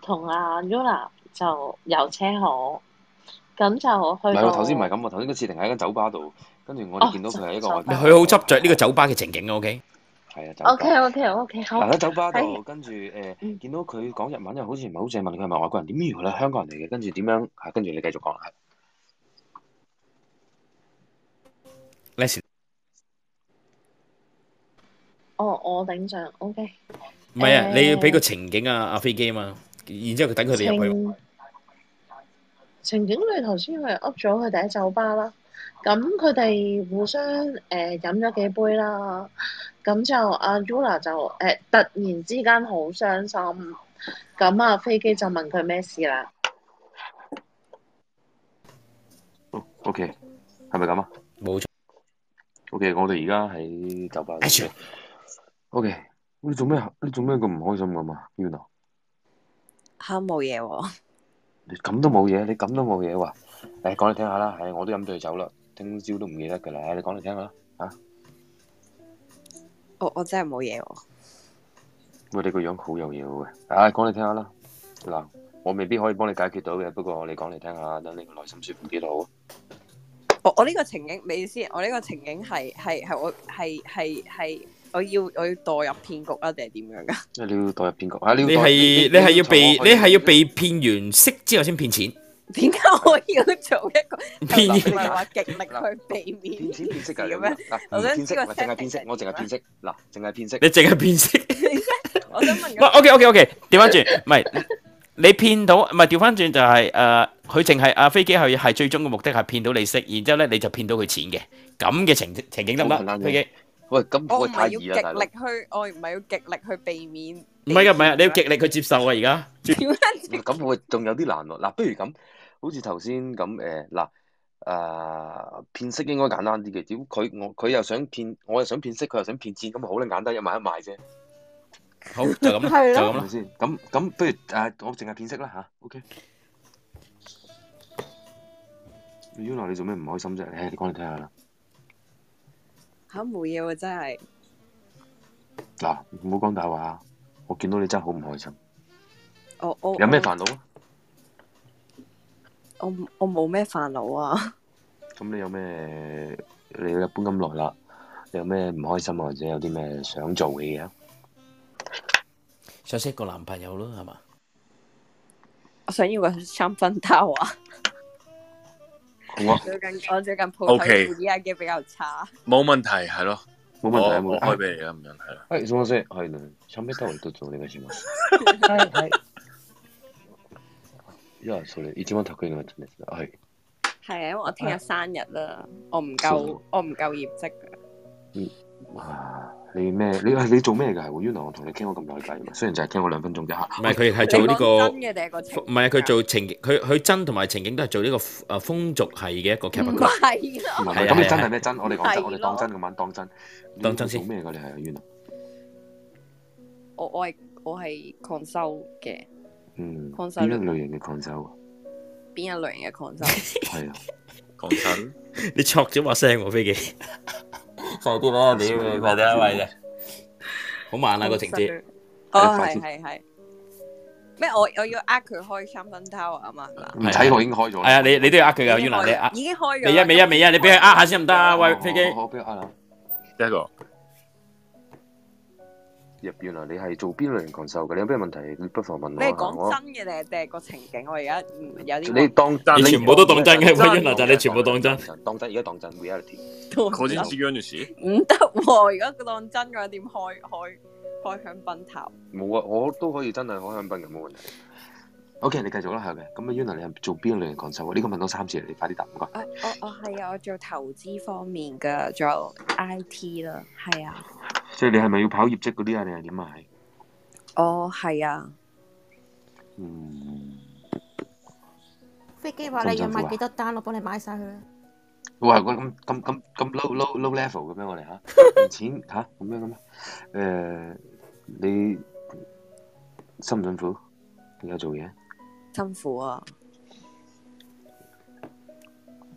Speaker 27: 同阿 Yuna 就遊車河，咁就
Speaker 22: 唔
Speaker 27: 去
Speaker 22: 係
Speaker 27: 到
Speaker 22: 喎，頭先唔係咁喎，頭先個設定係一間酒吧度，跟住我哋見到佢係一個
Speaker 1: 佢好執着呢個酒吧嘅情景嘅，OK。
Speaker 22: 係啊，酒吧。
Speaker 27: O K O K O K 好哎
Speaker 22: 嗱喺酒吧
Speaker 27: 係
Speaker 22: 度，跟住誒見到佢講日文，又好似唔係好正，問佢係咪外國人，點知原來係香港人嚟嘅，跟住點樣嚇？跟住你繼續講啦。
Speaker 1: Leslie
Speaker 27: 哦，我頂上 O K
Speaker 1: 唔係啊，
Speaker 27: 誒
Speaker 1: 你要俾個情景啊，阿飛機啊嘛，然之後佢等佢哋入去。
Speaker 27: 情情景裏頭先係噏咗佢哋喺酒吧啦，咁佢哋互相誒、呃、飲咗幾杯啦，咁就阿 Yuna 就誒、呃突然之間好傷心，咁啊飛機就問佢咩事啦。
Speaker 22: O K，係咪咁啊？
Speaker 1: 冇錯。
Speaker 22: O K，我哋而家喺酒吧。O K，你做咩？你做咩咁唔開心咁啊？Yuna，
Speaker 16: 吓冇嘢喎，
Speaker 22: 你咁都冇嘢，你咁都冇嘢喎。誒，講嚟聽下啦。唉，我都飲醉酒啦，聽朝都唔記得㗎啦。唉你講嚟聽下啦。啊嚇，
Speaker 16: 我我真係冇嘢喎。
Speaker 22: 喂，你個樣好有嘢喎。唉，講嚟聽下啦。嗱，我未必可以幫你解決到嘅，不過你講嚟聽下，等你個內心舒服啲都好啊。
Speaker 16: 我我呢個情景，你先，我呢個情景係係係我係係係我要我要墮入騙局啊，定係點樣噶？
Speaker 22: 因為你要代入騙局啊！你
Speaker 1: 你
Speaker 22: 要代
Speaker 1: 係你係要被你係要被騙完息之後先 騙錢。
Speaker 16: 點解我要做一個
Speaker 1: 騙
Speaker 16: 唔係話極力 去避免
Speaker 22: 騙錢騙色㗎
Speaker 16: 嘅
Speaker 22: 你
Speaker 16: 咩？
Speaker 22: 嗱，
Speaker 16: 我
Speaker 22: 唔
Speaker 16: 想
Speaker 22: 騙
Speaker 16: 知
Speaker 22: 色，
Speaker 16: 個
Speaker 22: 嗱，淨係騙色，我
Speaker 16: 啊
Speaker 22: 淨係騙色，嗱，淨係騙色。
Speaker 1: 你淨係騙色。
Speaker 16: 我想問
Speaker 1: 喂，OK OK OK，調翻轉，唔係你騙到，唔係調翻轉就係誒，佢淨係阿飛機係係最終嘅目的係騙到你息，然之後咧你就騙到佢錢嘅，咁嘅情情景得唔
Speaker 22: 好簡
Speaker 1: 得？
Speaker 22: 單啫
Speaker 1: 飛機。
Speaker 22: 喂，咁
Speaker 16: 我唔係
Speaker 1: 啊
Speaker 16: 要極力去，我唔係要極力去避免。
Speaker 1: 唔係㗎，唔係啊，你要極力去接受啊！而家
Speaker 22: 咁我仲有啲難喎。嗱，不如咁，好似頭先咁誒，嗱、誒騙色應該簡單啲嘅。屌佢我佢又想騙，我又想騙色，佢又想騙錢，咁咪好啦，簡單一買一賣啫。
Speaker 1: 好就 咁
Speaker 22: 啦，
Speaker 1: 係咯就咁啦
Speaker 22: 咪先？咁咁不如誒、我淨係騙色啦吓 o k u n a 你做咩唔開心啫？誒，你講嚟聽下啦。
Speaker 16: 吓冇嘢喎，真係。
Speaker 22: 嗱，唔好講大話啊！我見到你真係好唔開心。
Speaker 16: 我我
Speaker 22: 有咩煩惱啊？
Speaker 16: 我我我冇咩煩惱啊。
Speaker 22: 咁你有咩？你去日本咁耐啦，你有咩唔開心啊？或者有啲咩想做嘅嘢啊？
Speaker 1: 想識個男朋友咯，係嘛？
Speaker 16: 我想要個三分刀啊！
Speaker 20: 好啊
Speaker 16: 最近我最近鋪頭
Speaker 20: 啊 OK
Speaker 16: 依家嘅比較差，
Speaker 20: 冇問題，係咯。
Speaker 22: 冇問題啊
Speaker 9: 我
Speaker 22: 冇問
Speaker 9: 我
Speaker 22: 題啊哎
Speaker 9: 開俾你啦，咁樣係啊啦。
Speaker 22: はい、すみません。はい、シャンペタワー一つお願いします。
Speaker 19: はいはい。
Speaker 22: じゃあ、それ、一番得意なやつですね。はい。
Speaker 16: 係啊，因為我聽日生日啦，我唔
Speaker 22: 嗯
Speaker 16: 夠我唔夠業績㗎
Speaker 22: 嗯哇你咩？你係你做咩㗎？係喎，原來我同你傾咗咁耐偈，雖然就係傾咗兩分鐘啫嚇。
Speaker 1: 唔係佢係做呢、個，
Speaker 16: 真嘅定係個情
Speaker 1: 唔係佢做情，佢佢真同埋情景都係做呢個誒風俗係嘅一個啊劇
Speaker 16: 唔係
Speaker 22: 唔
Speaker 1: 本。
Speaker 16: 咯
Speaker 22: 係，咁啊你真係咩真？我哋講真，
Speaker 16: 係
Speaker 22: 我哋
Speaker 16: 咯
Speaker 22: 當 真咁晚當真。
Speaker 1: 當真先
Speaker 22: 你做咩㗎？你係阿啊？
Speaker 16: 我我係我係 consult 嘅，
Speaker 22: 嗯，
Speaker 16: consult
Speaker 22: 邊一類型嘅 consult 啊？
Speaker 16: 邊一類型嘅 consult？
Speaker 22: 係啊，
Speaker 1: 講真，你錯咗把聲喎飛機。快啲啦，屌！快啲啦，快啲！好慢啊個情節。
Speaker 16: 哦，
Speaker 1: 快
Speaker 16: 係
Speaker 1: 啲
Speaker 16: 係係。咩？我我要呃佢開 Samsung Tower 啊嘛嗱。
Speaker 22: 唔
Speaker 1: 嗯
Speaker 22: 睇我已經開咗啦
Speaker 1: 係啊，你你都要呃佢㗎，
Speaker 16: 已經
Speaker 1: 原來你呃。
Speaker 16: 已經開咗啦
Speaker 1: 未啊未啊未啊！你俾佢呃下先唔得啊！喂飛機。
Speaker 22: 我俾阿啦，
Speaker 9: 一個
Speaker 22: 入原來你係做邊類型 consult 嘅？你有咩問題？你不妨問
Speaker 16: 你
Speaker 22: 我
Speaker 16: 係
Speaker 22: 啊。
Speaker 16: 講
Speaker 22: 我
Speaker 16: 真嘅定係定係個情景？我而家唔有啲
Speaker 22: 你當真，
Speaker 1: 你全部都當真嘅
Speaker 22: 當
Speaker 1: 喂原來就係你全部當真。
Speaker 22: 當真而家當真 reality。
Speaker 9: 嗰陣時嗰陣時，
Speaker 16: 唔 得喎！如果當真嘅話，點開開開香檳頭？
Speaker 22: 冇啊，我都可以真係開香檳嘅，冇問題。O.K. 你繼續啦，係嘅。咁啊，原來你係做邊類型 consult 啊？呢個問多三次，你快啲答唔該。
Speaker 16: 我我我係啊，我做投資方面嘅，仲有 I T 啦，係啊，
Speaker 22: 即係你係咪要跑業績嗰啲啊？你係點 啊？係
Speaker 16: 哦係啊，
Speaker 22: 嗯，
Speaker 3: 飛機話你要買幾多單，我幫你買晒佢啦。
Speaker 22: 哇！我咁咁咁咁 low low low level 咁樣我 哋嚇，錢嚇咁樣嘅咩？誒、你辛唔辛苦？而家做嘢？
Speaker 16: 辛苦啊！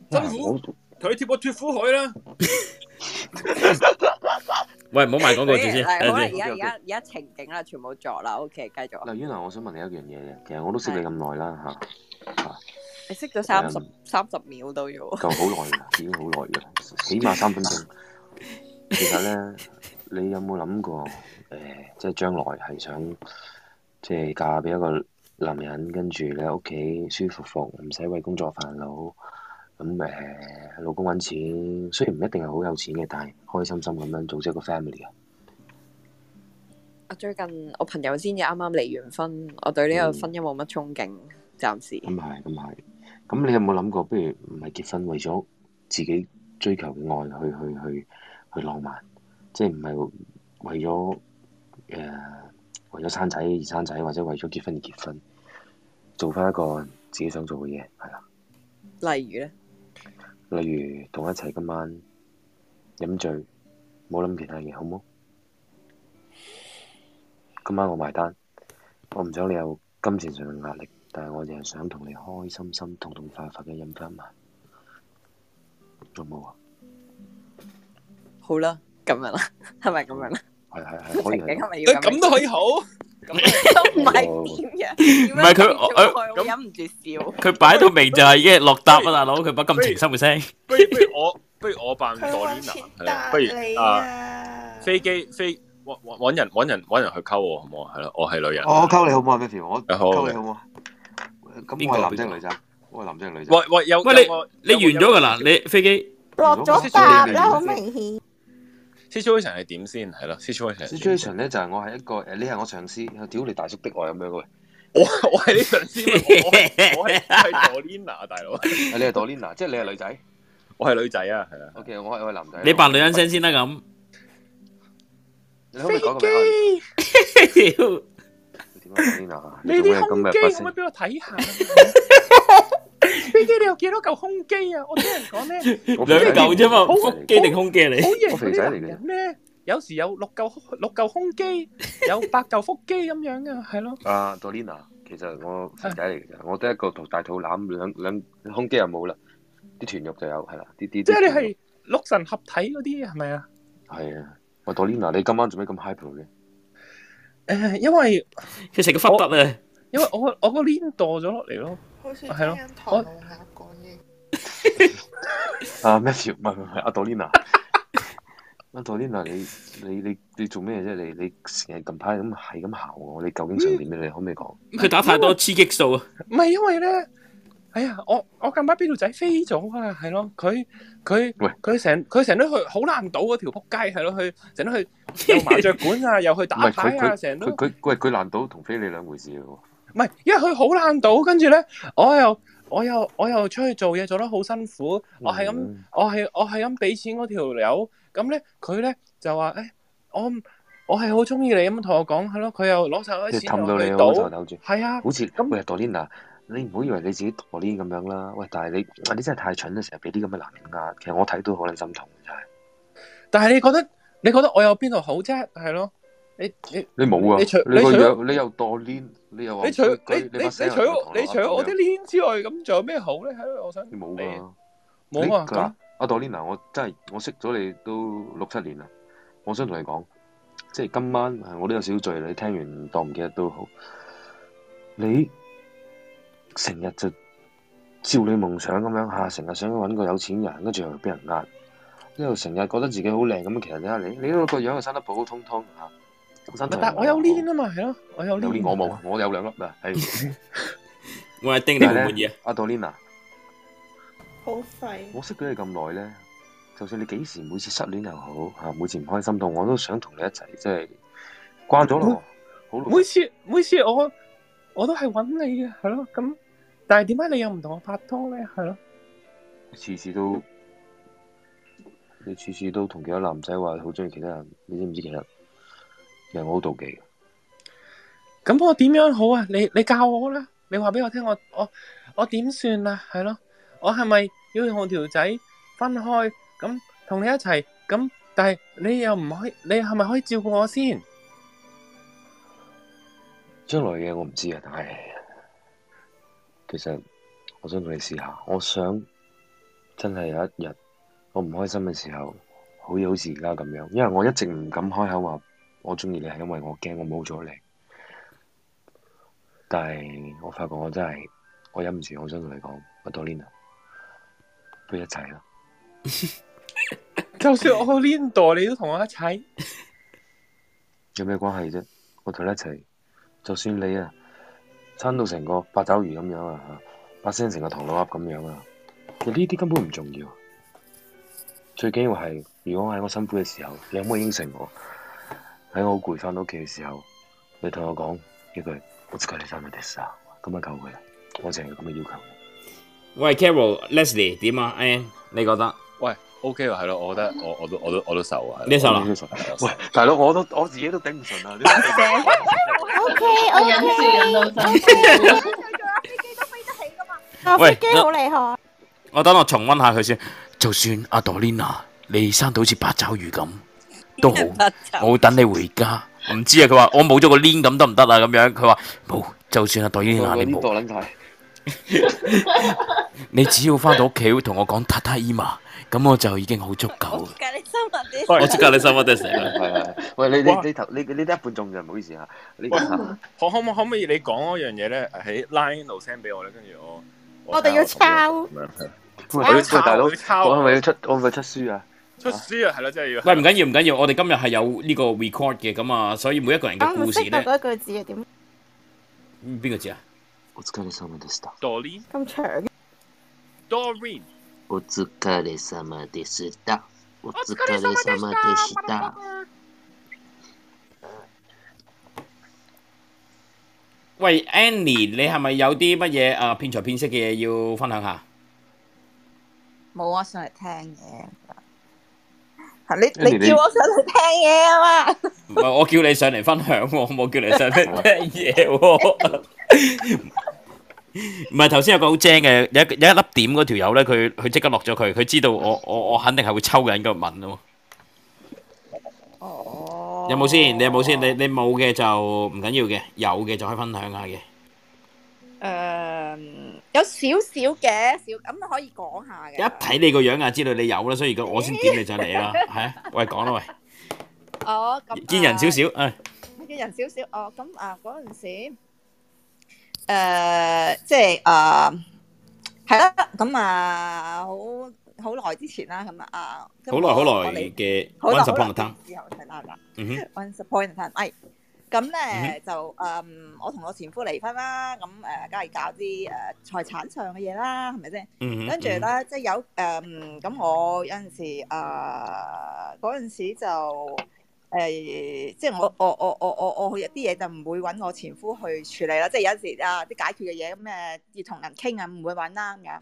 Speaker 22: 辛苦。
Speaker 20: 佢貼我脱苦海啦。
Speaker 1: 喂，唔好賣廣告住
Speaker 16: 嗱
Speaker 1: 先。
Speaker 16: 哎好啦，
Speaker 1: 等陣
Speaker 16: 而家
Speaker 1: 先
Speaker 16: 而家而家情景啦，全部作啦，OK，繼續
Speaker 22: 嗱，
Speaker 16: 啊！
Speaker 22: 原來我想問你一樣嘢嘅，其實我都識你咁耐啦嚇。
Speaker 16: 你識咗三十
Speaker 22: 嗯
Speaker 16: 三十秒都要，
Speaker 22: 夠好耐啦，已經好耐啦，起碼三分鐘。其實咧，你有冇諗過誒、呃即係將來係想即係嫁俾一個男人，跟住你喺屋企舒服服，唔使為工作煩惱。咁誒、老公揾錢，雖然唔一定係好有錢嘅，但係開心心咁樣組織一個 family 啊。
Speaker 16: 我啊最近我朋友先至啱啱離完婚，我對呢個
Speaker 22: 嗯
Speaker 16: 婚姻冇乜憧憬，暫時。
Speaker 22: 咁係，咁係。咁你有冇諗過，不如唔係結婚，為咗自己追求嘅愛去去去去浪漫，即係唔係為咗誒、呃、為咗生仔而生仔，或者為咗結婚而結婚，做翻一個自己想做嘅嘢，係啦。
Speaker 16: 例如咧，
Speaker 22: 例如同我一齊今晚飲醉，冇諗其他嘢，好冇？今晚我埋單，我唔想你有金錢上嘅壓力，但係我淨係想同你開開心心、痛痛快快嘅飲翻埋，好冇啊？
Speaker 16: 好啦，咁樣啦， 係咪咁樣啦？
Speaker 22: 係係係，可以
Speaker 16: 情景係
Speaker 22: 係。
Speaker 16: 咪要樣？
Speaker 20: 可以好，
Speaker 16: 咁都唔係點嘅？
Speaker 1: 唔係
Speaker 20: 哦
Speaker 1: 佢我
Speaker 20: 哎
Speaker 16: 我我忍唔住笑。
Speaker 1: 佢擺到明就係已經係落答啊，大佬！佢把咁情深嘅聲。
Speaker 20: 不如不如 我不如我扮 Dorina，係啦，不
Speaker 25: 你
Speaker 20: 如啊飛機飛揾揾揾人揾人揾人去溝我好唔好啊？係咯，我係女人。
Speaker 22: 我溝你好冇啊 m a t t h 我
Speaker 20: 好
Speaker 22: 溝你好冇啊？咁我係男仔定女仔？我係男仔定女仔？啊
Speaker 20: 喂喂有
Speaker 1: 喂，你
Speaker 20: 有
Speaker 1: 你完咗㗎啦，你飛機。
Speaker 3: 落咗答啦，好
Speaker 22: 如果
Speaker 3: 明顯。
Speaker 20: situation 係點先？係咯，situation 係點
Speaker 22: situation 咧就係我係一個誒，你係我上司，屌你大叔的愛咁樣嘅喂。
Speaker 20: 我我係你上司，我係我係我係 Dorina 大佬。
Speaker 22: 啊你係 Dorina，即係你係女仔。
Speaker 20: 我係女仔啊，係啊。
Speaker 22: OK，我係我係男仔。
Speaker 1: 你扮女人聲先啦咁。
Speaker 22: 你可唔可以講個名啊？點啊，Dorina？
Speaker 20: 你
Speaker 22: 做咩
Speaker 20: 啲
Speaker 22: 咁
Speaker 20: 胸
Speaker 22: 嘅
Speaker 20: 肌
Speaker 22: 不
Speaker 20: 可唔可以
Speaker 22: 適？
Speaker 20: 俾我睇 下？飛機你有幾多嚿胸肌啊？我聽人講咧，
Speaker 1: 兩嚿啫嘛，腹肌定胸肌啊你？
Speaker 20: 好型
Speaker 22: 我
Speaker 20: 嗰
Speaker 22: 肥
Speaker 20: 啲
Speaker 22: 仔
Speaker 20: 男
Speaker 22: 嚟嘅
Speaker 20: 人咧，有時有六嚿六嚿胸肌，有八嚿腹肌咁樣嘅，係咯。
Speaker 22: 啊，Dorina，其實我肥仔嚟嘅咋，我得一個肚大肚腩，兩兩胸肌又冇啦，啲團肉就有係啦，啲啲。
Speaker 20: 即係你係六神合體嗰啲係咪啊？
Speaker 22: 係啊，喂，Dorina，你今晚做咩咁 hyper 嘅？
Speaker 20: 誒，因為
Speaker 1: 佢食個忽得啊！
Speaker 20: 因為我我個 link 墮咗落嚟咯，
Speaker 25: 好
Speaker 23: À,
Speaker 25: 似聽
Speaker 20: 係咯
Speaker 25: 緊唐老鴨講 嘢。
Speaker 22: 啊，Matthew，唔係唔係唔係，阿 Dorina，阿 Dorina，你你你你做咩啫？你你成日近排咁係咁姣我，你究竟想點咧？你可唔可以講？
Speaker 1: 佢打太多雌激素啊！
Speaker 20: 唔係因為咧，
Speaker 23: 哎呀，我我近排邊度仔飛咗啊，係咯，佢佢佢成佢成日都去好難倒嗰條撲街，係咯，佢成日都去又麻雀館啊，又去打
Speaker 22: 唔係
Speaker 23: 牌
Speaker 22: 佢
Speaker 23: 啊，
Speaker 22: 佢
Speaker 23: 成日都
Speaker 22: 佢佢喂佢難到同非你兩回事喎。
Speaker 23: 唔係，因為佢好懶到，跟住咧，我又我又我又出去做嘢做得好辛苦，
Speaker 22: 嗯
Speaker 23: 我係咁我係我係咁俾錢嗰條友，咁咧佢咧就話誒、哎我唔我係好中意你咁同我講係咯，佢又攞晒我
Speaker 22: 即
Speaker 23: 啲
Speaker 22: 係
Speaker 23: 錢
Speaker 22: 氹
Speaker 23: 落
Speaker 22: 到你
Speaker 23: 去
Speaker 22: 好
Speaker 23: 賭
Speaker 22: 頭頭住，
Speaker 23: 係啊，
Speaker 22: 好似喂 Dorina，你唔好以為你自己 Dorina 咁樣啦，喂，但係你你真係太蠢啦，成日俾啲咁嘅男人呃，其實我睇到好撚心痛，真係
Speaker 23: 但係你覺得你覺得我有邊度好啫？係咯，你你
Speaker 22: 你冇啊，
Speaker 23: 你除
Speaker 22: 你
Speaker 23: 你
Speaker 22: 個
Speaker 23: 除
Speaker 22: 樣你又 Dorina，你又話
Speaker 23: 你除
Speaker 22: 佢
Speaker 23: 你
Speaker 22: 佢
Speaker 23: 你
Speaker 22: 把
Speaker 23: 你
Speaker 22: 聲又
Speaker 23: 除我
Speaker 22: 同
Speaker 23: 你除
Speaker 22: 咁
Speaker 23: 我
Speaker 22: 樣
Speaker 23: 啲鏈之外，咁仲有咩好咧？係咯，我想
Speaker 22: 你冇㗎，
Speaker 23: 冇
Speaker 22: 你
Speaker 23: 啊
Speaker 22: 佢話
Speaker 23: 咁
Speaker 22: 阿 Dorina，我真係我識咗你都六七年啦，我想同你講，即係今晚我都有少少醉啦，你聽完當唔記得都好，你成日就照你夢想咁樣嚇，成日想揾個有錢人，跟住又俾人呃，一路成日覺得自己好靚咁，其實睇下你，你都個樣又啊生得普普通通啊嚇，身材
Speaker 23: 但我有鏈啊嘛，係咯，我有
Speaker 22: 有
Speaker 23: 鏈
Speaker 22: 啲我冇，我有兩粒啊，係
Speaker 1: 我係丁
Speaker 28: 你滿唔滿
Speaker 22: 意啊？阿 Dorina。
Speaker 25: 好廢。
Speaker 22: 我識咗你咁耐咧，就算你幾時每次失戀又好嚇，每次唔開心到，我都想同你一齊，即係慣咗咯。好耐
Speaker 23: 每次每次我我都係揾你嘅，係咯咁，但係點解你又唔同我拍拖咧？係咯，
Speaker 22: 次次都你次次都同其他男仔話好中意其他人，你知唔知其實其實我好妒忌嘅。啊
Speaker 23: 咁我點樣好啊？你你教我啦，你話俾我聽，我我我點算啊？係咯，我係咪要同條仔分開咁同你一齊咁？但係你又唔可以，你係咪可以照顧我先？
Speaker 22: 將來嘅嘢我唔知啊，但係其實我想同你試下，我想真係有一日我唔開心嘅時候，好似好似而家咁樣，因為我一直唔敢開口話我中意你，係因為我驚我冇咗你。但係我發覺我真係我忍唔住，我想同你講，阿 Dorina，不如一齊啦。
Speaker 23: 就算我呢度，你都同我一齊。
Speaker 22: 有咩關係啫？我同你一齊，就算你啊，撐到成個八爪魚咁樣啊，嚇把聲成個唐老鴨咁樣啊，其實呢啲根本唔重要。最緊要係，如果喺我辛苦嘅時候，你可唔可以應承我？喺我好攰翻到屋企嘅時候，你同我講一句，我只你三日的沙，咁樣夠嘅啦。我淨係有咁嘅要求。
Speaker 1: 喂，Carol、Leslie 點啊？Ann，你覺得？
Speaker 23: 喂，OK 喎，係咯，我覺得我我都我都我都受啊
Speaker 1: 你受啦？
Speaker 22: 喂，大佬，我都我自己都頂唔順啊！
Speaker 20: OK，OK
Speaker 29: 我忍住忍到辛
Speaker 20: 架
Speaker 1: 喂
Speaker 20: 飛機好厲害。
Speaker 1: 我等我重温下佢先。就算阿 Dorina 你生到好似八爪魚咁都好，我會等你回家。唔知啊，佢話我冇咗個 link 咁得唔得啊？咁樣佢話冇，就算阿 Dorina 你冇，
Speaker 22: 撚曬。
Speaker 1: 你只要翻到屋企會同我講塔塔伊瑪，咁我就已經好足夠。
Speaker 30: 隔你生物啲。
Speaker 1: 我即刻你心乜都死啦！
Speaker 22: 係係，喂你你
Speaker 23: 哇
Speaker 22: 你頭你你得一半中就唔好意思嚇，啊你
Speaker 23: 喂
Speaker 22: 嚇
Speaker 23: 可可唔可唔可以你講嗰樣嘢咧？喺 line 度 send 俾我咧，跟住我
Speaker 20: 我哋要抄。
Speaker 22: 喂
Speaker 23: 我要
Speaker 22: 喂
Speaker 23: 抄
Speaker 22: 大佬，
Speaker 23: 我要抄
Speaker 22: 我係咪要出我係咪出書啊？
Speaker 23: 出書啊，係咯，真係要。
Speaker 1: 喂，唔緊要唔緊要，我哋今日係有呢個 record 嘅咁啊，所以每一個人嘅
Speaker 20: 我
Speaker 1: 故
Speaker 20: 唔
Speaker 1: 事
Speaker 20: 識
Speaker 1: 咧
Speaker 20: 讀，嗰句字係點
Speaker 1: 邊個知啊？
Speaker 22: 我只你三日的沙。
Speaker 23: Doreen
Speaker 20: 咁長嘅？
Speaker 23: Doreen，
Speaker 22: お疲れ様でした。お疲
Speaker 23: れ様でした。
Speaker 1: 喂，Annie，你係咪有啲乜嘢啊騙財騙色嘅嘢要分享下？
Speaker 11: 冇啊，上嚟聽嘢。係
Speaker 1: 你
Speaker 11: 你你叫我上嚟聽嘢啊嘛？
Speaker 1: 唔係我叫你上嚟分享喎，我冇叫你上嚟聽嘢喎。唔係頭先有個好精嘅，有一有一粒點嗰條友咧，佢佢即刻落咗佢，佢知道我我我肯定係會抽緊個問 咯。哦，有冇先？你有冇先？你你冇嘅就唔緊要嘅，有嘅就可以分享下嘅。
Speaker 11: 誒，有少少嘅，少咁可以講下嘅。
Speaker 1: 一睇你個樣啊，知道你有啦，所以而家我先點你上嚟啦，係啊，喂講啦喂，
Speaker 11: 哦，咁
Speaker 1: 見人少少，誒
Speaker 11: 嘅人少少。哦，咁啊嗰陣時，誒，即係誒，係啦。咁啊，好好耐之前啦，咁啊，咁
Speaker 1: 好耐好
Speaker 11: 我
Speaker 1: 耐
Speaker 11: 我嚟
Speaker 1: 嘅
Speaker 11: 好耐
Speaker 1: Once
Speaker 11: 好
Speaker 1: Upon
Speaker 11: 耐
Speaker 1: a Time，
Speaker 11: 之後睇啦。
Speaker 1: 嗯哼，
Speaker 11: Once upon a time，哎，咁咧就嗯，我同我前夫離婚啦，咁誒梗係搞啲誒財產上嘅嘢啦，係咪先？
Speaker 4: 嗯
Speaker 11: 跟住咧，即係有誒，咁我有陣時誒嗰陣時就誒，即係我我我我我我有啲嘢就唔會揾我前夫去處理啦，即係有陣時啊啲解決嘅嘢咁誒要同人傾啊，唔會揾啦咁樣。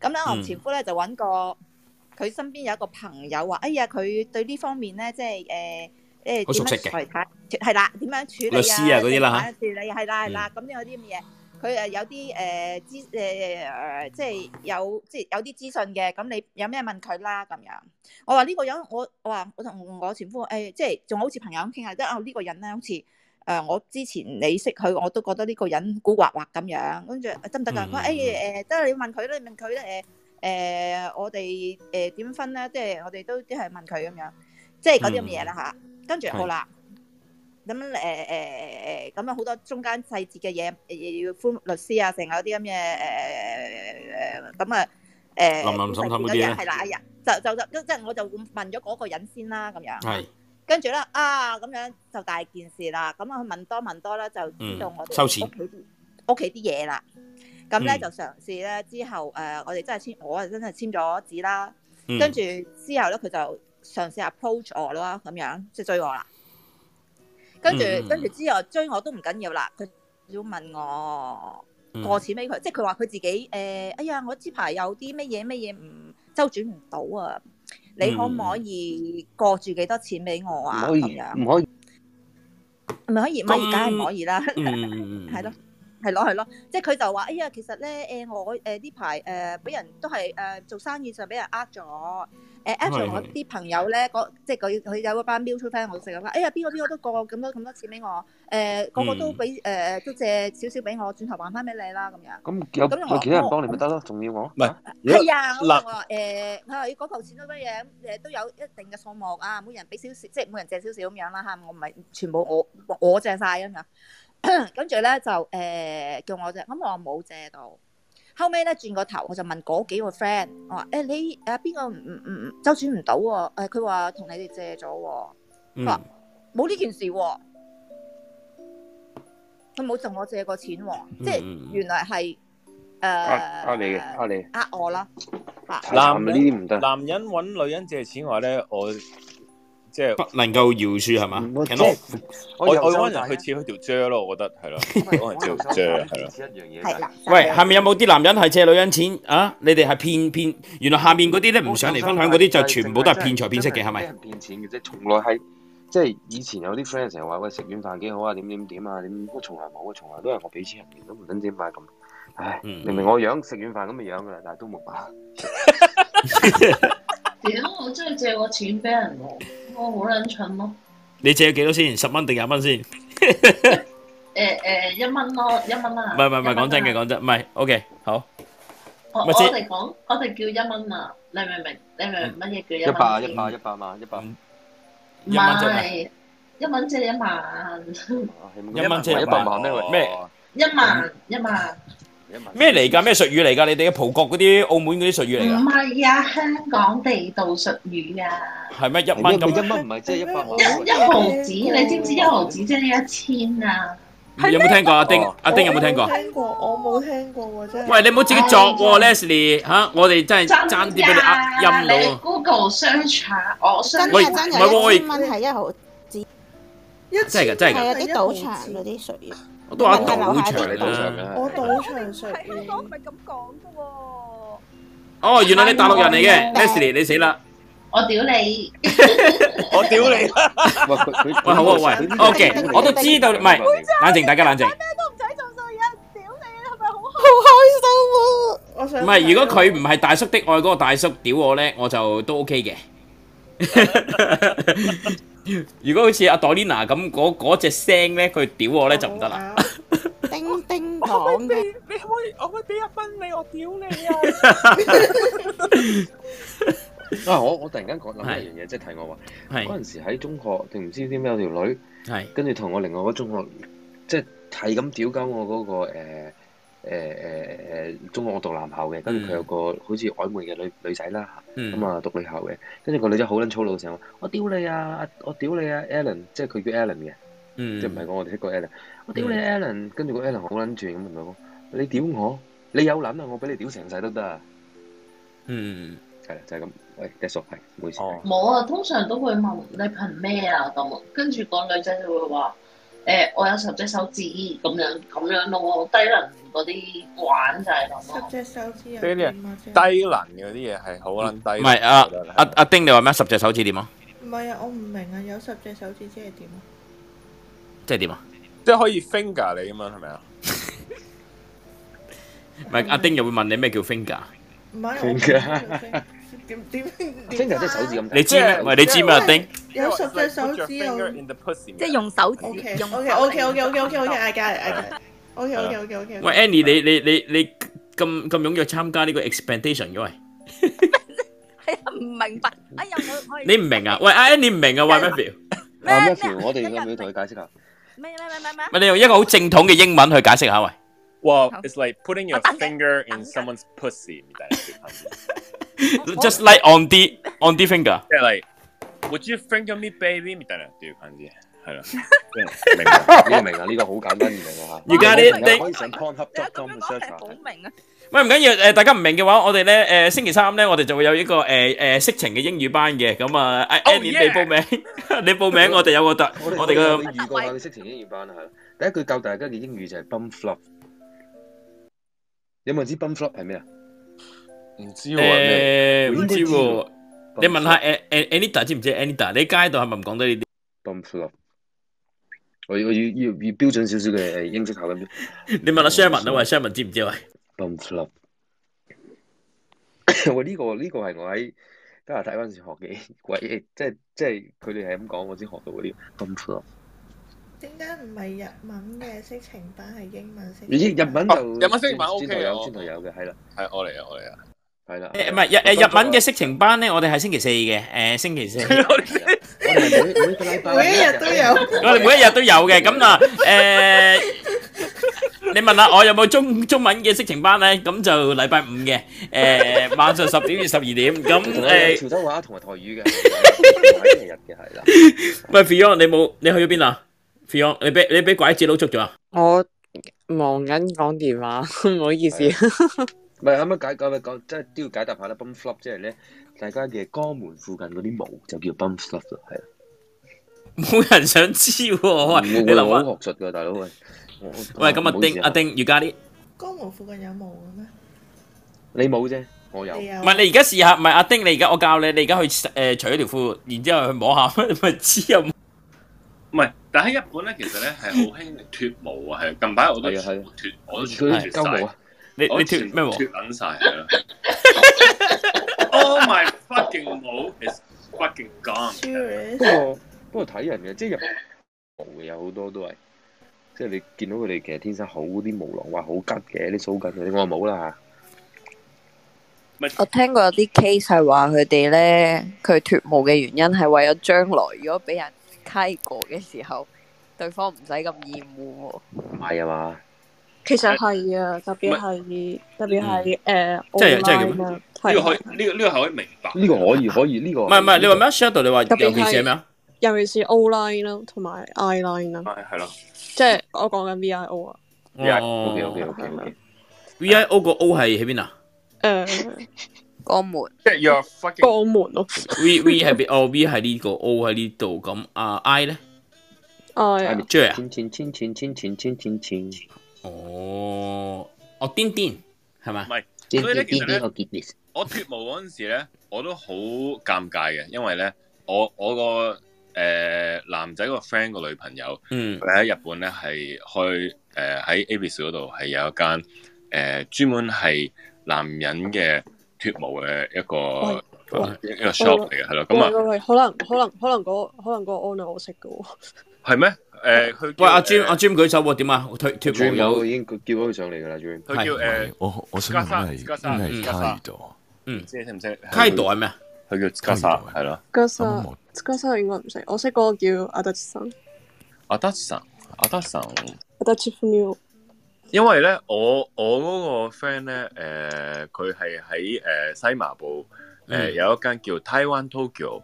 Speaker 11: 咁咧，我前夫咧就揾個佢身邊有一個朋友話：哎呀，佢對呢方面咧，即係誒。誒
Speaker 1: 好熟悉嘅
Speaker 11: 點樣財產係啦，點樣處理
Speaker 1: 律師啊嗰啲啦
Speaker 11: 點樣
Speaker 1: 嚇嗯
Speaker 11: 處理係啦係啦，咁有啲咁嘅嘢，佢誒有啲誒資誒誒，即係有即係有啲資訊嘅，咁你有咩問佢啦咁樣。我話呢個人，我我話我同我前夫誒、哎即係仲好似朋友咁傾下，即係啊呢個人咧好似。誒、呃我之前你識佢，我都覺得呢個人古惑惑咁樣，跟住得唔得
Speaker 4: 嗯
Speaker 11: 㗎？佢話誒誒，得、你問佢啦，你問佢啦誒誒，我哋誒點分咧？即係我哋都即係問佢咁樣，即係嗰啲咁嘅嘢啦
Speaker 4: 嗯
Speaker 11: 吓，跟住
Speaker 4: 係
Speaker 11: 好啦，咁呃誒誒誒，咁啊好多中間細節嘅嘢，呃誒要歡律師啊，成有啲咁嘅誒誒咁啊誒，
Speaker 4: 林林沈沈嗰啲咧
Speaker 11: 係啦，哎呀，就就就即係我就問咗嗰個人先啦，咁樣。
Speaker 4: 係
Speaker 11: 跟住咧啊，咁樣就大件事啦。咁啊，問多問多咧，就知道
Speaker 4: 嗯
Speaker 11: 我哋
Speaker 4: 收
Speaker 11: 屋企
Speaker 4: 錢
Speaker 11: 啲屋企啲嘢啦。咁咧
Speaker 4: 嗯
Speaker 11: 就嘗試咧之後誒、我哋真係簽，我啊真係簽咗紙啦。
Speaker 4: 嗯
Speaker 11: 跟住之後咧，佢就嘗試 approach 我啦，咁樣即係追我啦。跟住
Speaker 4: 嗯嗯嗯
Speaker 11: 跟住之後追我都唔緊要啦，佢要問我
Speaker 4: 嗯
Speaker 11: 過錢俾佢，即係佢話佢自己誒、哎呀，我呢排有啲乜嘢乜嘢唔周轉唔到啊，你可唔可以過住幾多錢俾我啊？
Speaker 22: 唔可
Speaker 11: 咁
Speaker 22: 以嗯
Speaker 11: 樣
Speaker 22: 唔可以，
Speaker 11: 唔可以，唔可以，梗係唔可以啦。
Speaker 22: 嗯
Speaker 11: 係咯，係咯，係咯，即係佢就話：哎呀，其實咧，誒我誒呢排誒俾人都係誒做生意就俾人呃咗，誒呃
Speaker 4: 係
Speaker 11: 咗我啲朋友咧，嗰即係佢佢有一班 mutual friend，我成日話：哎呀，邊個邊個都過咁多咁多錢俾我，誒個個都
Speaker 22: 嗯
Speaker 11: 俾誒都借少少俾我，轉頭還翻俾你啦咁樣。
Speaker 22: 咁有
Speaker 11: 咁哦我
Speaker 22: 有其他人
Speaker 11: 我
Speaker 22: 幫你咪得咯，仲要我
Speaker 1: 唔係
Speaker 11: 係啊，我
Speaker 22: 嗱
Speaker 11: 話誒，佢話嗰嚿錢都乜嘢，誒都有一定嘅數目啊，每人俾少少，即係每人借少少咁樣啦嚇，我唔係全部我我借晒咁樣。跟住咧就誒、叫我借，咁我冇借到。後尾咧轉個頭，我就問嗰幾個 friend，我話誒、你誒邊個唔唔唔唔周轉唔到喎？誒佢話同你哋借咗喎，
Speaker 4: 嗯
Speaker 11: 冇呢件事喎、佢冇同我借過錢喎、即
Speaker 22: 嗯嗯
Speaker 11: 係原來係誒。
Speaker 22: 呃你嘅呃你嘅，
Speaker 11: 呃我啦，嚇
Speaker 22: 男人呢啲唔得
Speaker 20: 男人揾女人借錢嘅話咧，我即係
Speaker 1: 不能夠饒恕嗯係嘛？Cannot
Speaker 20: 我我揾人去切佢條啫咯，我覺得係咯，揾人借條啫係咯。
Speaker 22: 一樣
Speaker 11: 嘢就係
Speaker 1: 喂，下面有冇啲男人係借女人錢啊？你哋係騙騙，原來下面嗰啲咧唔想嚟分享嗰啲就全部都係騙財騙色嘅，係
Speaker 22: 俾
Speaker 1: 咪？
Speaker 22: 人騙錢嘅啫，從來係即係以前有啲 friend 成日話喂食軟飯幾好啊，點點點啊，點我從來冇啊，從來都係我俾錢人哋，都唔撚點解咁。唉，明明我樣食軟飯咁嘅樣噶啦，但係都冇把。
Speaker 27: 屌，我真係借過錢俾人喎，我好撚蠢咯。
Speaker 1: 你借幾多先？十蚊定廿蚊先？唔
Speaker 27: 誒誒，呃一蚊咯，一蚊啊。
Speaker 1: 係唔係唔係，講真嘅講真，唔係 OK 好。
Speaker 27: 我我
Speaker 1: 咪借
Speaker 27: 哋講，我哋叫一蚊啊，你明唔明？你明唔明乜嘢叫一蚊？
Speaker 22: 一百萬一百，
Speaker 1: 嗯
Speaker 22: 一
Speaker 27: 唔係，
Speaker 5: Dạ,
Speaker 27: 一蚊借一萬，
Speaker 1: 蚊借
Speaker 22: 一百萬咩？
Speaker 1: 咩
Speaker 27: 一
Speaker 5: Dạ,
Speaker 27: 萬一萬，
Speaker 1: 咩嚟㗎？咩術語嚟㗎？你哋嘅葡國嗰啲、澳門嗰啲術語嚟
Speaker 27: 唔
Speaker 1: 㗎？
Speaker 27: 係啊，香港地道術語
Speaker 5: à.
Speaker 27: 啊，
Speaker 1: 係咩一蚊咁？
Speaker 22: 一蚊唔係即係一百萬。
Speaker 27: 一一毫子，你知唔知一毫子即係一千
Speaker 5: à.
Speaker 27: 啊？
Speaker 1: 有冇聽過阿丁？阿丁有冇聽過？
Speaker 25: 聽過，我冇聽過喎，真係。
Speaker 1: 喂，你唔好自己作喎，Leslie 嚇！我哋真係爭啲俾你
Speaker 5: 哎
Speaker 1: 呃陰到
Speaker 27: 你
Speaker 1: 啊！
Speaker 27: Google search 下，我
Speaker 3: 真
Speaker 27: search
Speaker 1: 喂
Speaker 3: 係真
Speaker 1: 唔係喎
Speaker 3: 係
Speaker 1: 喂
Speaker 3: 一千蚊係一毫子，
Speaker 1: 真係㗎真係㗎
Speaker 3: 係啊！啲賭場嗰啲術語，
Speaker 1: 我都話
Speaker 3: 問下樓下
Speaker 1: 賭
Speaker 3: 啲
Speaker 1: 場啦。
Speaker 25: 我賭場上香港
Speaker 5: 唔係咁講嘅喎。
Speaker 1: 哦，原來你大陸人嚟嘅，Leslie 你死啦！
Speaker 27: 我屌你，
Speaker 1: 我屌你啦！
Speaker 22: 喂，佢
Speaker 1: 喂好啊喂
Speaker 27: 佢
Speaker 1: ，OK，我都知道，唔係冷靜，大家冷靜。
Speaker 3: 好開心啊！
Speaker 25: 我想
Speaker 1: 唔係，如果佢唔係大叔的愛嗰個大叔屌我咧，我就都 OK 嘅。如果好似阿 Dolina 咁嗰嗰隻聲咧，佢屌我咧就唔得啦。
Speaker 3: 叮叮講嘅，
Speaker 20: 你可唔可以？我可以俾一蚊你，我屌你啊！
Speaker 22: 啊！我我突然間講諗一樣嘢，即係提我話，嗰陣時喺中學定唔知點有條女，跟住同我另外嗰中學，即係係咁屌鳩我嗰、個誒誒誒誒中學我讀男校嘅，跟住佢有個好似曖昧嘅女女仔啦，
Speaker 1: 嗯
Speaker 22: 咁啊讀女校嘅，跟住個女仔好撚粗魯成日話我屌你啊，我屌你啊，Allen，即係佢叫 Allen 嘅，
Speaker 1: 嗯
Speaker 22: 即係唔係講我哋識個 Alan。我屌你啊 Alan，跟住個 Alan 好撚住咁同佢講：你屌我，你有撚啊，我俾你屌成世都得啊！
Speaker 1: 嗯，哦
Speaker 22: 係啦，就係咁。喂，that's all，係，唔好意思。
Speaker 27: 冇啊，通常都會問你憑咩啊咁，跟住個女仔就會話：誒、我有十隻手指咁樣咁樣咯，低能嗰啲玩就係咁咯。
Speaker 25: 十隻手指有
Speaker 20: 呢啲
Speaker 25: 點啊？
Speaker 20: 低能嗰啲嘢係好撚低能。
Speaker 1: 唔 係啊阿阿丁，你話咩？十隻手指點啊？
Speaker 25: 唔係啊，我唔明啊，有十隻手指即係點啊？
Speaker 1: 即係點啊？
Speaker 20: 即係可以 finger 你咁樣係咪啊？
Speaker 1: 唔係阿丁又會問你咩叫 finger？
Speaker 25: 唔係我唔明啊
Speaker 1: finger
Speaker 25: 點點點
Speaker 22: 即係隻手指咁
Speaker 1: 你知咩？喂，你知咩阿丁？
Speaker 25: 有十隻手指有
Speaker 20: In the pussy，
Speaker 16: 即係用手指
Speaker 25: OK
Speaker 16: 用手
Speaker 25: OK
Speaker 16: 嚟
Speaker 25: OK OK OK OK OK，I got it I got it。OK OK OK OK。
Speaker 1: 喂，Annie，你你你你咁咁踴躍參加呢個 expectation 嘅喂，
Speaker 16: 係啊，唔明白。哎呀，我我
Speaker 1: 你唔明啊？喂，阿 Annie 唔明啊？喂，Matthew，
Speaker 22: 啊 Matthew，我哋要唔要同佢解釋啊？
Speaker 1: 喂，你用一個好正統嘅英文去解釋下喂。
Speaker 20: Well, it's like putting your finger in someone's pussy みたいな。
Speaker 1: Just like on the on the finger。
Speaker 20: 即係 like Would you finger me, baby？咪得啦，屌簡直係啦，明白
Speaker 22: 呢個明啊，呢個好簡單易明啊嚇。
Speaker 1: You got it，
Speaker 22: 你
Speaker 1: Nick
Speaker 22: 可以上 pornhub.com search 下。
Speaker 1: 啊喂，唔緊要，誒，大家唔明嘅話，我哋咧，誒，星期三咧，我哋就會有一個誒誒色情嘅英語班嘅，咁啊，阿 Annie 你
Speaker 22: yeah！
Speaker 1: 報名， 你報名，我哋有個特，我哋
Speaker 22: 個
Speaker 1: 個
Speaker 22: 預告下佢識情英語班係。第一句教大家嘅英語就係 bum flop。有冇人知 bum flop 係咩啊？
Speaker 20: 唔
Speaker 1: 誒
Speaker 20: 知
Speaker 1: 唔知
Speaker 22: 應
Speaker 1: 喎
Speaker 22: 該，
Speaker 1: 你問下誒誒 Anita 知唔知 Anita？你喺街度係咪唔講得呢啲？
Speaker 22: bum flop。我要我要要要標準少少嘅誒英式口音。
Speaker 1: 你問下 Sherman 啊，喂，Sherman 知唔知喂？
Speaker 22: bum flop。喂，呢個呢個係我喺加拿大嗰陣時學嘅，鬼即係即係佢哋係咁講，我先學到嗰啲 bum flop。
Speaker 25: 點解唔係日文嘅色情版係英文色
Speaker 22: 咦，
Speaker 25: 情
Speaker 22: 日
Speaker 25: 版？
Speaker 22: 文就
Speaker 1: 哦
Speaker 20: 日文識英文
Speaker 22: 轉
Speaker 20: OK
Speaker 22: 頭有
Speaker 20: 啊
Speaker 22: 轉頭有嘅，係啦。
Speaker 20: 係我嚟啊，我嚟啊，
Speaker 22: 係啦。
Speaker 1: 誒唔係日誒日文嘅色情班咧，我哋係星期四嘅，誒星 期四。
Speaker 22: 我哋係每每個 禮拜
Speaker 25: 每一日都有。
Speaker 1: 我哋每一日都有嘅，咁啊，誒， 你問下我有冇中中文嘅色情班咧？咁就禮拜五嘅，誒晚上十點至十二點，咁
Speaker 22: 同埋有潮
Speaker 1: 誒，
Speaker 22: 州話同埋台語嘅，係星期日嘅係啦。
Speaker 1: 喂 Fion，你冇你去咗邊啊？Fion，你俾你俾拐子佬捉咗啊？
Speaker 21: 我忙緊講電話， 唔好意思。
Speaker 22: 唔係啊啱啱解解咪講，即係都要解答下啦。bum flop 即係咧，大家嘅肛門附近嗰啲毛就叫 bum flop 啦，係啦。
Speaker 1: 冇人想知喎，喂，你
Speaker 22: 我
Speaker 1: 留
Speaker 22: 我
Speaker 1: 翻，
Speaker 22: 好學術㗎，大佬喂。我
Speaker 1: 喂，咁阿
Speaker 22: 唔好意思
Speaker 1: 丁阿丁，you got it？
Speaker 25: 肛門附近有毛嘅咩？
Speaker 22: 你冇啫，我有。
Speaker 25: 你有
Speaker 1: 唔係你而家試下，唔係阿丁，你而家我教你，你而家去誒除咗條褲，然之後去摸下，你咪知有冇。
Speaker 20: 唔係，但喺日本咧，其實咧係好興脱毛啊，係近排我都全部脱，我都全部脱
Speaker 22: 佢鳩毛
Speaker 20: 曬
Speaker 22: 啊。
Speaker 1: 你
Speaker 20: 我
Speaker 1: 你脱
Speaker 20: 全部
Speaker 1: 咩毛
Speaker 20: 脱撚曬係啦。Oh my fucking 毛 is fucking gone。
Speaker 22: 不過不過睇人嘅，即係入毛嘅有好多都係，即係你見到佢哋其實天生好啲毛囊，話好吉嘅，你數緊佢，我話冇啦
Speaker 16: 我聽過有啲 case 係話佢哋咧，佢脱毛嘅原因係為咗將來如果俾人揩過嘅時候，對方唔使咁厭惡喎。
Speaker 22: 嚇，唔係啊嘛。
Speaker 23: 其實係啊，特別係特別係誒
Speaker 1: 真係真係咁
Speaker 23: online 啊，
Speaker 20: 呢個可
Speaker 23: 係
Speaker 20: 以，呢個呢個係可以明白。
Speaker 22: 呢個可以可以呢個。
Speaker 1: 唔係唔係，你話咩？Shadow，你話
Speaker 23: 特別
Speaker 1: 尤其是
Speaker 23: 係
Speaker 1: 係咩啊？
Speaker 23: 尤其是 O line 啦，同埋 I line 啦，
Speaker 20: 係咯。
Speaker 23: 即係我講緊 V I O 啊，
Speaker 1: 哦
Speaker 22: OK OK OK OK。
Speaker 1: V I O 個 O 係喺邊啊
Speaker 23: 誒
Speaker 16: 肛門，
Speaker 20: 即係 your fucking
Speaker 23: 肛門咯
Speaker 1: ？V V 係邊？哦，V 係呢個，O 喺呢度。咁啊，I 咧
Speaker 23: ，I 啊
Speaker 1: ，J 啊？
Speaker 22: 錢錢錢錢錢錢錢錢錢。
Speaker 1: 哦，哦，癲癲係咪？
Speaker 20: 唔係所以咧其實咧
Speaker 22: 我結裂。
Speaker 20: 我脱毛嗰陣時咧，我都好尷尬嘅，因為咧，我我個誒、呃男仔個 friend 個女朋友，
Speaker 1: 嗯
Speaker 20: 佢喺日本咧係開誒喺 Abis 嗰度係有一間誒、呃、專門係男人嘅脱毛嘅一個一個 shop 嚟嘅，係咯，咁
Speaker 23: 喂喂
Speaker 20: 啊
Speaker 23: 喂，可能可能可能嗰可能嗰個 owner 我識嘅喎，
Speaker 20: 係咩？誒佢叫
Speaker 1: 喂，阿 Jim 阿 Jim 舉手喎，點啊？脱脱
Speaker 22: 全
Speaker 1: 毛有
Speaker 22: 部已經叫咗佢上嚟㗎啦，Jim。
Speaker 20: 佢叫誒
Speaker 4: 我我想
Speaker 20: 加沙
Speaker 4: 問咩
Speaker 20: 加沙
Speaker 4: 咩係
Speaker 20: 加沙
Speaker 4: Kaido？啊
Speaker 1: 嗯，
Speaker 20: 知你識唔識
Speaker 1: Kaido 係咩啊？
Speaker 20: 佢叫加沙係咯，
Speaker 23: 嗰首嗰首應該唔識，我識嗰個叫阿德生，
Speaker 20: 阿德神阿德神。
Speaker 23: 阿德切夫紐，
Speaker 20: 因為咧，我我嗰個 friend 呃咧，誒佢係喺誒西麻布誒、呃
Speaker 23: 嗯
Speaker 20: 有一間叫 Taiwan Tokyo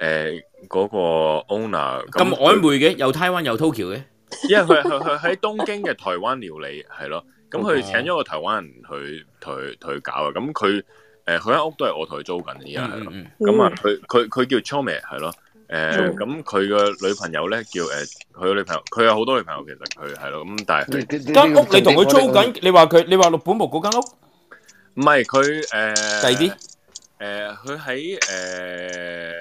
Speaker 20: 誒嗰個 owner
Speaker 1: 咁曖昧嘅，又台灣又 Tokyo 嘅。
Speaker 20: 因為佢佢佢喺東京嘅台灣料理係咯， 咁
Speaker 1: 哦
Speaker 20: 佢請咗個台灣人去去去搞啊，咁佢誒佢間屋都係我同佢租緊嘅，而家係咯
Speaker 1: 嗯
Speaker 20: 咁啊佢佢佢叫 Chome 係咯，誒咁佢嘅女朋友咧叫誒佢嘅女朋友，佢有好多女朋友其實佢係咯，咁但係
Speaker 1: 間屋你同佢租緊，你話佢你話六本木嗰間屋
Speaker 20: 唔係佢誒
Speaker 1: 第啲
Speaker 20: 誒，佢喺誒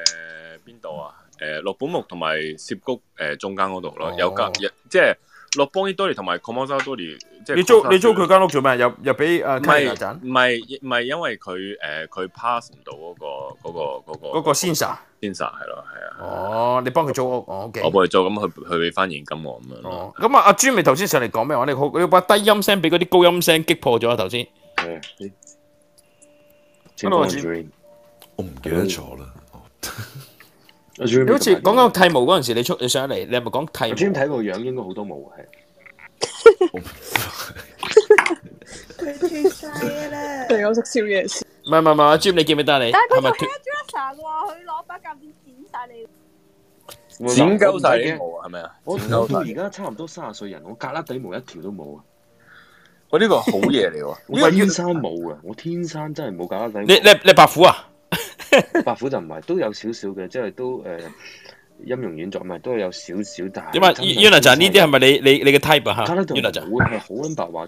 Speaker 20: 邊度啊？誒六本木同埋涉谷誒中間嗰度
Speaker 1: 哦
Speaker 20: 咯，有間即係六本木多利同埋 c o m m o s a d o r i 即係
Speaker 1: 你租
Speaker 20: Commodore
Speaker 1: 你租佢間屋做咩？又又俾啊
Speaker 20: 唔
Speaker 1: 誒 c a
Speaker 20: 係唔係唔係因為佢誒佢 pass 唔到嗰個嗰個嗰個
Speaker 1: 嗰個 Sensa
Speaker 20: 先生係咯係啊，
Speaker 1: 哦，你幫佢租屋，哦，OK
Speaker 20: 我。幫佢做咁佢佢俾翻現金我咁樣咯。
Speaker 1: 咁啊，阿朱咪頭先上嚟講咩？我哋好，你把低音聲俾嗰啲高音聲擊破咗啊！頭先。Hello，阿朱。
Speaker 23: 我唔記得咗啦。
Speaker 1: 你好似講緊剃毛嗰陣時，你出你上嚟，你係咪講剃毛？
Speaker 22: 專睇個樣應該好多毛係。
Speaker 11: 佢脱晒啦。
Speaker 4: 對我食宵夜先。
Speaker 1: 唔係唔係唔係，阿朱你記唔記得你
Speaker 11: 但
Speaker 1: 係
Speaker 11: 係
Speaker 1: 咪
Speaker 11: 佢做
Speaker 1: 脱
Speaker 11: hair dresser 喎，佢攞把鉸剪剪晒你。
Speaker 20: 剪鳩晒啲毛係咪啊？
Speaker 22: 我
Speaker 20: 剪鳩晒
Speaker 22: 我而家差唔多三十歲人，我格拉底毛一條都冇啊！
Speaker 20: 我呢個好嘢嚟喎！
Speaker 22: 我天生冇啊！我天生真係冇格拉底毛。
Speaker 1: 你你你白虎啊？
Speaker 22: 白虎就唔係，都有少少嘅，即係都呃誒音容婉作，咪都有少少，但係
Speaker 1: 點啊
Speaker 22: 真係
Speaker 1: ？Yuna 就呢
Speaker 22: 天
Speaker 1: 啲係
Speaker 22: 生
Speaker 1: 咪你你你嘅 type 啊？嚇
Speaker 22: 格拉底
Speaker 1: ，Yuna 就
Speaker 22: 毛係好撚白話，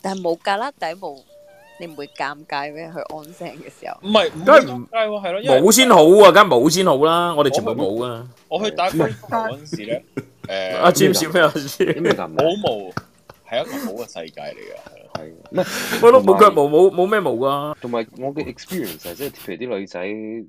Speaker 16: 但係冇格拉底冇，你唔會尷尬咩？佢安聲嘅時候，
Speaker 20: 唔係
Speaker 1: 梗係唔
Speaker 20: 係喎，係咯，因為
Speaker 1: 冇先好啊，梗係冇先好啦，我哋全部冇啊。
Speaker 20: 我去打 Brave 嗰陣時咧， 誒
Speaker 1: 阿 James 小朋友先
Speaker 20: 冇毛係一個好嘅世界嚟嘅，係咯。
Speaker 1: 啊
Speaker 22: 係唔係
Speaker 1: 我都冇腳毛，冇冇咩毛噶。
Speaker 22: 同埋我嘅 experience 係即係譬如啲女仔誒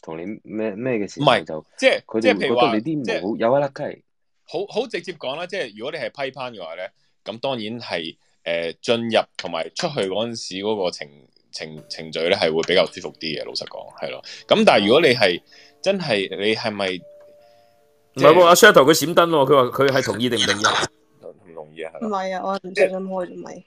Speaker 22: 同你咩咩嘅時候就
Speaker 20: 即係
Speaker 22: 佢
Speaker 20: 即
Speaker 22: 哋
Speaker 20: 係
Speaker 22: 會
Speaker 20: 譬
Speaker 22: 覺
Speaker 20: 如話
Speaker 22: 得你
Speaker 20: 即係
Speaker 22: 啲毛有一粒雞。
Speaker 20: 好好直接講啦，即係如果你係批判嘅話咧，咁當然係誒、呃、進入同埋出去嗰陣時嗰個程程程序咧係會比較舒服啲嘅，老實講係咯。咁但係如果你係真係你係咪
Speaker 1: 唔係喎，阿 Shadow 佢閃燈喎，佢話佢係同意定唔同意啊？
Speaker 20: 唔 同意啊？係
Speaker 4: 唔
Speaker 20: 咯，
Speaker 4: 係啊，我唔小心開咗咪。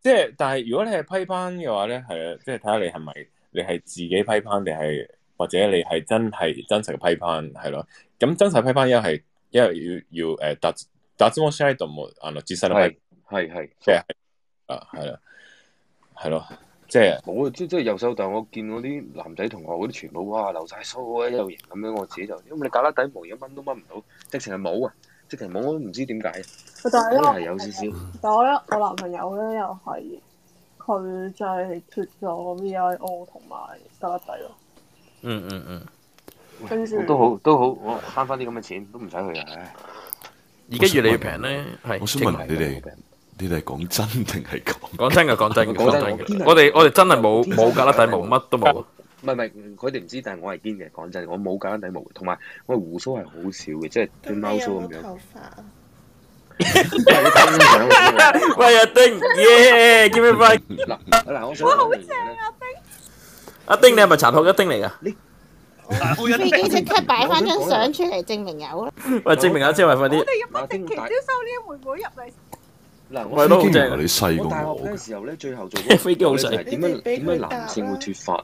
Speaker 20: 即係但係如果你係批判嘅話咧，係啊，即係睇下你係咪你係自己批判定係或者你係真係真實嘅批判係咯。咁真實批判一係一係要要誒達達之 one side 冇啊，自身嘅批
Speaker 22: 係係
Speaker 20: 即係啊係啦。係咯，即係
Speaker 22: 冇啊！即即係右手，但我見我啲男仔同學嗰啲全部哇留晒須啊，一路型咁樣，我自己就因為你格拉底毛嘢掹都掹唔到，直情係冇啊！直情冇，我都唔知點解。
Speaker 4: 但係咧
Speaker 22: 可能係有少少。
Speaker 4: 但我咧，我男朋友咧又係佢就係脱咗 VIO 同埋格拉底咯，
Speaker 1: 嗯嗯嗯，
Speaker 4: 跟住
Speaker 22: 都好都好，我慳翻啲咁嘅錢都唔使去啊！唉
Speaker 1: 而家越嚟越平咧，係。
Speaker 23: 我想問下你哋，你哋係講真定係講？
Speaker 1: 講真嘅，講真嘅，
Speaker 23: 講真
Speaker 1: 講真嘅
Speaker 23: 我
Speaker 1: 我哋我哋真係冇冇格拉底毛，乜都冇。
Speaker 22: 唔係唔係，佢哋唔知，但係我係堅嘅。講真，我冇格拉底毛，同埋我胡鬚係好少嘅，即係短
Speaker 25: 咁
Speaker 22: 貓
Speaker 25: 你
Speaker 22: 鬚
Speaker 25: 有冇
Speaker 22: 咁樣。
Speaker 25: 頭髮啊？
Speaker 1: 喂阿丁，yeah，give me right。
Speaker 22: 嗱嗱，我想講一樣嘢咧，
Speaker 1: 阿丁你係咪殘酷一丁嚟噶？
Speaker 3: 飛機即刻擺翻張相出嚟證明有啦。
Speaker 1: 喂，證明阿姐喂快
Speaker 3: 啊
Speaker 1: 啲。
Speaker 11: 我哋定期招收呢啲妹妹入嚟。
Speaker 22: 嗱，
Speaker 1: 喂都好
Speaker 22: 飛機
Speaker 1: 正
Speaker 22: 原來
Speaker 23: 你細過
Speaker 22: 我大學
Speaker 23: 我
Speaker 22: 嘅時候咧，最後做嗰個
Speaker 1: 飛機好細
Speaker 22: 就係點樣
Speaker 4: 俾
Speaker 22: 點
Speaker 4: 佢
Speaker 22: 樣
Speaker 4: 答
Speaker 22: 男性會
Speaker 4: 啦
Speaker 22: 脱髮？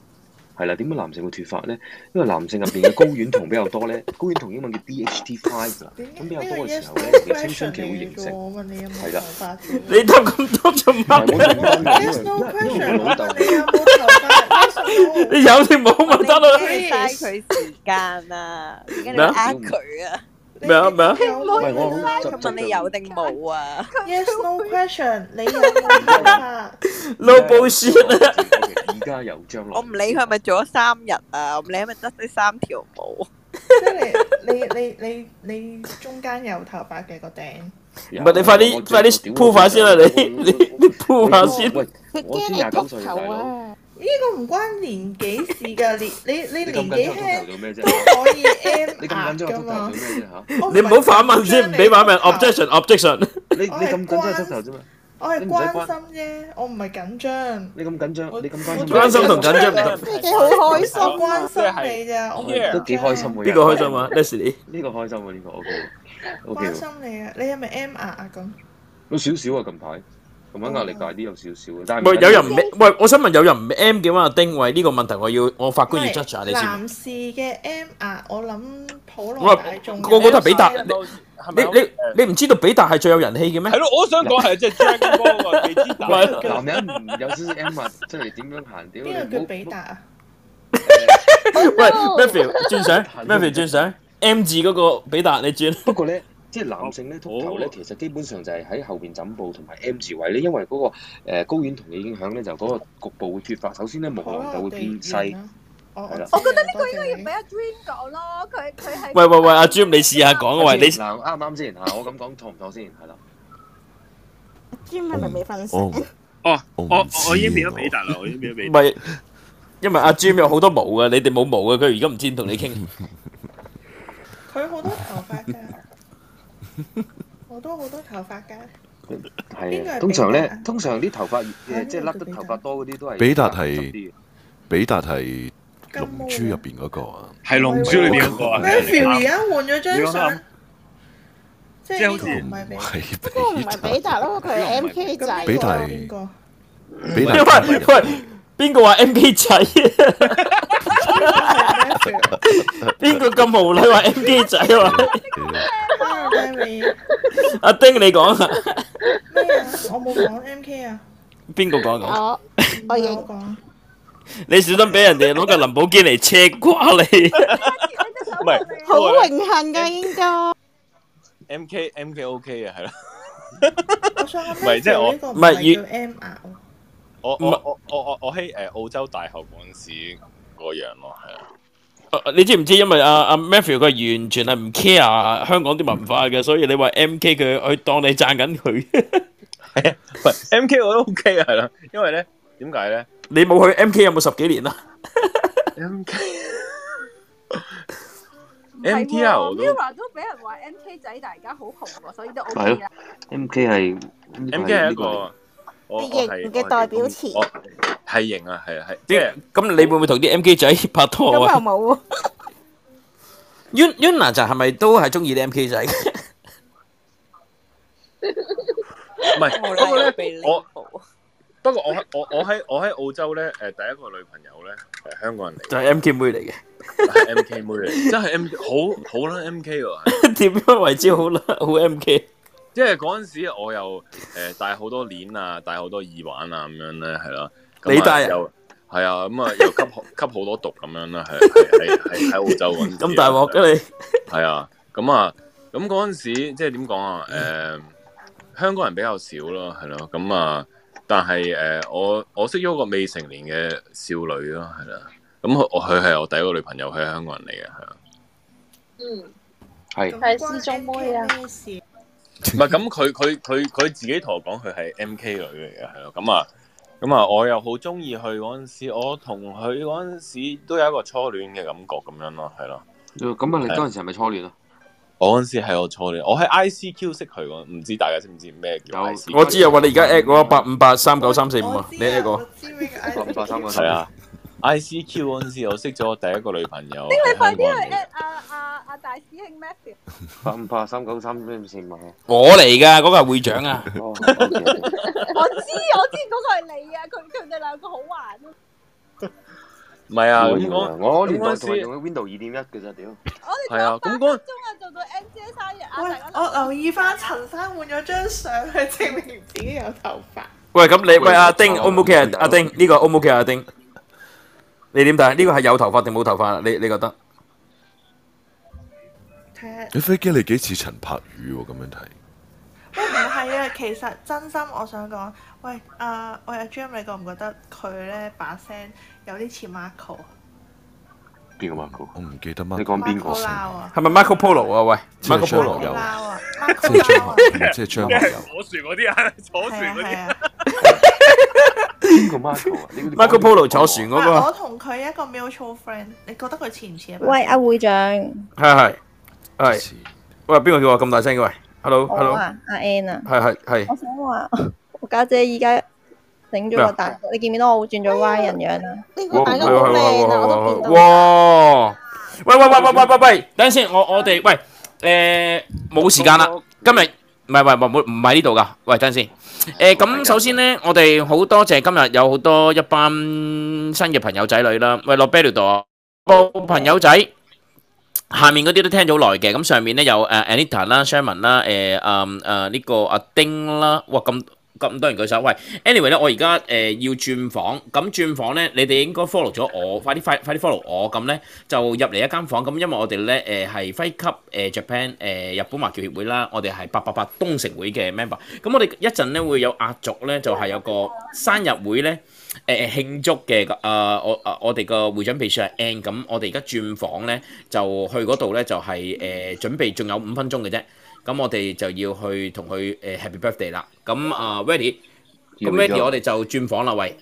Speaker 22: 係啦，點解男性會脱髮咧？因為男性入邊嘅睾丸酮比較多咧，睾丸酮英文叫 DHT five à. 啦，咁比較多嘅時候咧，你青春期會形成。
Speaker 25: 我問你有
Speaker 22: 係啦，
Speaker 20: 啊
Speaker 1: 你得咁多做乜？
Speaker 25: There's no
Speaker 22: Dạ, 我
Speaker 25: pressure，
Speaker 22: 老豆
Speaker 25: 你有冇頭髮？
Speaker 1: 你有定冇咪得咯？
Speaker 16: 嘥佢時間啊！而家你
Speaker 1: 咩啊
Speaker 16: 呃佢啊？
Speaker 1: 咩啊咩啊？
Speaker 22: 唔係我好就
Speaker 16: 問你有定冇啊？
Speaker 25: Yes, no question。你有 冇頭髮？
Speaker 1: No bullshit 啊！
Speaker 22: 而家有將來。
Speaker 16: 我唔理佢係咪做咗三日啊，我唔理係咪得呢三條毛。
Speaker 25: 你你你你中間有頭髮嘅個頂。
Speaker 1: 唔係你快啲快啲鋪法先啦！你你你鋪法先。
Speaker 22: 我先廿九歲大佬，
Speaker 25: 呢個唔關年紀事㗎，你你你
Speaker 22: 你咁
Speaker 25: 年
Speaker 22: 緊張我禿頭
Speaker 25: 紀輕
Speaker 22: 做咩啫？
Speaker 25: 都可以 M
Speaker 22: 你咁
Speaker 25: 壓
Speaker 22: 緊張我禿
Speaker 25: 㗎
Speaker 22: 頭
Speaker 25: 嘛
Speaker 22: 做咩。啫嚇？
Speaker 1: 你唔好反問先，唔俾反問。Objection objection。
Speaker 22: 你你咁緊張係禿頭啫嘛？
Speaker 25: 我係
Speaker 22: 你唔使
Speaker 25: 關心啫，我唔係緊張。
Speaker 22: 你咁緊張，你咁關
Speaker 25: 我
Speaker 22: 心，
Speaker 1: 關心同緊張唔同
Speaker 25: 自己好開心啊關心你咋我唔
Speaker 22: 都幾開心喎。
Speaker 1: 邊個開
Speaker 25: à?
Speaker 1: 心啊？Leslie
Speaker 22: 呢個開心喎，呢個 OK 喎 OK
Speaker 25: 關心
Speaker 22: 喎
Speaker 25: à, 你啊！你係咪 M 壓啊咁？
Speaker 22: à, 有少少啊，近排咁樣壓力大啲有少少嘅，但係
Speaker 1: 喂，有人唔喂，我想問有人唔 M 嘅嘛？丁喂，呢個問題我要我法官要 judge 下你先。
Speaker 25: 男士嘅 M 啊，我諗普羅
Speaker 1: 我
Speaker 25: 大眾
Speaker 1: 個個都係比達，
Speaker 25: 嘅
Speaker 1: 你你你你唔知道比達係最有人氣嘅咩？
Speaker 20: 係咯，我都想講
Speaker 1: Dạ.
Speaker 20: 係即係 Dragon Ball 啊，幾支
Speaker 1: Vâng.
Speaker 22: 男人唔有少少 M 啊，即係點樣行？屌你
Speaker 25: 邊個叫
Speaker 22: 唔
Speaker 25: 比達啊？
Speaker 1: 喂，Matthew 轉相，Matthew 轉相，M 字嗰個比達你轉。
Speaker 22: 不過咧，即係男性咧，禿頭咧，其實基本上就係喺後邊枕部同埋 M 字位咧，因為嗰個誒睾丸酮嘅影響咧，就嗰個局部會缺乏。首先咧，毛囊就會變細，係啦。
Speaker 5: 我覺得呢個應該要俾阿 Dream 講咯，佢佢係
Speaker 1: 喂喂喂，阿 Jim 你試下
Speaker 22: À,
Speaker 1: 講喂，你
Speaker 22: 嗱啱唔啱先嚇？我咁講錯唔錯先？係啦。
Speaker 3: 專係咪未瞓
Speaker 4: 我
Speaker 3: 醒？
Speaker 20: 哦，
Speaker 4: 我
Speaker 23: 啊
Speaker 20: 我已經變咗比達啦，我已經變咗比
Speaker 1: 唔係，因為阿 Jim 有好多毛嘅，你哋冇毛嘅，佢而家唔知點同你傾。
Speaker 25: 佢好多頭髮㗎，我都好多頭髮㗎。
Speaker 22: 係啊，通常咧，通常啲頭髮誒，即係甩得頭髮多嗰啲都係
Speaker 4: 比達係比達係龍珠入邊嗰個啊，
Speaker 20: 係龍珠裏邊嗰個啊
Speaker 25: Matthew 而家換咗張
Speaker 20: 你講
Speaker 25: 相
Speaker 20: 得，
Speaker 25: 即係呢個唔係比
Speaker 4: 係
Speaker 3: 不過唔係比達咯，佢係 M K 仔。
Speaker 4: 比達
Speaker 25: 邊個？
Speaker 4: 比達
Speaker 1: 喂喂，邊個話 M K 仔？
Speaker 25: 啊
Speaker 1: 邊個咁無禮話 M K 仔啊？
Speaker 25: 啊，Mary
Speaker 1: 阿丁你講啊，
Speaker 25: 咩啊？我冇講 M K 啊，
Speaker 1: 邊個講講？
Speaker 3: 我哦我認
Speaker 25: 講。
Speaker 1: 你小心俾人哋攞個林寶堅嚟斜瓜你。
Speaker 20: 唔 係
Speaker 3: 好榮幸㗎，應該。
Speaker 20: M K M K O K 啊，係啦。
Speaker 25: 我想
Speaker 20: 唔係即係我
Speaker 25: 呢個唔
Speaker 20: 唔係
Speaker 25: 係
Speaker 20: 要
Speaker 25: 叫 M 啊，
Speaker 20: 我我我我我我喺誒澳洲大學嗰陣時嗰樣咯，係啊。
Speaker 1: 你知唔知？因為阿阿 ờ, Matthew 佢完全係唔 care 香港啲文化嘅，所以你話 M K 佢佢當你讚緊佢。
Speaker 20: 喂，M K 我都 O K 啊，係啦，因為咧點解咧
Speaker 1: 你冇去 M K 有冇十幾年啊？
Speaker 20: ？M K
Speaker 14: 唔係
Speaker 20: MTR
Speaker 14: 喎
Speaker 20: 我都
Speaker 14: Mirror 都俾人話 MK 仔，但係而家好紅喎，所以都 OK
Speaker 22: 係咯
Speaker 14: 啦。
Speaker 22: M K 係
Speaker 20: M K 係一個我我
Speaker 3: 型
Speaker 20: 係
Speaker 3: 嘅代表詞
Speaker 20: 我係型啊，係啊係，即
Speaker 1: 啲
Speaker 20: 係
Speaker 1: 咁你會唔會同啲 M K 仔拍
Speaker 3: 咁
Speaker 1: 拖
Speaker 3: 又
Speaker 1: 啊
Speaker 3: 冇喎。
Speaker 1: ？Un Una 就係咪都係中意啲 M K 仔？
Speaker 20: 唔係不過咧我。不過我喺我我喺我喺澳洲咧，誒、第一個女朋友咧係香港人嚟
Speaker 1: 就係 M K 妹嚟嘅。
Speaker 20: 嘅，係 M K 妹嚟，真係 M 好好啦 M K 喎，係
Speaker 1: 點樣為之好啦？好 M K。
Speaker 20: 因為嗰陣時我又誒、戴好多鏈啊，戴好多耳環啊咁樣咧，係啦，咁
Speaker 1: 你戴啊
Speaker 20: 又係啊，咁啊又吸好 吸好多毒咁樣啦，係係係係喺澳洲嗰陣時啊
Speaker 1: 咁大鑊嘅你，
Speaker 20: 係啊，咁啊，咁嗰陣時即係點講啊？誒、香港人比較少咯，係咯，咁啊，但係誒、我我識咗個未成年嘅少女咯，係啦，咁佢我佢係我第一個女朋友，佢係香港人嚟嘅，係啊，
Speaker 27: 嗯，
Speaker 20: 係
Speaker 27: 係師中妹啊，
Speaker 25: 咩事？
Speaker 20: 唔 係咁佢佢佢佢自己同我講佢係 M K 女嚟嘅，係咯，咁啊。咁啊，我又好中意佢嗰陣時，我同佢嗰陣時都有一個初戀嘅感覺咁樣咯，係咯。
Speaker 22: 咁啊！你嗰陣時係咪初戀啊？
Speaker 20: 我嗰陣時係我初戀，我喺 ICQ 識佢喎，唔知大家知唔知咩叫 ICQ？
Speaker 1: 我知啊，喂，你而家 at 我八五八三九三四五啊，你 at 我。
Speaker 22: 八八三個
Speaker 20: 係啊，ICQ 嗰陣時我識咗我第一個女朋友，
Speaker 14: 丁，
Speaker 20: 係啊
Speaker 14: 你快
Speaker 20: 香港
Speaker 14: 啲
Speaker 20: 人
Speaker 14: 去
Speaker 20: 嚟嘅
Speaker 14: at 阿阿阿大師兄 Matthew。
Speaker 22: 八五八三九三咩四五啊？
Speaker 1: 我嚟㗎，嗰個係會長啊。
Speaker 22: 哦，OK，OK
Speaker 14: 我知我知嗰個係你啊，佢佢哋兩個好玩啊！
Speaker 20: 唔係啊，咁
Speaker 22: 我我年代
Speaker 20: 嗰
Speaker 22: 仲係
Speaker 20: 陣時
Speaker 22: 用緊 Window 二點一嘅啫，屌！
Speaker 14: 我
Speaker 20: 係啊，咁嗰
Speaker 14: 哋中啊做到 M 姐生日啊，
Speaker 25: 喂
Speaker 14: 大家，都
Speaker 25: 我留意翻陳生換咗張相，佢證明自己有頭髮。
Speaker 1: 喂，咁你喂阿丁 O 唔 OK 啊？阿丁呢個 O 唔 OK 啊？阿丁，你點睇？呢個係有頭髮定冇頭髮啊？你你覺得？
Speaker 25: 睇下
Speaker 4: 你飛機你幾似陳柏宇喎？咁樣睇，
Speaker 25: 喂，唔係啊，其實真心我想講，喂，啊，喂阿 Jam，你覺唔覺得佢咧把聲有啲似 Marco？
Speaker 22: 邊個 Marco？
Speaker 4: 我唔記得 Marco。
Speaker 22: 你講邊
Speaker 25: 個先 Marco Lau 啊
Speaker 1: 係咪 Marco Polo 啊？喂
Speaker 4: 即係
Speaker 1: ，Marco
Speaker 4: 張
Speaker 1: Polo
Speaker 4: 學友，
Speaker 25: 啊，
Speaker 4: 即係張學
Speaker 22: 啊
Speaker 4: 友，即係張學友。
Speaker 20: 坐船嗰啲啊，坐船嗰啲，
Speaker 22: 邊個 Marco 啊？你
Speaker 1: Marco Polo 坐船嗰個
Speaker 25: 嗱，我
Speaker 1: 啊，
Speaker 25: 同佢一個 mutual friend，你覺得佢似唔似啊？
Speaker 11: 喂，
Speaker 2: à,
Speaker 11: 阿會長，
Speaker 1: 係係係。喂，邊個叫我咁大聲嘅？喂
Speaker 11: 我
Speaker 1: ，Hello，Hello，
Speaker 2: à.
Speaker 11: 啊，阿 Ann 啊，
Speaker 1: 係係係
Speaker 11: 我。想話我家姐依家整咗個大角，你見唔見到我轉咗 Y 人樣啊？
Speaker 3: 呢個
Speaker 1: 哇
Speaker 3: 大家好靚啊，我都見到。
Speaker 1: 哇！喂喂喂喂喂喂喂，等陣先，我我哋喂誒冇時間啦，今日唔係，喂，喂，唔唔係呢度噶，喂，等陣先。誒，咁首先咧，我哋好多謝今日有好多一班新嘅朋友仔女啦。喂，落 b e l l 度，個朋友仔，下面嗰啲都聽咗好耐嘅。咁上面咧有誒 Anita 啦、Sherman 啦、誒誒誒呢個阿丁啦，哇咁咁多人舉手。喂，anyway 咧，我而家誒要轉房，咁轉房咧，你哋應該 follow 咗我，快啲快快啲 follow 我，咁咧就入嚟一間房。咁因為我哋咧誒係輝級誒 Japan 呃誒日本華僑協會啦，我哋係八八八東城會嘅 member。咁我哋一陣咧會有壓軸咧，就係有個生日會咧。誒慶祝嘅誒、呃、我誒我哋個會長秘書係 N，咁我哋而家轉房咧就去嗰度咧就係、誒、呃、準備仲有五分鐘嘅啫，咁我哋就要去同佢誒 Happy Birthday ờ, 啦，咁啊 Ready，咁 Ready 我哋就轉房啦喂，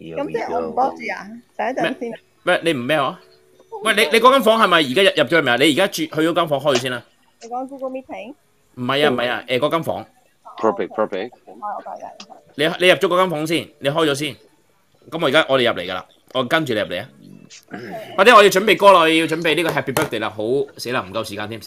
Speaker 11: 咁即係我唔幫住
Speaker 2: à?
Speaker 11: 啊，等一陣先啊。
Speaker 1: 喂你唔咩話？喂你你嗰間房係咪而家入入咗去未啊？你而家住去咗間房開咗先啦，
Speaker 11: 你講 Google Meeting？
Speaker 1: 唔係啊唔係啊誒嗰間房，
Speaker 22: Perfect perfect，
Speaker 11: 開我
Speaker 2: à.
Speaker 11: 大家。
Speaker 1: 你你入咗嗰間房先，你開咗先。咁我而家我哋入嚟噶啦，我跟住你入嚟啊！或者我要準備歌啦，我要準備呢個 Happy Birthday 啦，好死啦，唔夠時間添，死！